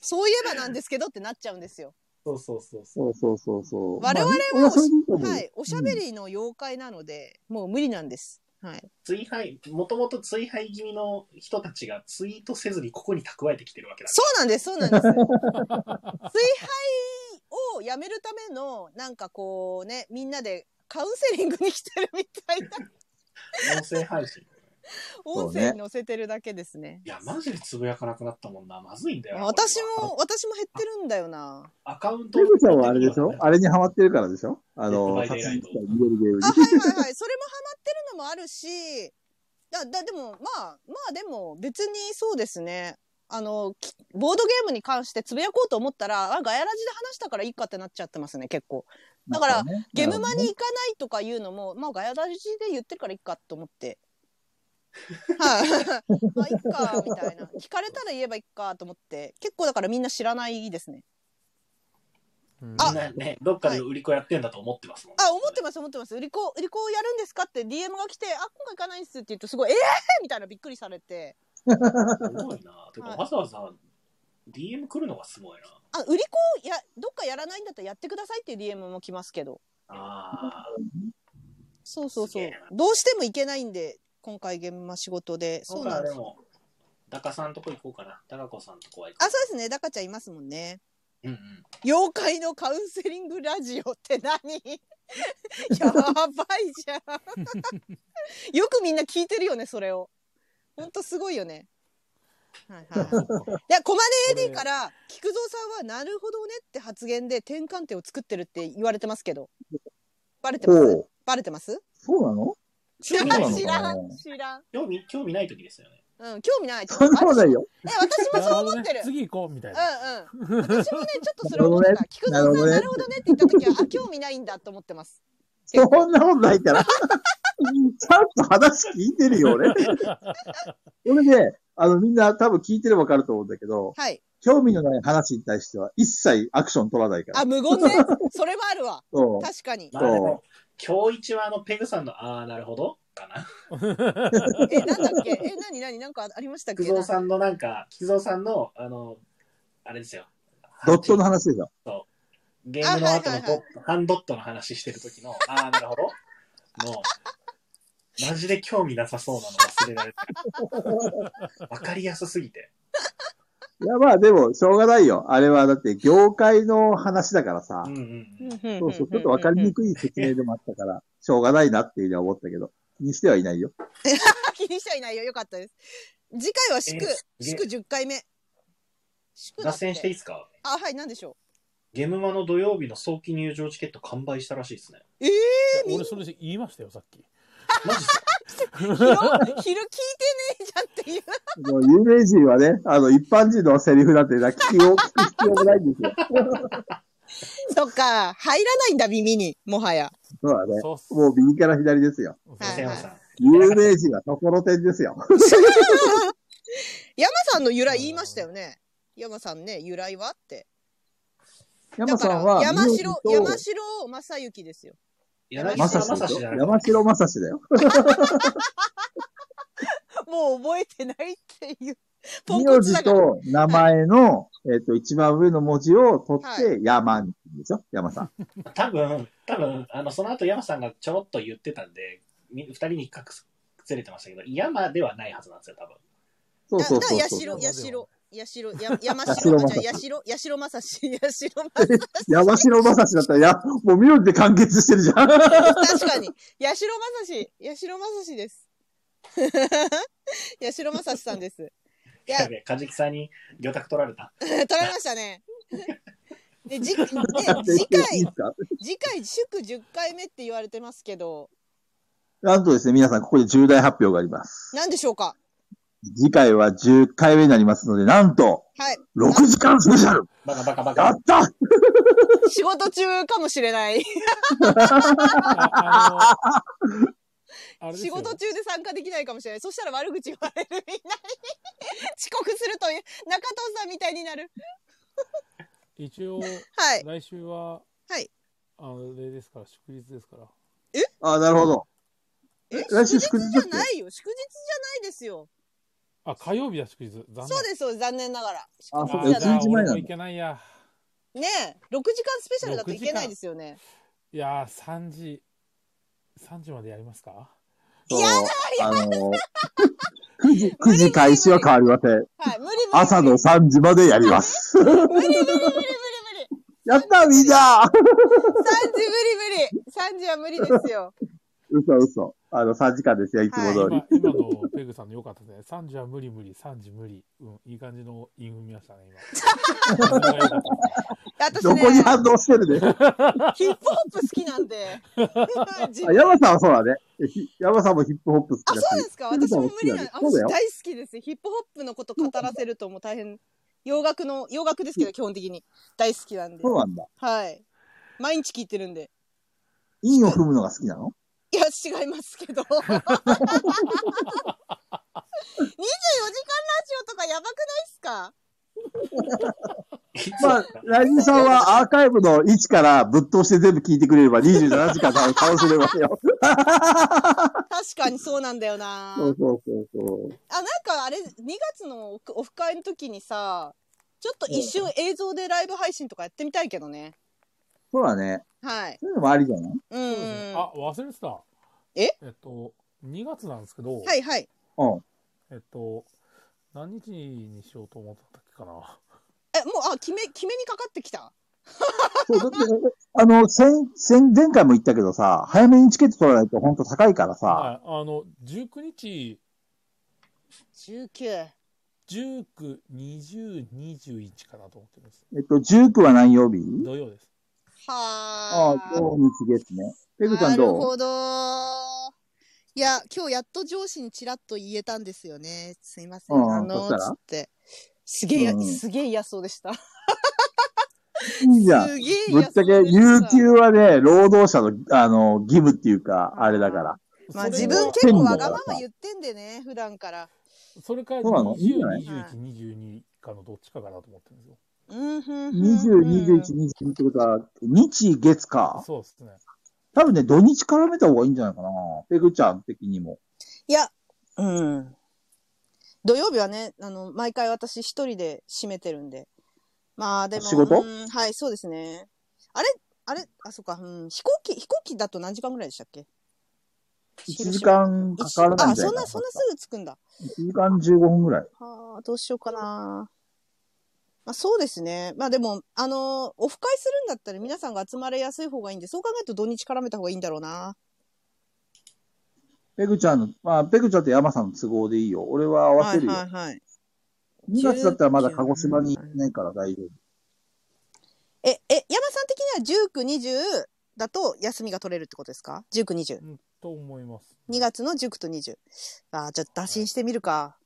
S1: そういえばなんですけどってなっちゃうんですよ。
S4: そうそうそうそう。
S2: そうそうそうそう。
S1: 我々は
S2: まあ俺はそれでいいと思う。
S1: はい、おしゃべりの妖怪なので、もう無理なんです。はい。
S4: 追敗、もともと追敗気味の人たちがツイー トせずにここに蓄えてきてるわけだ。
S1: そうなんです、そうなんです。追敗をやめるための、なんかこうね、みんなでカウンセリングに来てるみた いな
S4: 音声配信。
S1: 音声に載せてるだけですね。
S4: いや、マジでつぶやかなくなったもんな。まずいんだよな。これ
S1: 私も、私も減ってるんだよな。
S4: アカウント
S2: ペグちゃんはあれでしょあれにハマってるからでしょあの、
S4: デッドバイデイライト
S2: 殺人鬼逃げるゲームに
S1: あ、はいはいはい。それもハマってるのもあるし、だ、だ、でも、まあ、まあでも、別にそうですね。あの、きボードゲームに関してつぶやこうと思ったら、あ、ガヤラジで話したからいいかってなっちゃってますね、結構。だから
S2: ね
S1: ゲムマに行かないとかいうのも、まあ、ガヤラジで言ってるからいいかと思って。はい。まあ、いっか、みた いな。聞かれたら言えばいいかと思って。結構だからみんな知らないですね。
S3: うん
S1: あ
S4: みんなね、どっかで売り子やってんだと思ってますもん、
S1: あ、思ってます、思ってます。売り子、売り子やるんですかって DM が来て、あ、今回行かないんですって言うと、すごい、ええー、みたいなびっくりされて。
S4: すごいな。てか、
S1: はい
S4: わざわざ DM 来るのがすごいな。
S1: あ、売り子や、どっかやらないんだったらやってくださいっていう DM も来ますけど。
S4: あ
S1: そうそうそ
S4: すげ
S1: う
S4: えな。
S1: どうしても行けないんで、今回現場仕事で。
S4: そ
S1: そうう
S4: な
S1: なんんで。
S4: ですも、ダカさんとこ行こうかな。ダカ子さんとこは行こう。
S1: あ、そうですね。ダカちゃんいますもんね。
S4: うんうん。
S1: 妖怪のカウンセリングラジオって 何やばいじゃん。よくみんな聞いてるよね、それを。ほんとすごいよね。はいはい はい。いや、コマネ AD から、菊蔵さんはなるほどねって発言で転換点を作ってるって言われてますけど。バレてま
S2: お
S1: す
S2: う
S1: バレてます
S2: そうなの
S1: 知らん
S2: そうなのか、な
S1: 知らん、知らん。
S4: 興味、興味ない時ですよね。
S1: うん、興味ない。
S2: そんなことないよ。
S1: え、私もそう思ってる。
S3: 次行こうみたいな。
S1: うんうん。私もね、ちょっとそれ思ってた。菊蔵さん、な
S2: な
S1: る
S2: る
S1: ほどねって言った時は、あ、興味ないんだと思ってます。
S2: そんなことないから。ちゃんと話聞いてるよ、 俺。それで、あの、みんな多分聞いてればわかると思うんだけど、
S1: はい。
S2: 興味のない話に対しては一切アクション取らないから。
S1: あ、無言ね。それもあるわ。
S2: そう。
S1: 確かに。
S4: まあでも、今日一はあの、ペグさんの、ああ、なるほどかな。
S1: え、なんだっけえ、なになになんかありましたっけ
S4: 菊蔵さんのなんか、菊蔵さんの、あの、あれですよ。
S2: ドットの話でしょ。
S4: ゲームの後
S1: あはいはいは
S4: の
S1: い
S4: ドットハンドットの話してる時の、ああ、なるほど。の、マジで興味なさそうなの忘れられた。わかりやすすぎて。
S2: いや、まあでも、しょうがないよ。あれはだって、業界の話だからさ
S4: うん。うんうん。
S1: ん
S2: そうそう、ちょっとわかりに
S1: く
S2: くい説明でもあったから、しょうがないなっていうのは思ったけど、気にしてはいないよ。
S1: い。気にしちゃいないよ。よかったです。次回は祝
S4: え、
S1: 祝10回目。祝だ
S4: 脱
S1: って
S4: 線していいですか
S1: あ、はい、なんでしょ
S4: ゲムマの土曜日の早期入場チケット完売したらしいですね。
S1: う。えー、みん
S3: 俺
S1: な
S3: それ言いましたよ、さっき。
S4: マジっすか
S1: 昼、昼聞いてねえじゃんっていう。
S2: もう有名人はね、あの、一般人のセリフなんてな、聞きを、聞く必要もないんですよ。
S1: そっか、入らないんだ、耳に。もはや。
S2: そうだね。
S3: そうっす。
S2: もう右から左ですよ。
S1: はい
S4: 瀬山さん。
S2: 有名人はところてんですよ。
S1: 山さんの由来言いましたよね。山さんね、由来はって。
S2: 山
S1: だか
S2: さ
S1: ら
S2: んは、
S1: 山
S2: 名
S1: 城
S2: 字、と
S1: 山城正幸ですよ。
S4: 柳
S2: ま
S4: 沢
S2: さしで
S4: 正史
S2: し
S4: じゃ
S2: ょ
S4: なくて
S2: 山城まさしだよ。
S1: もう覚えてないって いう。ポンコ
S2: 名
S1: ツ
S2: 字
S1: だから。
S2: と名前の、えっと、一番上の文字を取
S1: は
S2: って、山にするんでしょ山さん。
S4: 多分、多分、あの、その後山さんがちょろっと言ってたんで、み二人に隠れてましたけど、山ではないはずなんですよ、多分。
S2: そうそう
S1: だ
S2: そう
S1: だ
S2: そう。
S1: から八代、八代、八代、 や山
S2: 八代
S1: 城、あじ
S2: 正幸
S1: ゃあ八代、八代正史、八代正 史。
S2: 山城まさしだったら、や、もう名字で完結してるじゃん。
S1: 確かに。八代正史、八代正史です。 八代正史さんです。いや
S4: や、べえ、カジキさんに魚拓取られた。
S1: 取られましたね。で、 じ、で、次
S2: いい
S1: 回
S2: で、すか
S1: 次回祝10回目って言われてますけど、
S2: なんとですね、皆さん、ここで重大発表があります。
S1: なんでしょうか
S2: 次回は10回目になりますので、なんと、
S1: はい。
S2: 6時間スペシャル
S4: バカバカバ
S2: や
S4: カ
S2: っ。た
S1: 仕事中かもしれない。
S3: ああのあれで す
S1: 仕
S3: よ
S1: 事中で参加できないかもしれない。そしたら悪口言われるみんなに 遅刻するという、中藤さんみたいになる。
S3: 一応、
S1: はい。
S3: 来週は、
S1: はい。
S3: あれですから、祝日ですから。
S2: あ、なるほど。
S1: え
S2: 来週祝日
S1: じ
S2: だ
S1: ゃ
S2: っけ
S1: ないよ。祝日じゃないですよ。
S3: あ、火曜日だ、祝日。残念。
S1: そうです、そうです。残念ながら。
S2: あ、そ
S3: あ
S2: っ
S1: う
S2: か、
S1: だ
S3: じゃ
S2: 11
S3: あ
S2: 時前
S3: 俺
S2: な
S3: も
S2: ん
S3: 行
S2: だ。
S3: けないや。
S1: ねえ、6時間スペシャルだといけないですよね。
S3: いやー、3時、3時までやりますか
S2: そうあの、9時、9時開始は変わりません。
S1: はい。無理無理無理。
S2: 朝の3時までやります。
S1: 無理無理無理無理無理。
S2: やったみんな
S1: 三時無理無理。三時は無理ですよ。
S2: 嘘嘘。あの、3時間ですよ、いつも通り。
S3: 今今のペグさんの良かったね。3時は無理無理、3時無理。うん、いい感じのインフミましたね、 今。
S1: 私
S2: ど
S1: ね、
S2: こに反応してるね。
S1: ヒップホップ好きなん で。自
S2: あ
S1: 分
S2: 山さんはそうだね。ひ山さんもヒップホップ好き
S1: あ、
S2: だし。
S1: そうですか。私も無理なの。
S2: そう
S1: 私
S2: だよ
S1: 大好きです。ヒップホップのこと語らせるともう大変。洋楽の、洋楽ですけど、基本的に。大好きなんで
S2: そ。うなんだ。
S1: はい。毎日聞いてるんで。
S2: 陰を踏むのが好きなの
S1: いや、違いますけど。24時間 ラジオとかやばくないっすか
S4: いつ
S2: まあ、ライジンさんはアーカイブの位置からぶっ通して全部聞いてくれれば27時間楽しめますよ。
S1: 確かにそうなんだよな。
S2: そうそうそうそう。
S1: あ、なんかあれ、2月のオフオフ会の時にさ、ちょっと一瞬映像でライブ配信とかやってみたいけどね。
S2: そうだね。
S1: はい。
S2: そういうのもありじゃない
S1: うん。
S3: そうですねあ、忘れてた。
S1: え
S3: えっと、2月なんですけど、
S1: はいはい。
S2: うん。
S3: えっと、何日にしようと思ったっけかな。
S1: え、もう、あ、決め、決めにかかってきた。
S2: そう、だって、あの、先、先、前回も言ったけどさ、早めにチケット取らないと本当高いからさ、
S3: はい、あの、19日、
S1: 19。
S3: 19、20、21かなと思ってるんです。
S2: えっと、19は何曜日
S3: 土曜です。
S2: あ
S1: は
S2: あ、
S1: ー
S2: 今日日月ね。ペグ
S1: な
S2: さ
S1: んる
S2: どう
S1: ほど。いや、今日やっと上司にちらっと言えたんですよね。すいません。
S2: うん
S1: あ
S2: そ
S1: の
S2: したら
S1: つって。すげえや、
S2: うん
S1: すげえ嫌そうでした。
S2: いいじゃん。
S1: すげえ
S2: ぶっ
S1: 嫌
S2: ち
S1: そ
S2: ゃ
S1: う
S2: け、
S1: でした。
S2: 有給はね、労働者の、あの、義務っていうか、あれだから。
S1: まあ
S3: それ
S1: 自
S3: が
S1: 分
S2: は
S1: 結構わ
S2: 手
S1: が
S2: に
S1: ま
S2: 入れ
S1: ま
S2: た
S1: 言ってんでね、普段から。
S3: それか
S2: そうなの
S3: 20、
S2: いいんじゃない
S3: 21、22かのどっちかかなと思ってるんですよ。
S1: うん、ふんふんふん
S2: 20、21、22ってことは、日、月か。
S3: そうですね。
S2: 多分ね、土日絡めた方がいいんじゃないかな。ペグちゃん的にも。
S1: いや、うん。土曜日はね、あの、毎回私一人で締めてるんで。まあでも。
S2: 仕事
S1: うんはい、そうですね。あれあれあ、そっか、うん。飛行機、飛行機だと何時間ぐらいでしたっけ
S2: 1時間かからないん
S1: あ、
S2: じゃ
S1: そん
S2: な
S1: な、
S2: いか
S1: そ
S2: な。
S1: んなすぐ着くんだ。
S2: 1時間15分ぐらい。
S1: ああ、どうしようかな。まあそうですね。まあでも、あのーオフ会するんだったら皆さんが集まれやすい方がいいんで、そう考えると土日絡めた方がいいんだろうな。
S2: ペグちゃんの、まあ、ペグちゃんと山さんの都合でいいよ。俺は合わせるよ。
S1: はいはいはい。
S2: 2月だったらまだ鹿児島に行ってないから大丈夫。
S1: え、え、山さん的には19、20だと休みが取れるってことですか ?19、20。
S3: うん、と思います。
S1: 2月の19と20。ああ、じゃあ打診してみるか。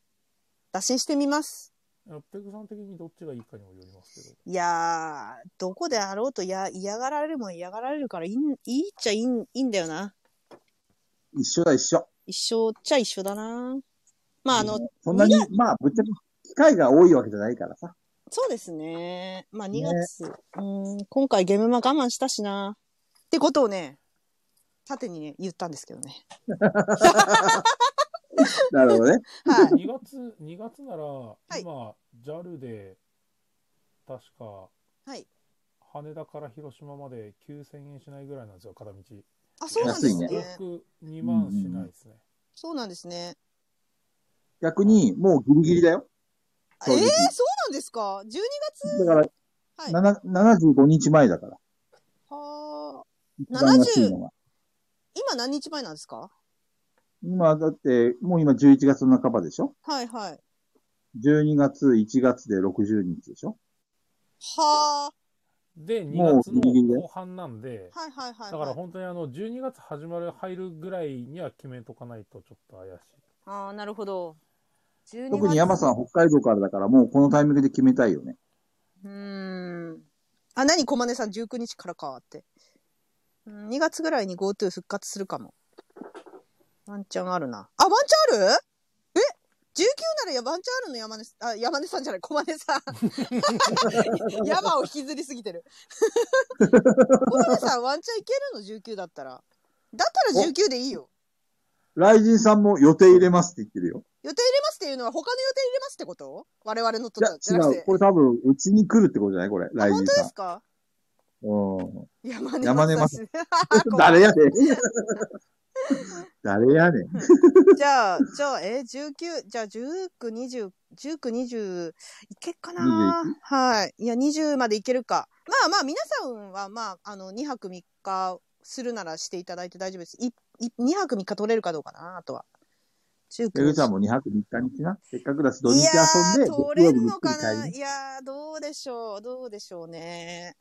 S1: 打診してみます。
S3: あペグさん的にどっちがいいかにもよりますけど。
S1: いやー、どこであろうとや嫌がられるもん嫌がられるからいいん、いいっちゃいいんいいんだよな。
S2: 一緒だ、一緒。
S1: 一緒っちゃ一緒だな。まああの、
S2: そんなに、まあ、ぶっちゃけ、機会が多いわけじゃないからさ。
S1: そうですね。まあ2
S2: ね
S1: 月、うーん、今回ゲームマ我慢したしな。ってことをね、縦にね、言ったんですけどね。
S2: なるほどね。
S1: はい。
S3: 2月、2月なら、
S1: い
S3: 今、JAL で、確か、
S1: はい。
S3: 羽田から広島まで9000円しないぐらいなんですよ、片道。
S1: あ、そうなんですね。
S2: 安い
S3: 往復2万しないですね。
S1: そうなんですね。
S2: 逆に、もうギリギリだよ。
S1: え
S2: 正
S1: ー、そう
S2: 直
S1: なんですか ?12 月
S2: だから、
S1: はい
S2: なな75日前だから。
S1: は
S2: 一番安いのが。
S1: 今何日前なんですか
S2: 今、だって、もう今11月の半ばでしょ
S1: はいはい。
S2: ?12 月、1月で60日でしょ
S1: は
S3: で、2
S2: もう
S3: 月の
S2: ギリギリだよ
S3: 後半なんで
S1: あ。、はいはいはい、
S3: だから
S1: はい。
S3: 本当にあの、12月始まる、入るぐらいには決めとかないとちょっと怪しい。
S1: ああ、なるほど。12月
S2: 特に山さん北海道からだから、もうこのタイミングで決めたいよね。
S1: うーん。あ、何小金さん19日からかって。うん、2月ぐらいに GoTo 復活するかも。ワンチャンあるな。あ、ワンチャンあるえ ?19 ならやワンチャンあるの山根さん、あ、山根さんじゃない、小金さ ん。山を引きずりすぎてる。小金さん、ワンチャンいけるの ?19 だったら。だったら19でいいよ。
S2: 雷神さんも予定入れますって言ってるよ。
S1: 予定入れますっていうのは他の予定入れますってこと我々のと
S2: いや、
S1: じゃなく
S2: 違う。
S1: て。
S2: これ多分、うちに来るってことじゃないこれ、
S1: あ
S2: 雷
S1: 本
S2: 神
S1: 当で
S2: さ
S1: すか
S2: ん。うん。
S1: 山根
S2: 山根
S1: 正史
S2: 誰やねん。誰やねん。
S1: じゃあ、じゃあ、えー、19、じゃあ、19、20、19、20、いけっかなはい。いや、20までいけるか。まあまあ皆さんはまああの2泊3日するならしていただいて大丈夫です。いい2泊3日取れるかどうかなあとは。中
S2: ペグちゃんも2泊3日にしな。せっかくだし、土日
S1: い
S2: 遊
S1: や
S2: んで、
S1: ー取れる
S2: ぐっ
S1: の
S2: くり
S1: かな
S2: 帰
S1: いやーどうでしょうどうでしょうね。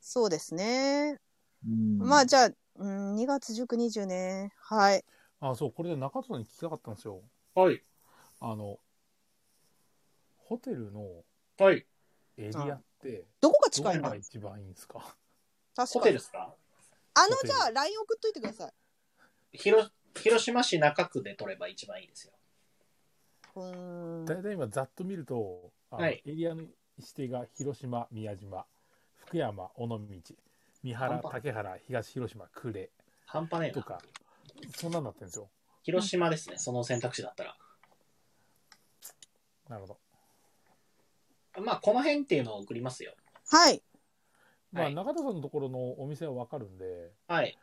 S1: そうですね。
S2: りうん
S1: まあじゃあ、うん、2月19、20ね。はい。
S3: あ、そう、これで中戸さんに聞きたかったんですよ。
S4: はい。
S3: あの、ホテルの
S4: はい。
S3: エリアって、
S1: どこが
S3: ど
S1: 近
S3: こ
S1: いの
S3: が一番いいんですか
S1: 確
S4: ホ
S1: か
S4: テル
S1: に
S4: で。すか
S1: あ
S3: ホテ
S1: の、
S3: ル
S1: じゃあ、LINE 送っといてください。
S4: 広広島市中区で取れば一番いいですよ。
S1: うーん。
S3: 大体今ざっと見ると、あの
S4: はい
S3: エリアの指定が広島、宮島、福山、尾道、三原、竹原、東広島、呉
S4: 半端ねえ
S3: と
S4: な。
S3: か、そんなんなってるんですよ。
S4: 広島ですね、その選択肢だったら。
S3: なるほど。
S4: まあ、この辺っていうのを送りますよ。
S1: はい。
S3: まあ、
S4: はい
S3: 中戸さんのところのお店はわかるんで、
S4: はい。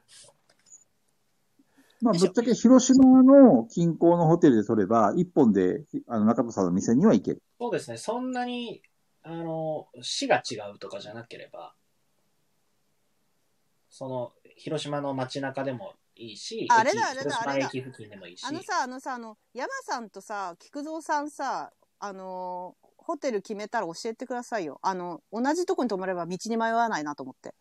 S2: まあ、ぶっちゃけ広島の近郊のホテルで取れば、一本で、あの、中田さんの店には行ける。
S4: そうですね、そんなに、あの、市が違うとかじゃなければ、その、広島の街中でもいいし、
S1: あれ
S4: 駅
S1: だあれだ
S4: 広島
S1: あれだ
S4: 駅付近でもいいし
S1: あ、のさ、あのさ、あの、山さんとさ、菊蔵さんさ、あのーホテル決めたら教えてくださいよ。あの、同じとこに泊まれば道に迷わないなと思 って。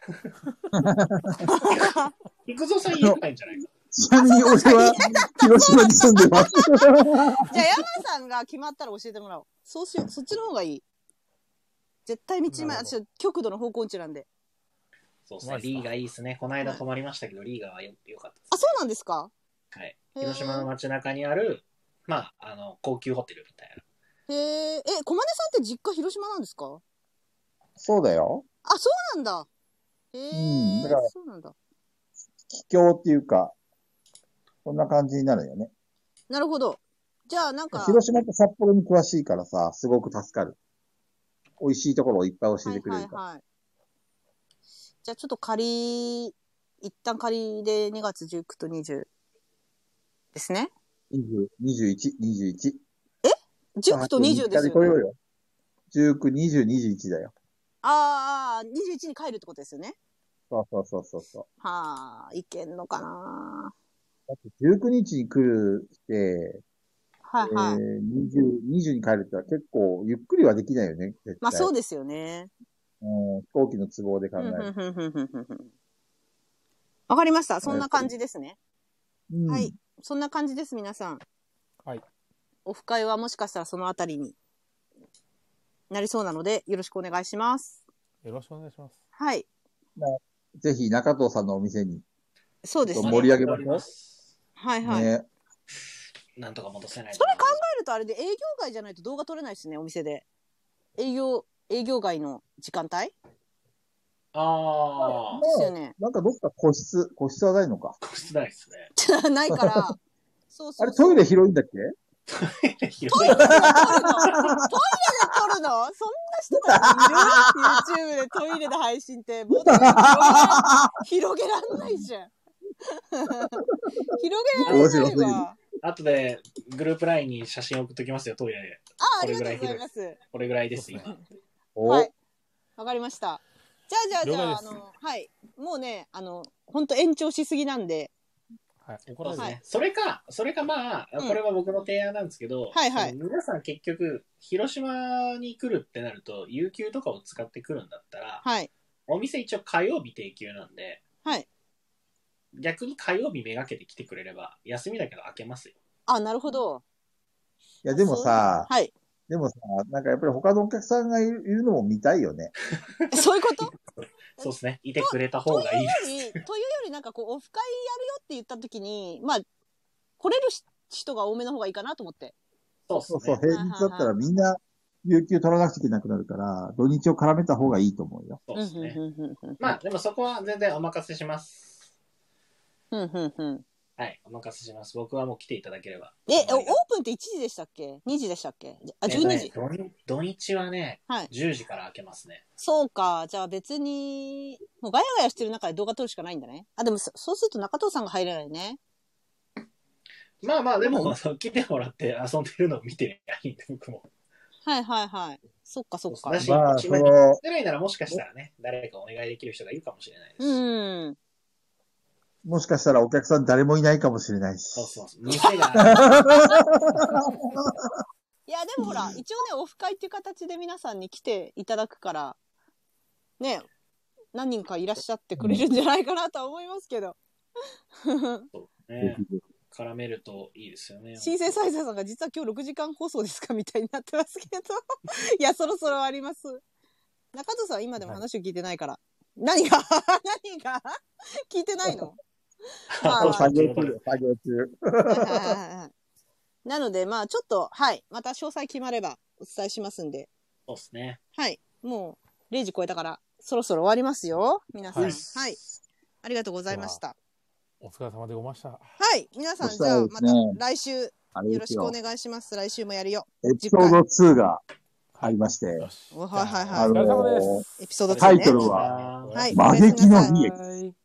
S4: 菊蔵さん言えないんじゃないか。
S2: ちなみに俺は、広島に住んでます。
S1: じゃあ山さんが決まったら教えてもらおう。そうしよう。そっちの方がいい。絶対道に迷
S3: な
S1: わ
S3: るほど
S1: ない。極度の方向音痴なんで。
S4: そうです
S3: マ
S4: ね、
S3: ジっす
S4: リ
S3: か
S4: ーがいいですね。この間泊まりましたけど、リーガはよよかったです
S1: あ、そうなんですか
S4: はい。
S1: へー
S4: 広島の街中にある、まあ、あの、高級ホテルみたいな。
S1: へえ。え、小金さんって実家広島なんですか
S2: そうだよ。
S1: あ、そうなんだ。へえ、
S2: うんだから
S1: そうなんだ。
S2: 秘境っていうか、こんな感じになるよね。
S1: なるほど。じゃあ、なんか、
S2: 広島と札幌に詳しいからさ、すごく助かる。美味しいところをいっぱい教えてくれるから。
S1: はいはいはい。じゃあ、ちょっと仮、一旦仮で2月19と20ですね。
S2: 20、21、21。
S1: 19と20です
S2: 3日来
S1: よ、
S2: よ
S1: ね。
S2: うよ。19、20、21だよ。
S1: あーあー、21に帰るってことですよね。
S2: そうそうそうそうそう。
S1: はあ、いけんのかな
S2: だって19日に来るって、
S1: はいはい。
S2: えー、20、20に帰るってのは結構ゆっくりはできないよね、絶対。
S1: まあそう
S2: で
S1: ですよね。
S2: うん、飛行機の都合で考
S1: うん
S2: え
S1: うんう
S2: る。
S1: んうんうんうんわかりました。そんな感じですね。
S2: うん
S1: はい。そんな感じです、皆さん。
S3: はい。
S1: オフ会はもしかしたらそのあたりになりそうなので、よろしくお願いします。
S3: よろしくお願いします。
S1: はい。
S2: ぜひ中藤さんのお店に。
S1: そうです
S2: ちょ
S1: ね
S2: っ。と盛り上げましょう
S4: おりす。
S1: はいはい。帰
S2: ね。
S4: なんとか戻せない
S1: それ考るとあれで営業外じゃないと動画撮れないですね、お店で。営業、営業外の時間帯
S4: あ
S1: ですよね。
S2: なんかどっか個室、個室はないのか。
S4: あ、個室ないです ね。
S1: ないから。そう
S2: あ
S1: そう
S2: れ
S1: そう
S2: トイレ広いんだっけ
S1: トイレで撮るのトイレで撮るのそんな人たちいる ?YouTube でトイレで配信って、もう広げらんないじゃん。広げられないわ。
S4: あとで、グループラインに写真送っときますよ、トイレで。
S1: ああ、あ
S4: こ
S1: り
S4: れ
S1: が
S4: ぐ
S1: と
S4: ら
S1: うござい
S4: い広い
S1: ます。
S4: これぐらいです、
S3: そうっ
S4: 今
S3: すね。
S2: お
S1: はい。わかりました。じゃあじゃあじゃ
S3: 了
S1: あ、あ
S3: 解です
S1: の、はい。もうね、あの、ほんと延長しすぎなんで、
S3: はい、怒
S4: そ
S3: ら
S4: うです
S3: ず
S4: ね、
S3: に。
S1: はい
S4: それか、それかまあ、
S1: うん
S4: これは僕の提案なんですけど、
S1: はいはい
S4: その皆さん結局、広島に来るってなると、有給とかを使って来るんだったら、
S1: はい。
S4: お店一応火曜日定休なんで、
S1: はい。
S4: 逆に火曜日めがけて来てくれれば、休みだけど開けますよ。
S1: あ、なるほど。
S2: いや、でもさ、
S1: はい。
S2: でもさ、なんかやっぱり他のお客さんがいるいるのも見たいよね。
S1: そういうこと
S4: そうですね。いてくれた方がいい。
S1: というより、というよりなんかこう、オフ会やるよって言った時に、まあ、来れるし人が多めの方がいいかなと思って。
S4: そうです
S2: そう
S4: ね。
S2: そう、平日だったらみんな、有給取らなくちゃいけなくなるから、土日を絡めた方がいいと思うよ。
S4: そう
S1: う
S4: で
S1: ん
S4: すね。
S1: うんうんうんうん
S4: まあ、でもそこは全然お任せします。
S1: うんうんうん
S4: はい、お任せします。僕はもう来ていただければ。
S1: え、おオープンって1時でしたっけ ?2 時でしたっけあ、
S4: えっと
S1: 12
S4: ね
S1: 時。
S4: 土日土日はね、
S1: はい。
S4: 10時から開けますね。
S1: そうか。じゃあ別に、もうガヤガヤしてる中で動画撮るしかないんだね。あ、でもそそうすると中藤さんが入れないね。
S4: まあまあ、でも、そう来てもらって遊んでるのを見てりゃいいんで、僕も。
S1: はいはいはい。そっかそっか
S4: そう。ですね
S6: まあ、
S4: 一
S6: そ
S4: 枚
S6: の、
S4: ぐらいならもしかしたらね、誰かお願いできる人がいるかもしれないです。
S1: うん。
S2: もしかしたらお客さん誰もいないかもしれないし。
S4: そうそうそう。店が、
S1: いや、でもほら、一応ね、オフ会っていう形で皆さんに来ていただくから、ね、何人かいらっしゃってくれるんじゃないかなとは思いますけど。
S4: そうね、絡めるといいですよね。
S1: 新生サイザーさんが実は今日6時間放送ですかみたいになってますけど。 いや、そろそろあります。中藤さんは今でも話を聞いてないから。何が 何が聞いてないの まあまあ
S2: 作業中、作業中。
S1: はいはいはいはいなので、まあちょっと、はい、また詳細決まればお伝えしますんで。
S4: そうですね。
S1: はい。もう0時超えたから、そろそろ終わりますよ。皆さん。
S3: は
S1: はいい。ありがとうございました。
S3: お疲れ様でございました。
S1: はい。皆さん、
S2: そし
S1: じ
S2: た
S1: ゃ
S2: ら
S1: あ
S2: で
S1: ますた
S2: ね
S1: 来週よ
S2: あれ
S1: ろ
S2: で
S1: し
S2: す
S1: くお
S2: よ。
S1: 願いします。来週もやるよ。
S2: エピソード2がありまして、
S3: よし。
S1: おはいはいはい
S3: じゃあお疲れ様です。
S1: エピソード2ね。
S2: タイトルは
S1: はい
S2: 招きの
S1: おやすみなさい
S2: 悲劇